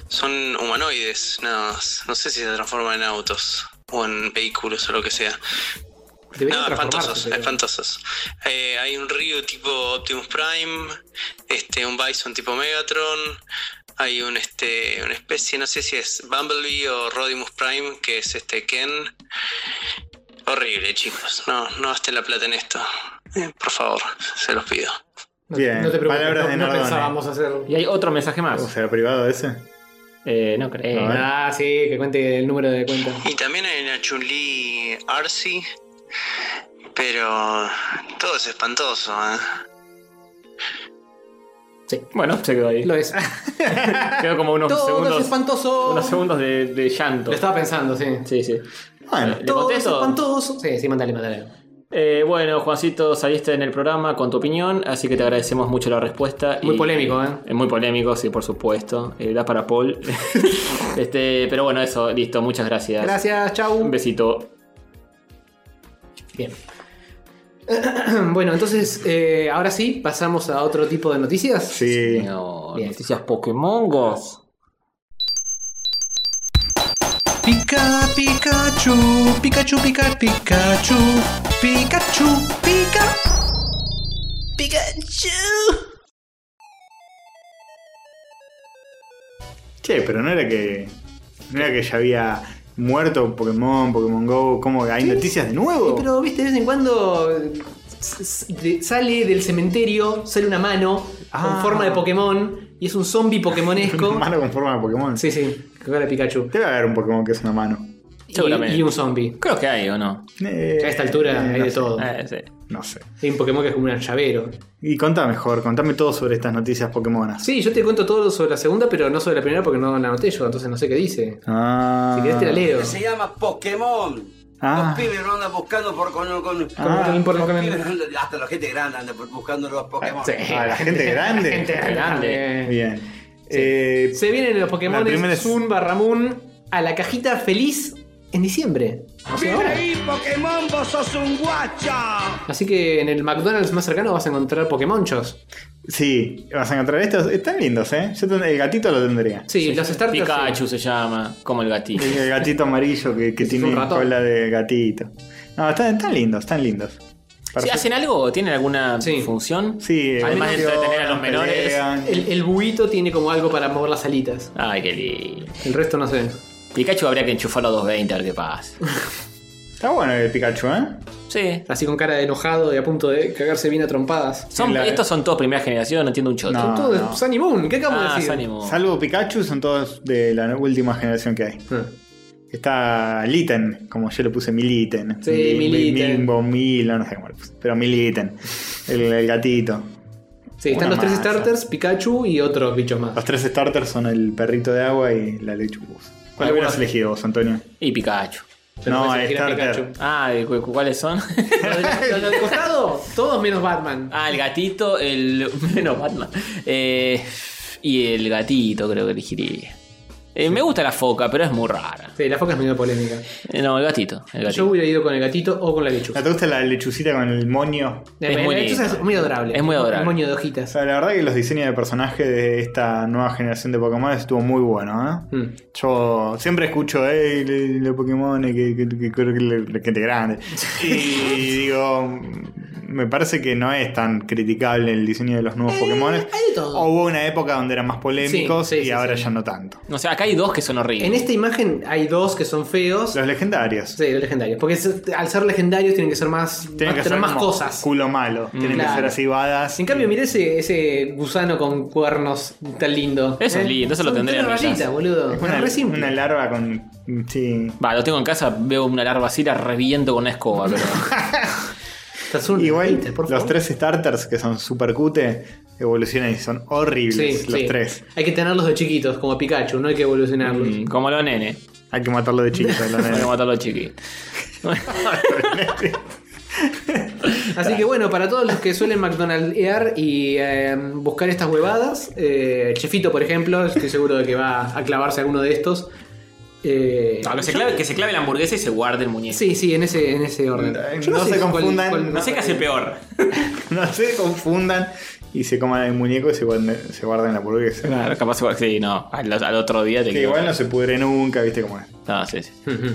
[SPEAKER 11] Son humanoides, nada más. No sé si se transforman en autos o en vehículos o lo que sea.
[SPEAKER 4] Debería
[SPEAKER 11] No, espantosos,
[SPEAKER 4] transformarse. pero-
[SPEAKER 11] espantosos. Eh, hay un Ryu tipo Optimus Prime, este, un Bison tipo Megatron, hay un este, una especie, no sé si es Bumblebee o Rodimus Prime, que es este Ken. Horrible, chicos. No, no gasten la plata en esto. Eh, por favor, se los pido.
[SPEAKER 4] No,
[SPEAKER 1] Bien,
[SPEAKER 4] no te preocupes,
[SPEAKER 1] palabras
[SPEAKER 4] no,
[SPEAKER 1] de
[SPEAKER 4] no
[SPEAKER 1] Nardone.
[SPEAKER 4] pensábamos hacer.
[SPEAKER 3] y hay otro mensaje
[SPEAKER 1] O
[SPEAKER 3] más.
[SPEAKER 1] sea, privado ese.
[SPEAKER 3] Eh, no creo.
[SPEAKER 1] A ver.
[SPEAKER 4] ah, sí, que cuente el número de cuenta.
[SPEAKER 11] Y también hay una Chun-Li Arcy, pero todo es espantoso. ¿eh?
[SPEAKER 3] Bueno, se quedó ahí.
[SPEAKER 4] Lo es.
[SPEAKER 3] Quedó como unos
[SPEAKER 4] Todo es
[SPEAKER 3] segundos.
[SPEAKER 4] espantoso.
[SPEAKER 3] Unos segundos de, de llanto.
[SPEAKER 4] Lo estaba pensando, sí.
[SPEAKER 3] Sí, sí.
[SPEAKER 1] Bueno,
[SPEAKER 3] ¿Le
[SPEAKER 4] Todo es
[SPEAKER 3] contesto?
[SPEAKER 4] espantoso. Sí, sí, mandale, mandale.
[SPEAKER 3] Eh, bueno, Juancito, saliste en el programa con tu opinión, así que te agradecemos mucho la respuesta.
[SPEAKER 4] Muy
[SPEAKER 3] y-
[SPEAKER 4] polémico, ¿eh?
[SPEAKER 3] Es muy polémico, sí, por supuesto. Eh, da para Paul. este, pero bueno, eso, listo, muchas gracias.
[SPEAKER 4] Gracias, chau.
[SPEAKER 3] Un besito.
[SPEAKER 4] Bien. bueno, entonces, eh, ahora sí, pasamos a otro tipo de noticias.
[SPEAKER 1] Sí.
[SPEAKER 3] No,
[SPEAKER 4] Bien.
[SPEAKER 3] noticias Pokémon Go.
[SPEAKER 7] Pica, Pikachu, Pikachu, pica, Pikachu, Pikachu, pica.
[SPEAKER 1] Che, pero no era que. No era que ya había muerto Pokémon, Pokémon Go, ¿cómo que hay noticias de
[SPEAKER 4] Sí,
[SPEAKER 1] nuevo?
[SPEAKER 4] pero, viste, de vez en cuando eh, s- s- de- sale del cementerio, sale una mano
[SPEAKER 1] Ah.
[SPEAKER 4] con forma de Pokémon y es un zombie pokemonesco.
[SPEAKER 1] Mano con forma de Pokémon.
[SPEAKER 4] sí, sí, con cara de Pikachu.
[SPEAKER 1] Te va a haber un Pokémon que es una mano.
[SPEAKER 4] Y,
[SPEAKER 3] Seguramente.
[SPEAKER 4] y un zombie.
[SPEAKER 3] Creo que hay, ¿o no?
[SPEAKER 1] Eh,
[SPEAKER 4] A esta altura
[SPEAKER 1] eh,
[SPEAKER 4] hay
[SPEAKER 1] no
[SPEAKER 4] de
[SPEAKER 1] sé,
[SPEAKER 4] todo.
[SPEAKER 3] Eh, sí.
[SPEAKER 1] No sé.
[SPEAKER 4] Hay un Pokémon que es como un llavero.
[SPEAKER 1] Y contá mejor, contame todo sobre estas noticias Pokémonas.
[SPEAKER 4] Sí, yo te cuento todo sobre la segunda, pero no sobre la primera porque no la anoté yo, entonces no sé qué dice.
[SPEAKER 1] Ah.
[SPEAKER 4] Si querés te la leo.
[SPEAKER 12] Se llama Pokémon.
[SPEAKER 1] Ah.
[SPEAKER 12] Los pibes no andan buscando por con, con-
[SPEAKER 4] Como que no importa lo que
[SPEAKER 12] los
[SPEAKER 4] me-
[SPEAKER 12] pibes, no- hasta Ah. la gente grande anda por- buscando los Pokémon.
[SPEAKER 1] Ah, la gente grande.
[SPEAKER 4] Gente grande.
[SPEAKER 1] Bien. Eh,
[SPEAKER 4] Se vienen los Pokémon
[SPEAKER 1] La primera es-
[SPEAKER 4] Sun barra Moon a la cajita feliz en diciembre. O sea, ahora.
[SPEAKER 12] Pokémon, vos sos un guacha.
[SPEAKER 4] Así que en el McDonald's más cercano vas a encontrar Pokémonchos.
[SPEAKER 1] sí, vas a encontrar estos. Están lindos, ¿eh? Yo ten- el gatito lo tendría.
[SPEAKER 4] Sí, los starters.
[SPEAKER 3] Pikachu se llama, como el gatito.
[SPEAKER 1] El gatito amarillo que, que
[SPEAKER 4] Es un
[SPEAKER 1] tiene
[SPEAKER 4] ratón.
[SPEAKER 1] cola de gatito. No, están, están lindos, están lindos.
[SPEAKER 3] Sí, ¿Hacen algo? ¿Tienen alguna función?
[SPEAKER 1] Sí, eh,
[SPEAKER 3] Además de
[SPEAKER 4] evolución,
[SPEAKER 3] entretener a los menores.
[SPEAKER 4] El, el buito tiene como algo para mover las alitas.
[SPEAKER 3] Ay, qué lindo.
[SPEAKER 4] El resto no sé.
[SPEAKER 3] Pikachu habría que enchufarlo a 220 a ver qué pasa.
[SPEAKER 1] Está bueno el Pikachu, ¿eh?
[SPEAKER 3] Sí.
[SPEAKER 4] Así con cara de enojado y a punto de cagarse bien a trompadas.
[SPEAKER 3] Son- Estos son todos primera generación, Ah, no entiendo un choto.
[SPEAKER 1] No,
[SPEAKER 4] Son todos de
[SPEAKER 1] no.
[SPEAKER 4] Sunny Moon, ¿qué acabo de
[SPEAKER 3] Ah,
[SPEAKER 4] decir?
[SPEAKER 3] Sunny Moon.
[SPEAKER 1] Salvo Pikachu, son todos de la última generación que hay.
[SPEAKER 4] Ah.
[SPEAKER 1] Está Litten, como yo le puse Militen.
[SPEAKER 4] Sí,
[SPEAKER 1] Mi- mi-
[SPEAKER 4] Militen.
[SPEAKER 1] Mimbo, Milo, no sé cómo le puse. Pero Militen. El, el gatito.
[SPEAKER 4] Sí, están
[SPEAKER 1] Una
[SPEAKER 4] los tres
[SPEAKER 1] masa.
[SPEAKER 4] starters, Pikachu y otros bichos más.
[SPEAKER 1] Los tres starters son el perrito de agua y la lechupus. ¿Cuál
[SPEAKER 4] Ah,
[SPEAKER 1] hubieras
[SPEAKER 4] bueno.
[SPEAKER 1] elegido vos, Antonio?
[SPEAKER 3] Y Pikachu.
[SPEAKER 4] Pero
[SPEAKER 1] no,
[SPEAKER 4] puedes
[SPEAKER 1] el
[SPEAKER 4] elegir a
[SPEAKER 1] starter.
[SPEAKER 4] Pikachu.
[SPEAKER 3] Ah, ¿y cu- ¿cuáles son?
[SPEAKER 4] Los del- los del costado, todos menos Batman.
[SPEAKER 3] ah, el gatito, el. Menos Batman. Eh, y el gatito, creo que elegiría. Eh, Me gusta la foca, pero es muy rara.
[SPEAKER 4] Sí, la foca es medio polémica.
[SPEAKER 3] Eh, No, el gatito. El
[SPEAKER 4] Yo
[SPEAKER 3] gatito.
[SPEAKER 4] hubiera ido con el gatito o con la lechuga.
[SPEAKER 1] ¿No ¿Te gusta la lechucita con el moño?
[SPEAKER 3] es muy
[SPEAKER 4] la lechuza
[SPEAKER 3] lindo.
[SPEAKER 4] es muy adorable.
[SPEAKER 3] Es muy adorable.
[SPEAKER 4] Un moño de
[SPEAKER 1] O
[SPEAKER 4] hojitas.
[SPEAKER 1] sea, la verdad que los diseños de personajes de esta nueva generación de Pokémon estuvo muy bueno, ¿eh?
[SPEAKER 4] Mm.
[SPEAKER 1] Yo siempre escucho, eh, le- los Pokémon eh, que, que, que, que- que- que te grande. Y digo, me parece que no es tan criticable el diseño de los nuevos Pokémon.
[SPEAKER 4] Eh, Hay de todo.
[SPEAKER 1] Hubo una época donde eran más polémicos
[SPEAKER 4] Sí, sí,
[SPEAKER 1] y
[SPEAKER 4] sí,
[SPEAKER 1] ahora
[SPEAKER 4] sí.
[SPEAKER 1] ya no tanto.
[SPEAKER 3] O sea, acá hay dos que son horribles.
[SPEAKER 4] En esta imagen hay dos que son feos.
[SPEAKER 1] Los legendarios.
[SPEAKER 4] Sí, los legendarios. Porque es- al ser legendarios tienen que ser más.
[SPEAKER 1] Tienen que
[SPEAKER 4] tener
[SPEAKER 1] ser
[SPEAKER 4] más
[SPEAKER 1] como
[SPEAKER 4] cosas. Mm.
[SPEAKER 1] Culo malo. Tienen que
[SPEAKER 4] claro.
[SPEAKER 1] ser así badas.
[SPEAKER 4] En cambio, mirá ese, ese gusano con cuernos tan lindo.
[SPEAKER 3] Eso es
[SPEAKER 4] ¿Eh?
[SPEAKER 3] lindo, eso lo
[SPEAKER 4] Son
[SPEAKER 3] tendría
[SPEAKER 4] tres
[SPEAKER 3] en mi
[SPEAKER 4] rayitas,
[SPEAKER 3] casa.
[SPEAKER 4] boludo.
[SPEAKER 1] Es
[SPEAKER 4] Es
[SPEAKER 1] una,
[SPEAKER 4] re simple.
[SPEAKER 1] una larva con. Sí.
[SPEAKER 3] Va, lo tengo en casa, veo una larva así, la reviento con una escoba, pero.
[SPEAKER 4] Estas son
[SPEAKER 1] Igual,
[SPEAKER 4] rayitas, por
[SPEAKER 1] los
[SPEAKER 4] favor.
[SPEAKER 1] tres starters que son super cute evolucionan y son horribles
[SPEAKER 4] Sí,
[SPEAKER 1] los
[SPEAKER 4] sí.
[SPEAKER 1] tres.
[SPEAKER 4] Hay que tenerlos de chiquitos, como Pikachu, no hay que evolucionarlos.
[SPEAKER 3] Mm, como los nene.
[SPEAKER 1] Hay que matarlo de chiquito. la
[SPEAKER 3] Hay que
[SPEAKER 1] nena.
[SPEAKER 3] matarlo chiquito.
[SPEAKER 4] Así que bueno, para todos los que suelen McDonaldear y eh, buscar estas huevadas, eh, Chefito, por ejemplo, estoy seguro de que va a clavarse alguno de estos. Eh,
[SPEAKER 3] No, que, se clave, que se clave la hamburguesa y se guarde el muñeco.
[SPEAKER 4] Sí, sí, en ese, en ese orden.
[SPEAKER 1] Eh,
[SPEAKER 4] Yo
[SPEAKER 1] no se
[SPEAKER 4] cuál-
[SPEAKER 1] confundan,
[SPEAKER 4] cuál-
[SPEAKER 3] No sé qué hace peor.
[SPEAKER 1] no se confundan y se coman el muñeco y se guarden, se guarden la hamburguesa.
[SPEAKER 3] Claro, capaz igual- Sí, no. Al, al otro día te
[SPEAKER 1] Que
[SPEAKER 3] quedo-
[SPEAKER 1] igual no se pudre nunca, viste cómo es.
[SPEAKER 3] No, sí, sí.
[SPEAKER 4] Ujú.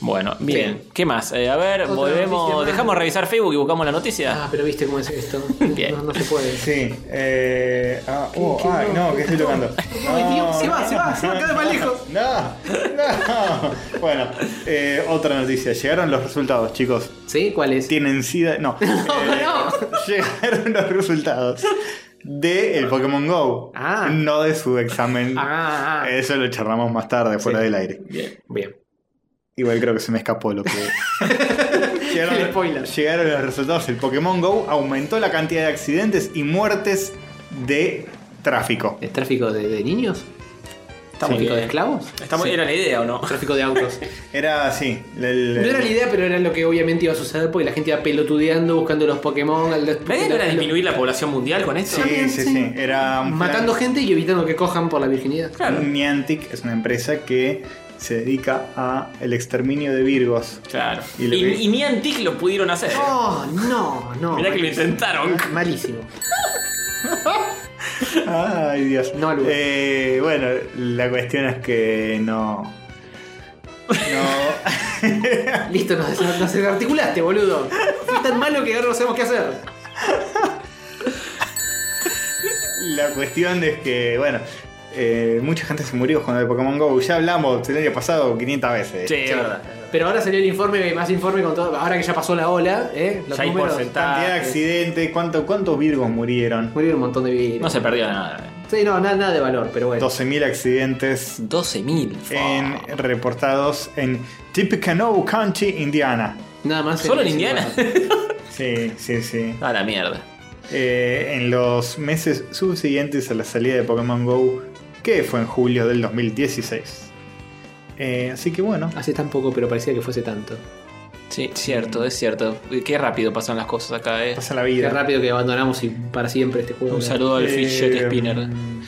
[SPEAKER 3] Bueno, bien. ¿Qué más? Eh, a ver,
[SPEAKER 4] Otra noticia
[SPEAKER 3] volvemos.
[SPEAKER 4] más.
[SPEAKER 3] Dejamos revisar Facebook y buscamos la noticia.
[SPEAKER 4] Ah, pero viste cómo es esto.
[SPEAKER 3] Bien.
[SPEAKER 4] No, no se puede.
[SPEAKER 1] Sí, eh. Ah, oh,
[SPEAKER 4] qué
[SPEAKER 1] ay,
[SPEAKER 4] no?
[SPEAKER 1] no, que estoy tocando.
[SPEAKER 4] Ay,
[SPEAKER 1] No,
[SPEAKER 4] Dios, se va, se va, se va cada vez más lejos.
[SPEAKER 1] No, no. Bueno, eh, otra noticia. Llegaron los resultados, chicos.
[SPEAKER 4] ¿Sí? ¿Cuál es?
[SPEAKER 1] tienen sida. No. Eh, Llegaron los resultados de el Pokémon Go.
[SPEAKER 4] Ah.
[SPEAKER 1] No de su examen.
[SPEAKER 4] Ah, ah.
[SPEAKER 1] Eso lo charlamos más tarde, fuera del aire.
[SPEAKER 3] Bien.
[SPEAKER 4] Bien.
[SPEAKER 1] Igual creo que se me escapó lo que.
[SPEAKER 4] El spoiler.
[SPEAKER 1] llegaron los resultados. El Pokémon Go aumentó la cantidad de accidentes y muertes de tráfico.
[SPEAKER 4] ¿Es tráfico de, de niños? ¿Tráfico
[SPEAKER 3] bien.
[SPEAKER 4] de esclavos?
[SPEAKER 3] Estamos- ¿Era la idea o no?
[SPEAKER 4] ¿Tráfico de autos?
[SPEAKER 1] Era así. el-
[SPEAKER 4] No era la idea, pero era lo que obviamente iba a suceder porque la gente iba pelotudeando, buscando los Pokémon. al-
[SPEAKER 3] ¿La idea no era disminuir la población mundial con esto?
[SPEAKER 1] Sí, sí, sí. Era un plan-
[SPEAKER 4] Matando gente y evitando que cojan por la virginidad.
[SPEAKER 1] Niantic es una empresa que se dedica a el exterminio de virgos.
[SPEAKER 3] Claro.
[SPEAKER 1] Y lo
[SPEAKER 3] Y,
[SPEAKER 1] que-
[SPEAKER 3] y ni Antic lo pudieron hacer.
[SPEAKER 4] Oh, no, no.
[SPEAKER 3] Mirá que lo
[SPEAKER 4] malísimo.
[SPEAKER 3] intentaron.
[SPEAKER 4] Malísimo.
[SPEAKER 1] Ay, Dios.
[SPEAKER 4] No, Lu.
[SPEAKER 1] Eh, bueno, la cuestión es que no. No.
[SPEAKER 4] Listo, nos, des- nos desarticulaste, boludo. Fue tan malo que ahora no sabemos qué hacer.
[SPEAKER 1] la cuestión es que, bueno, eh, mucha gente se murió jugando de Pokémon Go. Ya hablamos el año pasado 500 veces.
[SPEAKER 3] Sí, es verdad.
[SPEAKER 4] Pero ahora salió el informe, más informe con todo. Ahora que ya pasó la ola, ¿eh? Los
[SPEAKER 3] Ya hay
[SPEAKER 4] números.
[SPEAKER 3] porcentaje.
[SPEAKER 1] Cantidad de accidentes, ¿cuánto, ¿cuántos virgos murieron?
[SPEAKER 4] Murieron un montón de virus.
[SPEAKER 3] No se perdió nada.
[SPEAKER 4] Sí, no, nada, nada de valor, pero bueno.
[SPEAKER 1] 12.000 accidentes
[SPEAKER 3] 12.000.
[SPEAKER 1] en,
[SPEAKER 3] fuck.
[SPEAKER 1] reportados en Tippecanoe County, Indiana.
[SPEAKER 4] Nada más.
[SPEAKER 3] ¿Solo en Indiana?
[SPEAKER 1] Sí, sí, sí.
[SPEAKER 3] A la mierda.
[SPEAKER 1] Eh, en los meses subsiguientes a la salida de Pokémon Go, que fue en julio del 2016. Eh, así que bueno,
[SPEAKER 4] Hace tan poco, pero parecía que fuese tanto.
[SPEAKER 3] Sí, cierto, es cierto. Qué rápido pasan las cosas acá, eh.
[SPEAKER 1] pasa la
[SPEAKER 4] Qué
[SPEAKER 1] vida.
[SPEAKER 4] rápido que abandonamos y para siempre este juego.
[SPEAKER 3] Un saludo al
[SPEAKER 1] Eh,
[SPEAKER 3] Fidget Spinner.
[SPEAKER 1] mm,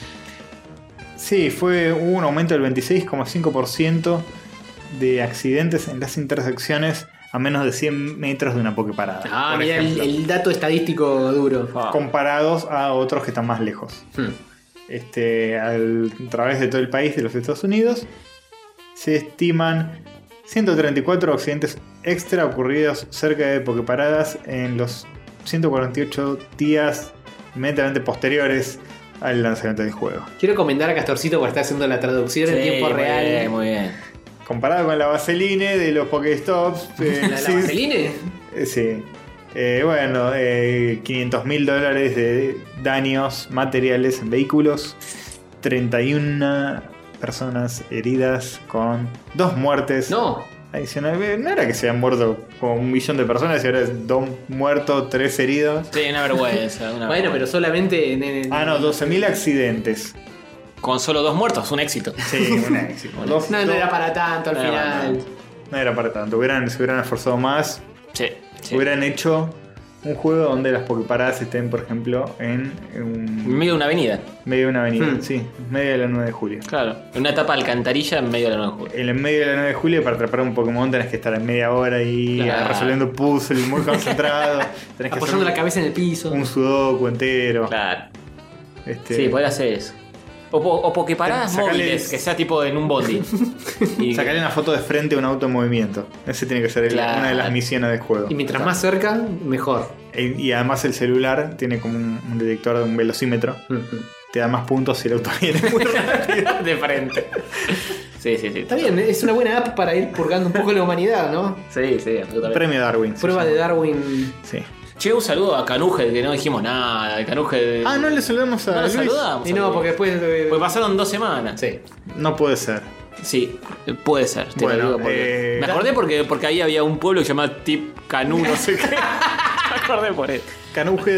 [SPEAKER 1] Sí, fue hubo un aumento del 26,5% de accidentes en las intersecciones a menos de 100 metros de una Poképarada.
[SPEAKER 4] Ah,
[SPEAKER 1] por
[SPEAKER 4] mira el,
[SPEAKER 1] ejemplo,
[SPEAKER 4] el dato estadístico duro.
[SPEAKER 3] Ah.
[SPEAKER 1] Comparados a otros que están más lejos.
[SPEAKER 4] Hmm.
[SPEAKER 1] este, al- a través de todo el país de los Estados Unidos, se estiman 134 accidentes extra ocurridos cerca de Poképaradas en los 148 días inmediatamente posteriores al lanzamiento del juego.
[SPEAKER 4] Quiero comentar a Castorcito porque está haciendo la traducción en
[SPEAKER 3] Sí,
[SPEAKER 4] tiempo
[SPEAKER 3] muy
[SPEAKER 4] real.
[SPEAKER 3] bien, muy bien.
[SPEAKER 1] Comparado con la Vaseline de los Pokéstops. eh,
[SPEAKER 4] ¿La, la
[SPEAKER 1] sí,
[SPEAKER 4] vaseline?
[SPEAKER 1] eh, Sí. Eh, bueno, eh, 500 mil dólares de daños materiales en vehículos. 31 personas heridas con dos muertes.
[SPEAKER 4] No.
[SPEAKER 1] Adicional, no era que se habían muerto como un millón de personas, y ahora es dos muertos, tres heridos.
[SPEAKER 3] Sí, una vergüenza. una
[SPEAKER 4] Bueno, pero
[SPEAKER 3] vergüenza.
[SPEAKER 4] solamente en, en-
[SPEAKER 1] Ah, no, 12.000 accidentes.
[SPEAKER 3] Con solo dos muertos, un éxito.
[SPEAKER 1] Sí, un éxito. Dos-
[SPEAKER 4] No, no era para tanto al
[SPEAKER 3] No,
[SPEAKER 4] final.
[SPEAKER 1] No era para tanto, hubieran, se hubieran esforzado más.
[SPEAKER 3] Sí, sí.
[SPEAKER 1] Hubieran hecho un juego donde las pokeparadas estén, por ejemplo, en, en
[SPEAKER 3] En
[SPEAKER 1] un-
[SPEAKER 3] medio de una avenida.
[SPEAKER 1] medio de una avenida,
[SPEAKER 3] Hmm.
[SPEAKER 1] sí, en medio de la 9 de julio.
[SPEAKER 3] Claro. En una etapa alcantarilla en medio de la noche.
[SPEAKER 1] En el medio de la 9 de julio, para atrapar un Pokémon, tenés que estar en media hora ahí
[SPEAKER 3] Claro.
[SPEAKER 1] resolviendo puzzles muy concentrado. tenés que hacer
[SPEAKER 4] Apoyando
[SPEAKER 1] un,
[SPEAKER 4] la cabeza en el piso.
[SPEAKER 1] un sudoku entero.
[SPEAKER 3] Claro.
[SPEAKER 1] Este,
[SPEAKER 3] Sí, poder hacer eso. O, po- o pokeparadas
[SPEAKER 1] Sacale-
[SPEAKER 3] móviles, que sea tipo en un bondi. Y-
[SPEAKER 1] Sacarle una foto de frente a un auto en movimiento. Ese tiene que ser el-
[SPEAKER 3] Claro.
[SPEAKER 1] una de las misiones del juego.
[SPEAKER 4] Y mientras más cerca, mejor.
[SPEAKER 1] E- Y además el celular tiene como un, un detector de un velocímetro. Te da más puntos si el auto viene muy rápido.
[SPEAKER 3] de frente. Sí, sí, sí.
[SPEAKER 4] Está bien, es una buena app para ir purgando un poco la humanidad, ¿no?
[SPEAKER 3] Sí, sí, absolutamente.
[SPEAKER 1] Premio Darwin. se
[SPEAKER 4] Prueba de
[SPEAKER 1] llama.
[SPEAKER 4] Darwin.
[SPEAKER 1] Sí.
[SPEAKER 3] Che, un saludo a Canuje, que no dijimos nada. Canuje.
[SPEAKER 1] Ah, no le saludamos a
[SPEAKER 3] No lo
[SPEAKER 1] Luis.
[SPEAKER 3] saludamos.
[SPEAKER 4] Y no, porque después. eh,
[SPEAKER 3] Pues pasaron dos semanas. Sí.
[SPEAKER 1] No puede ser.
[SPEAKER 3] Sí, puede ser. Te
[SPEAKER 1] Bueno,
[SPEAKER 3] lo digo porque...
[SPEAKER 1] eh,
[SPEAKER 3] Me acordé porque, porque ahí había un pueblo que se llamaba Tip Canú, no sé qué. Me acordé por él.
[SPEAKER 1] Canuje,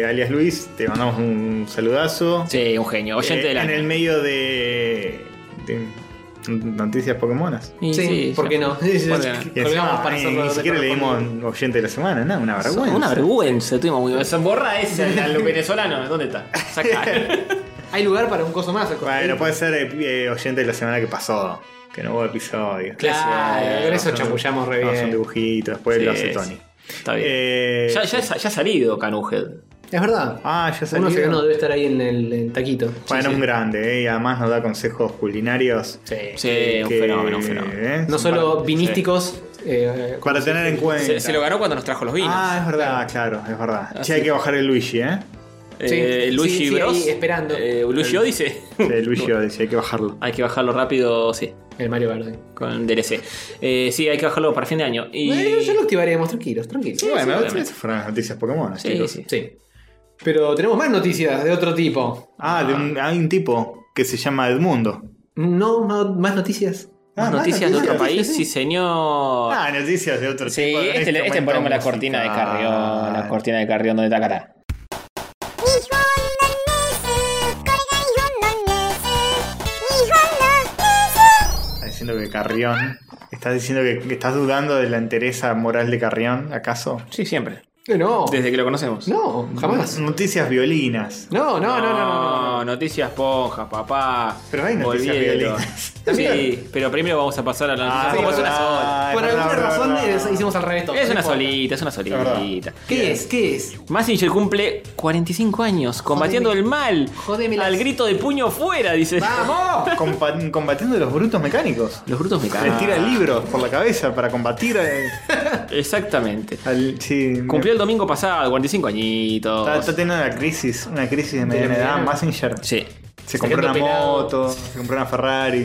[SPEAKER 1] eh, alias Luis, te mandamos un saludazo.
[SPEAKER 3] Sí, un genio. Oyente
[SPEAKER 1] Eh,
[SPEAKER 3] del
[SPEAKER 1] En
[SPEAKER 3] año.
[SPEAKER 1] el medio de, de noticias Pokémonas.
[SPEAKER 3] Y
[SPEAKER 4] Sí, ¿por qué no?
[SPEAKER 3] ¿Por qué
[SPEAKER 1] Y encima,
[SPEAKER 3] no?
[SPEAKER 4] Ah, Colgamos para
[SPEAKER 1] eh,
[SPEAKER 4] hacerlo
[SPEAKER 1] ni
[SPEAKER 4] de
[SPEAKER 1] siquiera le dimos
[SPEAKER 4] correspondiente.
[SPEAKER 1] oyente de la semana, nada, una vergüenza.
[SPEAKER 3] Una vergüenza, tuvimos muy vergüenza. Borra ese, el, al venezolano, ¿dónde está? Sacá.
[SPEAKER 4] Hay lugar para un coso más.
[SPEAKER 1] Bueno, puede ser eh, eh, oyente de la semana que pasó, que no hubo episodio.
[SPEAKER 4] Claro, con eso chapullamos re
[SPEAKER 1] Hacemos un
[SPEAKER 4] bien.
[SPEAKER 1] dibujito, después
[SPEAKER 3] Sí,
[SPEAKER 1] lo hace
[SPEAKER 3] sí.
[SPEAKER 1] Tony.
[SPEAKER 3] Está bien.
[SPEAKER 1] Eh,
[SPEAKER 3] ya, ya, sa- ya ha salido Canuje.
[SPEAKER 4] Es verdad.
[SPEAKER 1] Ah, ya salió.
[SPEAKER 4] Uno se ganó, debe estar ahí en el en taquito.
[SPEAKER 1] Bueno, un grande, eh, y además nos da consejos culinarios.
[SPEAKER 4] Sí.
[SPEAKER 3] Sí, un
[SPEAKER 1] que-
[SPEAKER 3] fenómeno, un fenómeno.
[SPEAKER 1] eh,
[SPEAKER 4] No
[SPEAKER 1] son
[SPEAKER 4] solo
[SPEAKER 1] para-
[SPEAKER 4] vinísticos. eh,
[SPEAKER 1] Para tener en cuenta.
[SPEAKER 3] Se, se lo ganó cuando nos trajo los vinos.
[SPEAKER 1] Ah, es verdad, claro, es verdad.
[SPEAKER 3] Ah,
[SPEAKER 1] Che, hay
[SPEAKER 3] sí.
[SPEAKER 1] que bajar el Luigi, ¿eh?
[SPEAKER 3] Eh,
[SPEAKER 4] sí,
[SPEAKER 3] Luigi
[SPEAKER 4] sí, sí,
[SPEAKER 3] Bros.
[SPEAKER 4] ahí esperando.
[SPEAKER 3] Eh, Luigi Odyssey.
[SPEAKER 1] Sí, el Luigi Odyssey, hay que bajarlo.
[SPEAKER 3] Hay que bajarlo rápido, sí.
[SPEAKER 4] el Mario Verde.
[SPEAKER 3] Con DLC. Eh, sí, hay que bajarlo para fin de año. Y...
[SPEAKER 4] Eh, ya lo activaremos, tranquilos, tranquilos.
[SPEAKER 1] Y bueno,
[SPEAKER 3] obviamente.
[SPEAKER 1] esas fueron las noticias Pokémon,
[SPEAKER 3] Sí,
[SPEAKER 1] chicos.
[SPEAKER 3] sí.
[SPEAKER 4] Sí. Pero tenemos más noticias de otro tipo.
[SPEAKER 1] Ah, de un- hay un tipo que se llama Edmundo.
[SPEAKER 4] No, no, más noticias.
[SPEAKER 1] Ah, más
[SPEAKER 3] noticias de otro
[SPEAKER 1] noticias,
[SPEAKER 3] país, sí, señor.
[SPEAKER 1] Ah, noticias de otro
[SPEAKER 3] sí,
[SPEAKER 1] tipo. en
[SPEAKER 3] este, le- este
[SPEAKER 1] momento
[SPEAKER 3] ponemos la
[SPEAKER 1] musical.
[SPEAKER 3] cortina de Carrión. La cortina de Carrión donde está Catán.
[SPEAKER 13] 日本のニュースこれが日本のニュース日本のニ
[SPEAKER 1] Está diciendo que Carrión. Estás diciendo que, que estás dudando de la entereza moral de Carrión, ¿acaso?
[SPEAKER 3] Sí, siempre.
[SPEAKER 4] Eh, No,
[SPEAKER 3] Desde que lo conocemos.
[SPEAKER 4] no, jamás.
[SPEAKER 1] Noticias violinas.
[SPEAKER 4] No, no, no, no, no. no.
[SPEAKER 3] Noticias ponjas, papá.
[SPEAKER 1] Pero hay noticias
[SPEAKER 3] Volvielo.
[SPEAKER 1] violentas.
[SPEAKER 3] Sí, pero primero vamos a pasar a la noticia.
[SPEAKER 1] Ah,
[SPEAKER 3] Como es una sola.
[SPEAKER 1] verdad,
[SPEAKER 4] Por
[SPEAKER 1] verdad,
[SPEAKER 4] alguna
[SPEAKER 1] verdad,
[SPEAKER 4] razón
[SPEAKER 1] verdad.
[SPEAKER 4] eh, hicimos al revés todo.
[SPEAKER 3] Es
[SPEAKER 4] no
[SPEAKER 3] una
[SPEAKER 4] importa.
[SPEAKER 3] solita, es una solita.
[SPEAKER 4] ¿Qué es? ¿Qué es?
[SPEAKER 3] Massinger cumple 45 años combatiendo el mal.
[SPEAKER 4] Jódeme las-
[SPEAKER 3] Al grito de puño fuera, dice.
[SPEAKER 4] ¡Vamos!
[SPEAKER 1] Compa- combatiendo los brutos mecánicos.
[SPEAKER 3] Los brutos me
[SPEAKER 1] Les tira
[SPEAKER 3] cagan.
[SPEAKER 1] libros por la cabeza para combatir eh,
[SPEAKER 3] Exactamente.
[SPEAKER 1] al. Sí,
[SPEAKER 3] Cumplió el domingo pasado, 45
[SPEAKER 1] Está,
[SPEAKER 3] añitos.
[SPEAKER 1] está teniendo una crisis, una crisis de mediana edad. Massinger
[SPEAKER 3] Sí.
[SPEAKER 1] se compró una
[SPEAKER 4] pelado.
[SPEAKER 1] moto, se compró una Ferrari.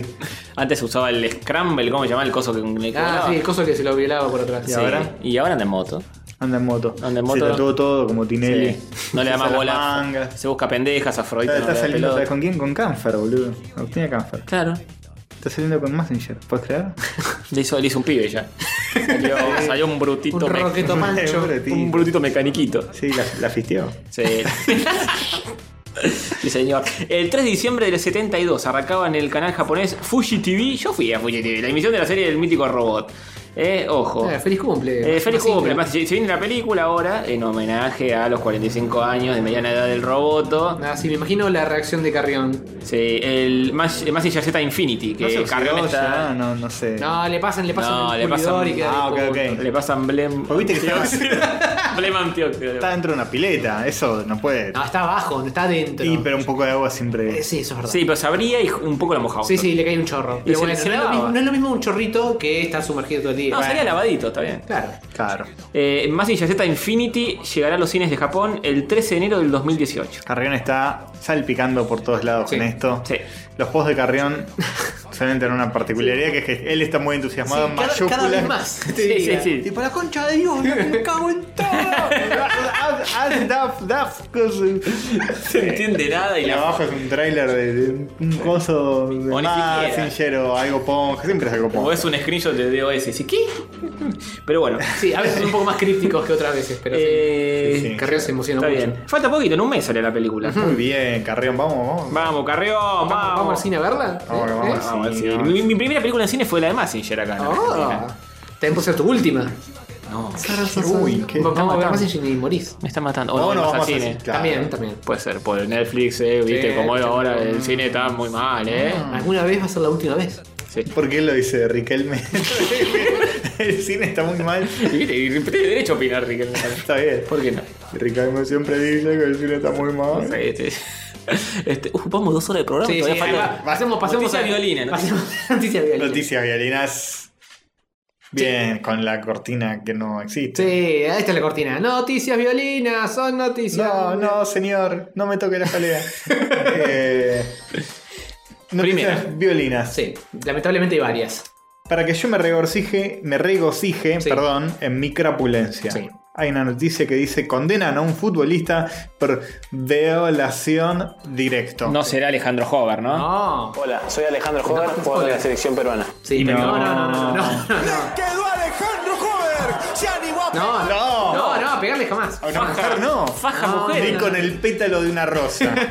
[SPEAKER 3] Antes usaba el Scramble, ¿cómo se llamaba el coso que que
[SPEAKER 4] Ah,
[SPEAKER 3] volaba?
[SPEAKER 4] sí, el coso que se lo violaba por atrás.
[SPEAKER 3] Sí.
[SPEAKER 1] ¿Y ahora?
[SPEAKER 3] Y ahora anda en moto.
[SPEAKER 1] Anda en moto.
[SPEAKER 3] Anda en moto.
[SPEAKER 1] Se tatuó todo como Tinelli.
[SPEAKER 3] Sí. No le da
[SPEAKER 1] Se
[SPEAKER 3] más
[SPEAKER 1] usa
[SPEAKER 3] bola.
[SPEAKER 1] las mangas.
[SPEAKER 3] Se busca pendejas, afrodita.
[SPEAKER 1] Está,
[SPEAKER 3] no
[SPEAKER 1] está
[SPEAKER 3] le da
[SPEAKER 1] saliendo,
[SPEAKER 3] pelota.
[SPEAKER 1] ¿sabes con quién? Con Canfer, boludo. Agustina Canfer.
[SPEAKER 3] Claro.
[SPEAKER 1] Está saliendo con Messenger, ¿puedes creer?
[SPEAKER 3] Le hizo, le hizo un pibe ya. Salió, salió un brutito
[SPEAKER 4] Un
[SPEAKER 3] mec-
[SPEAKER 4] roqueto mancho.
[SPEAKER 1] Pobre tipo.
[SPEAKER 3] un brutito mecaniquito.
[SPEAKER 1] Sí, la, la fisteó.
[SPEAKER 3] Sí. Sí, señor. El 3 de diciembre del 72 arrancaba en el canal japonés Fuji TV. Yo fui a Fuji TV, la emisión de la serie del mítico robot. Eh, ojo.
[SPEAKER 4] Eh, feliz cumple.
[SPEAKER 3] Eh, feliz
[SPEAKER 4] Masito.
[SPEAKER 3] cumple. Además, se se viene la película ahora en homenaje a los 45 años de mediana edad del roboto.
[SPEAKER 4] Ah, sí, me imagino la reacción de Carrión.
[SPEAKER 3] Sí, el más ya Z Infinity,
[SPEAKER 4] No
[SPEAKER 3] que
[SPEAKER 4] se
[SPEAKER 1] oxidó
[SPEAKER 3] Carrión está.
[SPEAKER 1] ya, no, no sé.
[SPEAKER 4] No, le pasan, le pasan
[SPEAKER 3] No,
[SPEAKER 4] el
[SPEAKER 3] le pasan-
[SPEAKER 4] pulidor y queda
[SPEAKER 1] ah,
[SPEAKER 4] ahí
[SPEAKER 1] ok,
[SPEAKER 4] como-
[SPEAKER 1] ok.
[SPEAKER 3] Le pasan blem.
[SPEAKER 1] Pues viste que estaba-
[SPEAKER 3] blem antióxido.
[SPEAKER 1] Está dentro de una pileta, eso no puede.
[SPEAKER 4] No, está abajo, no está adentro. Eh,
[SPEAKER 1] Y pero un poco de agua siempre.
[SPEAKER 4] Sí, eso es verdad.
[SPEAKER 3] Sí, pero se abría y un poco la mojaba.
[SPEAKER 4] Sí, sí, le cae un chorro. Pero
[SPEAKER 3] se
[SPEAKER 4] bueno,
[SPEAKER 3] le- se
[SPEAKER 4] no, es lo
[SPEAKER 3] lavaba.
[SPEAKER 4] mismo, no es lo mismo un chorrito que estar sumergido todo el día.
[SPEAKER 3] No,
[SPEAKER 4] Bueno,
[SPEAKER 3] sería lavadito, está bien.
[SPEAKER 4] Claro.
[SPEAKER 1] Claro.
[SPEAKER 3] Eh, Mazinger Z Infinity llegará a los cines de Japón el 13 de enero del 2018.
[SPEAKER 1] Carrión está salpicando por todos lados con esto. Los posts de Carrión suelen tener una particularidad que es que él está muy entusiasmado en
[SPEAKER 4] cada- cada
[SPEAKER 1] mayúsculas.
[SPEAKER 4] vez más.
[SPEAKER 1] Sí,
[SPEAKER 4] Sí,
[SPEAKER 1] sí,
[SPEAKER 4] sí,
[SPEAKER 1] sí.
[SPEAKER 4] Tipo, la concha de Dios, me cago en
[SPEAKER 3] Se entiende nada y
[SPEAKER 1] Y
[SPEAKER 3] la
[SPEAKER 1] abajo es un tráiler de, de un coso de
[SPEAKER 3] O ni
[SPEAKER 1] Mazinger o algo pong, siempre es algo pong.
[SPEAKER 3] O es un screenshot de DOS y dice, ¿qué? Pero bueno.
[SPEAKER 4] Sí, a veces son un poco más crípticos que otras veces, pero sí.
[SPEAKER 3] Eh,
[SPEAKER 4] Carrión se emociona
[SPEAKER 3] Está
[SPEAKER 4] mucho.
[SPEAKER 3] bien. Falta poquito, en un mes sale la película.
[SPEAKER 1] Muy bien, Carrión, vamos, vamos.
[SPEAKER 3] Vamos, Carrión, vamos.
[SPEAKER 4] ¿Vamos al cine a verla?
[SPEAKER 1] Vamos,
[SPEAKER 4] ¿Eh?
[SPEAKER 1] vamos,
[SPEAKER 4] ¿Eh?
[SPEAKER 1] vamos,
[SPEAKER 3] ah, Sí,
[SPEAKER 1] sí, vamos.
[SPEAKER 3] Mi, mi primera película en cine fue la de Massinger acá. en Argentina.
[SPEAKER 4] Ah, también puede ser tu última.
[SPEAKER 3] No.
[SPEAKER 1] Uy, qué-
[SPEAKER 4] Vamos a ver
[SPEAKER 3] matando.
[SPEAKER 4] Massinger y morís.
[SPEAKER 3] Me está matando. O
[SPEAKER 1] No,
[SPEAKER 3] no,
[SPEAKER 1] no,
[SPEAKER 3] vamos al
[SPEAKER 1] vamos al
[SPEAKER 3] cine.
[SPEAKER 1] cine, claro.
[SPEAKER 4] También, también.
[SPEAKER 3] Puede ser por el Netflix, eh, viste
[SPEAKER 4] Sí,
[SPEAKER 3] como es
[SPEAKER 4] sí, Ah.
[SPEAKER 3] ahora
[SPEAKER 4] sí.
[SPEAKER 3] el cine está muy mal, eh.
[SPEAKER 4] ¿Alguna vez va a ser la última vez?
[SPEAKER 1] ¿Por qué lo dice Riquelme? El cine está muy mal.
[SPEAKER 3] Y viste, y tiene derecho a opinar, Riquelme.
[SPEAKER 1] Está bien.
[SPEAKER 3] ¿Por qué no?
[SPEAKER 1] Riquelme siempre dice que el cine está muy mal.
[SPEAKER 3] Sí, sí. Este, ocupamos dos horas de programa
[SPEAKER 4] Sí,
[SPEAKER 3] todavía
[SPEAKER 4] sí,
[SPEAKER 3] falta.
[SPEAKER 4] va- pasemos, pasemos
[SPEAKER 3] Noticia violina, ¿no?
[SPEAKER 4] Pasemos noticia violina.
[SPEAKER 1] Noticias violinas. Bien, con la cortina que no existe.
[SPEAKER 4] Sí, ahí está la cortina. Noticias violinas, son noticias.
[SPEAKER 1] No, no, señor, no me toque la jalea. eh, noticias
[SPEAKER 4] Primera.
[SPEAKER 1] violinas.
[SPEAKER 4] Sí, lamentablemente hay varias.
[SPEAKER 1] Para que yo me regocije, me regocije, perdón, en mi crapulencia. Hay una noticia que dice condenan a un futbolista por violación directo.
[SPEAKER 3] No será Alejandro Hover, ¿no?
[SPEAKER 4] No.
[SPEAKER 11] Hola, soy Alejandro Jover, jugador de la selección peruana.
[SPEAKER 4] Sí, pero no, no, no, no, no. No,
[SPEAKER 12] ¡Quedó Alejandro Hover! ¡Se animó a
[SPEAKER 4] no,
[SPEAKER 1] No.
[SPEAKER 4] no, no, pegarle jamás.
[SPEAKER 1] A una mujer no.
[SPEAKER 3] Faja
[SPEAKER 4] No,
[SPEAKER 3] mujer.
[SPEAKER 1] Ni con el pétalo de una rosa.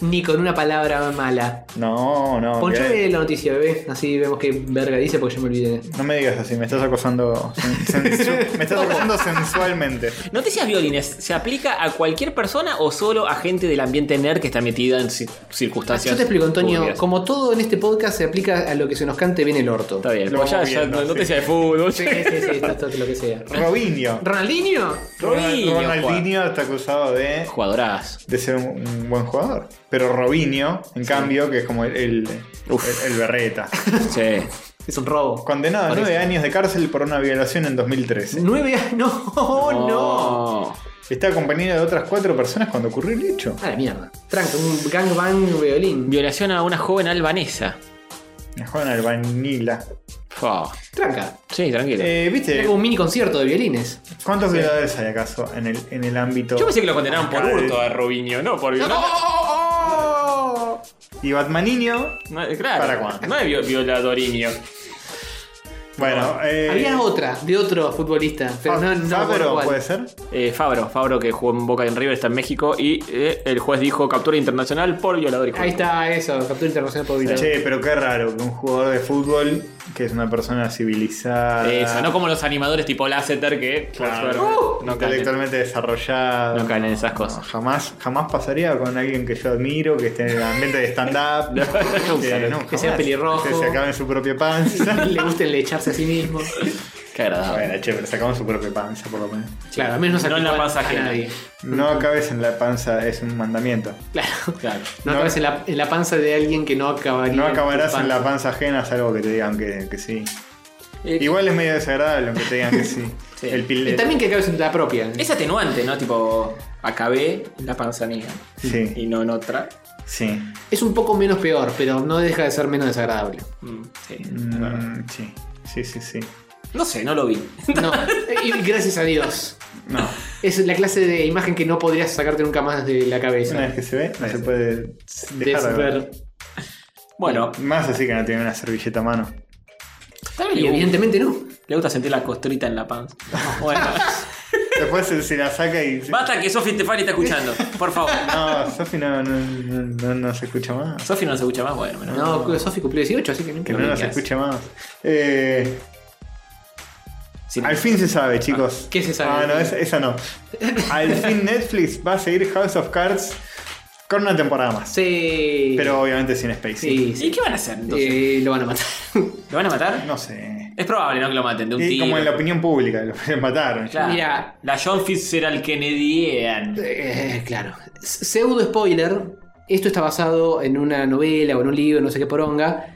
[SPEAKER 4] Ni con una palabra mala.
[SPEAKER 1] No, no. que-
[SPEAKER 4] Ponchame la noticia, bebé. Así vemos qué verga dice porque yo me olvidé.
[SPEAKER 1] No me digas así, me estás acosando. sen- sensu- me estás acosando sensualmente.
[SPEAKER 3] Noticias violines, ¿se aplica a cualquier persona o solo a gente del ambiente nerd que está metida en cir- circunstancias?
[SPEAKER 4] Ah, Yo te explico, Antonio.
[SPEAKER 3] turbias?
[SPEAKER 4] Como todo en este podcast se aplica a lo que se nos cante bien el orto.
[SPEAKER 3] Está bien,
[SPEAKER 1] Lo
[SPEAKER 3] pues ya,
[SPEAKER 1] vamos
[SPEAKER 3] ya
[SPEAKER 1] viendo,
[SPEAKER 3] noticias de fútbol.
[SPEAKER 4] Sí, sí, sí, todo, todo lo que sea.
[SPEAKER 1] Robinho.
[SPEAKER 4] ¿Ronaldinho?
[SPEAKER 3] Robinho,
[SPEAKER 1] Ronaldinho está acusado de,
[SPEAKER 3] Jugadorazo.
[SPEAKER 1] de ser un, un buen jugador. Pero Robinho, en cambio, que es como el, el, el- el berreta.
[SPEAKER 3] Sí.
[SPEAKER 4] Es un robo.
[SPEAKER 1] Condenado a
[SPEAKER 4] Por
[SPEAKER 1] nueve años de cárcel por una violación en 2013.
[SPEAKER 4] Nueve años.
[SPEAKER 1] Oh,
[SPEAKER 4] No, no.
[SPEAKER 3] Oh.
[SPEAKER 1] Está acompañado de otras cuatro personas cuando ocurrió el hecho.
[SPEAKER 4] A Ah, la mierda. Tranca, un gangbang violín.
[SPEAKER 3] Violación a una joven albanesa.
[SPEAKER 1] Una joven albanila.
[SPEAKER 3] Fua.
[SPEAKER 4] Tranca.
[SPEAKER 3] Sí, tranquilo.
[SPEAKER 1] Eh,
[SPEAKER 4] Era
[SPEAKER 1] ¿Viste?
[SPEAKER 4] como un mini concierto de violines.
[SPEAKER 1] ¿Cuántos violadores hay acaso en el, en el ámbito?
[SPEAKER 3] Yo pensé que lo condenaron por
[SPEAKER 1] Acá de-
[SPEAKER 3] hurto a Robinho, no por violador.
[SPEAKER 1] Y Batmaninho.
[SPEAKER 3] No, eh, claro.
[SPEAKER 1] ¿Para cuándo?
[SPEAKER 3] No es vi- violadorinho.
[SPEAKER 1] Bueno, eh,
[SPEAKER 4] Había otra de otro futbolista, pero
[SPEAKER 1] Fa-
[SPEAKER 4] no, no me
[SPEAKER 1] Fabro,
[SPEAKER 4] acuerdo cuál.
[SPEAKER 1] puede ser.
[SPEAKER 3] Eh, Fabro, Fabro que jugó en Boca y en River, está en México y eh, el juez dijo captura internacional por violador. y
[SPEAKER 4] Ahí está eso, captura internacional por violador.
[SPEAKER 1] Che, pero qué raro que un jugador de fútbol, que es una persona civilizada,
[SPEAKER 3] Eso, no como los animadores tipo Lasseter que, por
[SPEAKER 1] claro, Uh.
[SPEAKER 3] suerte, no caen,
[SPEAKER 1] intelectualmente desarrollada,
[SPEAKER 3] no caen en esas
[SPEAKER 1] No,
[SPEAKER 3] cosas.
[SPEAKER 1] jamás, jamás pasaría con alguien que yo admiro, que esté en el ambiente de stand-up, que, no,
[SPEAKER 4] Que sea
[SPEAKER 1] jamás.
[SPEAKER 4] pelirrojo.
[SPEAKER 1] que se acabe en su propia panza.
[SPEAKER 4] Le gusta el echarse a sí mismo.
[SPEAKER 3] Qué agradable.
[SPEAKER 1] bueno, che, pero se acabe en su propia panza, por lo menos.
[SPEAKER 4] Claro, al menos
[SPEAKER 3] No en la
[SPEAKER 4] actúa
[SPEAKER 3] panza
[SPEAKER 4] a
[SPEAKER 3] ajena.
[SPEAKER 4] nadie.
[SPEAKER 1] No acabes en la panza, es un mandamiento.
[SPEAKER 4] Claro.
[SPEAKER 3] Claro.
[SPEAKER 4] No,
[SPEAKER 1] No.
[SPEAKER 4] acabes en la, en la panza de alguien que no acabaría.
[SPEAKER 1] No
[SPEAKER 4] tu
[SPEAKER 1] acabarás en la
[SPEAKER 4] panza.
[SPEAKER 1] panza ajena, salvo que te digan que, que sí.
[SPEAKER 3] Eh,
[SPEAKER 1] Igual es medio desagradable aunque te digan que sí.
[SPEAKER 3] Sí.
[SPEAKER 1] El
[SPEAKER 4] Y
[SPEAKER 1] pil-
[SPEAKER 4] también que acabes en la propia.
[SPEAKER 3] Es atenuante, ¿no? Tipo, acabé en la panza mía
[SPEAKER 1] Sí,
[SPEAKER 3] y no en otra.
[SPEAKER 1] sí.
[SPEAKER 4] Es un poco menos peor, pero no deja de ser menos desagradable.
[SPEAKER 3] Mm, sí.
[SPEAKER 1] Mm, sí, sí, sí, sí.
[SPEAKER 3] No sé, no lo vi.
[SPEAKER 4] No. y gracias a Dios.
[SPEAKER 1] No,
[SPEAKER 4] Es la clase de imagen que no podrías sacarte nunca más de la
[SPEAKER 1] una
[SPEAKER 4] cabeza.
[SPEAKER 1] vez que se ve, no se puede dejar de ver.
[SPEAKER 4] Desver-
[SPEAKER 3] Bueno,
[SPEAKER 1] Más así que no tiene una servilleta a mano.
[SPEAKER 4] Y evidentemente no.
[SPEAKER 3] le gusta sentir la costrita en la panza. Bueno,
[SPEAKER 1] Después se, se la saca y. se-
[SPEAKER 3] basta que Sofi Stefani está escuchando, por favor.
[SPEAKER 1] No, Sofi no, no, no, no- no se escucha más.
[SPEAKER 3] Sofi no se escucha más, bueno, menos.
[SPEAKER 4] No, Sofi cumplió 18, así que nunca.
[SPEAKER 1] Que no, nos escucha más. Eh, Al fin se sabe, chicos.
[SPEAKER 4] ¿Qué se sabe?
[SPEAKER 1] Ah, no, esa, esa no. Al fin Netflix va a seguir House of Cards con una temporada más.
[SPEAKER 4] Sí.
[SPEAKER 1] Pero obviamente sin Space.
[SPEAKER 4] Sí, sí.
[SPEAKER 3] ¿Y qué van a hacer? entonces?
[SPEAKER 4] Eh, lo van a matar.
[SPEAKER 3] ¿Lo van a matar?
[SPEAKER 1] No sé.
[SPEAKER 3] Es probable, ¿no? Que lo maten de un
[SPEAKER 1] Y
[SPEAKER 3] tiro.
[SPEAKER 1] como en la opinión pública, lo mataron.
[SPEAKER 3] Claro.
[SPEAKER 4] Mira.
[SPEAKER 3] La John Fitzgerald Kennedyan.
[SPEAKER 4] Eh, claro. S- Pseudo spoiler. Esto está basado en una novela o en un libro, no sé qué poronga.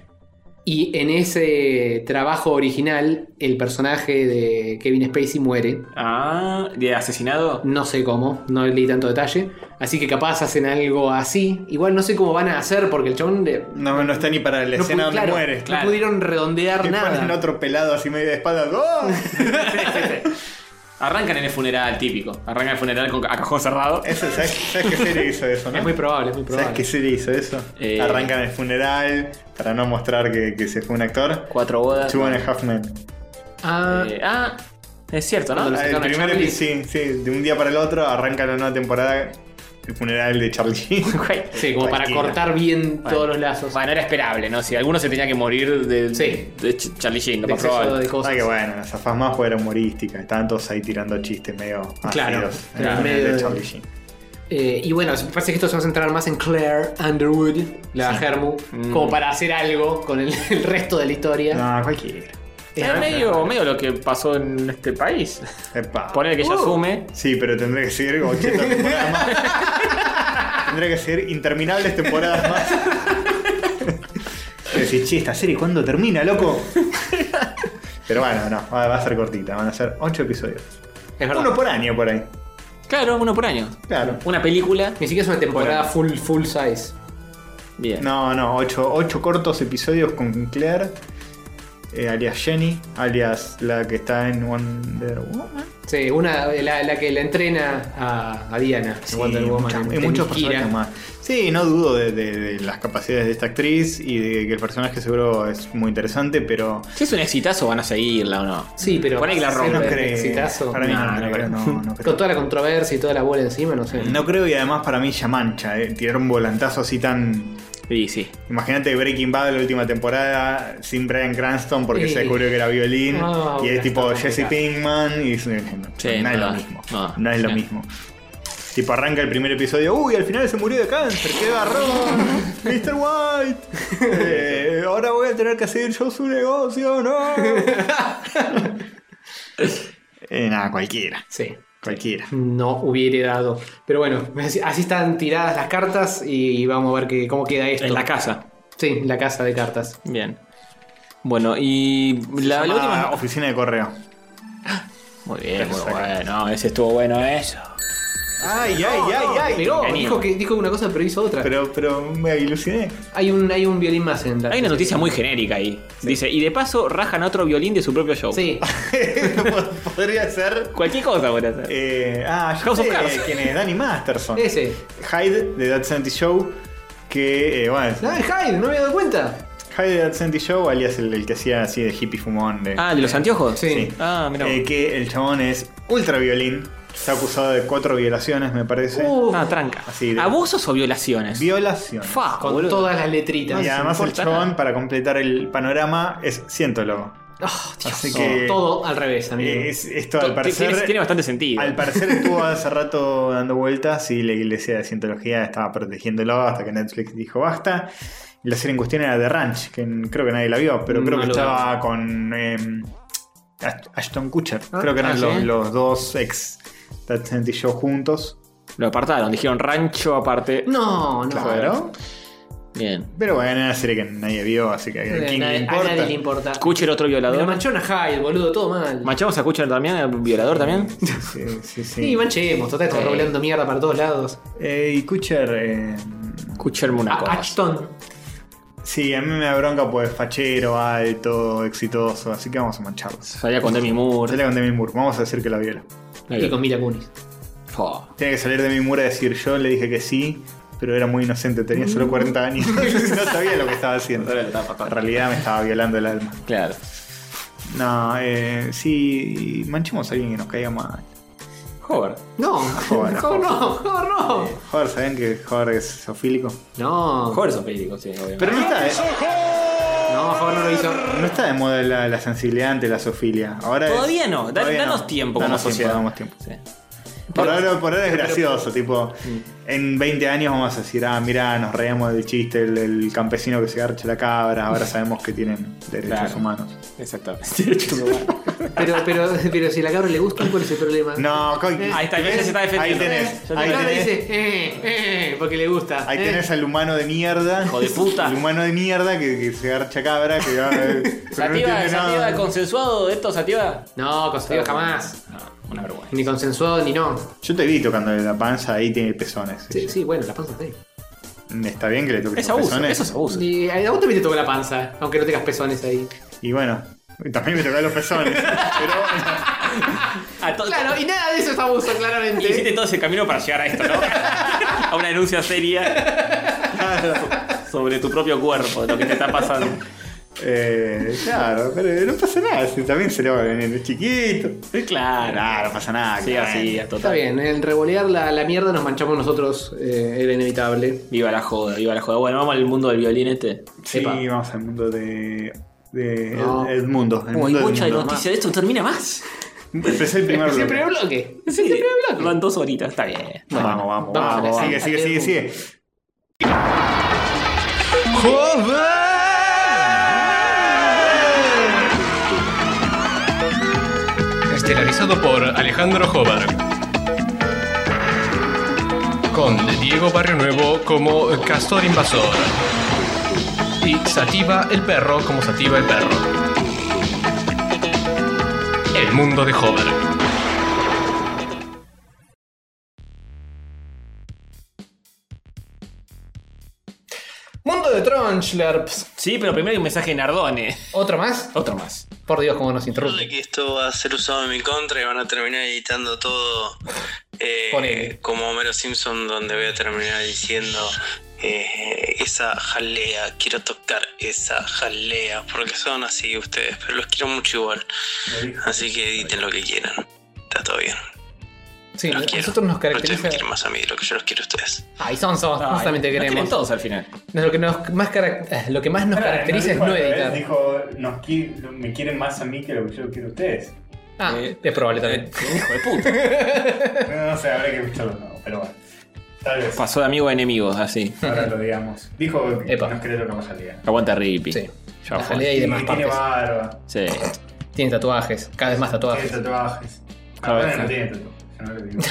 [SPEAKER 4] Y en ese trabajo original, el personaje de Kevin Spacey muere.
[SPEAKER 3] Ah, ¿de asesinado?
[SPEAKER 4] No sé cómo, no leí tanto detalle. Así que capaz hacen algo así. Igual no sé cómo van a hacer porque el chabón de-
[SPEAKER 1] No, no está ni para la
[SPEAKER 4] no
[SPEAKER 1] escena
[SPEAKER 4] pu-
[SPEAKER 1] donde
[SPEAKER 4] claro,
[SPEAKER 1] muere.
[SPEAKER 4] No pudieron redondear
[SPEAKER 1] Que ponen
[SPEAKER 4] nada.
[SPEAKER 1] otro pelado así medio de espalda. ¡Oh!
[SPEAKER 3] Arrancan en el funeral típico. Arrancan el funeral con, a cajón cerrado.
[SPEAKER 1] Eso, ¿sabes, sabes qué serie hizo eso, no?
[SPEAKER 4] Es muy probable, es muy
[SPEAKER 1] ¿Sabes
[SPEAKER 4] probable.
[SPEAKER 1] qué serie hizo eso?
[SPEAKER 3] Eh.
[SPEAKER 1] Arrancan el funeral para no mostrar que, que se fue un actor.
[SPEAKER 3] Cuatro bodas.
[SPEAKER 1] Two and a Half Men.
[SPEAKER 4] Ah,
[SPEAKER 3] Eh, ah, es cierto, ¿no?
[SPEAKER 4] Cuando
[SPEAKER 1] Ah, El
[SPEAKER 4] sacaron a
[SPEAKER 1] primer
[SPEAKER 4] Charlie.
[SPEAKER 1] epi- sí, sí, de un día para el otro arranca la nueva temporada. El funeral de Charlie.
[SPEAKER 3] Güey.
[SPEAKER 4] sí, como para
[SPEAKER 1] cualquiera.
[SPEAKER 4] cortar bien
[SPEAKER 3] Bueno.
[SPEAKER 4] todos los lazos.
[SPEAKER 3] Bueno, era esperable, ¿no? Si alguno se tenía que morir de,
[SPEAKER 4] Sí.
[SPEAKER 3] de Ch- Charlie Sheen, lo
[SPEAKER 4] De
[SPEAKER 3] más
[SPEAKER 4] exceso
[SPEAKER 3] probable.
[SPEAKER 4] de cosas.
[SPEAKER 1] Ah, que bueno, las afas más fueron humorísticas. Estaban todos ahí tirando chistes medio
[SPEAKER 4] Claro,
[SPEAKER 1] ácidos en el
[SPEAKER 4] claro.
[SPEAKER 1] funeral
[SPEAKER 4] Medio
[SPEAKER 1] de
[SPEAKER 4] de-
[SPEAKER 1] Charlie Sheen.
[SPEAKER 4] Eh, y bueno, me parece que esto se va a centrar más en Claire Underwood, la Germu,
[SPEAKER 1] Mm.
[SPEAKER 4] como para hacer algo con el, el resto de la historia.
[SPEAKER 1] No, cualquiera.
[SPEAKER 3] Es medio, medio lo que pasó en este país.
[SPEAKER 1] Epa.
[SPEAKER 3] Poner
[SPEAKER 4] Uh.
[SPEAKER 3] que ella asume.
[SPEAKER 1] Sí, pero tendría que seguir como 80 temporadas más. tendría que seguir interminables temporadas más. Y Decís, che, esta serie, ¿cuándo termina, loco? Pero bueno, no, va va a ser cortita, van a ser 8 episodios.
[SPEAKER 4] Es verdad.
[SPEAKER 1] Uno por año por ahí.
[SPEAKER 3] Claro, uno por año.
[SPEAKER 1] Claro.
[SPEAKER 3] Una película.
[SPEAKER 4] Ni siquiera es una temporada full, full size.
[SPEAKER 3] Bien.
[SPEAKER 1] No, no, 8, cortos episodios con Claire, eh, alias Jenny, alias la que está en Wonder Woman.
[SPEAKER 4] Sí, una, la, la que la entrena a, a Diana en
[SPEAKER 1] Sí,
[SPEAKER 4] Wonder Woman.
[SPEAKER 1] muchas-
[SPEAKER 4] en-
[SPEAKER 1] y
[SPEAKER 4] en
[SPEAKER 1] muchos
[SPEAKER 4] Kira.
[SPEAKER 1] personajes más. Sí, no dudo de, de- de las capacidades de esta actriz y de que el personaje seguro es muy interesante, pero
[SPEAKER 3] Si es un exitazo, van a seguirla o no.
[SPEAKER 4] Sí, pero.
[SPEAKER 3] Poné que la
[SPEAKER 4] sí,
[SPEAKER 3] rompe.
[SPEAKER 1] no
[SPEAKER 4] un
[SPEAKER 1] creo.
[SPEAKER 4] exitazo.
[SPEAKER 1] Para mí no,
[SPEAKER 3] No, no
[SPEAKER 1] creo,
[SPEAKER 3] creo.
[SPEAKER 1] no, no creo.
[SPEAKER 4] Con toda la controversia y toda la bola encima, no sé.
[SPEAKER 1] No creo y además para mí ya mancha, eh, tirar un volantazo así tan...
[SPEAKER 3] Sí, sí.
[SPEAKER 1] Imagínate Breaking Bad la última temporada sin Brian Cranston porque
[SPEAKER 4] Sí.
[SPEAKER 1] se descubrió que era violín
[SPEAKER 4] No,
[SPEAKER 1] y
[SPEAKER 4] hubiera
[SPEAKER 1] es tipo
[SPEAKER 4] estado
[SPEAKER 1] Jesse
[SPEAKER 4] complicado.
[SPEAKER 1] Pinkman y es- no,
[SPEAKER 3] Sí,
[SPEAKER 1] no es
[SPEAKER 3] no,
[SPEAKER 1] lo mismo.
[SPEAKER 3] no,
[SPEAKER 1] No, es lo
[SPEAKER 3] sí.
[SPEAKER 1] mismo. Tipo arranca el primer episodio, uy, al final se murió de cáncer, qué garrón, Mr. White, eh, ahora voy a tener que hacer yo su negocio, no. Eh, nada, cualquiera,
[SPEAKER 4] Sí.
[SPEAKER 1] cualquiera.
[SPEAKER 4] No hubiera dado. Pero bueno, así así están tiradas las cartas y vamos a ver que, cómo queda esto.
[SPEAKER 3] En la casa.
[SPEAKER 4] Sí, la casa de cartas.
[SPEAKER 3] Bien. Bueno, y Ah, la, la
[SPEAKER 1] Llamada
[SPEAKER 3] última.
[SPEAKER 1] Ah, oficina de correo.
[SPEAKER 3] Muy bien, muy
[SPEAKER 1] Eso acá.
[SPEAKER 3] bueno. Ese estuvo bueno, eso.
[SPEAKER 1] Ay, ay, ay, ay.
[SPEAKER 4] Miró,
[SPEAKER 3] Vení.
[SPEAKER 4] dijo, que, dijo una cosa pero hizo otra.
[SPEAKER 1] Pero, pero me ilusioné.
[SPEAKER 4] hay, un, hay un violín más en la.
[SPEAKER 3] Hay una noticia muy genérica ahí. Dice, y de paso rajan otro violín de su propio show.
[SPEAKER 4] Sí,
[SPEAKER 1] Podría ser.
[SPEAKER 3] Cualquier cosa puede hacer.
[SPEAKER 1] eh, ah, yo
[SPEAKER 3] House of
[SPEAKER 1] sé
[SPEAKER 3] Cards.
[SPEAKER 1] quién es, Danny Masterson.
[SPEAKER 4] ese.
[SPEAKER 1] Hyde de That 70 Show. Que, eh, bueno,
[SPEAKER 4] No, es Hyde, no me había dado cuenta.
[SPEAKER 1] Hyde de That 70 Show, alias el, el que hacía así de hippie fumón. De,
[SPEAKER 3] Ah, ¿el de los anteojos?
[SPEAKER 4] Sí.
[SPEAKER 3] Ah, mira.
[SPEAKER 1] Eh, que el chabón es ultra violín. Está acusado de cuatro violaciones, me parece.
[SPEAKER 4] Uh,
[SPEAKER 3] ah, tranca.
[SPEAKER 1] Así de-
[SPEAKER 3] ¿Abusos o violaciones?
[SPEAKER 1] Violaciones.
[SPEAKER 3] Fa,
[SPEAKER 4] Ah, con
[SPEAKER 3] boludo.
[SPEAKER 4] todas las letritas.
[SPEAKER 1] y además el
[SPEAKER 3] importa
[SPEAKER 1] chabón,
[SPEAKER 3] nada.
[SPEAKER 1] para completar el panorama, es cientólogo.
[SPEAKER 4] Oh, Dios.
[SPEAKER 1] Así que- Eh,
[SPEAKER 4] Todo al revés, amigo.
[SPEAKER 1] Es- esto
[SPEAKER 3] To-
[SPEAKER 1] al parecer.
[SPEAKER 3] tiene, tiene bastante sentido.
[SPEAKER 1] Al parecer estuvo hace rato dando vueltas y la iglesia de Cientología estaba protegiéndolo hasta que Netflix dijo basta. Y La serie en cuestión era The Ranch, que n- creo que nadie la vio, pero creo
[SPEAKER 4] Mm, No
[SPEAKER 1] que
[SPEAKER 4] lo
[SPEAKER 1] estaba con eh, Ast- Ashton Kutcher. creo que eran
[SPEAKER 4] ah,
[SPEAKER 1] los,
[SPEAKER 4] ¿sí?
[SPEAKER 1] los dos ex That 70 Show juntos.
[SPEAKER 3] Lo apartaron, dijeron rancho aparte.
[SPEAKER 4] No, no.
[SPEAKER 1] Claro.
[SPEAKER 3] Bien.
[SPEAKER 1] Pero bueno, era una serie que nadie vio, así que a
[SPEAKER 4] Eh,
[SPEAKER 1] quién
[SPEAKER 4] nadie-
[SPEAKER 1] le
[SPEAKER 4] a nadie
[SPEAKER 1] importa.
[SPEAKER 4] le importa.
[SPEAKER 3] Kutcher otro
[SPEAKER 4] Me lo
[SPEAKER 3] violador.
[SPEAKER 4] manchó una Hyde, boludo, todo mal.
[SPEAKER 3] ¿Manchamos a Kutcher también? ¿Violador también?
[SPEAKER 1] Sí, sí, sí.
[SPEAKER 4] Sí, manchemos, total, estamos
[SPEAKER 3] Sí.
[SPEAKER 4] roleando mierda para todos lados.
[SPEAKER 1] Eh, y Kutcher. eh,
[SPEAKER 3] Kutcher una
[SPEAKER 4] A-
[SPEAKER 3] cosa.
[SPEAKER 4] Ashton.
[SPEAKER 3] ah,
[SPEAKER 1] sí, a mí me da bronca pues fachero, alto, exitoso, así que vamos a mancharlos.
[SPEAKER 3] Salía con Demi Moore.
[SPEAKER 1] Sale con Demi Moore, vamos a decir que la viola.
[SPEAKER 3] La
[SPEAKER 4] Y
[SPEAKER 3] viola.
[SPEAKER 4] con Mila Kunis.
[SPEAKER 3] Fa.
[SPEAKER 1] Tiene que salir Demi Moore a decir yo le dije que sí, pero era muy inocente, tenía
[SPEAKER 3] Mm.
[SPEAKER 1] solo 40 años. no sabía lo que estaba haciendo. En realidad me estaba violando el alma.
[SPEAKER 3] Claro.
[SPEAKER 1] No, eh, sí, manchemos a alguien que nos caiga mal.
[SPEAKER 3] Hover.
[SPEAKER 4] No,
[SPEAKER 1] Joder,
[SPEAKER 4] Joder, no, Joder, no.
[SPEAKER 1] Joder, ¿saben que Joder es sofílico?
[SPEAKER 4] No.
[SPEAKER 3] Hover son películas, sí, obviamente.
[SPEAKER 1] Pero no está, eh.
[SPEAKER 4] No, a favor no lo hizo.
[SPEAKER 1] No está de moda la, la sensibilidad ante la zoofilia. Ahora es-
[SPEAKER 3] Todavía no, da-
[SPEAKER 1] todavía
[SPEAKER 3] danos tiempo como
[SPEAKER 1] Danos
[SPEAKER 3] sociedad.
[SPEAKER 1] damos tiempo. Por ahora, por ahora es gracioso, tipo,
[SPEAKER 3] mm.
[SPEAKER 1] en 20 años vamos a decir, ah, mirá, nos reíamos del chiste del, del campesino que se garcha la cabra, ahora sabemos que tienen derechos
[SPEAKER 3] Claro.
[SPEAKER 1] humanos.
[SPEAKER 3] Exactamente. Derechos humanos.
[SPEAKER 4] Pero, pero, pero si a la cabra le gusta, ¿cuál es el problema?
[SPEAKER 1] No, co-
[SPEAKER 3] Ahí está, ya se está defendiendo.
[SPEAKER 1] Ahí tenés,
[SPEAKER 4] La
[SPEAKER 1] ahí
[SPEAKER 4] cabra
[SPEAKER 1] tenés.
[SPEAKER 4] dice, eh, eh, porque le gusta.
[SPEAKER 1] Ahí
[SPEAKER 4] eh.
[SPEAKER 1] tenés al humano de mierda. Hijo
[SPEAKER 3] de puta.
[SPEAKER 1] El humano de mierda que, que se garcha cabra, que va pero no
[SPEAKER 3] Sativa,
[SPEAKER 1] entiende
[SPEAKER 3] Sativa,
[SPEAKER 1] nada.
[SPEAKER 3] consensuado de esto, Sativa.
[SPEAKER 4] No, consensuado jamás.
[SPEAKER 3] Una vergüenza.
[SPEAKER 4] Ni consensuado ni no.
[SPEAKER 1] Yo te vi tocándole la panza, ahí tiene pezones.
[SPEAKER 4] Sí, sí, bueno, la panza está ahí.
[SPEAKER 1] Está bien que le toques
[SPEAKER 3] Es
[SPEAKER 1] los
[SPEAKER 3] abuso,
[SPEAKER 1] pezones.
[SPEAKER 3] eso es abuso.
[SPEAKER 4] Y a vos también te toca la panza, aunque no tengas pezones ahí.
[SPEAKER 1] Y bueno, también me tocan los pezones.
[SPEAKER 3] A to-
[SPEAKER 4] Claro, y nada de eso es abuso,
[SPEAKER 3] Y hiciste
[SPEAKER 4] claramente.
[SPEAKER 3] todo ese camino para llegar a esto, ¿no? a una denuncia seria sobre tu propio cuerpo, lo que te está pasando.
[SPEAKER 1] Eh, claro, pero no pasa nada, si también se le va a venir el chiquito.
[SPEAKER 3] Sí, Claro. Ah,
[SPEAKER 1] Claro, no pasa nada.
[SPEAKER 3] Sí, así,
[SPEAKER 1] claramente.
[SPEAKER 3] a total.
[SPEAKER 4] Está bien, en revolear la, la mierda nos manchamos nosotros, eh, era inevitable.
[SPEAKER 3] Viva la joda, viva la joda. Bueno, vamos al mundo del violín este.
[SPEAKER 1] Sí,
[SPEAKER 4] Epa.
[SPEAKER 1] vamos al mundo de. de
[SPEAKER 4] No.
[SPEAKER 1] el, el mundo. El
[SPEAKER 3] Uy,
[SPEAKER 1] mundo del
[SPEAKER 3] mucha
[SPEAKER 1] mundo.
[SPEAKER 3] noticia de esto, no termina más. Este
[SPEAKER 1] Empecé el primer bloque.
[SPEAKER 4] Siempre bloque.
[SPEAKER 3] Sí,
[SPEAKER 4] Siempre bloque.
[SPEAKER 3] van dos horitas, está bien.
[SPEAKER 1] vamos, vamos,
[SPEAKER 4] Vamos a
[SPEAKER 1] vamos.
[SPEAKER 4] la
[SPEAKER 1] Sigue, sigue, sigue, sigue.
[SPEAKER 2] Estelarizado por Alejandro Jobar. Con Diego Barrio Nuevo como Castor Invasor. Y Sativa el Perro como Sativa el Perro. El mundo de Jobar.
[SPEAKER 4] Mundo de Tronchlerps.
[SPEAKER 3] Sí, pero primero hay un mensaje Nardone.
[SPEAKER 4] ¿Otro más?
[SPEAKER 3] Otro más.
[SPEAKER 4] Por Dios, cómo nos
[SPEAKER 11] Creo de
[SPEAKER 4] interrumpe.
[SPEAKER 11] que esto va a ser usado en mi contra y van a terminar editando todo eh,
[SPEAKER 4] Ponele.
[SPEAKER 11] como Homero Simpson donde voy a terminar diciendo eh, esa jalea, quiero tocar esa jalea, porque son así ustedes, pero los quiero mucho igual. Así que editen lo que quieran. Está todo bien.
[SPEAKER 4] Sí,
[SPEAKER 11] los
[SPEAKER 4] a
[SPEAKER 11] quiero.
[SPEAKER 4] nosotros nos
[SPEAKER 11] No ustedes
[SPEAKER 4] caracteriza.
[SPEAKER 11] me quieren más a mí de lo que yo los quiero a ustedes.
[SPEAKER 4] Ay, Sonso, justamente
[SPEAKER 3] Nos quieren
[SPEAKER 4] queremos.
[SPEAKER 3] todos al final.
[SPEAKER 4] Lo que, nos más carac- eh, lo que más nos caracteriza es no editar.
[SPEAKER 1] Dijo, nos me quieren más a mí que lo que yo quiero a ustedes.
[SPEAKER 4] Ah,
[SPEAKER 3] Eh,
[SPEAKER 4] es probable también.
[SPEAKER 3] Eh, hijo de puta.
[SPEAKER 1] No, no sé, habrá que escucharlo nuevo, pero bueno. Tal vez.
[SPEAKER 3] Pasó de amigo a enemigo, así.
[SPEAKER 1] Ahora lo digamos. Dijo que
[SPEAKER 4] Epa.
[SPEAKER 1] nos quería lo que más salía.
[SPEAKER 3] Aguanta Rippy.
[SPEAKER 4] Sí.
[SPEAKER 3] Ya
[SPEAKER 4] La
[SPEAKER 3] fue.
[SPEAKER 4] jalea y demás
[SPEAKER 1] Y tiene
[SPEAKER 4] partes.
[SPEAKER 1] barba,
[SPEAKER 3] Sí.
[SPEAKER 4] Tiene tatuajes, cada vez más
[SPEAKER 1] tiene
[SPEAKER 4] tatuajes.
[SPEAKER 1] tatuajes.
[SPEAKER 3] Claro,
[SPEAKER 1] Ahora
[SPEAKER 3] sí.
[SPEAKER 1] no tiene tatuajes. yo no lo digo.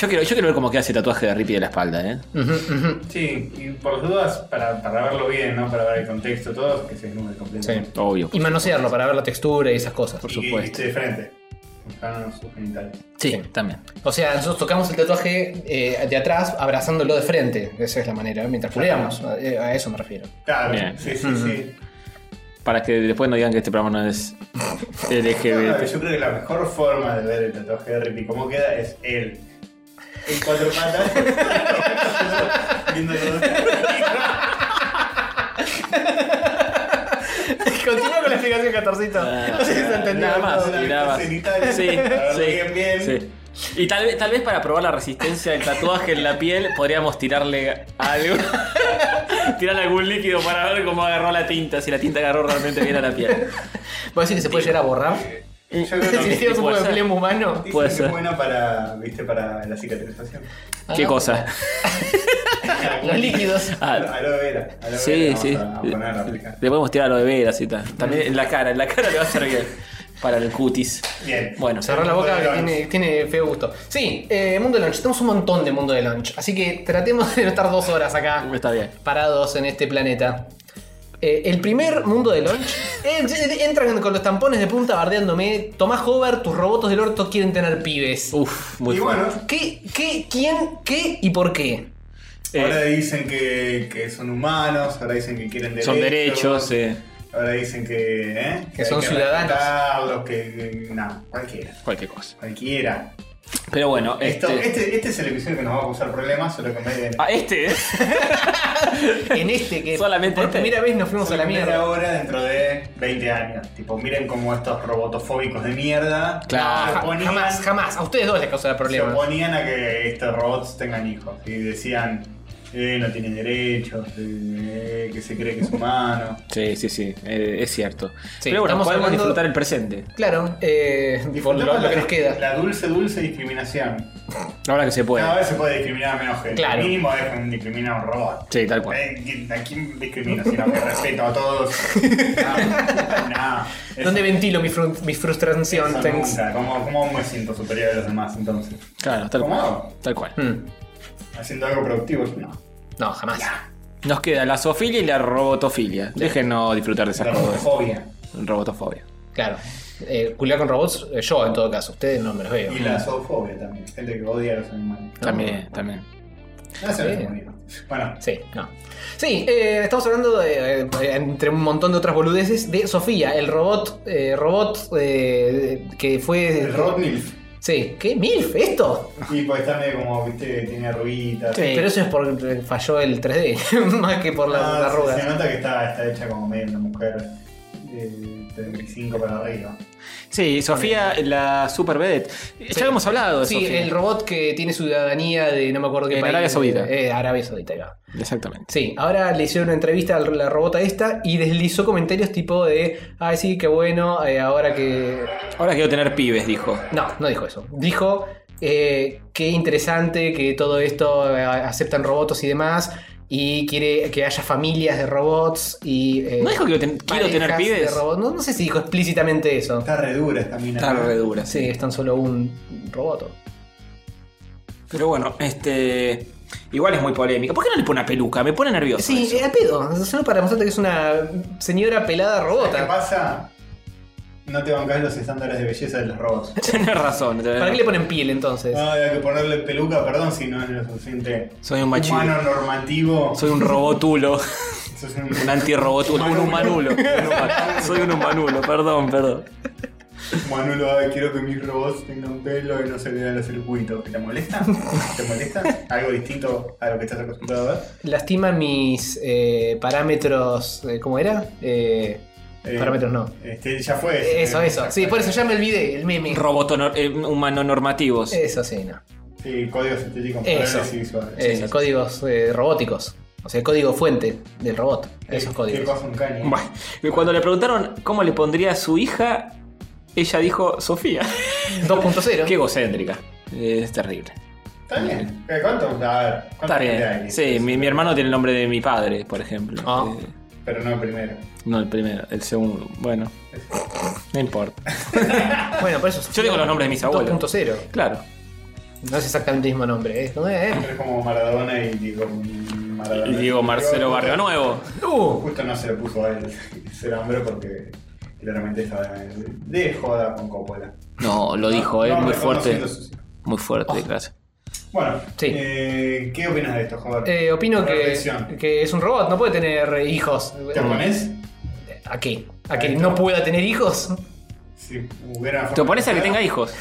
[SPEAKER 3] Yo quiero, yo quiero ver cómo queda ese tatuaje de Rippy de la espalda, ¿eh?
[SPEAKER 4] Ujú, ujú.
[SPEAKER 1] Sí, y por las dudas, para, para verlo bien, ¿no? Para ver el contexto, todo, que se desnude completamente.
[SPEAKER 3] Obvio.
[SPEAKER 4] Y manosearlo para ver la textura y esas cosas.
[SPEAKER 3] Por
[SPEAKER 1] Y-
[SPEAKER 3] supuesto.
[SPEAKER 1] Y de frente. Buscaron sus genitales.
[SPEAKER 3] Sí, también.
[SPEAKER 4] O sea, nosotros tocamos el tatuaje eh, de atrás abrazándolo de frente. Esa es la manera, ¿eh? mientras puleamos. A, eh, a eso me refiero.
[SPEAKER 1] Claro,
[SPEAKER 3] Bien.
[SPEAKER 1] sí, sí, sí.
[SPEAKER 3] Para que después no digan que este programa no es
[SPEAKER 1] Claro,
[SPEAKER 3] LGBT.
[SPEAKER 1] yo creo que la mejor forma de ver el tatuaje de Rippy cómo queda es él. En cuatro patas. viendo todo.
[SPEAKER 4] Continúa con la explicación, Catorcito.
[SPEAKER 3] Ah, nada más, y nada más.
[SPEAKER 1] Genitales,
[SPEAKER 3] Sí,
[SPEAKER 1] para verlo
[SPEAKER 3] sí,
[SPEAKER 1] bien, bien.
[SPEAKER 3] sí. Y tal vez, tal vez para probar la resistencia del tatuaje en la piel, podríamos tirarle algo. tirarle algún líquido para ver cómo agarró la tinta, si la tinta agarró realmente bien a la piel.
[SPEAKER 4] ¿Vos decís que se puede llegar a borrar?
[SPEAKER 1] Yo creo
[SPEAKER 4] Si
[SPEAKER 1] que
[SPEAKER 4] le hicieras un poco
[SPEAKER 3] puede
[SPEAKER 4] de
[SPEAKER 3] ser.
[SPEAKER 4] emblema humano.
[SPEAKER 1] Dicen
[SPEAKER 3] Puede
[SPEAKER 1] que
[SPEAKER 3] ser.
[SPEAKER 1] es bueno para, ¿viste? para la cicatrización.
[SPEAKER 3] ¿Qué
[SPEAKER 4] Ah,
[SPEAKER 3] cosa?
[SPEAKER 4] Los líquidos.
[SPEAKER 3] Ah,
[SPEAKER 1] Aloe vera. Aloe
[SPEAKER 3] sí,
[SPEAKER 1] vera
[SPEAKER 3] sí.
[SPEAKER 1] vamos A poner, a aplicar.
[SPEAKER 3] Le podemos tirar lo de veras y tal. También en la cara, en la cara le va a hacer bien. Para el cutis.
[SPEAKER 1] Bien.
[SPEAKER 3] Bueno,
[SPEAKER 4] Cerrar la boca que
[SPEAKER 1] Mundo de
[SPEAKER 4] tiene, tiene feo gusto. Sí, eh, mundo de lunch. Tenemos un montón de mundo de lunch. Así que tratemos de no estar dos horas acá
[SPEAKER 3] Está bien.
[SPEAKER 4] parados en este planeta. Eh, el primer mundo de lunch. eh, eh, entran con los tampones de punta bardeándome. Tomás Hover, tus robots del orto quieren tener pibes.
[SPEAKER 3] Uf, muy
[SPEAKER 1] Y
[SPEAKER 3] fuerte.
[SPEAKER 1] bueno,
[SPEAKER 4] ¿Qué, qué, quién, qué y por qué?
[SPEAKER 3] Eh,
[SPEAKER 1] ahora dicen que, que son humanos, ahora dicen que quieren derechos.
[SPEAKER 3] Son derechos, eh,
[SPEAKER 1] Ahora dicen que. ¿eh?
[SPEAKER 4] Que son
[SPEAKER 1] hay
[SPEAKER 4] ciudadanos.
[SPEAKER 1] respetarlos, Que, que- no, cualquiera.
[SPEAKER 3] cualquier cosa.
[SPEAKER 1] Cualquiera.
[SPEAKER 3] Pero bueno,
[SPEAKER 1] Esto,
[SPEAKER 3] este.
[SPEAKER 1] este, este es el episodio que nos va a causar problemas, solo que en vez de.
[SPEAKER 3] Ah, este.
[SPEAKER 4] En este que
[SPEAKER 3] Solamente
[SPEAKER 4] por
[SPEAKER 3] este.
[SPEAKER 4] primera vez nos fuimos a la
[SPEAKER 1] Solamente
[SPEAKER 4] mierda.
[SPEAKER 1] ahora dentro de 20 años. Tipo, miren como estos robotofóbicos de mierda
[SPEAKER 3] Claro.
[SPEAKER 1] se
[SPEAKER 4] Ja-
[SPEAKER 1] oponían-
[SPEAKER 4] jamás, jamás. A ustedes dos les causará
[SPEAKER 1] se
[SPEAKER 4] problemas.
[SPEAKER 1] oponían a que estos robots tengan hijos. Y decían, eh, no tiene derechos, eh, que se cree que es humano.
[SPEAKER 3] Sí, sí, sí, eh, es cierto.
[SPEAKER 1] Sí,
[SPEAKER 3] Pero bueno,
[SPEAKER 1] estamos
[SPEAKER 3] podemos
[SPEAKER 1] hablando-
[SPEAKER 3] disfrutar el presente.
[SPEAKER 4] Claro, eh, por lo,
[SPEAKER 1] Disfrutamos
[SPEAKER 4] lo que
[SPEAKER 1] la-
[SPEAKER 4] nos queda.
[SPEAKER 1] La dulce, dulce discriminación.
[SPEAKER 3] Ahora que se puede.
[SPEAKER 1] Cada vez se puede discriminar menos gente.
[SPEAKER 3] Claro.
[SPEAKER 1] Mínimo dejen discriminar a un robot.
[SPEAKER 3] Sí, tal cual.
[SPEAKER 1] Eh, ¿A quién discrimina? Si no, que respeto a todos. No, no. Eso-
[SPEAKER 4] ¿Dónde ventilo mi, fru- mi frustración?
[SPEAKER 1] eso
[SPEAKER 4] Thanks.
[SPEAKER 1] nunca. ¿Cómo, ¿Cómo me siento superior a los demás entonces?
[SPEAKER 3] Claro, tal
[SPEAKER 1] ¿Cómo
[SPEAKER 3] cual.
[SPEAKER 1] hago?
[SPEAKER 3] Tal cual.
[SPEAKER 1] ¿Haciendo algo productivo? No.
[SPEAKER 4] Mm. No, jamás.
[SPEAKER 3] Nos queda la zoofilia y la robotofilia. Déjenos disfrutar de esas
[SPEAKER 4] La
[SPEAKER 3] cosas.
[SPEAKER 4] robofobia.
[SPEAKER 3] Robotofobia.
[SPEAKER 4] Claro. Eh, culiar con robots, eh, yo en todo caso. Ustedes no me los veo.
[SPEAKER 1] Y la zoofobia también. Gente que odia a los animales.
[SPEAKER 3] También, también.
[SPEAKER 1] No se
[SPEAKER 4] Sí.
[SPEAKER 1] ve morir. Bueno.
[SPEAKER 4] Sí, no. Sí, eh, estamos hablando de, eh, entre un montón de otras boludeces de Sofía, el robot eh, robot eh, que fue...
[SPEAKER 1] El robot MILF.
[SPEAKER 4] Sí, ¿qué? ¿MILF? ¿Esto?
[SPEAKER 1] Y pues está medio como, viste, tiene arruguitas.
[SPEAKER 4] Sí, Pero eso es porque falló el 3D, más que por las
[SPEAKER 1] Ah, se-
[SPEAKER 4] arrugas.
[SPEAKER 1] Se nota que está, está hecha como medio una mujer eh, de 35 para arriba.
[SPEAKER 3] Sí, Sofía, la super vedette. Ya hemos hablado de
[SPEAKER 4] Sí,
[SPEAKER 3] Sofía.
[SPEAKER 4] el robot que tiene ciudadanía de no me acuerdo qué
[SPEAKER 3] En
[SPEAKER 4] país.
[SPEAKER 3] Arabia Saudita.
[SPEAKER 4] Eh, Arabia Saudita, ahí va.
[SPEAKER 3] Exactamente.
[SPEAKER 4] Sí, ahora le hicieron una entrevista a la robota esta y deslizó comentarios tipo de, ay sí, qué bueno, eh, ahora que...
[SPEAKER 3] Ahora quiero tener pibes, dijo.
[SPEAKER 4] No, no dijo eso. Dijo, eh, qué interesante que todo esto eh, aceptan robots y demás y quiere que haya familias de robots y... eh,
[SPEAKER 3] ¿No dijo que lo ten- quiero
[SPEAKER 4] parejas
[SPEAKER 3] tener
[SPEAKER 4] de
[SPEAKER 3] pibes?
[SPEAKER 4] robots. No, no sé si dijo explícitamente eso.
[SPEAKER 1] Está re dura esta mina.
[SPEAKER 3] Está re dura,
[SPEAKER 4] Sí, es tan solo un roboto.
[SPEAKER 3] Pero bueno, este. Igual es muy polémica. ¿Por qué no le pone una peluca? Me pone nervioso.
[SPEAKER 4] Sí, eh, a pedo, solo para mostrarte que es una señora pelada
[SPEAKER 1] ¿Qué
[SPEAKER 4] robota.
[SPEAKER 1] pasa? No te bancás los estándares de belleza de los robots.
[SPEAKER 3] Tienes razón. tenés
[SPEAKER 4] ¿Para qué le
[SPEAKER 3] razón.
[SPEAKER 4] ponen piel entonces?
[SPEAKER 1] Ah, hay que ponerle peluca, perdón si no es lo suficiente
[SPEAKER 3] Soy un machito.
[SPEAKER 1] humano normativo.
[SPEAKER 3] Soy un robotulo.
[SPEAKER 1] Sos un-
[SPEAKER 3] Un antirrobotulo. un humanulo. Un huma- Soy un humanulo, perdón, perdón.
[SPEAKER 1] Manulo, ay, quiero que mis robots tengan pelo y no se vean los circuitos. ¿Te molesta? ¿Te molesta? ¿Algo distinto a lo que estás acostumbrado a ver?
[SPEAKER 4] Lastima mis eh, parámetros. eh, ¿Cómo era? Eh,
[SPEAKER 1] Eh,
[SPEAKER 4] parámetros no.
[SPEAKER 1] Este, ya fue.
[SPEAKER 4] Eso,
[SPEAKER 1] Eh,
[SPEAKER 4] eso. Sí, por eso ya me olvidé, el meme.
[SPEAKER 3] Roboto eh, humano normativos.
[SPEAKER 4] Eso sí, no.
[SPEAKER 1] Sí, códigos estéticos
[SPEAKER 4] Eso.
[SPEAKER 1] morables y visuales.
[SPEAKER 4] Eh, códigos eh, robóticos. O sea, código fuente del robot. Esos
[SPEAKER 1] eh, ¿Qué
[SPEAKER 4] códigos.
[SPEAKER 1] pasa un caño?
[SPEAKER 3] Bueno, cuando le preguntaron cómo le pondría a su hija, ella dijo Sofía.
[SPEAKER 4] 2.0.
[SPEAKER 3] Qué egocéntrica. Eh, Es terrible.
[SPEAKER 1] Está bien. ¿Qué, ¿Cuánto? A ver, ¿cuánta
[SPEAKER 3] Está
[SPEAKER 1] gente
[SPEAKER 3] bien.
[SPEAKER 1] hay?
[SPEAKER 3] Sí, mi, mi hermano tiene el nombre de mi padre, por ejemplo.
[SPEAKER 4] Ah.
[SPEAKER 3] Eh,
[SPEAKER 1] Pero no el primero.
[SPEAKER 3] no, el primero, el segundo. Bueno, no importa.
[SPEAKER 4] Bueno, por eso.
[SPEAKER 3] Yo tengo los nombres de mis abuelos.
[SPEAKER 4] 2.0.
[SPEAKER 3] Claro.
[SPEAKER 4] No es exactamente el mismo nombre. ¿eh? ¿Cómo es?
[SPEAKER 1] Es como Maradona y Diego Maradona.
[SPEAKER 3] Y digo Marcelo
[SPEAKER 1] Yo-
[SPEAKER 3] Barrio Nuevo.
[SPEAKER 4] Uh,
[SPEAKER 1] Justo no se le puso a él ese nombre porque claramente estaba de joda con Coppola.
[SPEAKER 3] No, lo dijo, eh,
[SPEAKER 1] No,
[SPEAKER 3] muy fuerte.
[SPEAKER 1] reconociendo sus-
[SPEAKER 3] Muy fuerte, gracias.
[SPEAKER 1] Bueno,
[SPEAKER 4] Sí.
[SPEAKER 1] eh, ¿qué opinas de esto, joder?
[SPEAKER 4] eh, opino
[SPEAKER 1] Una
[SPEAKER 4] que,
[SPEAKER 1] reflexión.
[SPEAKER 4] que es un robot, no puede tener hijos.
[SPEAKER 1] ¿Te pones?
[SPEAKER 4] ¿A qué? ¿A que
[SPEAKER 1] Ahí
[SPEAKER 4] no
[SPEAKER 1] está.
[SPEAKER 4] pueda tener hijos?
[SPEAKER 1] Si hubiera. forma
[SPEAKER 3] Te opones a
[SPEAKER 1] de
[SPEAKER 3] que
[SPEAKER 1] hacer-
[SPEAKER 3] tenga hijos.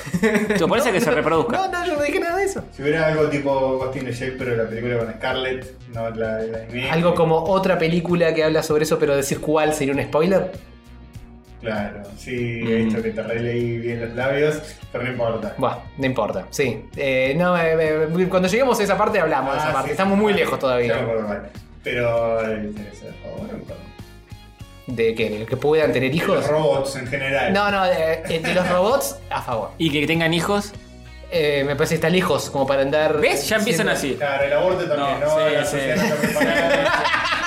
[SPEAKER 3] Te opones a que se reproduzca.
[SPEAKER 4] No, no, yo no dije nada de eso.
[SPEAKER 1] Si hubiera algo tipo Ghost in the Shell, pero la película con Scarlett, no la del anime.
[SPEAKER 4] Algo como otra película que habla sobre eso, pero decir cuál sería un spoiler.
[SPEAKER 1] Claro, sí, he visto que te releí bien los labios, pero no importa.
[SPEAKER 4] Bueno, no importa, sí. Eh, no, eh, eh, cuando lleguemos a esa parte hablamos de
[SPEAKER 1] Ah,
[SPEAKER 4] esa parte.
[SPEAKER 1] sí,
[SPEAKER 4] Estamos
[SPEAKER 1] sí,
[SPEAKER 4] muy
[SPEAKER 1] vale.
[SPEAKER 4] lejos todavía.
[SPEAKER 1] Ya me acuerdo mal. Pero eh, interesa, por favor, no importa.
[SPEAKER 4] ¿De qué? ¿Que puedan tener hijos?
[SPEAKER 1] Los robots en general.
[SPEAKER 4] No, no, eh, eh, de los robots, a favor.
[SPEAKER 3] Y que tengan hijos.
[SPEAKER 4] Eh, me parece que están lejos como para andar.
[SPEAKER 3] ¿Ves? Ya empiezan
[SPEAKER 4] siendo-
[SPEAKER 3] así.
[SPEAKER 1] Claro, el aborto también,
[SPEAKER 3] No,
[SPEAKER 1] ¿no?
[SPEAKER 3] sí,
[SPEAKER 1] La
[SPEAKER 3] sí.
[SPEAKER 1] sociedad no está preparada.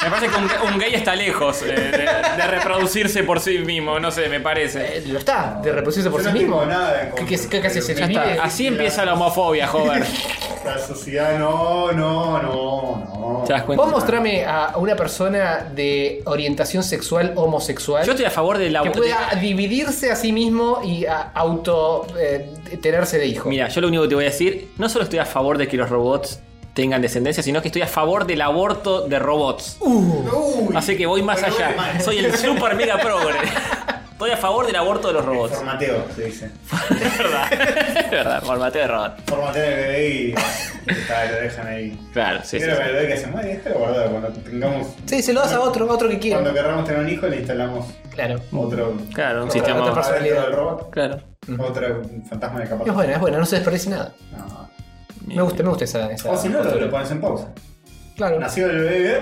[SPEAKER 3] Me parece que un, un gay está lejos eh, de, de reproducirse por sí mismo, no sé, me parece.
[SPEAKER 4] Eh, lo está, de reproducirse por
[SPEAKER 1] Yo
[SPEAKER 4] sí
[SPEAKER 1] no
[SPEAKER 4] mismo.
[SPEAKER 1] tengo nada en
[SPEAKER 4] ¿Qué,
[SPEAKER 1] contra,
[SPEAKER 4] qué, qué, qué hace? ¿Se
[SPEAKER 3] Ya
[SPEAKER 4] divide?
[SPEAKER 3] está. Así empieza la homofobia, joven.
[SPEAKER 1] La sociedad, no, no, no, no.
[SPEAKER 3] ¿Te das cuenta?
[SPEAKER 4] Vos mostrame a una persona de orientación sexual homosexual.
[SPEAKER 3] Yo estoy a favor de la.
[SPEAKER 4] que pueda dividirse a sí mismo y a- auto eh, tenerse de hijo.
[SPEAKER 3] Mira, yo lo único que te voy a decir, no solo estoy a favor de que los robots tengan descendencia, sino que estoy a favor del aborto de robots.
[SPEAKER 4] Uh.
[SPEAKER 1] Uy,
[SPEAKER 3] Así que voy más
[SPEAKER 1] Pero
[SPEAKER 3] allá.
[SPEAKER 1] duele más.
[SPEAKER 3] Soy el super mega progre. Estoy a favor del aborto de los robots.
[SPEAKER 1] Formateo, se dice.
[SPEAKER 3] Es verdad. Es verdad, formateo de robot.
[SPEAKER 1] Formateo el bebé y está, lo dejan ahí.
[SPEAKER 3] Claro, sí, sí.
[SPEAKER 1] Quiero que el bebé que se muere, este lo guardado. Cuando tengamos.
[SPEAKER 4] Sí, se lo das a otro, a otro que quiera.
[SPEAKER 1] Cuando querramos tener un hijo, le instalamos
[SPEAKER 4] Claro.
[SPEAKER 1] otro.
[SPEAKER 3] Claro, un
[SPEAKER 1] otro-
[SPEAKER 3] sistema-
[SPEAKER 1] otro
[SPEAKER 4] Otra personalidad.
[SPEAKER 1] del robot,
[SPEAKER 3] Claro.
[SPEAKER 1] Otro fantasma de capaz.
[SPEAKER 4] Es buena, es buena, no se desperdice nada.
[SPEAKER 1] No.
[SPEAKER 4] Me gusta, me gusta esa. esa
[SPEAKER 1] O si no, lo,
[SPEAKER 4] postura. Ah,
[SPEAKER 1] lo pones en pausa. Claro. Nació el bebé.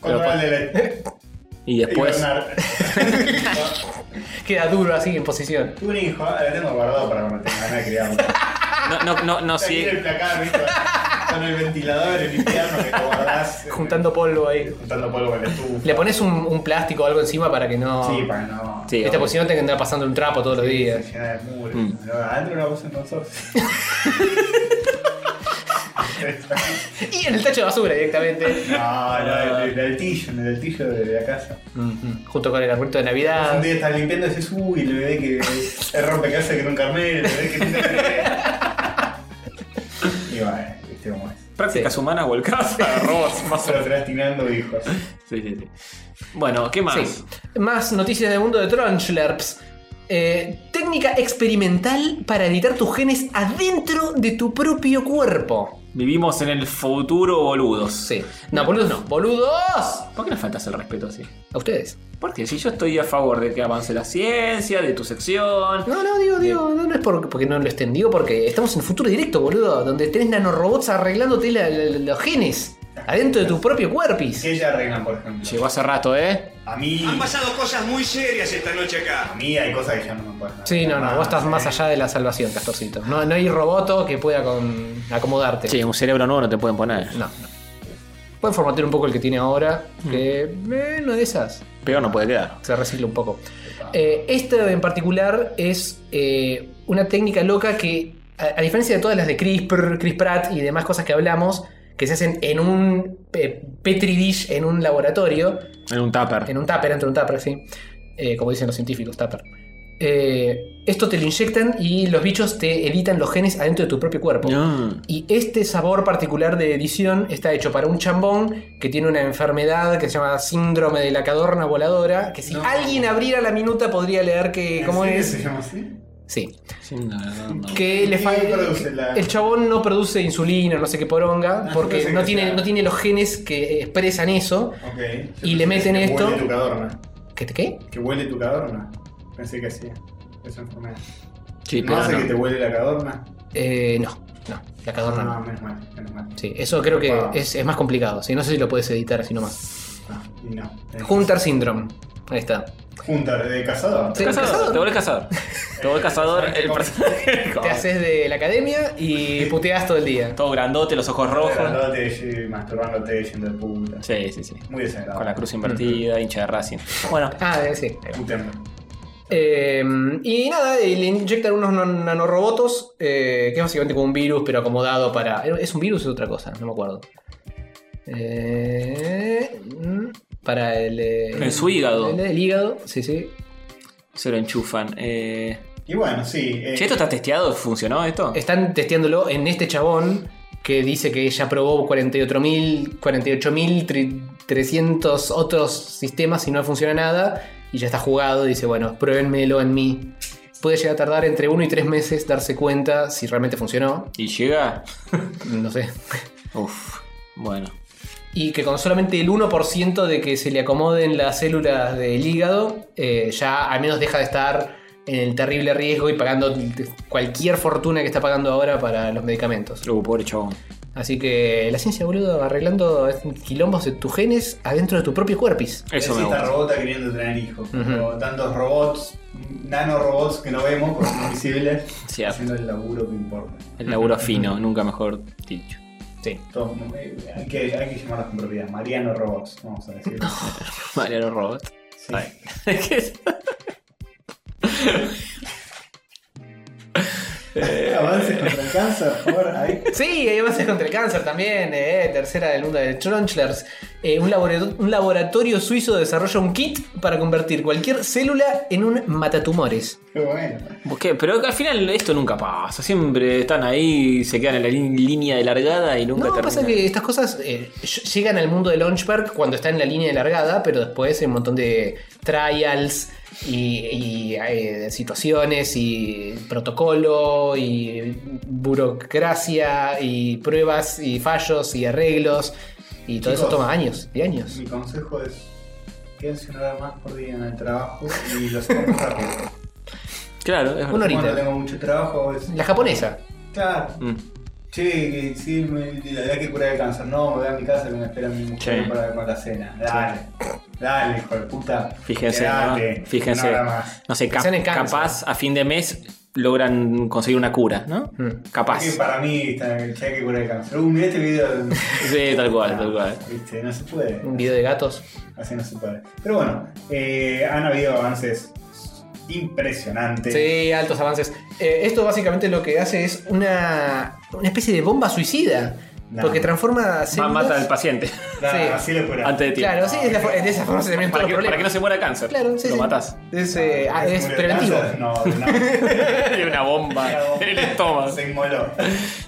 [SPEAKER 1] Controla el delay.
[SPEAKER 3] Y después.
[SPEAKER 1] Hibernar.
[SPEAKER 4] Queda duro así en posición.
[SPEAKER 1] Tuve un hijo, ah, lo tengo guardado para cuando tenga ganas de criarlo.
[SPEAKER 3] No, no, no, no,
[SPEAKER 1] Ahí
[SPEAKER 3] sí.
[SPEAKER 1] en el placar, ¿viste? Con el ventilador, el infierno que te guardás.
[SPEAKER 4] Juntando polvo ahí.
[SPEAKER 1] Juntando polvo en la estufa.
[SPEAKER 4] Le pones un, un plástico o algo encima para que no.
[SPEAKER 1] Sí, para que no.
[SPEAKER 4] Sí, Esta posición te andar pasando un trapo todos los días.
[SPEAKER 1] Llena de mugre.
[SPEAKER 4] Mm.
[SPEAKER 1] Adentro "Ah, una voz en consorcio.
[SPEAKER 4] Y en el tacho de basura directamente.
[SPEAKER 1] No, no, en el- en el tillo, en el tillo de la casa.
[SPEAKER 4] Junto con el arbolito de
[SPEAKER 1] Un
[SPEAKER 4] Navidad.
[SPEAKER 1] día estás limpiando y dices, uy, el bebé que es rompecabezas que era un carmel, el bebé que tiene que- Y bueno, viste cómo es.
[SPEAKER 3] Prácticas humanas volcadas a robots. Más
[SPEAKER 1] o menos. Tirando hijos.
[SPEAKER 3] Sí, sí, sí. Bueno, ¿qué más?
[SPEAKER 4] Sí. Más noticias del mundo de Tronchlerps. Eh, técnica experimental para editar tus genes adentro de tu propio cuerpo.
[SPEAKER 3] Vivimos en el futuro, boludos. Sí.
[SPEAKER 4] No, boludos no. ¡Boludos!
[SPEAKER 3] ¿Por qué nos faltas el respeto así?
[SPEAKER 4] A ustedes.
[SPEAKER 3] Porque si yo estoy a favor de que avance la ciencia, de tu sección.
[SPEAKER 4] No, no, digo, digo, no, no es por- porque no lo estén, digo porque estamos en futuro directo, boludo, donde tenés nanorobots arreglándote la- la- la- los genes adentro de tu propio cuerpis.
[SPEAKER 1] ¿Qué ella arreglan, por ejemplo?
[SPEAKER 3] Llegó hace rato, ¿eh?
[SPEAKER 1] A mí,
[SPEAKER 8] Han pasado cosas muy serias esta noche acá.
[SPEAKER 1] a mí hay cosas que ya no me pueden Eh, hacer.
[SPEAKER 4] Sí, no, no, vos estás más allá de la salvación, Castorcito. No, no hay roboto que pueda con- acomodarte.
[SPEAKER 3] Sí, un cerebro nuevo no te pueden poner.
[SPEAKER 4] No, no. Pueden formatear un poco el que tiene ahora, que eh, no de esas.
[SPEAKER 3] Peor no puede quedar.
[SPEAKER 4] Se recicla un poco. Eh, esto en particular es eh, una técnica loca que, a, a diferencia de todas las de CRISPR, CRISPRAT y demás cosas que hablamos, que se hacen en un eh, petri dish, en un laboratorio,
[SPEAKER 3] En un tupper.
[SPEAKER 4] en un tupper, entre un tupper, sí. Eh, como dicen los científicos, tupper. Eh, esto te lo inyectan y los bichos te editan los genes adentro de tu propio cuerpo.
[SPEAKER 3] No.
[SPEAKER 4] Y este sabor particular de edición está hecho para un chambón que tiene una enfermedad que se llama síndrome de la cadorna voladora, que si
[SPEAKER 1] No.
[SPEAKER 4] alguien abriera la minuta podría leer que
[SPEAKER 1] ¿En
[SPEAKER 4] Eh, cómo
[SPEAKER 1] serio
[SPEAKER 4] es.
[SPEAKER 1] ¿Se llama así?
[SPEAKER 4] Sí.
[SPEAKER 3] Sí, no, no, no.
[SPEAKER 4] Que le
[SPEAKER 1] ¿Qué
[SPEAKER 4] fa-
[SPEAKER 1] produce la-
[SPEAKER 4] El chabón no produce insulina, no sé qué poronga,
[SPEAKER 1] Ah,
[SPEAKER 4] porque
[SPEAKER 1] parece
[SPEAKER 4] no
[SPEAKER 1] que
[SPEAKER 4] tiene,
[SPEAKER 1] sea-
[SPEAKER 4] no tiene los genes que expresan eso.
[SPEAKER 1] Ok.
[SPEAKER 4] Y le meten
[SPEAKER 1] Que
[SPEAKER 4] esto.
[SPEAKER 1] Huele tu cadorna.
[SPEAKER 4] ¿Qué? ¿Qué?
[SPEAKER 1] Que huele tu cadorna. Pensé que hacía. Esa enfermedad.
[SPEAKER 3] Sí,
[SPEAKER 1] ¿No
[SPEAKER 3] pero
[SPEAKER 1] hace
[SPEAKER 3] no.
[SPEAKER 1] que te huele la cadorna?
[SPEAKER 4] Eh, no, no, la cadorna no.
[SPEAKER 1] No, menos mal, menos mal.
[SPEAKER 4] Sí, eso creo que
[SPEAKER 1] Ah.
[SPEAKER 4] es, es más complicado. ¿sí? No sé si lo puedes editar así nomás.
[SPEAKER 1] Ah, y no. Eh,
[SPEAKER 4] Hunter Syndrome. Ahí está.
[SPEAKER 1] Junta, de cazador.
[SPEAKER 4] Sí.
[SPEAKER 3] Cazador,
[SPEAKER 4] cazador.
[SPEAKER 3] Te vuelves cazador. Te vuelves cazador. El personaje.
[SPEAKER 4] Te haces de la academia y puteas todo el día.
[SPEAKER 3] Todo grandote, los ojos rojos.
[SPEAKER 1] Masturbándote, masturbándote, yendo de puta.
[SPEAKER 3] Sí, sí, sí.
[SPEAKER 1] Muy desagradable.
[SPEAKER 3] Con la cruz invertida, hincha de Racing. Bueno,
[SPEAKER 4] Ah, eh, sí.
[SPEAKER 1] Puteando.
[SPEAKER 4] Eh, y nada, eh, le inyectan unos nan- nanorobotos, eh, que es básicamente como un virus, pero acomodado para. ¿Es un virus o es otra cosa? No me acuerdo. Eh, mm, para el. eh,
[SPEAKER 3] En su hígado.
[SPEAKER 4] El, el hígado, sí, sí.
[SPEAKER 3] se lo enchufan. Eh,
[SPEAKER 1] Y bueno, sí. eh,
[SPEAKER 3] che, ¿esto está testeado? ¿Funcionó esto?
[SPEAKER 4] Están testeándolo en este chabón que dice que ya probó 48.000, 48.300 otros sistemas y no funciona nada. Y ya está jugado. Dice, bueno, pruébenmelo en mí. Puede llegar a tardar entre uno y tres meses darse cuenta si realmente funcionó.
[SPEAKER 3] ¿Y llega?
[SPEAKER 4] No sé.
[SPEAKER 3] Uf, bueno.
[SPEAKER 4] Y que con solamente el 1% de que se le acomoden las células del hígado, eh, ya al menos deja de estar en el terrible riesgo y pagando cualquier fortuna que está pagando ahora para los medicamentos.
[SPEAKER 3] Uh, pobre chabón.
[SPEAKER 4] Así que la ciencia, boludo, arreglando quilombos de tus genes adentro de tu propio cuerpis.
[SPEAKER 3] Eso
[SPEAKER 1] es
[SPEAKER 3] me
[SPEAKER 1] esta
[SPEAKER 3] gusta.
[SPEAKER 1] robota queriendo tener hijos.
[SPEAKER 4] Ujú.
[SPEAKER 1] Pero tantos robots, nanorobots que no vemos porque son invisibles,
[SPEAKER 3] Cierto.
[SPEAKER 1] haciendo el laburo que importa.
[SPEAKER 3] El laburo fino, nunca mejor dicho.
[SPEAKER 4] Sí.
[SPEAKER 1] Todo- eh, hay, que, hay que llamarlos con propiedad. Mariano Robots, vamos a decirlo.
[SPEAKER 3] Mariano Robot.
[SPEAKER 1] Sí.
[SPEAKER 3] Ay. ¿Qué es?
[SPEAKER 1] Avances contra el cáncer, por favor. Ahí.
[SPEAKER 4] Sí, hay avances contra el cáncer también, eh, tercera del mundo de Tronchlers. Eh, un, laborato- un laboratorio suizo desarrolla un kit para convertir cualquier célula en un matatumores.
[SPEAKER 1] Qué bueno.
[SPEAKER 3] ¿Por qué? Pero al final esto nunca pasa. Siempre están ahí, se quedan en la lin- línea de largada y nunca
[SPEAKER 4] No, pasa
[SPEAKER 3] terminan.
[SPEAKER 4] que estas cosas eh, ll- llegan al mundo de Launchpad cuando está en la línea de largada, pero después hay un montón de trials y, y, eh, situaciones y protocolo y burocracia y pruebas y fallos y arreglos y todo eso
[SPEAKER 1] Chicos.
[SPEAKER 4] toma años y años.
[SPEAKER 1] Mi consejo es: quédense una hora más por día en el trabajo y lo sacamos rápido.
[SPEAKER 3] Claro, es
[SPEAKER 4] Una
[SPEAKER 3] verdad.
[SPEAKER 4] horita.
[SPEAKER 1] Cuando tengo mucho trabajo, es.
[SPEAKER 4] La japonesa.
[SPEAKER 1] Claro.
[SPEAKER 3] Mm.
[SPEAKER 1] Che, que sí, me, la verdad que curar el cáncer. No, me voy a mi casa que me espera mi mujer
[SPEAKER 3] Sí.
[SPEAKER 1] para, para la cena. Dale, dale, hijo de puta.
[SPEAKER 3] Fíjense,
[SPEAKER 1] Quédate,
[SPEAKER 3] ¿no? Fíjense.
[SPEAKER 1] no habrá más.
[SPEAKER 3] No sé, cap-
[SPEAKER 1] Pensar en cáncer.
[SPEAKER 3] capaz a fin de mes logran conseguir una cura, ¿no?
[SPEAKER 4] Mm.
[SPEAKER 3] Capaz.
[SPEAKER 1] Es que para mí está, ya hay que curar el cáncer. Uh, mirá este video. Ah,
[SPEAKER 3] Sí, tal cual, tal cual.
[SPEAKER 1] Viste, no se puede.
[SPEAKER 4] Un video de gatos.
[SPEAKER 1] Así no se puede. Pero bueno, eh, han habido avances impresionantes.
[SPEAKER 4] Sí, altos avances. Eh, esto básicamente lo que hace es una, una especie de bomba suicida.
[SPEAKER 1] No.
[SPEAKER 4] Porque transforma
[SPEAKER 3] Ma-
[SPEAKER 4] células-
[SPEAKER 3] mata al paciente.
[SPEAKER 1] Nah, así lo curás.
[SPEAKER 3] Antes de tiempo.
[SPEAKER 4] Claro, sí, es la for- de esa forma se terminan todos
[SPEAKER 3] para
[SPEAKER 4] los
[SPEAKER 3] que,
[SPEAKER 4] problemas.
[SPEAKER 3] para que no se muera de cáncer.
[SPEAKER 4] Claro, sí,
[SPEAKER 3] Lo
[SPEAKER 4] sí.
[SPEAKER 3] matás.
[SPEAKER 4] Es, eh, ah, es
[SPEAKER 1] ¿Muere de
[SPEAKER 4] preventivo.
[SPEAKER 1] cáncer? No, no.
[SPEAKER 3] De una bomba en el estómago.
[SPEAKER 1] Se inmoló.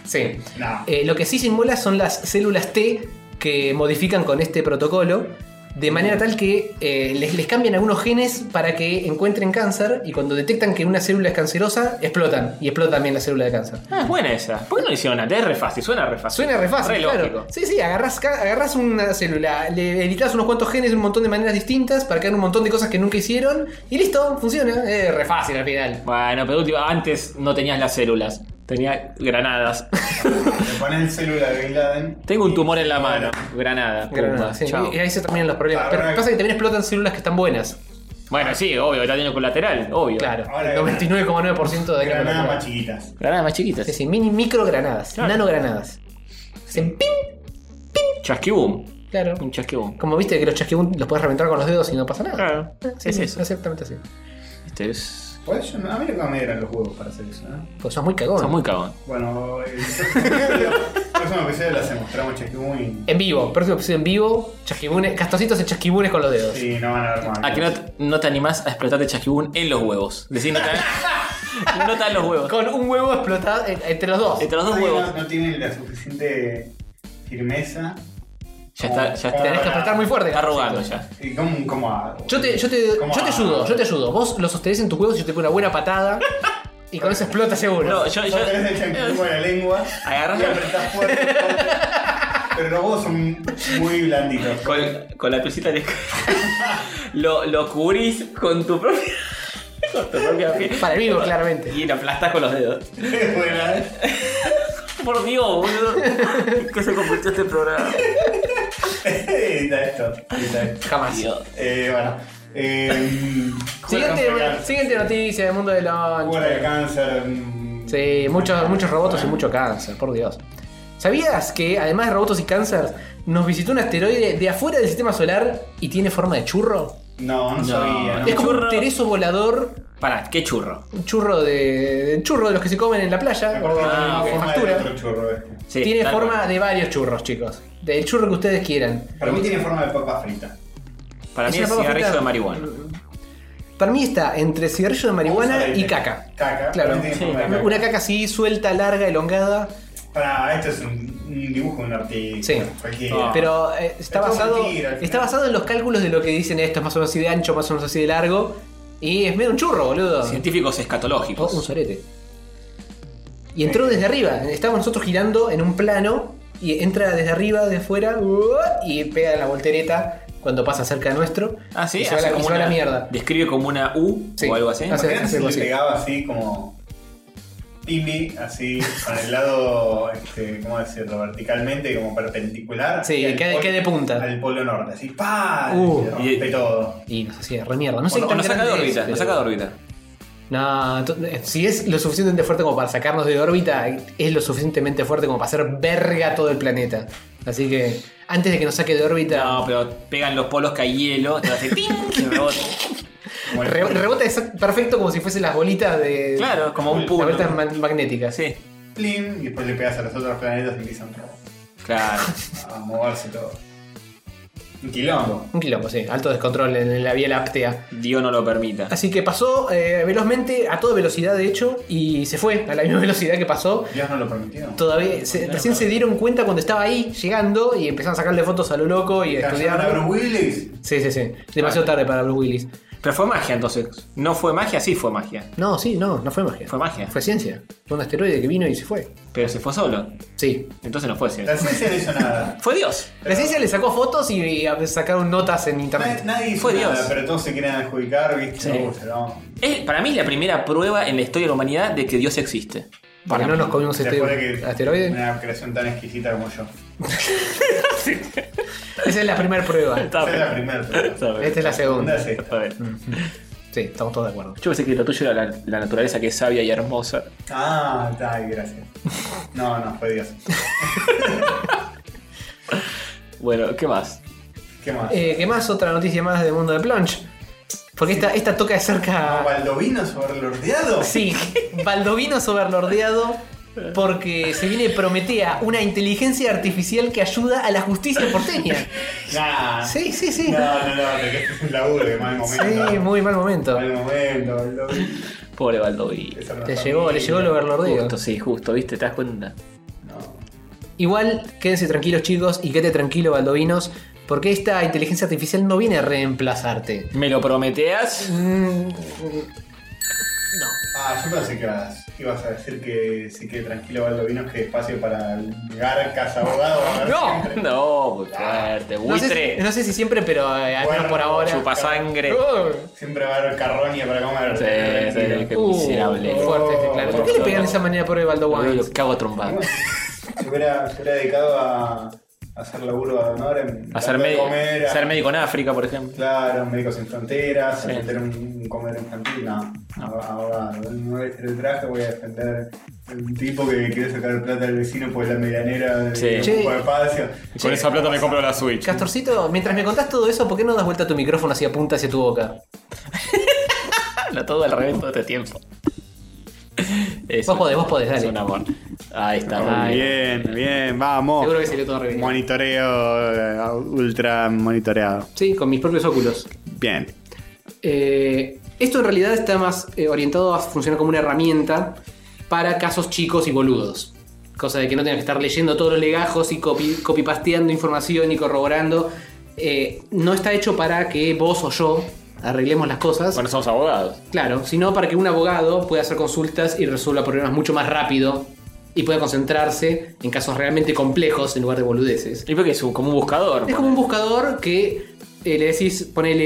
[SPEAKER 4] Sí.
[SPEAKER 1] No.
[SPEAKER 4] Eh, lo que sí simula son las células T que modifican con este protocolo. De manera tal que eh, les, les cambian algunos genes para que encuentren cáncer y cuando detectan que una célula es cancerosa, explotan. Y explota también la célula de cáncer.
[SPEAKER 3] Ah, es buena esa. ¿Por qué no le hicieron antes? Es re fácil, suena re fácil.
[SPEAKER 4] Suena re fácil, claro.
[SPEAKER 3] lógico.
[SPEAKER 4] Sí, sí, agarrás, ca- agarrás una célula, le editas unos cuantos genes de un montón de maneras distintas para crear un montón de cosas que nunca hicieron y listo, funciona. Es re fácil al final.
[SPEAKER 3] Bueno, pero último, antes no tenías las células. Tenía granadas.
[SPEAKER 1] Le ponen célula de Bin Laden.
[SPEAKER 3] Tengo un tumor en la mano. Granada. pumba,
[SPEAKER 4] Granada, sí,
[SPEAKER 3] chao.
[SPEAKER 4] y ahí se terminan los problemas.
[SPEAKER 1] Ah,
[SPEAKER 4] Pero
[SPEAKER 1] ahora-
[SPEAKER 4] pasa que también explotan células que están buenas.
[SPEAKER 3] Bueno, sí, obvio, el daño colateral, obvio.
[SPEAKER 4] Claro,
[SPEAKER 1] Ahora
[SPEAKER 4] el 99,9% de
[SPEAKER 1] Granadas
[SPEAKER 4] granadas.
[SPEAKER 1] más chiquitas.
[SPEAKER 3] Granadas más chiquitas.
[SPEAKER 4] Sí, sí, mini microgranadas,
[SPEAKER 3] Claro.
[SPEAKER 4] nanogranadas. Hacen pim,
[SPEAKER 3] Chasquibum.
[SPEAKER 4] claro.
[SPEAKER 3] Un chasquibum.
[SPEAKER 4] Como viste que los chasquibun los puedes reventar con los dedos y no pasa nada.
[SPEAKER 3] Claro.
[SPEAKER 4] Eh,
[SPEAKER 3] Es eso.
[SPEAKER 4] Exactamente así.
[SPEAKER 3] Este es.
[SPEAKER 1] Pues yo, a mí nunca me dieron los juegos para hacer eso, ¿no?
[SPEAKER 4] Pues sos muy cagón.
[SPEAKER 3] Sos muy cagón.
[SPEAKER 1] Bueno, eh, el próximo episodio las mostramos Checkboom y.
[SPEAKER 4] En vivo, próximo episodio en vivo, chasquibunes, castositos en chasquibunes con los dedos.
[SPEAKER 1] Sí, no van a ver más.
[SPEAKER 3] ¿A Ah, que no, no te animás a explotarte chasquibum en los huevos? Decís, no te, no te dan los huevos.
[SPEAKER 4] Con un huevo explotado eh, entre los dos.
[SPEAKER 3] Entre los dos
[SPEAKER 1] Ay,
[SPEAKER 3] huevos.
[SPEAKER 1] No, no tienen la suficiente firmeza.
[SPEAKER 3] Ya está, ya
[SPEAKER 4] Tenés que apretar muy fuerte.
[SPEAKER 3] Está rogando ya.
[SPEAKER 1] ¿Y cómo, cómo hago?
[SPEAKER 4] Yo te, yo te,
[SPEAKER 1] ¿Cómo
[SPEAKER 4] yo te
[SPEAKER 1] hago?
[SPEAKER 4] ayudo, yo te ayudo. Vos lo sostenés en tus huevos y yo te pongo una buena patada. Y con eso explota seguro.
[SPEAKER 3] No, yo,
[SPEAKER 1] Vos tenés el
[SPEAKER 3] yo.
[SPEAKER 1] chanquillo en la lengua
[SPEAKER 3] Agarrás
[SPEAKER 1] y
[SPEAKER 3] la-
[SPEAKER 1] apretás fuerte. pero los huevos son muy blanditos.
[SPEAKER 3] Con, con la tucita de. lo, lo cubrís con tu propia. con tu propia piel.
[SPEAKER 4] Para el vivo, claramente.
[SPEAKER 3] Y lo aplastás con los dedos.
[SPEAKER 1] Buena, ¿eh?
[SPEAKER 3] Por Dios, boludo. que se convirtió este programa.
[SPEAKER 1] Edita esto. edita esto.
[SPEAKER 4] Jamás.
[SPEAKER 1] Eh, bueno. Eh,
[SPEAKER 4] Siguiente,
[SPEAKER 1] juegan al cáncer.
[SPEAKER 4] siguiente noticia del mundo del
[SPEAKER 1] Juegan al
[SPEAKER 4] lunch.
[SPEAKER 1] cáncer. mm,
[SPEAKER 4] Sí, muchos, muchos robots y mucho cáncer, por Dios. ¿Sabías que además de robots y cáncer, nos visitó un asteroide de afuera del sistema solar y tiene forma de churro?
[SPEAKER 1] No, no, sabía. No.
[SPEAKER 4] Es como un
[SPEAKER 3] Churro.
[SPEAKER 4] tereso volador,
[SPEAKER 3] Pará, qué churro.
[SPEAKER 4] un churro de, de churro de los que se comen en la
[SPEAKER 1] Me
[SPEAKER 4] playa.
[SPEAKER 1] acuerdo que tenía
[SPEAKER 3] Ah, ok.
[SPEAKER 1] forma de
[SPEAKER 4] Factura.
[SPEAKER 1] otro churro este.
[SPEAKER 3] Sí,
[SPEAKER 4] tiene
[SPEAKER 3] tal
[SPEAKER 4] forma
[SPEAKER 3] cual.
[SPEAKER 4] de varios churros, chicos. Del churro que ustedes quieran.
[SPEAKER 1] Para mí tiene forma de papa frita.
[SPEAKER 3] Para mí
[SPEAKER 4] una
[SPEAKER 3] es
[SPEAKER 4] papa
[SPEAKER 3] cigarrillo
[SPEAKER 4] frita.
[SPEAKER 3] de marihuana.
[SPEAKER 4] Para mí está entre cigarrillo de marihuana
[SPEAKER 1] Vamos a
[SPEAKER 4] y
[SPEAKER 1] ver.
[SPEAKER 4] caca.
[SPEAKER 1] Caca.
[SPEAKER 4] Claro.
[SPEAKER 1] Para mí tiene
[SPEAKER 4] Sí,
[SPEAKER 1] forma de caca.
[SPEAKER 4] una caca así, suelta, larga, elongada.
[SPEAKER 1] Para, esto es un, un dibujo de un artista.
[SPEAKER 4] Sí.
[SPEAKER 1] Cualquiera.
[SPEAKER 3] Ah.
[SPEAKER 4] Pero eh, está
[SPEAKER 1] Es todo
[SPEAKER 4] basado.
[SPEAKER 1] mentira, al final.
[SPEAKER 4] Está basado en los cálculos de lo que dicen esto, es más o menos así de ancho, más o menos así de largo. Y es medio un churro, boludo.
[SPEAKER 3] Científicos
[SPEAKER 4] Oh, un
[SPEAKER 3] escatológicos.
[SPEAKER 4] sorete. Y entró desde arriba. Estábamos nosotros girando en un plano. Y entra desde arriba, de afuera. ¡uh! Y pega la voltereta cuando pasa cerca nuestro.
[SPEAKER 3] Ah, sí,
[SPEAKER 4] y se va,
[SPEAKER 3] hace
[SPEAKER 4] la, y se va
[SPEAKER 3] una-
[SPEAKER 4] la mierda.
[SPEAKER 3] Describe como una U
[SPEAKER 4] Sí.
[SPEAKER 3] o algo así.
[SPEAKER 4] Hace-
[SPEAKER 1] Imagínate si
[SPEAKER 4] algo
[SPEAKER 1] le
[SPEAKER 4] así.
[SPEAKER 1] pegaba así como Timmy, así, con el lado, este, ¿cómo decirlo? Verticalmente, como perpendicular.
[SPEAKER 4] Sí,
[SPEAKER 1] y al
[SPEAKER 4] que-
[SPEAKER 1] polo-
[SPEAKER 4] que de punta.
[SPEAKER 1] Al polo norte, así, ¡pa!
[SPEAKER 4] Uh.
[SPEAKER 1] y rompe
[SPEAKER 3] Y-
[SPEAKER 1] todo.
[SPEAKER 4] Y nos hacía re mierda. No
[SPEAKER 3] O
[SPEAKER 4] sé qué
[SPEAKER 3] no- o
[SPEAKER 4] tan
[SPEAKER 3] nos saca de
[SPEAKER 4] grande es,
[SPEAKER 3] órbita,
[SPEAKER 4] pero-
[SPEAKER 3] nos saca de órbita.
[SPEAKER 4] No, entonces, si es lo suficientemente fuerte como para sacarnos de órbita, es lo suficientemente fuerte como para hacer verga todo el planeta. Así que antes de que nos saque de órbita,
[SPEAKER 3] No, pero pegan los polos que hay hielo, te hace ting, se rebota.
[SPEAKER 1] Como el-
[SPEAKER 4] re- rebota exact- perfecto como si fuesen las bolitas de.
[SPEAKER 3] Claro, como un
[SPEAKER 4] las
[SPEAKER 3] pulo.
[SPEAKER 4] bolitas ma- magnéticas.
[SPEAKER 3] Sí,
[SPEAKER 1] plin, y después le pegas a los otros planetas y empiezan a-
[SPEAKER 3] claro.
[SPEAKER 1] a moverse todo. Un quilombo.
[SPEAKER 4] Un quilombo, sí. Alto descontrol en, en la vía láctea.
[SPEAKER 3] Dios no lo permita.
[SPEAKER 4] Así que pasó eh, velozmente, a toda velocidad de hecho, y se fue a la misma velocidad que pasó.
[SPEAKER 1] Dios no lo permitió.
[SPEAKER 4] Todavía, se- recién se dieron cuenta cuando estaba ahí llegando y empezaron a sacarle fotos a lo loco y a
[SPEAKER 1] Cayeron a
[SPEAKER 4] estudiar.
[SPEAKER 1] Bruce Willis.
[SPEAKER 4] Sí, sí, sí. Demasiado tarde para Bruce Willis.
[SPEAKER 3] Pero fue magia entonces. No fue magia, sí fue magia.
[SPEAKER 4] No, sí, no, no fue magia.
[SPEAKER 3] Fue magia.
[SPEAKER 4] Fue ciencia. Fue un asteroide que vino y se fue.
[SPEAKER 3] Pero se fue solo.
[SPEAKER 4] Sí.
[SPEAKER 3] Entonces no fue
[SPEAKER 1] La
[SPEAKER 3] cierto.
[SPEAKER 1] ciencia no hizo nada.
[SPEAKER 3] Fue Dios.
[SPEAKER 4] La ciencia le sacó fotos y, y sacaron notas en
[SPEAKER 1] Nadie,
[SPEAKER 4] internet.
[SPEAKER 1] nadie hizo
[SPEAKER 3] Fue
[SPEAKER 1] nada,
[SPEAKER 3] Dios.
[SPEAKER 1] pero todos se quieren adjudicar, ¿viste?
[SPEAKER 3] Sí.
[SPEAKER 1] Uh, se lo-
[SPEAKER 3] Es- para mí es la primera prueba en la historia de la humanidad de que Dios existe.
[SPEAKER 4] Porque no nos comimos este
[SPEAKER 1] Después de que-
[SPEAKER 4] asteroide.
[SPEAKER 1] Una creación tan exquisita como yo.
[SPEAKER 4] Esa es la primera prueba.
[SPEAKER 1] Esa es la primera.
[SPEAKER 4] Esta es la segunda.
[SPEAKER 1] es esta.
[SPEAKER 4] Este Sí, estamos todos de acuerdo.
[SPEAKER 3] Yo pensé que lo tuyo era la, la naturaleza que es sabia y hermosa.
[SPEAKER 1] Ah, ay, gracias. No, no, fue Dios.
[SPEAKER 3] Bueno, ¿qué más?
[SPEAKER 1] ¿Qué más?
[SPEAKER 4] Eh, ¿Qué más? Otra noticia más del mundo de Plunge. Porque esta, esta toca de cerca.
[SPEAKER 1] ¿Baldovino overlordeado?
[SPEAKER 4] Sí, Baldovino overlordeado. Porque se viene Prometea, una inteligencia artificial que ayuda a la justicia porteña.
[SPEAKER 1] Nah.
[SPEAKER 4] Sí, sí, sí.
[SPEAKER 1] No, no, no, porque es un laburo de mal momento.
[SPEAKER 4] Sí, muy mal momento.
[SPEAKER 1] Mal momento, Baldovino.
[SPEAKER 3] Pobre Baldovino.
[SPEAKER 4] Le llegó, le llegó el overlordeo.
[SPEAKER 3] Justo, sí, justo, ¿viste? ¿Te das cuenta?
[SPEAKER 4] Igual, quédense tranquilos, chicos, y quédate tranquilo, Baldovinos, porque esta inteligencia artificial no viene a reemplazarte. Mm,
[SPEAKER 3] ¿Me lo prometeas?
[SPEAKER 1] Ah, yo pensé que ibas, ibas a decir que se quede tranquilo Baldovino, que espacio para garcas, abogados.
[SPEAKER 4] No.
[SPEAKER 3] No, muy fuerte.
[SPEAKER 4] No sé,
[SPEAKER 3] Buitre.
[SPEAKER 4] si- no sé si siempre, pero eh, al menos por ahora.
[SPEAKER 3] Chupa sangre.
[SPEAKER 1] Siempre va a haber carroña para comer.
[SPEAKER 3] Sí, sí, qué
[SPEAKER 4] Uh,
[SPEAKER 3] miserable.
[SPEAKER 4] fuerte
[SPEAKER 3] Oh.
[SPEAKER 4] este claro. ¿Por qué le pegan de esa manera por el Baldovino?
[SPEAKER 3] Lo cago a trompar.
[SPEAKER 1] Se hubiera, se hubiera dedicado a, a hacer laburo de honor en
[SPEAKER 3] A ser,
[SPEAKER 1] dando de
[SPEAKER 3] médi-
[SPEAKER 1] comer, a-
[SPEAKER 3] ser médico en África, por ejemplo.
[SPEAKER 1] Claro, Médicos Sin Fronteras,
[SPEAKER 3] Sí.
[SPEAKER 1] a defender un, un comer infantil, no. Ahora, no voy a vestir el traje, voy a defender un tipo que quiere sacar plata del vecino por la medianera del
[SPEAKER 3] Sí.
[SPEAKER 1] grupo de palacio.
[SPEAKER 3] Con esa plata me compro la Switch.
[SPEAKER 4] Castorcito, mientras me contás todo eso, ¿por qué no das vuelta tu micrófono hacia punta, hacia tu boca?
[SPEAKER 3] Lo todo al revés todo este tiempo. Es
[SPEAKER 4] Vos
[SPEAKER 3] un-
[SPEAKER 4] podés, vos podés,
[SPEAKER 3] Es
[SPEAKER 4] dale.
[SPEAKER 3] un amor. Ahí está.
[SPEAKER 1] Muy
[SPEAKER 3] ahí.
[SPEAKER 1] bien, bien, vamos.
[SPEAKER 4] Seguro que salió todo re bien.
[SPEAKER 1] Monitoreo eh, ultra monitoreado.
[SPEAKER 4] Sí, con mis propios óculos.
[SPEAKER 1] Bien.
[SPEAKER 4] Eh, esto en realidad está más eh, orientado a funcionar como una herramienta para casos chicos y boludos. Cosa de que no tengas que estar leyendo todos los legajos y copi- copipasteando información y corroborando. Eh, no está hecho para que vos o yo arreglemos las cosas.
[SPEAKER 3] Bueno, somos abogados.
[SPEAKER 4] Claro, sino para que un abogado pueda hacer consultas y resuelva problemas mucho más rápido y pueda concentrarse en casos realmente complejos en lugar de boludeces.
[SPEAKER 3] Y porque es un- como un buscador.
[SPEAKER 4] Es como un buscador que eh, le decís, ponele,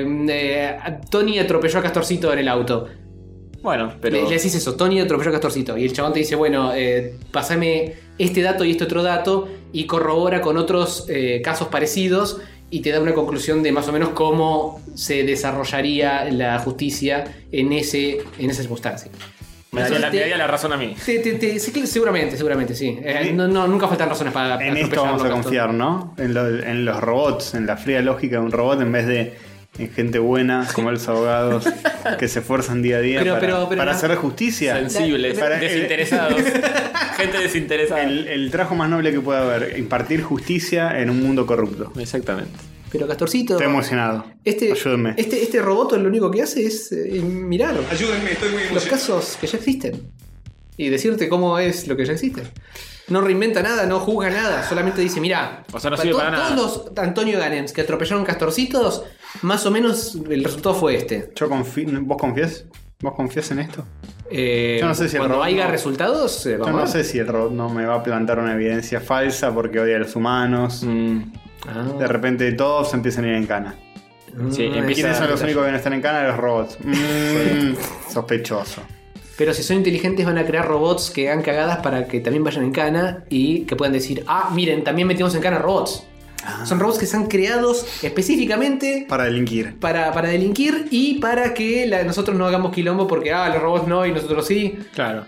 [SPEAKER 4] eh, eh, a- Tony atropelló a Castorcito en el auto.
[SPEAKER 3] Bueno,
[SPEAKER 4] Le,
[SPEAKER 3] pero.
[SPEAKER 4] le decís eso, Tony atropelló a Castorcito. Y el chabón te dice, bueno, eh, pasame este dato y este otro dato y corrobora con otros eh, casos parecidos y te da una conclusión de más o menos cómo se desarrollaría la justicia en, ese, en esa circunstancia.
[SPEAKER 3] me dio la,
[SPEAKER 4] Te-
[SPEAKER 3] me dio la razón a mí.
[SPEAKER 4] te- te- te- sí, seguramente, seguramente, sí. Eh, no, no, nunca faltan razones para...
[SPEAKER 1] En esto
[SPEAKER 4] atropellarlo,
[SPEAKER 1] vamos a
[SPEAKER 4] Castor.
[SPEAKER 1] confiar, ¿no? En, lo- en los robots, en la fría lógica de un robot en vez de en gente buena como los abogados que se esfuerzan día a día
[SPEAKER 4] Pero-
[SPEAKER 1] para,
[SPEAKER 4] pero- pero
[SPEAKER 1] para
[SPEAKER 4] no-
[SPEAKER 1] hacer justicia.
[SPEAKER 3] Sensibles,
[SPEAKER 1] Para-
[SPEAKER 3] desinteresados. gente desinteresada.
[SPEAKER 1] El, el trabajo más noble que puede haber, impartir justicia en un mundo corrupto.
[SPEAKER 3] Exactamente.
[SPEAKER 4] Pero Castorcito...
[SPEAKER 1] Estoy emocionado.
[SPEAKER 4] Este,
[SPEAKER 1] Ayúdenme.
[SPEAKER 4] Este, este robot lo único que hace es eh, mirar
[SPEAKER 8] Ayúdenme, estoy muy
[SPEAKER 4] los
[SPEAKER 8] emocionado.
[SPEAKER 4] casos que ya existen y decirte cómo es lo que ya existe. No reinventa nada, no juzga nada, solamente dice, mira,
[SPEAKER 3] O sea, no sirve para nada.
[SPEAKER 4] todos los Antonio Ganems que atropellaron castorcitos, más o menos el resultado fue este.
[SPEAKER 1] Yo confi- ¿Vos confiás? ¿Vos confiás en esto?
[SPEAKER 4] Eh,
[SPEAKER 1] Yo no sé si el
[SPEAKER 4] cuando
[SPEAKER 1] robot
[SPEAKER 4] haya
[SPEAKER 1] no-
[SPEAKER 4] resultados, eh,
[SPEAKER 1] Yo
[SPEAKER 4] vamos a
[SPEAKER 1] no sé
[SPEAKER 4] ver.
[SPEAKER 1] si el robot no me va a plantar una evidencia falsa porque odia a los humanos.
[SPEAKER 4] Mm.
[SPEAKER 3] Mm,
[SPEAKER 4] Ah,
[SPEAKER 1] De repente todos empiezan a ir en cana.
[SPEAKER 3] Sí,
[SPEAKER 4] mm,
[SPEAKER 3] empieza
[SPEAKER 1] ¿Quiénes son los
[SPEAKER 4] detalle.
[SPEAKER 1] únicos que no están en cana? Los robots. Mm, sospechoso.
[SPEAKER 4] Pero si son inteligentes van a crear robots que hagan cagadas para que también vayan en cana y que puedan decir, ah, miren, también metimos en cana robots. Son robots que están creados específicamente
[SPEAKER 1] Para delinquir.
[SPEAKER 4] para, para delinquir y para que la- nosotros no hagamos quilombo porque, ah, los robots no y nosotros sí.
[SPEAKER 3] Claro.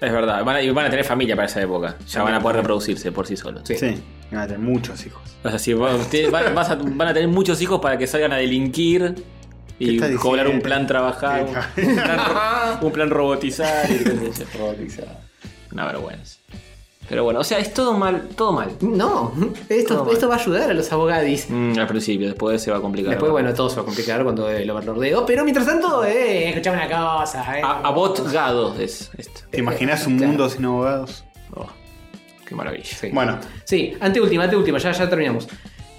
[SPEAKER 3] Es verdad. Van a, y van a tener familia para esa época. Ya van a poder reproducirse por sí solos.
[SPEAKER 4] Sí.
[SPEAKER 1] Sí, van a tener muchos hijos.
[SPEAKER 3] O sea, si va- te- va- vas a- van a tener muchos hijos para que salgan a delinquir
[SPEAKER 1] ¿Qué
[SPEAKER 3] y
[SPEAKER 1] estás diciendo?
[SPEAKER 3] cobrar un plan trabajado, un plan, ro- un plan robotizar. y qué sé yo. Una vergüenza. Pero bueno, o sea, es todo mal, todo mal.
[SPEAKER 4] No, esto,
[SPEAKER 3] Toma.
[SPEAKER 4] esto va a ayudar a los abogadis.
[SPEAKER 3] Mm, al principio, después se va a complicar.
[SPEAKER 4] Después, bueno, todo se va a complicar cuando eh, lo overlordeo. Pero mientras tanto, eh, escuchame una cosa, eh.
[SPEAKER 3] A- abotgado es esto.
[SPEAKER 1] ¿Te imaginas un mundo sin abogados?
[SPEAKER 3] Oh, qué maravilla.
[SPEAKER 4] Sí.
[SPEAKER 1] Bueno,
[SPEAKER 4] Sí, anteúltima, anteúltima, ya, ya terminamos.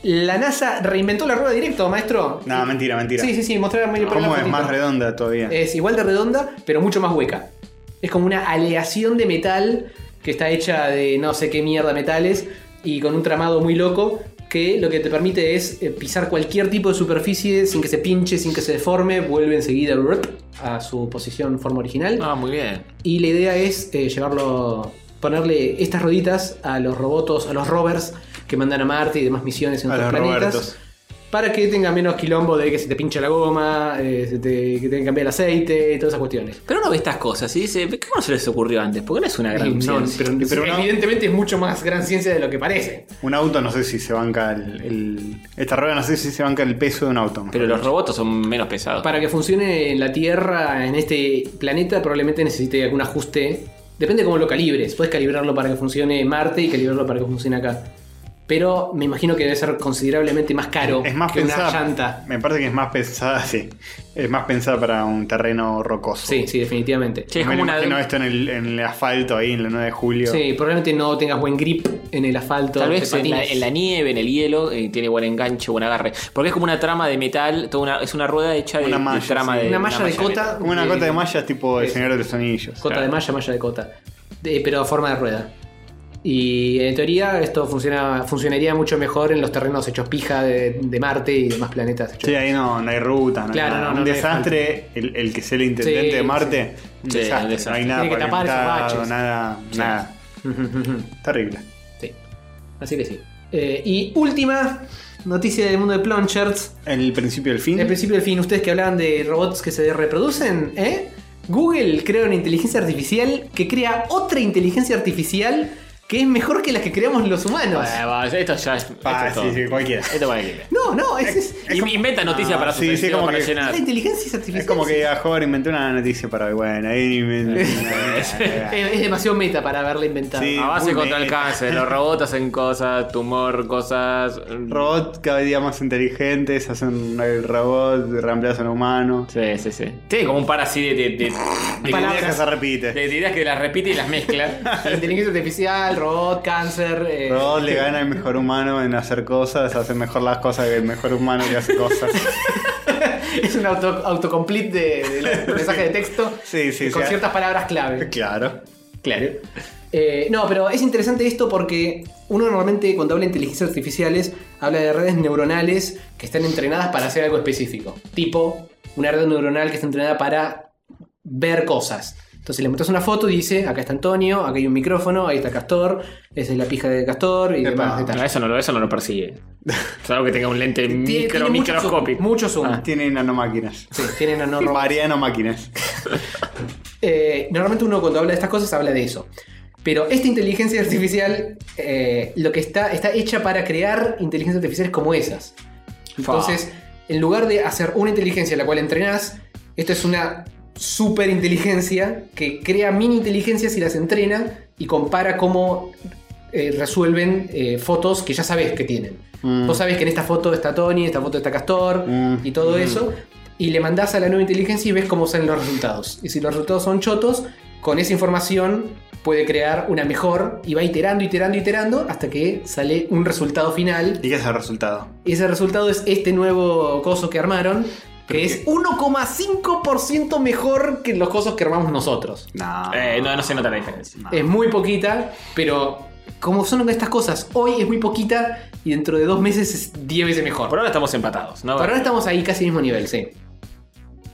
[SPEAKER 4] La NASA reinventó la rueda directo, maestro.
[SPEAKER 1] no, mentira, mentira.
[SPEAKER 4] Sí, sí, sí, mostrarme el
[SPEAKER 1] ¿Cómo es?
[SPEAKER 4] fotito. Eh.
[SPEAKER 1] Más redonda todavía.
[SPEAKER 4] Es igual de redonda, pero mucho más hueca. Es como una aleación de metal que está hecha de no sé qué mierda metales y con un tramado muy loco que lo que te permite es eh, pisar cualquier tipo de superficie sin que se pinche, sin que se deforme, vuelve enseguida rup, a su posición forma original.
[SPEAKER 3] Ah, muy bien.
[SPEAKER 4] Y la idea es eh, llevarlo, ponerle estas roditas a los robotos, a los rovers que mandan a Marte y demás misiones en
[SPEAKER 1] A
[SPEAKER 4] otros
[SPEAKER 1] los
[SPEAKER 4] planetas.
[SPEAKER 1] Robertos.
[SPEAKER 4] Para que tenga menos quilombo de que se te pinche la goma, eh, se te- que tenga que cambiar el aceite, todas esas cuestiones.
[SPEAKER 3] Pero uno ve estas cosas y dice, ¿cómo no se les ocurrió antes? Porque no es una gran
[SPEAKER 4] No,
[SPEAKER 3] ciencia.
[SPEAKER 4] pero- pero no- evidentemente es mucho más gran ciencia de lo que parece.
[SPEAKER 1] Un auto no sé si se banca el, el- Esta rueda no sé si se banca el peso de un auto.
[SPEAKER 3] Pero los robots son menos pesados.
[SPEAKER 4] Para que funcione en la Tierra, en este planeta, probablemente necesite algún ajuste. Depende cómo lo calibres. Puedes calibrarlo para que funcione en Marte y calibrarlo para que funcione acá. Pero me imagino que debe ser considerablemente más caro
[SPEAKER 1] Es más
[SPEAKER 4] que
[SPEAKER 1] pensada.
[SPEAKER 4] una llanta.
[SPEAKER 1] Me parece que es más pensada, sí. Es más pensada para un terreno rocoso.
[SPEAKER 4] Sí, sí, definitivamente.
[SPEAKER 1] Me lo imagino esto en el, en el asfalto ahí en la 9 de julio.
[SPEAKER 4] Sí, probablemente no tengas buen grip en el asfalto.
[SPEAKER 3] Tal
[SPEAKER 4] te
[SPEAKER 3] vez en la,
[SPEAKER 4] patines.
[SPEAKER 3] en la nieve, en el hielo, eh, tiene buen enganche, buen agarre. Porque es como una trama de metal, toda una, es una rueda hecha de,
[SPEAKER 1] Una
[SPEAKER 3] de
[SPEAKER 1] malla,
[SPEAKER 3] trama
[SPEAKER 1] sí.
[SPEAKER 3] de.
[SPEAKER 1] Una malla de
[SPEAKER 4] cota,
[SPEAKER 3] metal.
[SPEAKER 1] Como una
[SPEAKER 4] Eh,
[SPEAKER 1] cota de malla tipo el
[SPEAKER 4] eso.
[SPEAKER 1] señor de los anillos.
[SPEAKER 4] Cota
[SPEAKER 1] Claro.
[SPEAKER 4] de malla, malla de cota. De- pero a forma de rueda. Y en teoría esto funciona, funcionaría mucho mejor en los terrenos hechos pija de, de Marte y demás planetas. hechos-
[SPEAKER 1] Sí, ahí no, no hay ruta, no hay
[SPEAKER 4] Claro,
[SPEAKER 1] nada.
[SPEAKER 4] no,
[SPEAKER 1] un
[SPEAKER 4] no, no hay
[SPEAKER 1] desastre, el, el que sea el intendente
[SPEAKER 4] Sí,
[SPEAKER 1] de Marte, un
[SPEAKER 3] Sí,
[SPEAKER 1] desastre.
[SPEAKER 3] un desastre.
[SPEAKER 1] No hay nada
[SPEAKER 4] Tiene que tapar esos
[SPEAKER 1] pavimentado,
[SPEAKER 4] baches.
[SPEAKER 1] nada, nada. Terrible.
[SPEAKER 4] Así que sí. Eh, y última noticia del mundo de Plonchers.
[SPEAKER 1] El principio del fin.
[SPEAKER 4] El principio del fin, ustedes que hablaban de robots que se reproducen, ¿eh? Google crea una inteligencia artificial que crea otra inteligencia artificial que es mejor que las que creamos los humanos.
[SPEAKER 3] Eh, va, esto ya es.
[SPEAKER 1] Ah,
[SPEAKER 3] esto es
[SPEAKER 1] sí,
[SPEAKER 3] todo.
[SPEAKER 1] sí, cualquiera.
[SPEAKER 3] Esto cualquiera.
[SPEAKER 4] No, no, es, es-
[SPEAKER 3] Y- Inventa noticias
[SPEAKER 1] Ah,
[SPEAKER 3] para
[SPEAKER 1] sí,
[SPEAKER 3] su
[SPEAKER 1] sí,
[SPEAKER 3] sección,
[SPEAKER 1] como
[SPEAKER 3] para
[SPEAKER 1] que-
[SPEAKER 3] llenar.
[SPEAKER 4] la inteligencia artificial.
[SPEAKER 1] Es como que a joven inventé una noticia para hoy. Bueno, ahí inventé una-
[SPEAKER 4] Es, es demasiado meta para haberla inventado.
[SPEAKER 1] Sí.
[SPEAKER 3] A Ah, base
[SPEAKER 1] Muy
[SPEAKER 3] contra el
[SPEAKER 1] meta.
[SPEAKER 3] cáncer, los robots hacen cosas, tumor, cosas.
[SPEAKER 1] Robots cada día más inteligentes, hacen el robot, reemplazan a un humano.
[SPEAKER 3] Sí, sí, sí. Tiene como un par así de, de, de-
[SPEAKER 1] Y la idea que se repite.
[SPEAKER 3] de ideas que las repite y las mezcla.
[SPEAKER 4] Inteligencia artificial, robot, cáncer. eh,
[SPEAKER 1] Robot le gana al mejor humano en hacer cosas, hace mejor las cosas que el mejor humano que hace cosas.
[SPEAKER 4] Es un auto- autocomplete de, de la- del mensaje de texto
[SPEAKER 1] Sí, sí,
[SPEAKER 4] con
[SPEAKER 1] sí.
[SPEAKER 4] ciertas palabras clave.
[SPEAKER 1] Claro.
[SPEAKER 4] Claro. Eh, no, pero es interesante esto porque uno normalmente cuando habla de inteligencia artificiales habla de redes neuronales que están entrenadas para hacer algo específico. Tipo, una red neuronal que está entrenada para ver cosas. Entonces le montas una foto y dice, acá está Antonio, acá hay un micrófono, ahí está Castor, esa es la pija de Castor y
[SPEAKER 1] Epa.
[SPEAKER 4] demás
[SPEAKER 3] No,
[SPEAKER 4] detalles.
[SPEAKER 3] eso no, lo- eso no lo persigue. Salvo que tenga un lente
[SPEAKER 4] Tiene- tiene mucho
[SPEAKER 3] micro,
[SPEAKER 4] zoom,
[SPEAKER 3] microscópico. Ah.
[SPEAKER 4] Mucho zoom.
[SPEAKER 1] Tiene nanomáquinas.
[SPEAKER 4] Sí, tienen a no robar.
[SPEAKER 1] Mariano máquinas.
[SPEAKER 4] Eh, normalmente uno cuando habla de estas cosas habla de eso. Pero esta inteligencia artificial, eh, lo que está, está hecha para crear inteligencias artificiales como esas. Entonces, en lugar de hacer una inteligencia a la cual entrenás, esto es una super inteligencia que crea mini inteligencias y las entrena y compara cómo eh, resuelven eh, fotos que ya sabes que tienen.
[SPEAKER 1] Mm.
[SPEAKER 4] Vos sabés que en esta foto está Tony, en esta foto está Castor
[SPEAKER 1] Mm.
[SPEAKER 4] y todo eso. Y le mandás a la nueva inteligencia y ves cómo salen los resultados. Y si los resultados son chotos, con esa información puede crear una mejor y va iterando, iterando, iterando hasta que sale un resultado final.
[SPEAKER 1] ¿Y qué es el resultado?
[SPEAKER 4] Y ese resultado es este nuevo coso que armaron, que es 1,5% mejor que los cosos que armamos nosotros.
[SPEAKER 1] No.
[SPEAKER 3] Eh, no, no se nota la diferencia.
[SPEAKER 4] Es muy poquita, pero como son estas cosas, hoy es muy poquita y dentro de dos meses es 10 veces mejor.
[SPEAKER 3] Por ahora estamos empatados, ¿no?
[SPEAKER 4] Por ahora estamos ahí casi al mismo nivel, sí.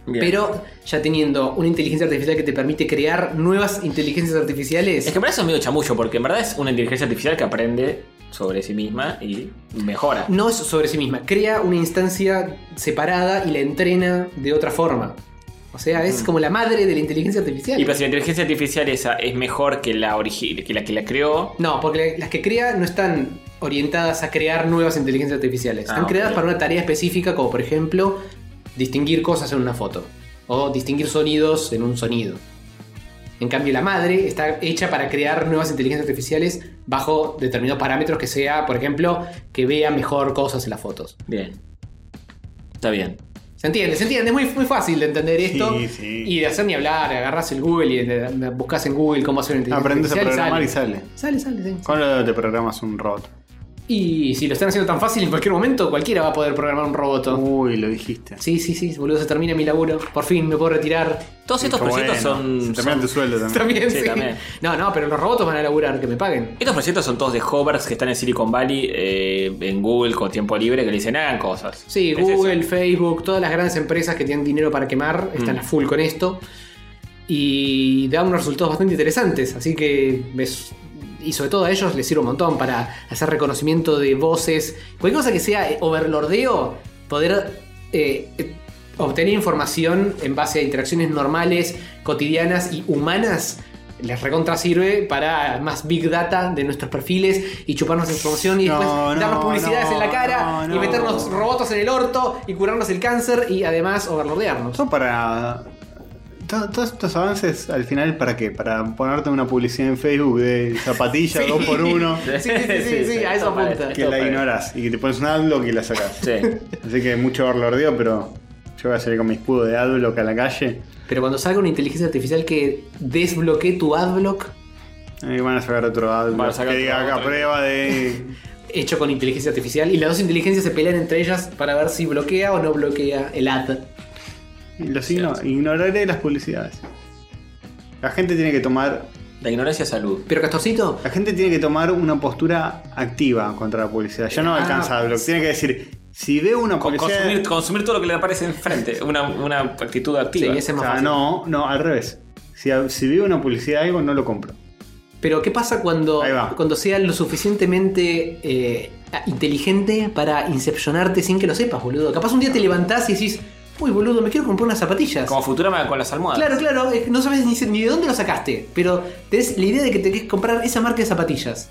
[SPEAKER 3] Bien.
[SPEAKER 4] Pero ya teniendo una inteligencia artificial que te permite crear nuevas inteligencias artificiales.
[SPEAKER 3] Es que para eso es medio chamullo, porque en verdad es una inteligencia artificial que aprende sobre sí misma y mejora.
[SPEAKER 4] No es sobre sí misma, crea una instancia separada y la entrena de otra forma. O sea, es como la madre de la inteligencia artificial.
[SPEAKER 3] Y pero si la inteligencia artificial esa es mejor que la origi- que la que la creó,
[SPEAKER 4] No, porque las que crea no están orientadas a crear nuevas inteligencias artificiales.
[SPEAKER 3] Ah,
[SPEAKER 4] Están creadas
[SPEAKER 3] ok.
[SPEAKER 4] para una tarea específica, como por ejemplo, distinguir cosas en una foto. O distinguir sonidos en un sonido. En cambio, la madre está hecha para crear nuevas inteligencias artificiales bajo determinados parámetros que sea, por ejemplo, que vea mejor cosas en las fotos.
[SPEAKER 3] bien. Está bien.
[SPEAKER 4] ¿Se entiende? ¿Se entiende? Es muy, muy fácil de entender esto.
[SPEAKER 1] Sí, sí.
[SPEAKER 4] Y de hacer ni hablar, agarras el Google y eh, buscas en Google cómo hacer una inteligencia
[SPEAKER 1] Aprendes a
[SPEAKER 4] artificial.
[SPEAKER 1] programar y
[SPEAKER 4] y sale.
[SPEAKER 1] sale.
[SPEAKER 4] Sale, sale, sí.
[SPEAKER 1] ¿Cuándo te programas un robot?
[SPEAKER 4] Y si lo están haciendo tan fácil, en cualquier momento cualquiera va a poder programar un robot.
[SPEAKER 1] Uy, lo dijiste.
[SPEAKER 4] Sí, sí, sí, boludo, se termina mi laburo. Por fin me puedo retirar.
[SPEAKER 3] Todos estos Qué proyectos bueno. son- Se terminan son- tu sueldo también.
[SPEAKER 4] También,
[SPEAKER 3] Sí,
[SPEAKER 4] sí.
[SPEAKER 3] también.
[SPEAKER 4] No, no, pero los robots van a laburar, que me paguen.
[SPEAKER 3] Estos proyectos son todos de hovers que están en Silicon Valley, eh, en Google, con tiempo libre, que le dicen hagan cosas.
[SPEAKER 4] Sí,
[SPEAKER 3] Es
[SPEAKER 4] Google, Facebook, todas las grandes empresas que tienen dinero para quemar están
[SPEAKER 3] Mm.
[SPEAKER 4] a full con esto. Y da unos resultados bastante interesantes. Así que. ves- y sobre todo a ellos les sirve un montón para hacer reconocimiento de voces. Cualquier cosa que sea eh, overlordeo, poder eh, eh, obtener información en base a interacciones normales, cotidianas y humanas. Les recontra sirve para más big data de nuestros perfiles y chuparnos información y
[SPEAKER 1] No, no,
[SPEAKER 4] después darnos publicidades en la cara
[SPEAKER 1] no,
[SPEAKER 4] y
[SPEAKER 1] no.
[SPEAKER 4] meternos robots en el orto y curarnos el cáncer y además overlordearnos.
[SPEAKER 1] Son para. to- Todos estos avances, al final, ¿para qué? Para ponerte una publicidad en Facebook de zapatillas
[SPEAKER 4] Sí.
[SPEAKER 1] 2x1.
[SPEAKER 4] Sí, sí, sí, sí, sí, a eso apunta.
[SPEAKER 1] Que la ignorás y que te pones un adblock y la sacás. Así que mucho overlordeo, pero yo voy a salir con mi escudo de adblock a la calle.
[SPEAKER 4] Pero cuando salga una inteligencia artificial que desbloquee tu adblock.
[SPEAKER 1] Y van a sacar otro adblock.
[SPEAKER 4] Van a sacar
[SPEAKER 1] que diga
[SPEAKER 4] otro
[SPEAKER 1] acá
[SPEAKER 4] adblock".
[SPEAKER 1] prueba de.
[SPEAKER 4] Hecho con inteligencia artificial y las dos inteligencias se pelean entre ellas para ver si bloquea o no bloquea el ad.
[SPEAKER 1] Y Los igno- ignoraré las publicidades. La gente tiene que tomar.
[SPEAKER 3] La ignorancia es salud.
[SPEAKER 4] Pero Castorcito.
[SPEAKER 1] La gente tiene que tomar una postura activa contra la publicidad. Ya no
[SPEAKER 3] Ah,
[SPEAKER 1] alcanza a bloquear. Tiene que decir, si veo una
[SPEAKER 3] Con-
[SPEAKER 1] publicidad.
[SPEAKER 3] consumir, consumir todo lo que le aparece enfrente, una, una actitud activa.
[SPEAKER 1] O sea, No, no, al revés. Si, si veo una publicidad de algo, no lo compro.
[SPEAKER 4] Pero ¿qué pasa cuando, cuando sea lo suficientemente eh, inteligente para incepcionarte sin que lo sepas, boludo? Capaz un día te levantás y decís, uy, boludo, me quiero comprar unas zapatillas.
[SPEAKER 3] Como Futurama con las almohadas.
[SPEAKER 4] Claro, claro, eh, no sabes ni, ni de dónde lo sacaste, pero tenés la idea de que te querés comprar esa marca de zapatillas.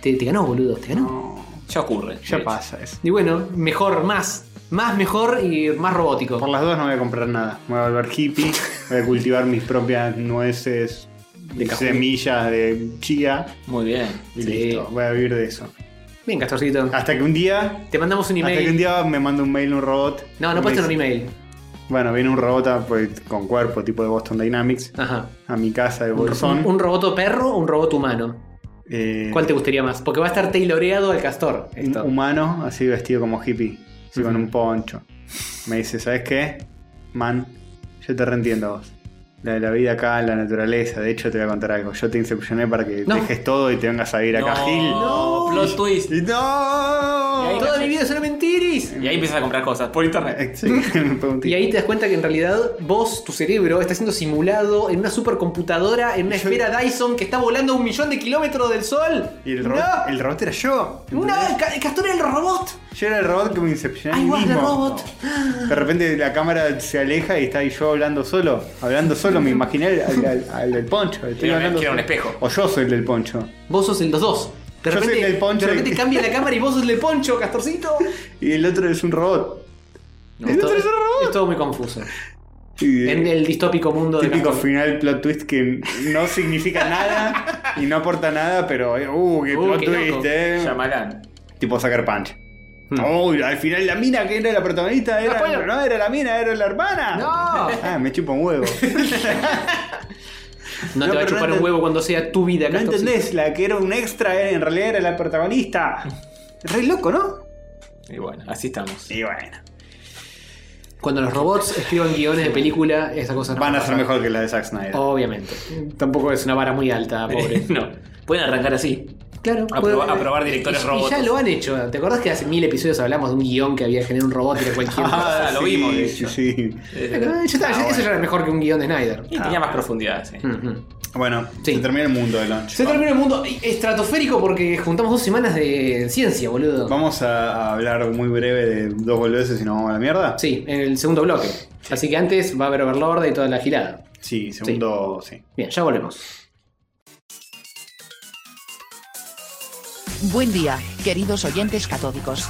[SPEAKER 4] Te, te ganó, boludo, te ganó.
[SPEAKER 3] Ya ocurre.
[SPEAKER 1] Ya pasa eso.
[SPEAKER 4] Y bueno, mejor, más. Más mejor y más robótico.
[SPEAKER 1] Por las dos no voy a comprar nada. Me voy a volver hippie, voy a cultivar mis propias nueces,
[SPEAKER 4] De cajú.
[SPEAKER 1] semillas de chía.
[SPEAKER 3] Muy bien.
[SPEAKER 1] Y listo, voy a vivir de eso.
[SPEAKER 4] Bien, Castorcito.
[SPEAKER 1] Hasta que un día.
[SPEAKER 4] Te mandamos un
[SPEAKER 1] Hasta que un
[SPEAKER 4] email.
[SPEAKER 1] día me manda un mail un robot.
[SPEAKER 4] No, no
[SPEAKER 1] Me
[SPEAKER 4] puedes tener
[SPEAKER 1] dice-
[SPEAKER 4] un email.
[SPEAKER 1] Bueno, viene un robot a- pues, con cuerpo tipo de Boston Dynamics a mi casa de
[SPEAKER 4] ¿Un,
[SPEAKER 1] Bolsón.
[SPEAKER 4] un robot perro o un robot humano?
[SPEAKER 1] Eh,
[SPEAKER 4] ¿Cuál te gustaría más? Porque va a estar tailoreado al castor.
[SPEAKER 1] un humano, así vestido como hippie, así con un poncho. Me dice, ¿sabes qué? Man, yo te reentiendo a vos. La de la vida acá, la naturaleza. De hecho, te voy a contar algo. Yo te incepcioné para que dejes todo y te vengas a ir acá, Gil.
[SPEAKER 3] No, plot twist.
[SPEAKER 1] ¡No!
[SPEAKER 3] Y ahí,
[SPEAKER 4] Toda mi vida es una mentiris.
[SPEAKER 3] y ahí empiezas a comprar cosas por internet.
[SPEAKER 4] Y ahí te das cuenta que en realidad vos, tu cerebro, está siendo simulado en una supercomputadora, en una esfera Dyson que está volando a un millón de kilómetros del sol.
[SPEAKER 1] Y el robot, el robot era yo.
[SPEAKER 4] Una, el ca- el castor era el robot.
[SPEAKER 1] Yo era el robot que me incepcioné. a
[SPEAKER 4] I
[SPEAKER 1] mí
[SPEAKER 4] was the
[SPEAKER 1] mismo.
[SPEAKER 4] robot.
[SPEAKER 1] De repente la cámara se aleja y está ahí yo hablando solo. Hablando solo, me imaginé al, al- al- al del poncho. Estoy
[SPEAKER 3] Quiero un-
[SPEAKER 1] hablando
[SPEAKER 3] quiero un
[SPEAKER 1] solo.
[SPEAKER 3] espejo.
[SPEAKER 1] O yo soy el del poncho.
[SPEAKER 4] Vos sos el los dos. De
[SPEAKER 1] Yo soy
[SPEAKER 4] repente,
[SPEAKER 1] el del poncho
[SPEAKER 4] de repente
[SPEAKER 1] y-
[SPEAKER 4] cambia la cámara y vos sos el poncho, castorcito.
[SPEAKER 1] Y el otro es un robot.
[SPEAKER 4] No,
[SPEAKER 1] el
[SPEAKER 4] es, todo,
[SPEAKER 1] otro es un robot.
[SPEAKER 4] es todo muy confuso.
[SPEAKER 1] Y-
[SPEAKER 4] En el distópico mundo de
[SPEAKER 1] Típico
[SPEAKER 4] Castor.
[SPEAKER 1] final plot twist que no significa nada y no aporta nada, pero eh, uh, qué
[SPEAKER 4] Uh,
[SPEAKER 1] plot
[SPEAKER 4] qué
[SPEAKER 1] twist,
[SPEAKER 4] loco. Hmm.
[SPEAKER 1] eh.
[SPEAKER 3] Llamarán.
[SPEAKER 1] Tipo Sucker Punch. Uy, al final la mina que era la protagonista era,
[SPEAKER 4] Spoiler.
[SPEAKER 1] no era la mina, era la hermana.
[SPEAKER 4] No.
[SPEAKER 1] Ah, me chupa un huevo.
[SPEAKER 4] No,
[SPEAKER 1] No,
[SPEAKER 4] te va
[SPEAKER 1] pero
[SPEAKER 4] a
[SPEAKER 1] no
[SPEAKER 4] chupar un
[SPEAKER 1] enten-
[SPEAKER 4] huevo cuando sea tu vida,
[SPEAKER 1] ¿No
[SPEAKER 4] Castorcito.
[SPEAKER 1] entendés? La que era un extra era- en realidad era la protagonista. Re loco, ¿no?
[SPEAKER 3] Y bueno, así estamos.
[SPEAKER 1] Y bueno.
[SPEAKER 4] Cuando los robots escriban guiones de película, esa cosa no
[SPEAKER 1] Van
[SPEAKER 4] va
[SPEAKER 1] a ser
[SPEAKER 4] pasar.
[SPEAKER 1] mejor que las de Zack Snyder.
[SPEAKER 4] Obviamente. Tampoco es una vara muy alta, pobre.
[SPEAKER 3] no. Pueden arrancar así.
[SPEAKER 4] Claro.
[SPEAKER 3] A
[SPEAKER 4] puede-
[SPEAKER 3] probar- a probar directores
[SPEAKER 4] y- y
[SPEAKER 3] robots.
[SPEAKER 4] ya lo han hecho. ¿Te acordás que hace mil episodios hablamos de un guión que había generado un robot de cualquier cosa?
[SPEAKER 3] lo vimos, de
[SPEAKER 1] Sí,
[SPEAKER 3] hecho.
[SPEAKER 1] sí.
[SPEAKER 4] Bueno, ya está, ya- Eso ya era mejor que un guión de Snyder.
[SPEAKER 3] Y tenía más profundidad, sí.
[SPEAKER 1] Bueno, se termina el mundo de Launch.
[SPEAKER 4] Se termina el mundo estratosférico porque juntamos dos semanas de ciencia, boludo.
[SPEAKER 1] Vamos a a hablar muy breve de dos boludeces y nos vamos a la mierda.
[SPEAKER 4] Sí, en el segundo bloque. Así que antes va a haber Overlord y toda la gilada.
[SPEAKER 1] Sí, segundo, sí.
[SPEAKER 4] Bien, ya volvemos.
[SPEAKER 14] Buen día, queridos oyentes catódicos.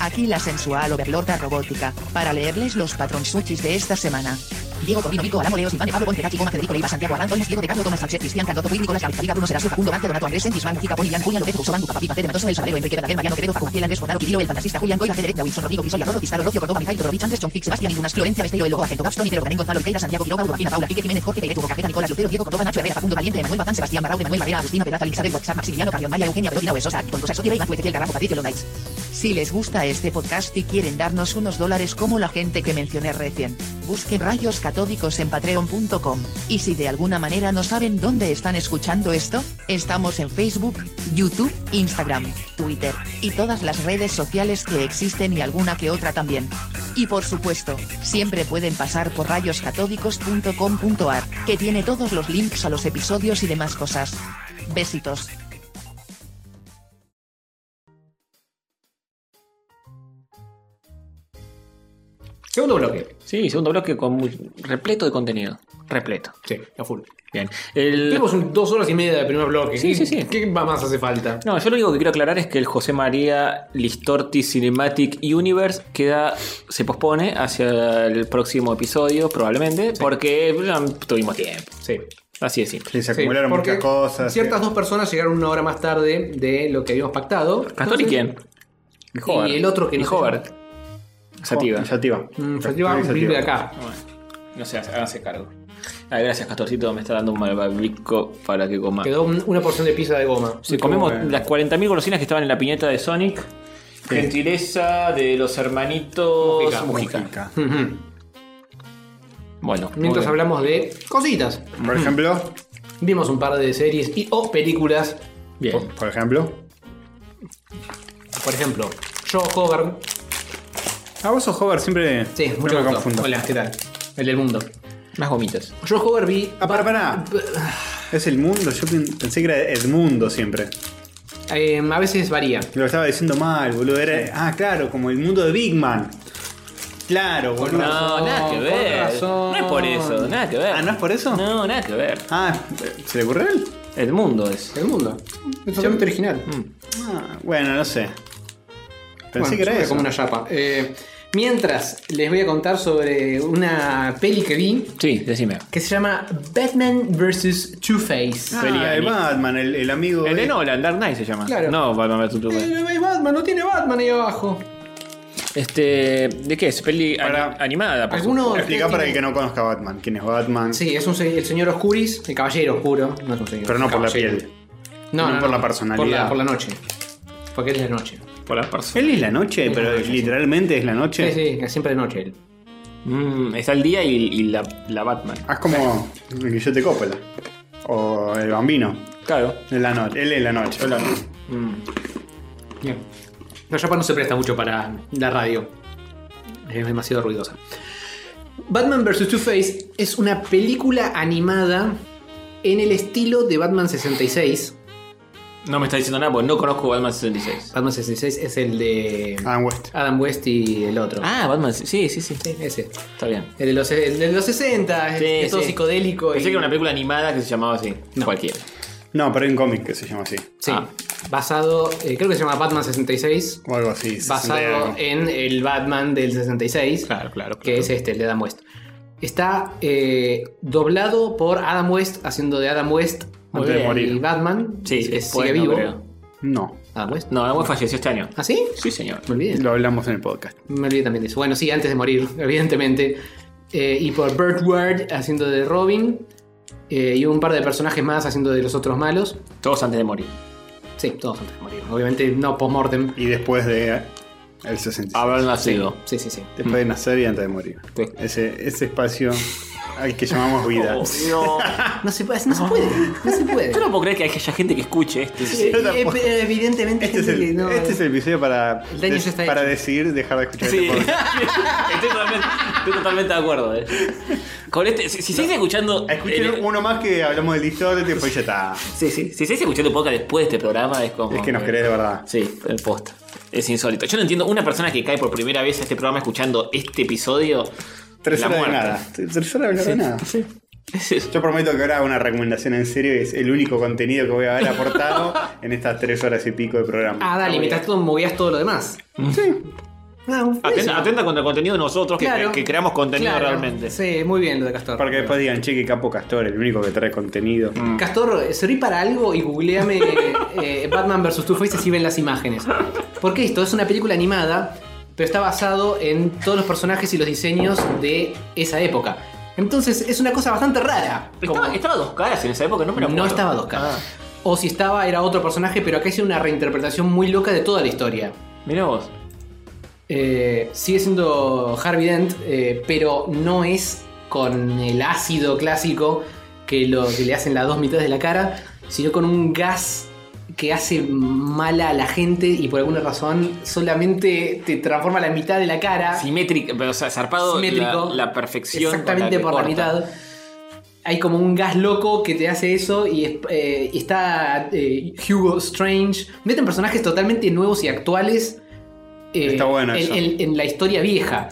[SPEAKER 14] Aquí la sensual overlorda robótica, para leerles los patronsuchis de esta semana. Diego Corvino, Vico, Alamo, Leo, Silván, Pablo, Ponce, Cachi, Goma, Federico, Leiva, Santiago, Arranz, Olmes, Diego de Carlos, Tomás, Sanchez, Cristian, Cardoto, Puig, Nicolás, Gabriel, Javier, Bruno, Serasio, Facundo, Vázquez, Donato, Andrés, Sentis, Juan, Mujica, Poli, Jan, Julián, López, Russo, Banco, Papá, Pipa, Fede, Matoso, Nelson, Valero, Enrique, Verdaguer, Mariano, Quevedo, Facu, Martín, Andrés, Bordalo, Quirilo, El Fantasista, Julián, Goya, Fede, Recta, Wilson, Rodrigo, Pisoya, Rodo, Pizarro, Rocio, Córdoba, Mijail, Todorovic, Antes, John Fix, Sebastián, Indunas, Florencia, Besteiro, El Logo, Argento, Gastón, Ibero, Granén, Gonzalo, Riqueira, Santiago, Quiroga, Urbacina, Paula, Quique, Jiménez, Jorge, Peiretu, Rocajeta, Nicolás, Lucero, Diego, Córdoba, Nacho, Herrera, Facundo, Valiente, Manuel, Bazán, Sebastián, Barraude, Manuel, Barrera, Agustina, Peralta, Elizabeth, WhatsApp, Maximiliano, Carrión, María, Eugenia, Bedoya, Huesosa, Con Rosa, Sotira, Iván, Ezequiel, Garrafo, Patricio, Londaitz. Si les gusta este podcast y quieren darnos unos dólares como la gente que mencioné recién, busquen rayos catódicos en patreon.com. Y si de alguna manera no saben dónde están escuchando esto, estamos en Facebook, YouTube, Instagram, Twitter y todas las redes sociales que existen y alguna que otra también. Y por supuesto, siempre pueden pasar por rayoscatódicos.com.ar, que tiene todos los links a los episodios y demás cosas. Besitos.
[SPEAKER 3] Segundo bloque. Sí, segundo bloque con mu- repleto de contenido. Repleto. Sí, a full. Bien. El-
[SPEAKER 4] Tenemos un- dos horas y media de primer bloque.
[SPEAKER 3] Sí,
[SPEAKER 4] ¿Qué-
[SPEAKER 3] sí, sí.
[SPEAKER 4] ¿Qué más hace falta?
[SPEAKER 3] No, yo lo único que quiero aclarar es que el José María Listorti Cinematic Universe queda, se pospone hacia el próximo episodio, probablemente, porque ya no tuvimos tiempo.
[SPEAKER 4] Sí.
[SPEAKER 3] Así de simple.
[SPEAKER 1] se
[SPEAKER 4] Sí,
[SPEAKER 1] acumularon
[SPEAKER 4] porque
[SPEAKER 1] muchas cosas. eh.
[SPEAKER 4] Ciertas dos personas llegaron una hora más tarde de lo que habíamos pactado.
[SPEAKER 3] ¿Castor y quién? Hobart.
[SPEAKER 4] Y el otro que
[SPEAKER 3] Y
[SPEAKER 4] no sé.
[SPEAKER 3] Hobart.
[SPEAKER 4] Oh,
[SPEAKER 3] Sativa.
[SPEAKER 1] Sativa.
[SPEAKER 4] Mm, Sativa, vive acá.
[SPEAKER 3] Bueno, no sé, háganse cargo. Ah, gracias, Castorcito. Me está dando un malvavisco para que coma.
[SPEAKER 4] Quedó un- una porción de pizza de goma.
[SPEAKER 3] Sí, comemos las 40.000 golosinas que estaban en la piñeta de Sonic. Gentileza de los hermanitos
[SPEAKER 4] Mujica.
[SPEAKER 3] Mujica.
[SPEAKER 4] Ujú.
[SPEAKER 3] Bueno, muy
[SPEAKER 4] Mientras
[SPEAKER 3] bien.
[SPEAKER 4] hablamos de cositas.
[SPEAKER 1] Por ejemplo.
[SPEAKER 4] Vimos un par de series y o películas.
[SPEAKER 3] Bien.
[SPEAKER 1] Por ejemplo.
[SPEAKER 4] Por ejemplo, yo, Hover.
[SPEAKER 1] Ah, vos sos Hover, siempre.
[SPEAKER 4] Sí,
[SPEAKER 1] siempre
[SPEAKER 4] mucho
[SPEAKER 1] me
[SPEAKER 4] gusto.
[SPEAKER 1] confundo.
[SPEAKER 4] Hola, ¿qué tal? El del mundo.
[SPEAKER 3] Más gomitas.
[SPEAKER 4] Yo, Hover, vi.
[SPEAKER 1] Ah, para, para. Es el mundo, yo pen- pensé que era Edmundo siempre.
[SPEAKER 4] eh, a veces varía.
[SPEAKER 1] Lo estaba diciendo mal, boludo. Era, ah, claro, como el mundo de Big Man.
[SPEAKER 4] Oh,
[SPEAKER 1] Claro, boludo.
[SPEAKER 3] No, nada que
[SPEAKER 4] con
[SPEAKER 3] ver.
[SPEAKER 4] razón.
[SPEAKER 3] No es por eso, nada que ver.
[SPEAKER 1] Ah, ¿no es por eso?
[SPEAKER 3] No, nada que ver.
[SPEAKER 1] Ah, ¿se le ocurrió a él?
[SPEAKER 3] El mundo es.
[SPEAKER 4] El mundo. Es totalmente original.
[SPEAKER 1] Ah, bueno, no sé. Pensé
[SPEAKER 4] Bueno,
[SPEAKER 1] que era
[SPEAKER 4] suena
[SPEAKER 1] eso.
[SPEAKER 4] como una chapa. Eh, mientras, les voy a contar sobre una peli que vi
[SPEAKER 3] Sí, decime.
[SPEAKER 4] que se llama Batman vs. Two-Face.
[SPEAKER 1] Ah, el Batman, el, el amigo.
[SPEAKER 3] El de
[SPEAKER 1] de-
[SPEAKER 3] Nolan, Dark Knight se llama.
[SPEAKER 4] Claro. Eh.
[SPEAKER 3] No, Batman vs. Superman.
[SPEAKER 4] no hay Batman, no tiene Batman ahí abajo.
[SPEAKER 3] Este, ¿de qué es? Peli ani-
[SPEAKER 1] Para-
[SPEAKER 3] animada, por
[SPEAKER 4] Alguno-
[SPEAKER 3] supuesto.
[SPEAKER 1] Explica para el que no conozca a Batman. ¿Quién es Batman?
[SPEAKER 4] Sí, es un se- el señor Oscuris, el caballero oscuro. No es un señor.
[SPEAKER 1] Pero no por la
[SPEAKER 4] caballero.
[SPEAKER 1] piel. no por la personalidad.
[SPEAKER 4] Por la, por la noche. Porque él es de noche.
[SPEAKER 3] Por las personas.
[SPEAKER 1] Él es la noche,
[SPEAKER 4] Es la
[SPEAKER 1] pero
[SPEAKER 4] noche, sí.
[SPEAKER 1] literalmente es la noche.
[SPEAKER 4] Sí, sí, es siempre de noche él.
[SPEAKER 3] Mm, está el día y, y la, la Batman.
[SPEAKER 1] Ah, es como Guillote Coppola. O el bambino.
[SPEAKER 3] Claro.
[SPEAKER 1] Es la noche. Él es la noche.
[SPEAKER 3] Mm.
[SPEAKER 4] Bien. La chapa no se presta mucho para la radio. Es demasiado ruidosa. Batman vs. Two-Face es una película animada en el estilo de Batman 66.
[SPEAKER 3] No me está diciendo nada porque no conozco Batman 66.
[SPEAKER 4] Batman 66 es el de
[SPEAKER 1] Adam West.
[SPEAKER 4] Adam West y el otro.
[SPEAKER 3] Ah, Batman, sí, sí, sí.
[SPEAKER 4] Sí, ese.
[SPEAKER 3] Está bien.
[SPEAKER 4] El de los, el de los 60,
[SPEAKER 3] Sí,
[SPEAKER 4] es todo
[SPEAKER 3] sí.
[SPEAKER 4] psicodélico.
[SPEAKER 3] Pensé
[SPEAKER 4] y-
[SPEAKER 3] que era una película animada que se llamaba así. Cualquiera.
[SPEAKER 1] No, pero hay un cómic que se llama así.
[SPEAKER 4] Sí,
[SPEAKER 3] Ah.
[SPEAKER 4] basado, eh, creo que se llama Batman 66,
[SPEAKER 1] O algo así. 60 y
[SPEAKER 4] basado
[SPEAKER 1] algo.
[SPEAKER 4] en el Batman del 66.
[SPEAKER 3] Claro, claro.
[SPEAKER 4] que es este, el de Adam West. Está eh, doblado por Adam West, haciendo de Adam West
[SPEAKER 1] Antes de
[SPEAKER 4] y
[SPEAKER 1] morir.
[SPEAKER 4] Batman.
[SPEAKER 3] Sí,
[SPEAKER 4] que
[SPEAKER 3] después
[SPEAKER 4] sigue
[SPEAKER 3] no
[SPEAKER 4] vivo.
[SPEAKER 3] creo.
[SPEAKER 1] No.
[SPEAKER 4] Adam West.
[SPEAKER 3] No, Batman falleció este año.
[SPEAKER 4] ¿Ah, sí?
[SPEAKER 3] Sí, señor.
[SPEAKER 4] Me olvidé.
[SPEAKER 1] Lo hablamos en el podcast.
[SPEAKER 4] Me olvidé también de eso. Bueno, sí, antes de morir, evidentemente. Eh, y por Burt Ward haciendo de Robin. Eh, y un par de personajes más haciendo de los otros malos.
[SPEAKER 3] Todos antes de morir.
[SPEAKER 4] Sí, todos antes de morir. Obviamente no post-mortem.
[SPEAKER 1] Y después de. El 60.
[SPEAKER 3] Haber nacido.
[SPEAKER 4] Sí, sí, sí.
[SPEAKER 1] Después de nacer y antes de morir.
[SPEAKER 3] Sí.
[SPEAKER 1] Ese, ese espacio al que llamamos vida.
[SPEAKER 3] no.
[SPEAKER 4] Ah, No se, puede- no se puede. No se puede.
[SPEAKER 3] Yo no puedo creer que haya gente que escuche esto.
[SPEAKER 4] Sí,
[SPEAKER 1] yo tampoco.
[SPEAKER 4] eh, evidentemente,
[SPEAKER 1] Este es,
[SPEAKER 4] gente que
[SPEAKER 1] el,
[SPEAKER 4] no-
[SPEAKER 1] este es el episodio para,
[SPEAKER 4] El daño ya está
[SPEAKER 1] para
[SPEAKER 4] hecho.
[SPEAKER 1] decidir dejar de escuchar
[SPEAKER 3] Sí.
[SPEAKER 1] este podcast.
[SPEAKER 3] estoy, totalmente, estoy totalmente de acuerdo. eh. Con este, si, si seguís escuchando.
[SPEAKER 1] Escuchen
[SPEAKER 3] el-
[SPEAKER 1] uno más que hablamos del historia y pues ya está.
[SPEAKER 3] sí, sí. Si seguís escuchando el podcast después de este programa, es como.
[SPEAKER 1] Es que nos querés de verdad.
[SPEAKER 3] Sí, el post. Es insólito. Yo no entiendo. Una persona que cae por primera vez a este programa escuchando este episodio.
[SPEAKER 1] Tres
[SPEAKER 3] la
[SPEAKER 1] horas de
[SPEAKER 3] muerte.
[SPEAKER 1] nada. Tres horas de hablar de nada.
[SPEAKER 3] Sí, sí.
[SPEAKER 1] Yo prometo que ahora hago una recomendación en serio. y Es el único contenido que voy a haber
[SPEAKER 15] eh. Ah,
[SPEAKER 1] aportado en estas tres horas y pico de programa. Mm.
[SPEAKER 4] Ah, dale, mientras tú movías todo lo demás.
[SPEAKER 1] Sí.
[SPEAKER 15] Atenta,
[SPEAKER 4] eso.
[SPEAKER 15] atenta contra el contenido de nosotros que,
[SPEAKER 4] Claro.
[SPEAKER 15] que creamos contenido
[SPEAKER 4] Claro.
[SPEAKER 15] realmente.
[SPEAKER 4] Sí, muy bien lo de Castor.
[SPEAKER 1] Para que después digan, che, que capo Castor, el único que trae contenido.
[SPEAKER 3] Mm.
[SPEAKER 4] Castor, eh, serví para algo y googleame eh, Batman vs. Two Faces y ven las imágenes. Porque esto es una película animada, pero está basado en todos los personajes y los diseños de esa época. Entonces es una cosa bastante rara.
[SPEAKER 3] Estaba, estaba dos caras en esa época, no me lo
[SPEAKER 4] No estaba dos
[SPEAKER 3] Ah.
[SPEAKER 4] caras. O si estaba, era otro personaje, pero acá hice una reinterpretación muy loca de toda la historia.
[SPEAKER 3] Ah,
[SPEAKER 4] Eh,
[SPEAKER 3] Mirá vos.
[SPEAKER 4] sigue siendo Harvey Dent, eh, pero no es con el ácido clásico que, lo, que le hacen las dos mitades de la cara, sino con un gas que hace mala a la gente y por alguna razón solamente te transforma la mitad de la cara.
[SPEAKER 3] Simétrico, pero o sea, zarpado
[SPEAKER 4] Simétrico.
[SPEAKER 3] la, la perfección. con
[SPEAKER 4] Exactamente
[SPEAKER 3] que
[SPEAKER 4] por la
[SPEAKER 3] corta.
[SPEAKER 4] mitad. Hay como un gas loco que te hace eso y es- eh, y está eh, Hugo Strange. Meten personajes totalmente nuevos y actuales eh,
[SPEAKER 1] Está bueno
[SPEAKER 4] en,
[SPEAKER 1] eso.
[SPEAKER 4] en- en la historia vieja.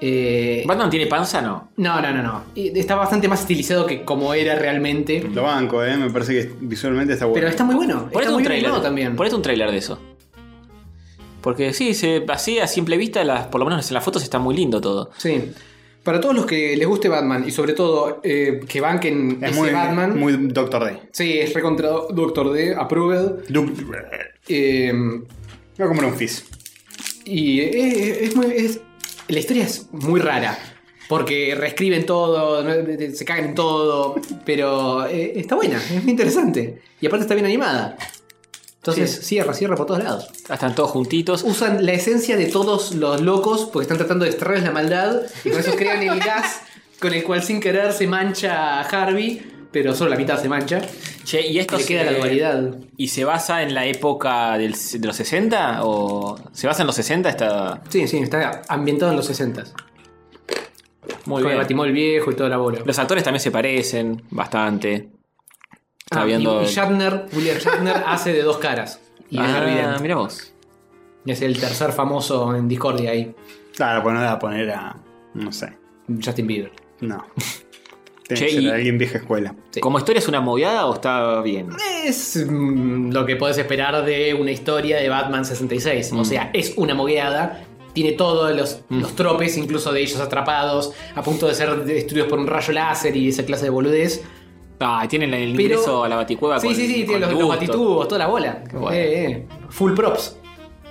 [SPEAKER 4] Eh,
[SPEAKER 3] ¿Batman tiene panza no?
[SPEAKER 4] No, no, no, no. Y Está bastante más estilizado que como era realmente.
[SPEAKER 1] Lo banco, eh, me parece que visualmente está bueno.
[SPEAKER 4] Pero está muy bueno.
[SPEAKER 3] Ponete
[SPEAKER 4] Está
[SPEAKER 3] un
[SPEAKER 4] muy bien
[SPEAKER 3] trailer.
[SPEAKER 4] animado también.
[SPEAKER 3] Ponete un trailer de eso. Porque sí, se, así a simple vista, las, por lo menos en las fotos está muy lindo todo.
[SPEAKER 4] Sí. Para todos los que les guste Batman y sobre todo eh, que banquen
[SPEAKER 3] este
[SPEAKER 1] Es
[SPEAKER 4] ese
[SPEAKER 1] muy,
[SPEAKER 4] Batman.
[SPEAKER 1] muy Doctor D.
[SPEAKER 4] Sí, es recontra Doctor D, Approved. Em,
[SPEAKER 1] Voy a comprar un Fizz.
[SPEAKER 4] Y eh, eh, es, muy. es- la historia es muy rara. Porque reescriben todo, no- de- de- se cagan en todo. Pero eh, está buena, es muy interesante. Y aparte está bien animada. Entonces cierra, cierra por todos lados.
[SPEAKER 3] Están todos juntitos.
[SPEAKER 4] Usan la esencia de todos los locos porque están tratando de extraerles la maldad. Y con eso crean el gas con el cual sin querer se mancha a Harvey. Pero solo la mitad se mancha.
[SPEAKER 3] Che, y esto
[SPEAKER 4] Le queda la dualidad.
[SPEAKER 3] ¿Y se basa en la época del- de los 60? ¿O se basa en los 60? Está
[SPEAKER 4] Sí, sí, está ambientado en los 60
[SPEAKER 3] muy
[SPEAKER 4] Con el
[SPEAKER 3] bien.
[SPEAKER 4] batimol viejo y toda la bola.
[SPEAKER 3] Los actores también se parecen bastante. Estaba
[SPEAKER 4] Ah, y-
[SPEAKER 3] viendo.
[SPEAKER 4] Y Shatner, William Shatner hace de dos caras. Y es
[SPEAKER 3] Ah,
[SPEAKER 4] Harvey Dent.
[SPEAKER 3] mirá vos.
[SPEAKER 4] Es el tercer famoso en Discordia ahí.
[SPEAKER 1] Claro, pues no le va a poner a. No sé.
[SPEAKER 4] Justin Bieber.
[SPEAKER 1] No. Tiene
[SPEAKER 3] Che,
[SPEAKER 1] que ser
[SPEAKER 3] y-
[SPEAKER 1] alguien vieja escuela.
[SPEAKER 3] ¿Como historia es una moviada o está bien?
[SPEAKER 4] Eh. Es mm, lo que podés esperar de una historia de Batman 66.
[SPEAKER 3] Mm.
[SPEAKER 4] O sea, es una mogueada. Tiene todos los, los tropes, incluso de ellos atrapados, a punto de ser destruidos por un rayo láser y esa clase de boludez.
[SPEAKER 3] Ah, tienen el
[SPEAKER 4] Pero-
[SPEAKER 3] ingreso a la baticueva
[SPEAKER 4] Sí,
[SPEAKER 3] con-
[SPEAKER 4] sí, sí,
[SPEAKER 3] con
[SPEAKER 4] tiene los, los
[SPEAKER 3] gusto.
[SPEAKER 4] batitubos, toda la bola.
[SPEAKER 3] bueno.
[SPEAKER 4] Eh, eh, Full props.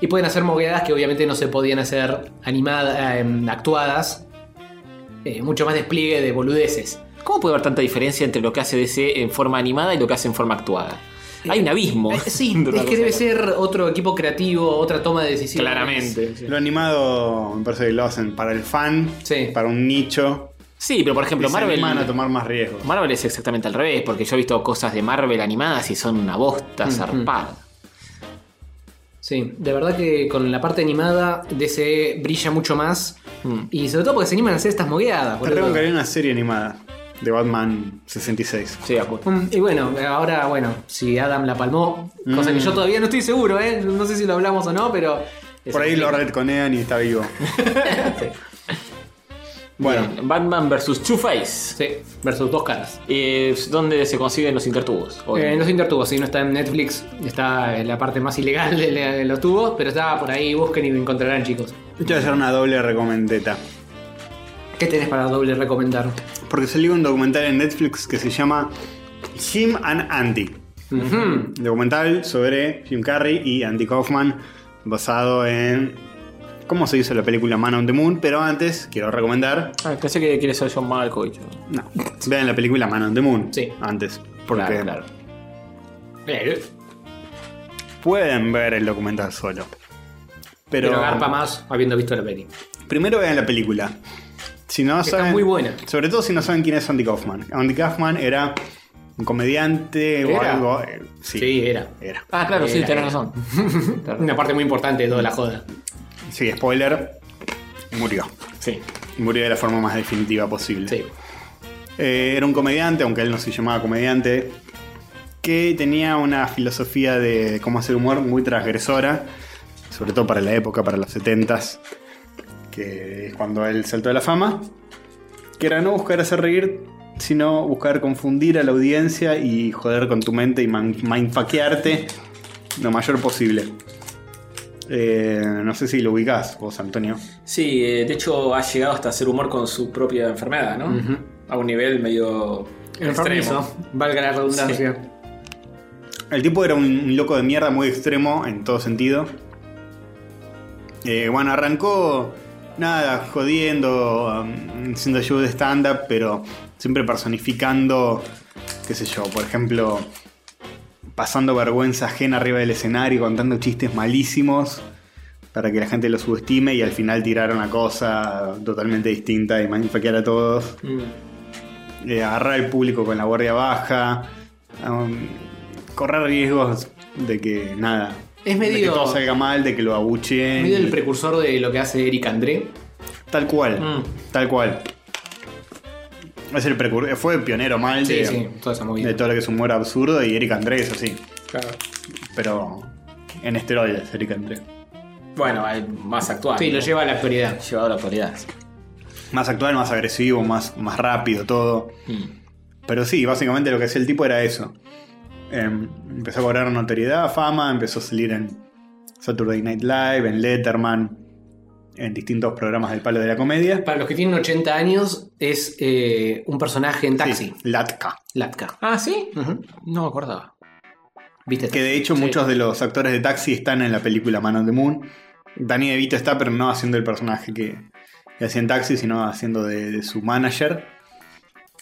[SPEAKER 4] Y pueden hacer mogueadas que obviamente no se podían hacer animadas, actuadas. Eh, mucho más despliegue de boludeces.
[SPEAKER 3] ¿Cómo puede haber tanta diferencia entre lo que hace DC en forma animada y lo que hace en forma actuada? Hay un
[SPEAKER 1] Oh,
[SPEAKER 3] abismo.
[SPEAKER 4] Eh, Sí,
[SPEAKER 3] entre una
[SPEAKER 4] es que
[SPEAKER 3] cosa y
[SPEAKER 4] debe
[SPEAKER 3] otra.
[SPEAKER 4] ser otro equipo creativo, otra toma de decisiones.
[SPEAKER 1] Lo animado me parece que lo hacen para el fan, para un nicho.
[SPEAKER 3] Sí, pero por ejemplo,
[SPEAKER 1] y se
[SPEAKER 3] Marvel-
[SPEAKER 1] animan a tomar más riesgos.
[SPEAKER 3] Marvel es exactamente al revés, porque yo he visto cosas de Marvel animadas y son una
[SPEAKER 4] Mm,
[SPEAKER 3] bosta zarpada.
[SPEAKER 4] Sí, de verdad que con la parte animada DC brilla mucho más.
[SPEAKER 1] Mm.
[SPEAKER 4] Y sobre todo porque se animan a hacer estas mogueadas.
[SPEAKER 1] Te
[SPEAKER 4] boludo.
[SPEAKER 1] tengo que hacer una serie animada de Batman 66.
[SPEAKER 3] Sí, acuerdo.
[SPEAKER 4] Mm, Y bueno, ahora, bueno, si Adam la palmó, cosa
[SPEAKER 1] Mm.
[SPEAKER 4] que yo todavía no estoy seguro, ¿eh? No sé si lo hablamos o no, pero.
[SPEAKER 1] Por ahí lo retconean y está vivo.
[SPEAKER 3] Bueno. Batman vs. Two-Face.
[SPEAKER 4] Sí, versus dos caras.
[SPEAKER 3] Eh, ¿Dónde se consiguen los intertubos?
[SPEAKER 4] Eh, los intertubos, si no está en Netflix, está en la parte más ilegal de, la- de los tubos, pero está por ahí, busquen y lo encontrarán, chicos.
[SPEAKER 1] Yo voy a hacer una doble recomendeta.
[SPEAKER 4] ¿Qué tenés para doble recomendar?
[SPEAKER 1] Porque salió un documental en Netflix que se llama Jim and Andy.
[SPEAKER 4] Ujú.
[SPEAKER 1] Documental sobre Jim Carrey y Andy Kaufman, basado en cómo se hizo la película Man on the Moon. Pero antes, quiero recomendar
[SPEAKER 3] Ah, pensé que quieres ser John Malkovich.
[SPEAKER 1] No. Vean la película Man on the Moon. Antes. Porque
[SPEAKER 3] Claro, claro.
[SPEAKER 4] Eh,
[SPEAKER 1] pueden ver el documental solo. Pero,
[SPEAKER 4] Pero, garpa más habiendo visto la peli.
[SPEAKER 1] primero vean la película. Si no
[SPEAKER 4] Está
[SPEAKER 1] saben,
[SPEAKER 4] muy buena.
[SPEAKER 1] Sobre todo si no saben quién es Andy Kaufman. Andy Kaufman era un comediante o
[SPEAKER 4] ¿Era?
[SPEAKER 1] algo. eh, Sí,
[SPEAKER 4] era.
[SPEAKER 1] era.
[SPEAKER 3] Ah, claro, sí,
[SPEAKER 4] Era,
[SPEAKER 3] tenés
[SPEAKER 4] era.
[SPEAKER 3] razón.
[SPEAKER 4] Eh, Una parte muy importante de toda la joda.
[SPEAKER 1] Sí, spoiler. Murió.
[SPEAKER 3] Sí.
[SPEAKER 1] Murió de la forma más definitiva posible.
[SPEAKER 4] Sí.
[SPEAKER 1] Eh, era un comediante, aunque él no se llamaba comediante, que tenía una filosofía de cómo hacer humor muy transgresora, sobre todo para la época, para los 70s, que es cuando él saltó a la fama, que era no buscar hacer reír, sino buscar confundir a la audiencia y joder con tu mente y man- mindfuckearte lo mayor posible. Eh, no sé si lo ubicás vos, Antonio.
[SPEAKER 3] Sí, eh, de hecho ha llegado hasta hacer humor con su propia enfermedad, ¿no?
[SPEAKER 1] Ujú.
[SPEAKER 3] A un nivel medio
[SPEAKER 4] Enfermizo,
[SPEAKER 3] extremo.
[SPEAKER 4] valga la redundancia.
[SPEAKER 1] El tipo era un, un loco de mierda muy extremo en todo sentido. Eh, bueno, arrancó nada, jodiendo, um, haciendo show de stand-up, pero siempre personificando, qué sé yo, por ejemplo, pasando vergüenza ajena arriba del escenario, contando chistes malísimos para que la gente lo subestime y al final tirar una cosa totalmente distinta y manifaquear a todos.
[SPEAKER 4] Mm.
[SPEAKER 1] Eh, agarrar al público con la guardia baja, um, correr riesgos de que nada.
[SPEAKER 4] Es medio-
[SPEAKER 1] de que todo salga mal, de que lo abucheen.
[SPEAKER 4] Medio el
[SPEAKER 1] y-
[SPEAKER 4] precursor de lo que hace Eric André.
[SPEAKER 1] Tal cual,
[SPEAKER 4] Mm.
[SPEAKER 1] tal cual. Es el precur- fue pionero mal
[SPEAKER 4] Sí,
[SPEAKER 1] de,
[SPEAKER 4] sí, toda esa movida.
[SPEAKER 1] de todo lo que es humor absurdo y Eric André es así. Pero en esteroides, Eric André.
[SPEAKER 3] Bueno,
[SPEAKER 4] eh,
[SPEAKER 3] al- más actual.
[SPEAKER 1] Sí, lo
[SPEAKER 3] lleva a la actualidad. Llevado a la actualidad.
[SPEAKER 1] Más actual, más agresivo, más, más rápido, todo. Pero sí, básicamente lo que hacía el tipo era eso. Em, empezó a cobrar notoriedad, fama, empezó a salir en Saturday Night Live, en Letterman, en distintos programas del palo de la comedia.
[SPEAKER 4] Para los que tienen 80 años, es eh, un personaje en taxi.
[SPEAKER 1] Latka.
[SPEAKER 4] Latka.
[SPEAKER 3] Ah, sí.
[SPEAKER 4] No me acordaba.
[SPEAKER 1] Que de hecho muchos de los actores de Taxi están en la película Man on the Moon. Danny DeVito está, pero no haciendo el personaje que, que hacía en Taxi, sino haciendo de, de su manager.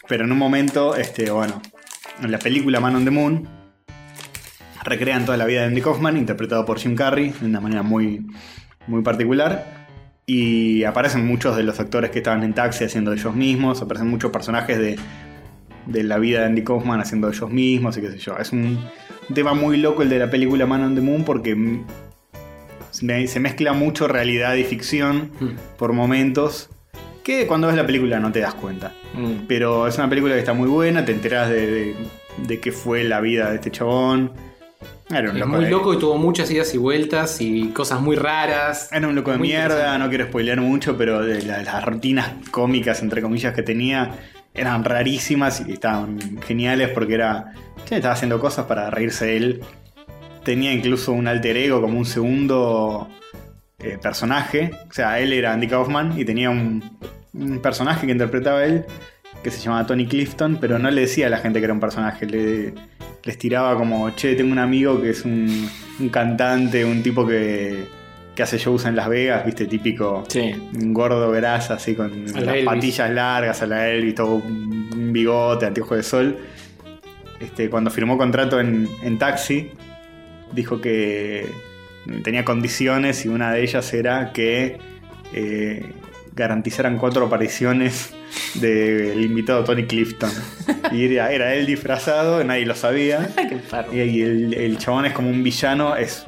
[SPEAKER 1] Pero en un momento, este, bueno, en la película Man on the Moon recrean toda la vida de Andy Kaufman, interpretado por Jim Carrey, de una manera muy, muy particular. Y aparecen muchos de los actores que estaban en Taxi haciendo de ellos mismos, aparecen muchos personajes de, de la vida de Andy Kaufman haciendo de ellos mismos y qué sé yo. Es un tema muy loco el de la película Man on the Moon porque mm, se me- se mezcla mucho realidad y ficción
[SPEAKER 4] Hmm.
[SPEAKER 1] por momentos que cuando ves la película no te das cuenta.
[SPEAKER 4] Mm.
[SPEAKER 1] Pero es una película que está muy buena, te enterás de, de- de qué fue la vida de este chabón. Era un
[SPEAKER 4] Es
[SPEAKER 1] loco eh.
[SPEAKER 4] muy
[SPEAKER 1] de-
[SPEAKER 4] loco y tuvo muchas idas y vueltas y cosas muy raras.
[SPEAKER 1] Era Ah, un loco de
[SPEAKER 4] Muy
[SPEAKER 1] mierda, no quiero spoilear mucho, pero de la- las rutinas cómicas, entre comillas, que tenía eran rarísimas y estaban geniales porque era. che, estaba haciendo cosas para reírse él. Tenía incluso un alter ego como un segundo eh, personaje. O sea, él era Andy Kaufman y tenía un, un personaje que interpretaba él que se llamaba Tony Clifton, pero no le decía a la gente que era un personaje. Le, les tiraba como, che, tengo un amigo que es un, un cantante, un tipo que, que hace shows en Las Vegas, viste, típico. Un gordo grasa, así con
[SPEAKER 4] A la
[SPEAKER 1] las
[SPEAKER 4] Elvis.
[SPEAKER 1] patillas largas, a la Elvis, todo un bigote, anteojo de sol. Este, cuando firmó contrato en, en taxi, dijo que tenía condiciones y una de ellas era que eh, garantizaran cuatro apariciones del invitado Tony Clifton. Y era, era él disfrazado, nadie lo sabía. y y el, el chabón es como un villano, es...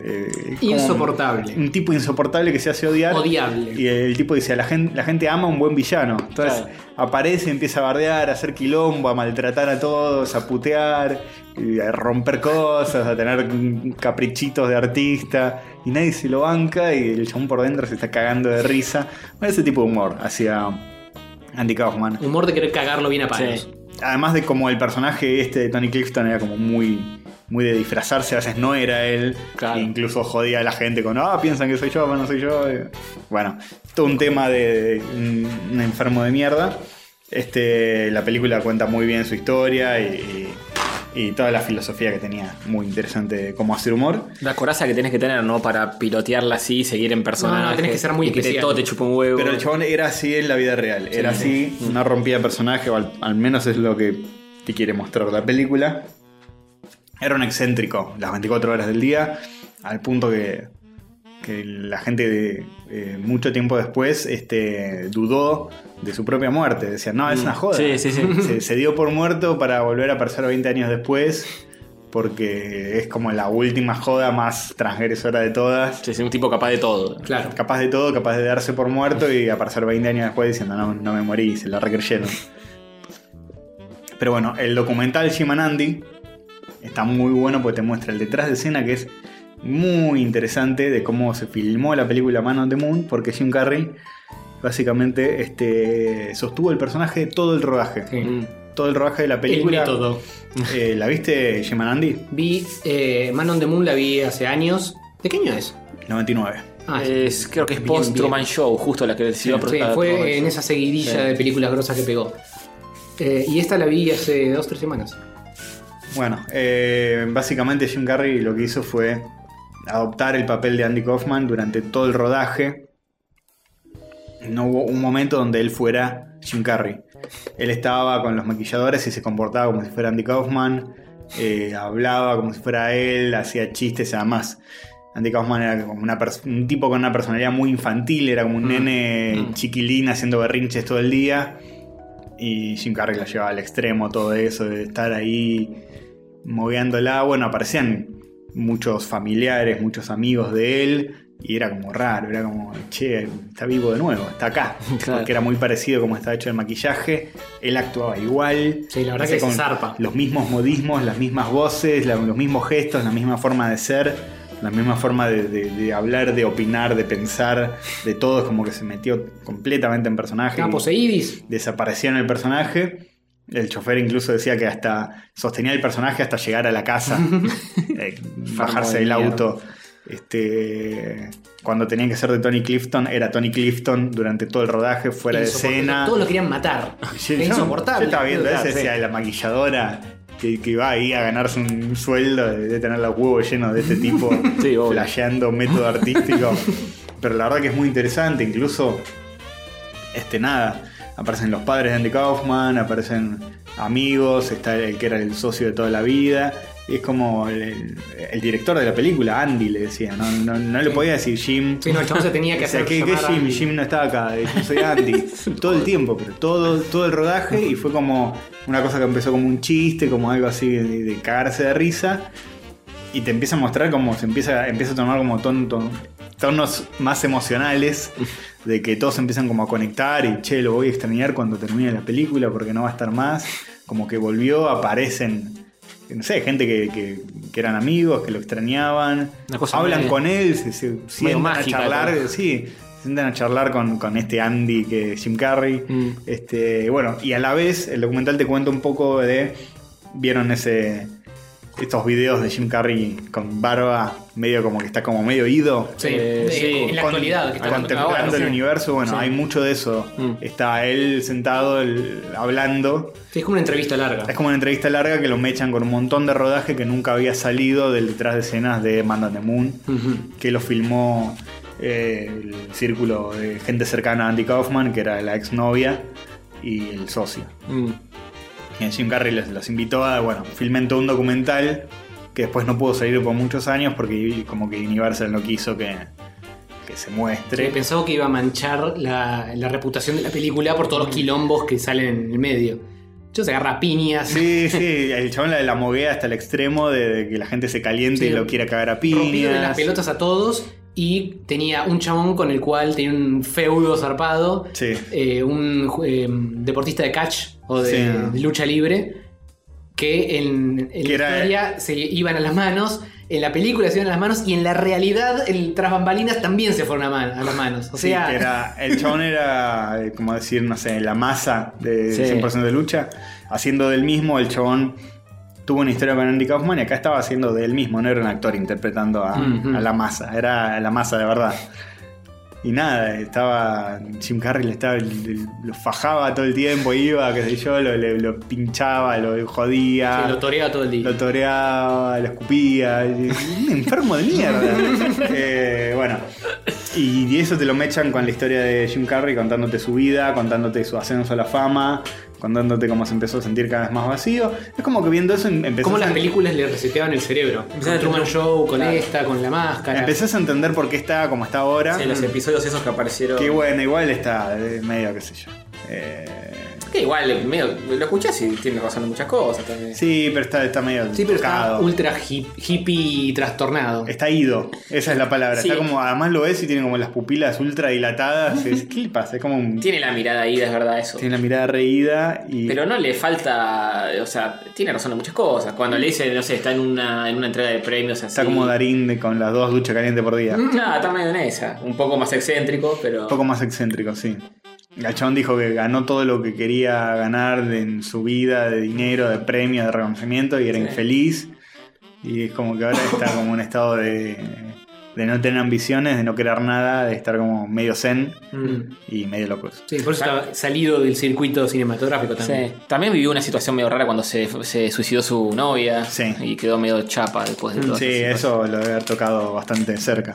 [SPEAKER 1] eh, como un-
[SPEAKER 4] Insoportable.
[SPEAKER 1] Un, tipo insoportable que se hace odiar.
[SPEAKER 4] Odiable.
[SPEAKER 1] Y el tipo dice, la gente, la gente ama a un buen villano. Entonces aparece, empieza a bardear, a hacer quilombo, a maltratar a todos, a putear, y a romper cosas, a tener mm, caprichitos de artista. Y nadie se lo banca y el chabón por dentro se está cagando de risa. Bueno, ese tipo de humor hacia Andy Kaufman.
[SPEAKER 4] Humor de querer cagarlo bien a palos.
[SPEAKER 1] Sí. Además de como el personaje este de Tony Clifton era como muy, muy de disfrazarse, a veces no era él. E incluso jodía a la gente con, ah, piensan que soy yo, pero no soy yo. Eh, Bueno, todo un tema de, de un, un enfermo de mierda. Este, la película cuenta muy bien su historia y, y- y toda la filosofía que tenía. Muy interesante de cómo hacer humor.
[SPEAKER 3] La coraza que tenés que tener, ¿no? Para pilotearla así y seguir en persona.
[SPEAKER 1] No, no, tenés que ser muy
[SPEAKER 3] y que te-
[SPEAKER 1] especial.
[SPEAKER 3] todo te chupa un huevo.
[SPEAKER 1] Pero el chabón era así en la vida real. Era así,
[SPEAKER 3] Mm.
[SPEAKER 1] no rompía personaje, o al, al menos es lo que te quiere mostrar la película. Era un excéntrico, las 24 horas del día, al punto que, que la gente de, eh, mucho tiempo después este, dudó de su propia muerte. Decían, no, es
[SPEAKER 3] Mm.
[SPEAKER 1] una joda.
[SPEAKER 3] Sí, sí, sí.
[SPEAKER 1] Se, se dio por muerto para volver a aparecer 20 años después. Porque es como la última joda más transgresora de todas.
[SPEAKER 3] Sí, es un tipo capaz de todo.
[SPEAKER 1] Claro. Capaz de todo, capaz de darse por muerto y aparecer 20 años después diciendo no, no me morí, y se la recreyeron. Pero bueno, el documental Jim and Andy está muy bueno porque te muestra el detrás de escena que es muy interesante de cómo se filmó la película Man on the Moon, porque Jim Carrey básicamente este, sostuvo el personaje de todo el rodaje. Todo el rodaje de la película.
[SPEAKER 4] método.
[SPEAKER 1] Eh, ¿La viste, Jim and Andy?
[SPEAKER 4] Vi eh, Man on the Moon, la vi hace años. ¿De qué año es? Ah,
[SPEAKER 1] 99.
[SPEAKER 3] es, creo que es post Truman Show, justo la que decidió
[SPEAKER 4] Sí, fue en esa seguidilla de películas grosas que pegó. Eh, y esta la vi hace dos o tres semanas.
[SPEAKER 1] Bueno, eh, básicamente Jim Carrey lo que hizo fue adoptar el papel de Andy Kaufman durante todo el rodaje. No hubo un momento donde él fuera Jim Carrey. Él estaba con los maquilladores y se comportaba como si fuera Andy Kaufman, eh, hablaba como si fuera él, hacía chistes, además. Andy Kaufman era como una pers- un tipo con una personalidad muy infantil, era como un nene chiquilín haciendo berrinches todo el día. Y Jim Carrey lo llevaba al extremo todo eso, de estar ahí moviéndola. Bueno, aparecían muchos familiares, muchos amigos de él. Y era como raro, era como, che, está vivo de nuevo, está acá. Porque era muy parecido como estaba hecho el maquillaje. Él actuaba igual.
[SPEAKER 4] Sí, la verdad que se zarpa.
[SPEAKER 1] Los mismos modismos, las mismas voces, la- los mismos gestos, la misma forma de ser, la misma forma de, de- de hablar, de opinar, de pensar, de todo. Es como que se metió completamente en personaje.
[SPEAKER 4] Estaba poseidis.
[SPEAKER 1] Desapareció en el personaje. El chofer incluso decía que hasta sostenía el personaje hasta llegar a la casa. Eh, bajarse del
[SPEAKER 2] Mierda.
[SPEAKER 1] auto. Este, cuando tenía que ser de Tony Clifton, era Tony Clifton durante todo el rodaje, fuera de
[SPEAKER 4] Insoportable.
[SPEAKER 1] escena.
[SPEAKER 4] Todos lo querían matar.
[SPEAKER 1] Yo-
[SPEAKER 4] es
[SPEAKER 1] yo-
[SPEAKER 4] insoportable.
[SPEAKER 1] Yo estaba viendo
[SPEAKER 4] Claro,
[SPEAKER 1] ese,
[SPEAKER 4] sí.
[SPEAKER 1] decía, la maquilladora que, que va ahí a ganarse un sueldo de, de tener los huevos llenos de este tipo, flasheando método artístico. Pero la verdad que es muy interesante, incluso, este nada, aparecen los padres de Andy Kaufman, aparecen amigos, está el que era el socio de toda la vida. Y es como el, el- el director de la película, Andy, le decía. No, no, no le podía decir Jim.
[SPEAKER 4] Sí, no, el chabón se tenía que
[SPEAKER 1] Decía,
[SPEAKER 4] hacer
[SPEAKER 1] ¿Qué, qué
[SPEAKER 4] llamar a
[SPEAKER 1] Jim?
[SPEAKER 4] Andy".
[SPEAKER 1] Jim no estaba acá, eh, yo soy Andy. todo el tiempo, pero todo, todo el rodaje y fue como una cosa que empezó como un chiste, como algo así de, de cagarse de risa. Y te empieza a mostrar como se empieza, empieza a tomar como ton- ton- tonos más emocionales, de que todos empiezan como a conectar y che, lo voy a extrañar cuando termine la película porque no va a estar más. Como que volvió, aparecen, no sé, gente que, que- que eran amigos, que lo extrañaban,
[SPEAKER 3] Una cosa
[SPEAKER 1] hablan
[SPEAKER 3] muy-
[SPEAKER 1] con él, se, se sientan
[SPEAKER 3] mágica,
[SPEAKER 1] a charlar,
[SPEAKER 3] ¿no?
[SPEAKER 1] sí, se sientan a charlar con, con este Andy que es Jim Carrey.
[SPEAKER 3] Mm.
[SPEAKER 1] Este, bueno, y a la vez el documental te cuenta un poco de. Vieron ese. estos videos de Jim Carrey con barba, medio como que está como medio ido.
[SPEAKER 4] Sí, Eh, sí. en la actualidad que está
[SPEAKER 1] contemplando
[SPEAKER 4] ahora,
[SPEAKER 1] el
[SPEAKER 4] sí.
[SPEAKER 1] universo. Bueno,
[SPEAKER 4] Sí. Mm.
[SPEAKER 1] hay mucho de eso. Está él sentado, él hablando.
[SPEAKER 4] Sí, es como una entrevista larga.
[SPEAKER 1] Es como una entrevista larga que lo mechan con un montón de rodaje que nunca había salido del detrás de escenas de Man on the Moon, que lo filmó eh, el círculo de gente cercana a Andy Kaufman, que era la exnovia y el socio. Y Jim Carrey les- los invitó a, bueno, filmen todo un documental que después no pudo salir por muchos años porque como que Universal no quiso que, que se muestre.
[SPEAKER 4] Sí, pensaba que iba a manchar la, la reputación de la película por todos los quilombos que salen en el medio. Yo se agarra a piñas.
[SPEAKER 1] Sí, sí, el chabón la, la moguea hasta el extremo de, de que la gente se caliente
[SPEAKER 4] Sí,
[SPEAKER 1] y lo quiera cagar a
[SPEAKER 4] rompiéndole
[SPEAKER 1] piñas.
[SPEAKER 4] las pelotas a todos y tenía un chabón con el cual tenía un feudo zarpado, eh, un ju- eh, deportista de catch o de,
[SPEAKER 1] Sí.
[SPEAKER 4] de lucha libre, que en, en
[SPEAKER 1] Que
[SPEAKER 4] la
[SPEAKER 1] era-
[SPEAKER 4] historia se iban a las manos, en la película se iban a las manos y en la realidad, el, tras bambalinas también se fueron a, man- a las manos. O
[SPEAKER 1] Sí,
[SPEAKER 4] sea,
[SPEAKER 1] que era, el chabón era, eh, como decir, no sé, la masa de
[SPEAKER 4] Sí.
[SPEAKER 1] 100% de lucha. Haciendo del mismo, el chabón tuvo una historia con Andy Kaufman y acá estaba haciendo del mismo, no era un actor interpretando a,
[SPEAKER 4] Ujú.
[SPEAKER 1] a la masa, era la masa de verdad. Y nada, estaba Jim Carrey le estaba, le- lo fajaba todo el tiempo, iba, qué sé yo, lo, le- lo pinchaba, lo jodía.
[SPEAKER 4] Sí, lo toreaba todo el día.
[SPEAKER 1] Lo toreaba, lo escupía. y- Un enfermo de mierda. Eh, bueno, y, y eso te lo mechan con la historia de Jim Carrey contándote su vida, contándote su ascenso a la fama, contándote cómo se empezó a sentir cada vez más vacío. Es como que viendo eso em- empezás
[SPEAKER 4] como
[SPEAKER 1] a-
[SPEAKER 4] las películas le reseteaban el cerebro. Con Truman Show, con esta, con la máscara.
[SPEAKER 1] Empezás a entender por qué está como está ahora.
[SPEAKER 3] Sí, los episodios esos que aparecieron.
[SPEAKER 1] Que bueno, igual está eh, medio, qué sé yo. Eh,
[SPEAKER 3] Que igual, medio, lo escuchás y tiene razón en muchas cosas también.
[SPEAKER 1] sí, pero está, está medio
[SPEAKER 4] Sí, pero
[SPEAKER 1] tocado.
[SPEAKER 4] está ultra hip- hippie trastornado.
[SPEAKER 1] Está ido, esa es la palabra.
[SPEAKER 4] Sí.
[SPEAKER 1] Está como, además lo ves y tiene como las pupilas ultra dilatadas. Es, ¿Qué le pasa? Es como un-
[SPEAKER 3] Tiene la mirada ahí, es verdad eso.
[SPEAKER 1] Tiene la mirada reída y.
[SPEAKER 3] Pero no le falta, o sea, tiene razón en muchas cosas. Cuando le dice, no sé, está en una, en una entrega de premios así.
[SPEAKER 1] Está como Darín de- con las dos duchas calientes por día.
[SPEAKER 3] No, está medio en esa. Un poco más excéntrico, pero.
[SPEAKER 1] Un poco más excéntrico, sí. Gachón dijo que ganó todo lo que quería ganar de- en su vida, de dinero, de premios, de reconocimiento, y era
[SPEAKER 3] Sí.
[SPEAKER 1] infeliz. Y es como que ahora está como en un estado de de no tener ambiciones, de no querer nada, de estar como medio zen y medio locos.
[SPEAKER 4] Mm. Sí, por eso está salido del circuito cinematográfico también.
[SPEAKER 3] Sí. También vivió una situación medio rara cuando se, se suicidó su novia y quedó medio chapa después de todo.
[SPEAKER 1] Sí, eso lo debe haber tocado bastante cerca.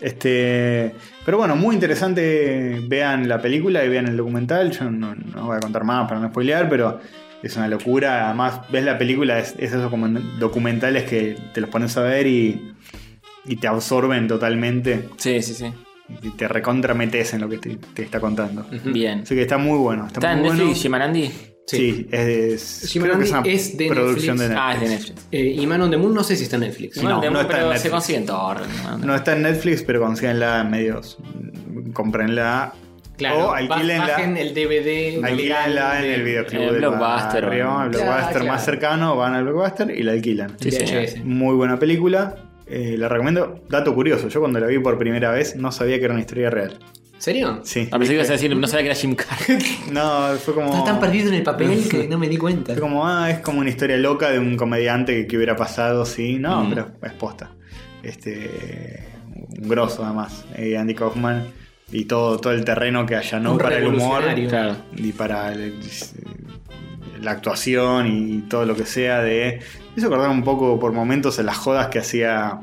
[SPEAKER 1] Este, pero bueno, muy interesante. Vean la película y vean el documental. Yo no, no voy a contar más para no spoilear, pero es una locura. Además, ves la película, es, es esos como documentales que te los pones a ver y, y te absorben totalmente.
[SPEAKER 3] Sí, sí, sí.
[SPEAKER 1] Y te recontra metes en lo que te, te está contando.
[SPEAKER 3] Bien.
[SPEAKER 1] Así que está muy bueno. Está,
[SPEAKER 3] ¿Está en
[SPEAKER 1] muy bueno.
[SPEAKER 3] Netflix, Shimanandi?
[SPEAKER 1] Sí, es, es-
[SPEAKER 4] Jim and
[SPEAKER 1] creo que
[SPEAKER 4] Andy
[SPEAKER 1] es
[SPEAKER 4] es
[SPEAKER 1] una
[SPEAKER 4] de
[SPEAKER 1] producción
[SPEAKER 4] Netflix.
[SPEAKER 1] de
[SPEAKER 4] Ah, es
[SPEAKER 1] Netflix.
[SPEAKER 4] de Netflix. Eh, y Man on the Moon no sé si está en Netflix.
[SPEAKER 1] No, no, no está en
[SPEAKER 3] se
[SPEAKER 1] Netflix.
[SPEAKER 3] consigue en torrent, ¿no?
[SPEAKER 1] No está en Netflix, pero consíganla en medios. Comprenla.
[SPEAKER 4] Claro,
[SPEAKER 1] o
[SPEAKER 4] ba-
[SPEAKER 1] alquílenla.
[SPEAKER 4] bajen el DVD.
[SPEAKER 1] Alquílenla en el videoclub
[SPEAKER 3] en el
[SPEAKER 1] del
[SPEAKER 3] Blockbuster,
[SPEAKER 1] barrio,
[SPEAKER 3] o en-
[SPEAKER 1] al Blockbuster
[SPEAKER 3] Claro,
[SPEAKER 1] más
[SPEAKER 3] claro.
[SPEAKER 1] cercano, van al Blockbuster y la alquilan.
[SPEAKER 3] Sí, Bien, señor. sí.
[SPEAKER 1] Muy buena película. eh, la recomiendo. Dato curioso, yo cuando la vi por primera vez no sabía que era una historia real.
[SPEAKER 4] ¿En serio?
[SPEAKER 1] Sí.
[SPEAKER 3] A pesar que ibas a decir, no sabía que era Jim Carrey.
[SPEAKER 1] No, fue como.
[SPEAKER 4] Estás tan perdido en el papel que no me di cuenta.
[SPEAKER 1] Fue como, ah, es como una historia loca de un comediante que, que hubiera pasado, sí. No,
[SPEAKER 3] Mm.
[SPEAKER 1] pero es posta. Este. Un grosso, además. eh, Andy Kaufman. Y todo, todo el terreno que allanó
[SPEAKER 4] Un
[SPEAKER 1] para el humor.
[SPEAKER 4] revolucionario. Claro.
[SPEAKER 1] Y para el- la actuación y todo lo que sea de. Me hizo acordar un poco por momentos en las jodas que hacía.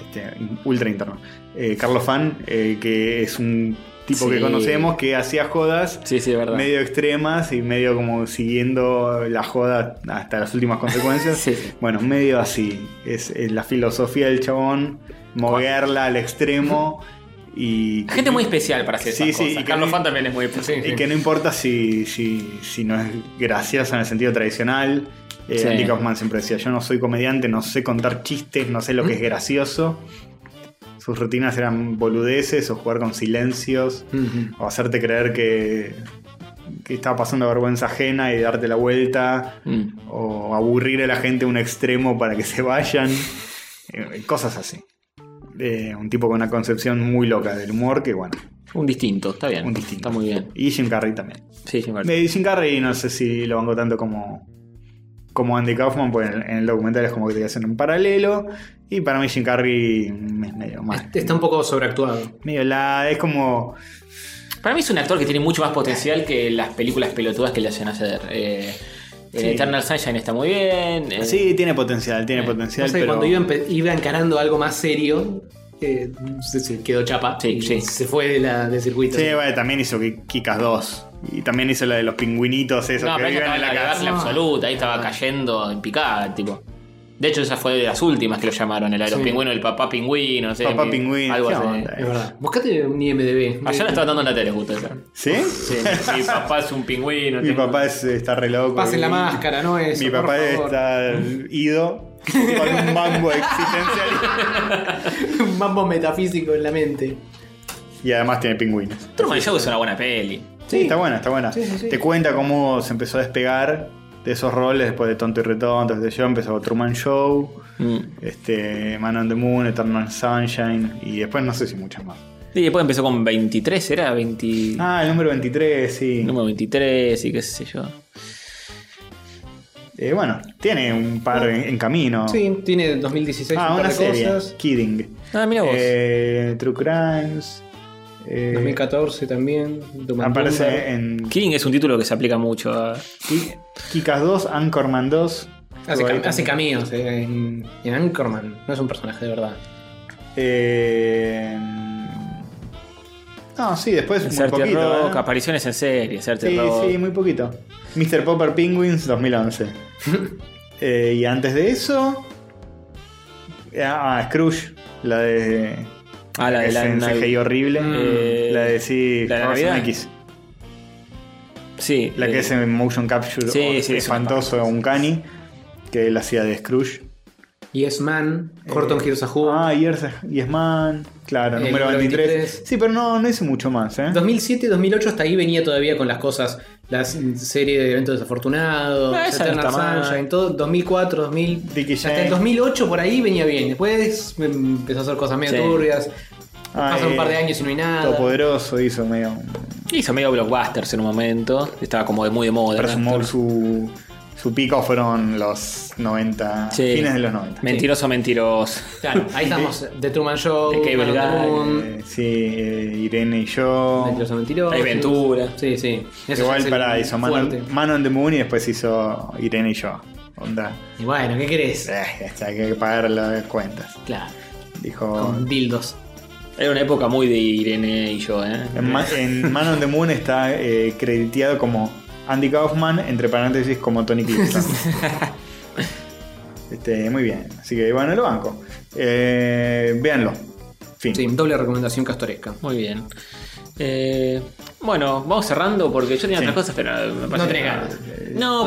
[SPEAKER 1] este, ultra interno. eh, Carlos Fan, eh, que es un tipo que
[SPEAKER 3] Sí.
[SPEAKER 1] conocemos que hacía jodas
[SPEAKER 3] Sí, sí, es verdad.
[SPEAKER 1] medio extremas y medio como siguiendo la joda hasta las últimas consecuencias. Bueno, medio así. Es, es la filosofía del chabón, moverla al extremo y.
[SPEAKER 3] Gente muy especial para hacer
[SPEAKER 1] Sí,
[SPEAKER 3] esas
[SPEAKER 1] sí,
[SPEAKER 3] cosas.
[SPEAKER 1] y que
[SPEAKER 3] Carlos
[SPEAKER 1] no-
[SPEAKER 3] Fan también es muy especial.
[SPEAKER 1] Y que no importa si, si, si no es graciosa en el sentido tradicional. Eh,
[SPEAKER 3] Sí.
[SPEAKER 1] Andy Kaufman siempre decía: Yo no soy comediante, no sé contar chistes, no sé lo que es gracioso. Sus rutinas eran boludeces o jugar con silencios o hacerte creer que, que estaba pasando vergüenza ajena y darte la vuelta
[SPEAKER 3] Mm.
[SPEAKER 1] o aburrir a la gente a un extremo para que se vayan. Eh, cosas así. Eh, un tipo con una concepción muy loca del humor que, bueno,
[SPEAKER 3] Un distinto, está bien.
[SPEAKER 1] Un distinto.
[SPEAKER 3] Está muy bien.
[SPEAKER 1] y Jim Carrey también.
[SPEAKER 3] Sí, Jim Carrey.
[SPEAKER 1] Eh, Jim Carrey no sé si lo banco tanto como, como Andy Kaufman, pues en, en el documental es como que te hacen un paralelo. Y para mí Jim Carrey es medio más.
[SPEAKER 4] Está un poco sobreactuado.
[SPEAKER 1] Medio la. Es como.
[SPEAKER 3] Para mí es un actor que tiene mucho más potencial que las películas pelotudas que le hacen hacer. Eh, en
[SPEAKER 1] Sí.
[SPEAKER 3] Eternal Sunshine está muy bien. eh,
[SPEAKER 1] Sí, tiene potencial, tiene potencial.
[SPEAKER 4] Pasa que
[SPEAKER 1] pero...
[SPEAKER 4] cuando iba, empe- iba encarando algo más serio, eh, se, se quedó chapa. y Se fue de la, del circuito.
[SPEAKER 1] Sí, bueno, también hizo Ki- Kikas 2. Y también hizo la de los pingüinitos, esos
[SPEAKER 3] no,
[SPEAKER 1] que
[SPEAKER 3] pero ella
[SPEAKER 1] viven
[SPEAKER 3] estaba
[SPEAKER 1] en la
[SPEAKER 3] en la
[SPEAKER 1] casa. Ah.
[SPEAKER 3] garla absoluta, ahí estaba cayendo en picada, el tipo. De hecho, esa fue de las últimas que lo llamaron, el de los
[SPEAKER 4] Sí.
[SPEAKER 3] pingüinos, el papá pingüino, no sé.
[SPEAKER 1] Papá
[SPEAKER 3] mi-
[SPEAKER 1] pingüino,
[SPEAKER 3] Algo
[SPEAKER 1] ¿qué
[SPEAKER 3] así.
[SPEAKER 1] onda?
[SPEAKER 4] Es verdad. Buscate un IMDB.
[SPEAKER 1] Ah,
[SPEAKER 3] Ayer la estaba dando en la tele, justo esa.
[SPEAKER 1] ¿Sí?
[SPEAKER 3] Sí, mi papá es un pingüino.
[SPEAKER 1] Mi
[SPEAKER 3] tengo-
[SPEAKER 1] papá es- está re loco.
[SPEAKER 4] Pasen la
[SPEAKER 1] Mi-
[SPEAKER 4] máscara, ¿no? Eso,
[SPEAKER 1] Mi
[SPEAKER 4] por
[SPEAKER 1] papá
[SPEAKER 4] favor.
[SPEAKER 1] está ido con un mambo existencial.
[SPEAKER 4] un mambo metafísico en la mente.
[SPEAKER 1] Y además tiene pingüinos.
[SPEAKER 3] Truman Show es una buena peli.
[SPEAKER 1] Sí, está buena, está buena.
[SPEAKER 4] Sí, sí, sí.
[SPEAKER 1] Te cuenta cómo se empezó a despegar de esos roles después de Tonto y Retonto, desde yo empezó Truman Show, este, Man on the Moon, Eternal Sunshine y después no sé si muchas más.
[SPEAKER 3] Y después empezó con 23, ¿era? 20...
[SPEAKER 1] Ah, el número 23, sí.
[SPEAKER 3] Número 23 y qué sé yo.
[SPEAKER 1] Eh, bueno, tiene un par en, en camino.
[SPEAKER 4] Sí, tiene 2016
[SPEAKER 1] Ah,
[SPEAKER 4] un par
[SPEAKER 1] una
[SPEAKER 4] de
[SPEAKER 1] serie.
[SPEAKER 4] cosas.
[SPEAKER 1] Kidding.
[SPEAKER 3] Ah, mira vos.
[SPEAKER 1] Eh, True Crimes. eh,
[SPEAKER 4] 2014 también. Dumb and Dumber.
[SPEAKER 1] aparece en
[SPEAKER 3] King es un título que se aplica mucho a...
[SPEAKER 1] Ki- Kikas 2, Anchorman 2.
[SPEAKER 4] Hace,
[SPEAKER 1] Ahí
[SPEAKER 4] cam-
[SPEAKER 1] también.
[SPEAKER 4] hace cameos eh, en, en Anchorman. No es un personaje de verdad.
[SPEAKER 1] Eh, No, sí, después muy
[SPEAKER 3] Hacerte
[SPEAKER 1] poquito.
[SPEAKER 3] rock,
[SPEAKER 1] ¿eh?
[SPEAKER 3] apariciones en series, hacerte
[SPEAKER 1] Sí,
[SPEAKER 3] rock.
[SPEAKER 1] sí, muy poquito. Mr. Popper Penguins 2011. Eh, y antes de eso. Ah, Scrooge, la de.
[SPEAKER 3] Ah, la de
[SPEAKER 1] que es
[SPEAKER 3] la-
[SPEAKER 1] en
[SPEAKER 3] la-
[SPEAKER 1] CGI horrible.
[SPEAKER 3] Eh,
[SPEAKER 1] la de sí,
[SPEAKER 3] la de
[SPEAKER 1] House
[SPEAKER 3] Navidad.
[SPEAKER 1] X.
[SPEAKER 3] Sí,
[SPEAKER 1] La que
[SPEAKER 3] eh,
[SPEAKER 1] es en motion capture
[SPEAKER 3] sí,
[SPEAKER 1] o-
[SPEAKER 3] sí, es una
[SPEAKER 1] espantoso, un cani. Que él hacía de Scrooge.
[SPEAKER 4] Yes Man, Horton
[SPEAKER 1] Eh,
[SPEAKER 4] Hears a Who.
[SPEAKER 1] Ah, Years, Yes Man. Claro,
[SPEAKER 4] El
[SPEAKER 1] número
[SPEAKER 4] número
[SPEAKER 1] 23.
[SPEAKER 4] 23.
[SPEAKER 1] Sí, pero no, no hizo mucho más, ¿eh?
[SPEAKER 4] 2007, 2008 hasta ahí venía todavía con las cosas, la serie de eventos desafortunados,
[SPEAKER 3] Ah, esa no
[SPEAKER 4] Eternal
[SPEAKER 3] está mal.
[SPEAKER 4] Sunshine, todo 2004, 2000,
[SPEAKER 1] Dicky
[SPEAKER 4] hasta el
[SPEAKER 1] Jane.
[SPEAKER 4] 2008 por ahí venía bien. Después mm, empezó a hacer cosas medio
[SPEAKER 1] Sí.
[SPEAKER 4] turbias.
[SPEAKER 1] Ah,
[SPEAKER 4] Pasan un
[SPEAKER 1] eh,
[SPEAKER 4] par de años y no hay nada.
[SPEAKER 1] Todopoderoso hizo medio.
[SPEAKER 3] Hizo medio blockbusters en un momento. Estaba como de muy de moda.
[SPEAKER 1] Pero sumó su, Su pico fueron los 90,
[SPEAKER 3] Sí.
[SPEAKER 1] fines de los 90.
[SPEAKER 3] Mentiroso, mentiroso.
[SPEAKER 4] Claro, ahí estamos. The Truman Show,
[SPEAKER 3] The Cable
[SPEAKER 4] Man on the
[SPEAKER 3] Guy.
[SPEAKER 4] Moon,
[SPEAKER 1] Eh, sí, eh, Irene y yo.
[SPEAKER 4] Mentiroso, mentiroso.
[SPEAKER 3] Hay Ventura.
[SPEAKER 4] Sí, sí. Eso
[SPEAKER 1] Igual
[SPEAKER 4] ya es
[SPEAKER 1] para
[SPEAKER 4] el
[SPEAKER 1] hizo Man on,
[SPEAKER 4] fuerte.
[SPEAKER 1] Man on the Moon y después hizo Irene y yo. Onda.
[SPEAKER 4] Y bueno, ¿qué querés?
[SPEAKER 1] Eh, hasta hay que pagar las cuentas.
[SPEAKER 4] Claro.
[SPEAKER 1] Dijo.
[SPEAKER 4] dildos.
[SPEAKER 3] Era una época muy de Irene y yo, ¿eh?
[SPEAKER 1] En, Ma- en Man on the Moon está eh, crediteado como Andy Kaufman, entre paréntesis, como Tony Clifton. este, muy bien. Así que bueno, lo banco. Eh, véanlo. Fin.
[SPEAKER 4] Sí, doble recomendación castoresca.
[SPEAKER 3] Muy bien. Eh, bueno, vamos cerrando porque yo tenía
[SPEAKER 4] Sí.
[SPEAKER 3] otras cosas, pero me parece
[SPEAKER 4] No
[SPEAKER 3] que-
[SPEAKER 4] tenés ganas.
[SPEAKER 3] No,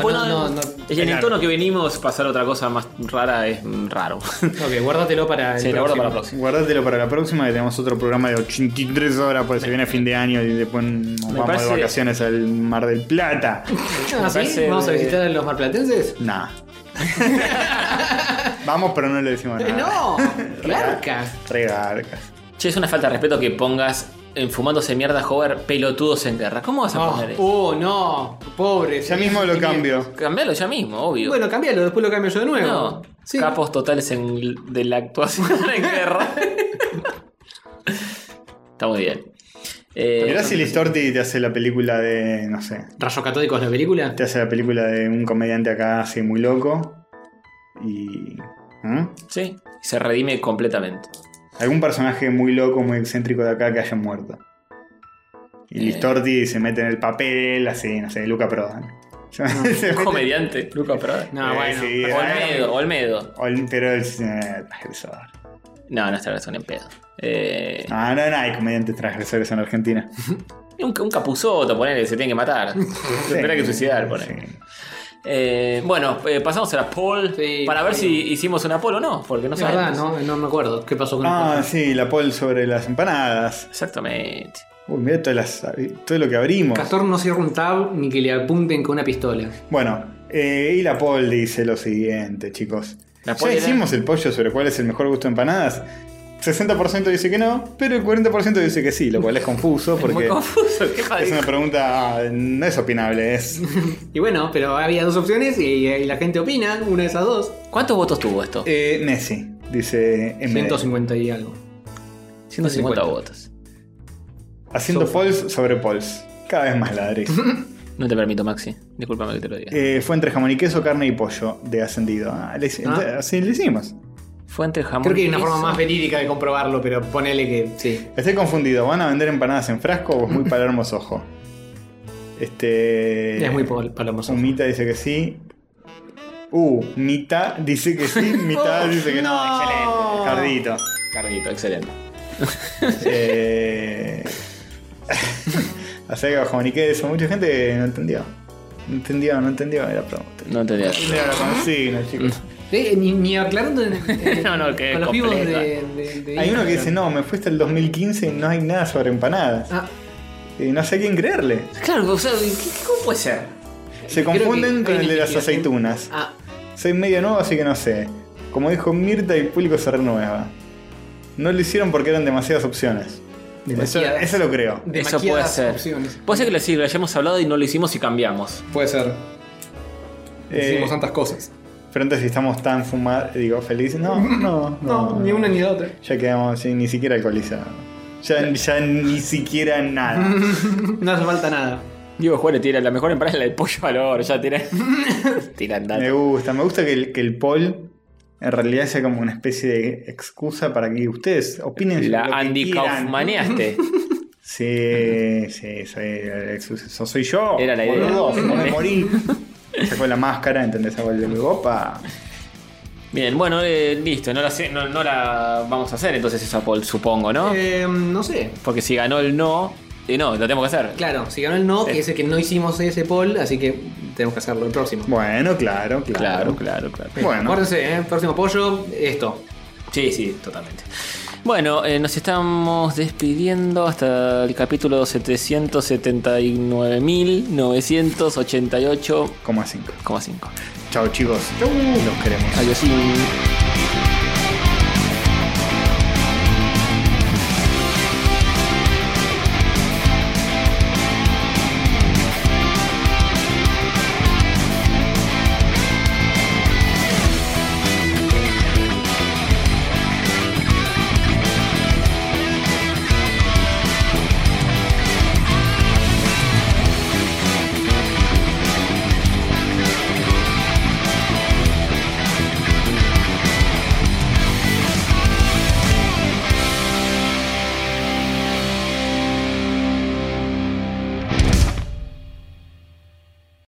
[SPEAKER 4] Bueno,
[SPEAKER 3] pues no,
[SPEAKER 4] no, no.
[SPEAKER 3] En el tono que venimos, pasar otra cosa más rara es mm, raro.
[SPEAKER 4] Ok, guárdatelo para el
[SPEAKER 3] Sí, lo guardo para la
[SPEAKER 4] próximo.
[SPEAKER 3] próxima.
[SPEAKER 1] Guardátelo para la próxima que tenemos otro programa de 83 horas, pues se viene fin de año y después nos vamos
[SPEAKER 3] parece-
[SPEAKER 1] de vacaciones al Mar del Plata.
[SPEAKER 4] Ah, ¿sí?
[SPEAKER 3] parece
[SPEAKER 4] ¿Vamos a
[SPEAKER 3] de-
[SPEAKER 4] visitar a los marplatenses?
[SPEAKER 1] Nah. vamos, pero no le decimos
[SPEAKER 3] Eh,
[SPEAKER 1] nada.
[SPEAKER 4] Eh, No, Clarca.
[SPEAKER 1] Regarcas.
[SPEAKER 3] Che, es una falta de respeto que pongas en fumándose mierda joven pelotudos en guerra. ¿Cómo
[SPEAKER 1] Ah,
[SPEAKER 3] vas a
[SPEAKER 4] Oh,
[SPEAKER 3] poner eso?
[SPEAKER 4] oh, no, pobre.
[SPEAKER 1] Ya mismo lo cambio.
[SPEAKER 3] Cambialo ya mismo, obvio.
[SPEAKER 4] Bueno, cambialo, después lo cambio yo de nuevo.
[SPEAKER 3] no. Capos totales en- de la actuación en guerra. Está muy bien. Eh,
[SPEAKER 1] Mirá si Listorti te hace la película de. no sé.
[SPEAKER 4] ¿Rayos catódicos la película?
[SPEAKER 1] Te hace la película de un comediante acá así muy loco. Y. ¿Mm?
[SPEAKER 3] Sí, se redime completamente.
[SPEAKER 1] Algún personaje muy loco, muy excéntrico de acá que haya muerto. Y
[SPEAKER 3] Eh.
[SPEAKER 1] Listorti se mete en el papel, así, no sé, Luca Prodan. Se mete-
[SPEAKER 3] Un comediante, Luca Prada.
[SPEAKER 4] No,
[SPEAKER 1] Eh,
[SPEAKER 4] bueno.
[SPEAKER 1] sí,
[SPEAKER 3] Olmedo, Olmedo.
[SPEAKER 1] Ol- pero el. eh, transgresor.
[SPEAKER 3] No, no está son en pedo. Eh,
[SPEAKER 1] Ah, no, no, hay comediantes transgresores en Argentina.
[SPEAKER 3] un, un capuzoto, ponele, se tiene que matar. se tendrá que suicidar, ponele. Eh, bueno, eh, pasamos a la poll para ver si hicimos una poll o no, porque no
[SPEAKER 4] es verdad,
[SPEAKER 3] sabemos.
[SPEAKER 4] no, no me acuerdo. ¿Qué pasó con
[SPEAKER 1] Ah,
[SPEAKER 4] el
[SPEAKER 1] sí, la pol sobre las empanadas.
[SPEAKER 3] Exactamente.
[SPEAKER 1] Uy, mirá todas las- todo lo que abrimos.
[SPEAKER 4] Castor no cierra un tab ni que le apunten con una pistola.
[SPEAKER 1] Bueno, eh, y la poll dice lo siguiente, chicos.
[SPEAKER 3] La
[SPEAKER 1] ya
[SPEAKER 3] poll era-
[SPEAKER 1] hicimos el pollo sobre cuál es el mejor gusto de empanadas. 60% dice que no, pero el 40% dice que sí, lo cual es confuso porque
[SPEAKER 3] Muy confuso, qué
[SPEAKER 1] es
[SPEAKER 3] jodido.
[SPEAKER 1] una pregunta, ah, no es opinable, es...
[SPEAKER 4] Y bueno, pero había dos opciones y, y la gente opina, una de esas dos.
[SPEAKER 3] ¿Cuántos votos tuvo esto?
[SPEAKER 1] Eh, Nessie, dice MD.
[SPEAKER 4] 150 y algo.
[SPEAKER 3] 150 votos.
[SPEAKER 1] Haciendo polls sobre polls. Cada vez más ladrillo.
[SPEAKER 3] No te permito, Maxi. Discúlpame que te lo diga.
[SPEAKER 1] Eh, fue entre jamón y queso, carne y pollo de ascendido. Ah, le-
[SPEAKER 4] Ah.
[SPEAKER 1] Así le hicimos.
[SPEAKER 3] Fue entre jamón.
[SPEAKER 4] Creo que hay una
[SPEAKER 3] queso.
[SPEAKER 4] forma más verídica de comprobarlo, pero ponele que sí.
[SPEAKER 1] Estoy confundido. ¿Van a vender empanadas en frasco o es muy palermo sojo? Este.
[SPEAKER 4] es muy pol- palomo.
[SPEAKER 1] Humita dice que sí. Uh, mitad dice que sí, mitad dice que no. Excelente. Cardito.
[SPEAKER 3] Cardito, excelente.
[SPEAKER 1] Eh, acerca de jamón y queso. Mucha gente no entendió. No entendió, no entendió la pregunta.
[SPEAKER 3] No te digo.
[SPEAKER 1] No entendió la consigna, chicos.
[SPEAKER 4] Eh, ni, ni aclarando en- en-
[SPEAKER 3] No, no, que
[SPEAKER 4] con los vivos de,
[SPEAKER 3] completa.
[SPEAKER 4] de- de
[SPEAKER 1] Hay uno
[SPEAKER 4] Instagram.
[SPEAKER 1] que dice, no, me fui hasta el 2015 y no hay nada sobre empanadas.
[SPEAKER 4] Ah.
[SPEAKER 1] Y no sé a quién creerle.
[SPEAKER 3] Claro, o sea, ¿qué- qué- ¿cómo puede ser?
[SPEAKER 1] Se
[SPEAKER 4] Creo que
[SPEAKER 1] confunden con
[SPEAKER 4] hay
[SPEAKER 1] el de
[SPEAKER 4] una
[SPEAKER 1] las
[SPEAKER 4] investigación.
[SPEAKER 1] aceitunas.
[SPEAKER 4] Ah,
[SPEAKER 1] Soy medio nuevo, así que no sé. Como dijo Mirta, el público se renueva. No lo hicieron porque eran demasiadas opciones. Eso,
[SPEAKER 4] Demasiadas.
[SPEAKER 1] eso lo creo.
[SPEAKER 4] de
[SPEAKER 3] Eso puede ser.
[SPEAKER 4] opciones.
[SPEAKER 3] Puede ser que lo, sí, lo hayamos hablado y no lo hicimos y cambiamos.
[SPEAKER 4] Puede ser.
[SPEAKER 1] Eh,
[SPEAKER 4] Hicimos tantas cosas.
[SPEAKER 1] pero antes si estamos tan fumados, digo, felices. No, no, no.
[SPEAKER 4] No, ni una ni la otra.
[SPEAKER 1] Ya quedamos sin ni siquiera alcoholizados. Ya, ya ni siquiera nada.
[SPEAKER 4] No hace falta nada.
[SPEAKER 3] Diego Juárez tira la mejor empanada es la del pollo al oro, ya tira. tira
[SPEAKER 1] Me gusta, me gusta que el, que el poll en realidad sea como una especie de excusa para que ustedes opinen
[SPEAKER 3] La
[SPEAKER 1] lo que
[SPEAKER 3] Andy
[SPEAKER 1] quieran.
[SPEAKER 3] Kaufmaneaste.
[SPEAKER 1] Sí, sí, soy, el exceso. soy yo.
[SPEAKER 3] Era la idea.
[SPEAKER 1] boludo, no me morí. Sacó la máscara, ¿entendés? Sacó el de Opa.
[SPEAKER 3] Bien, bueno, eh, listo. No la, sé- no, no la vamos a hacer entonces esa poll, supongo, ¿no?
[SPEAKER 4] Eh, no sé.
[SPEAKER 3] Porque si ganó el no, eh, no, lo tengo que hacer.
[SPEAKER 4] Claro, si ganó el no,
[SPEAKER 3] Sí.
[SPEAKER 4] que es el que no hicimos ese poll, así que tenemos que hacerlo el próximo.
[SPEAKER 1] Bueno, claro, claro.
[SPEAKER 3] Claro, claro, claro.
[SPEAKER 1] Bueno,
[SPEAKER 4] Acuérdense, ¿eh? próximo pollo, esto.
[SPEAKER 3] Sí, sí, totalmente. Bueno, eh, nos estamos despidiendo hasta el capítulo 779.988,5.
[SPEAKER 1] coma cinco.
[SPEAKER 3] Chau
[SPEAKER 1] Chao, chicos. Los queremos.
[SPEAKER 3] Adiós.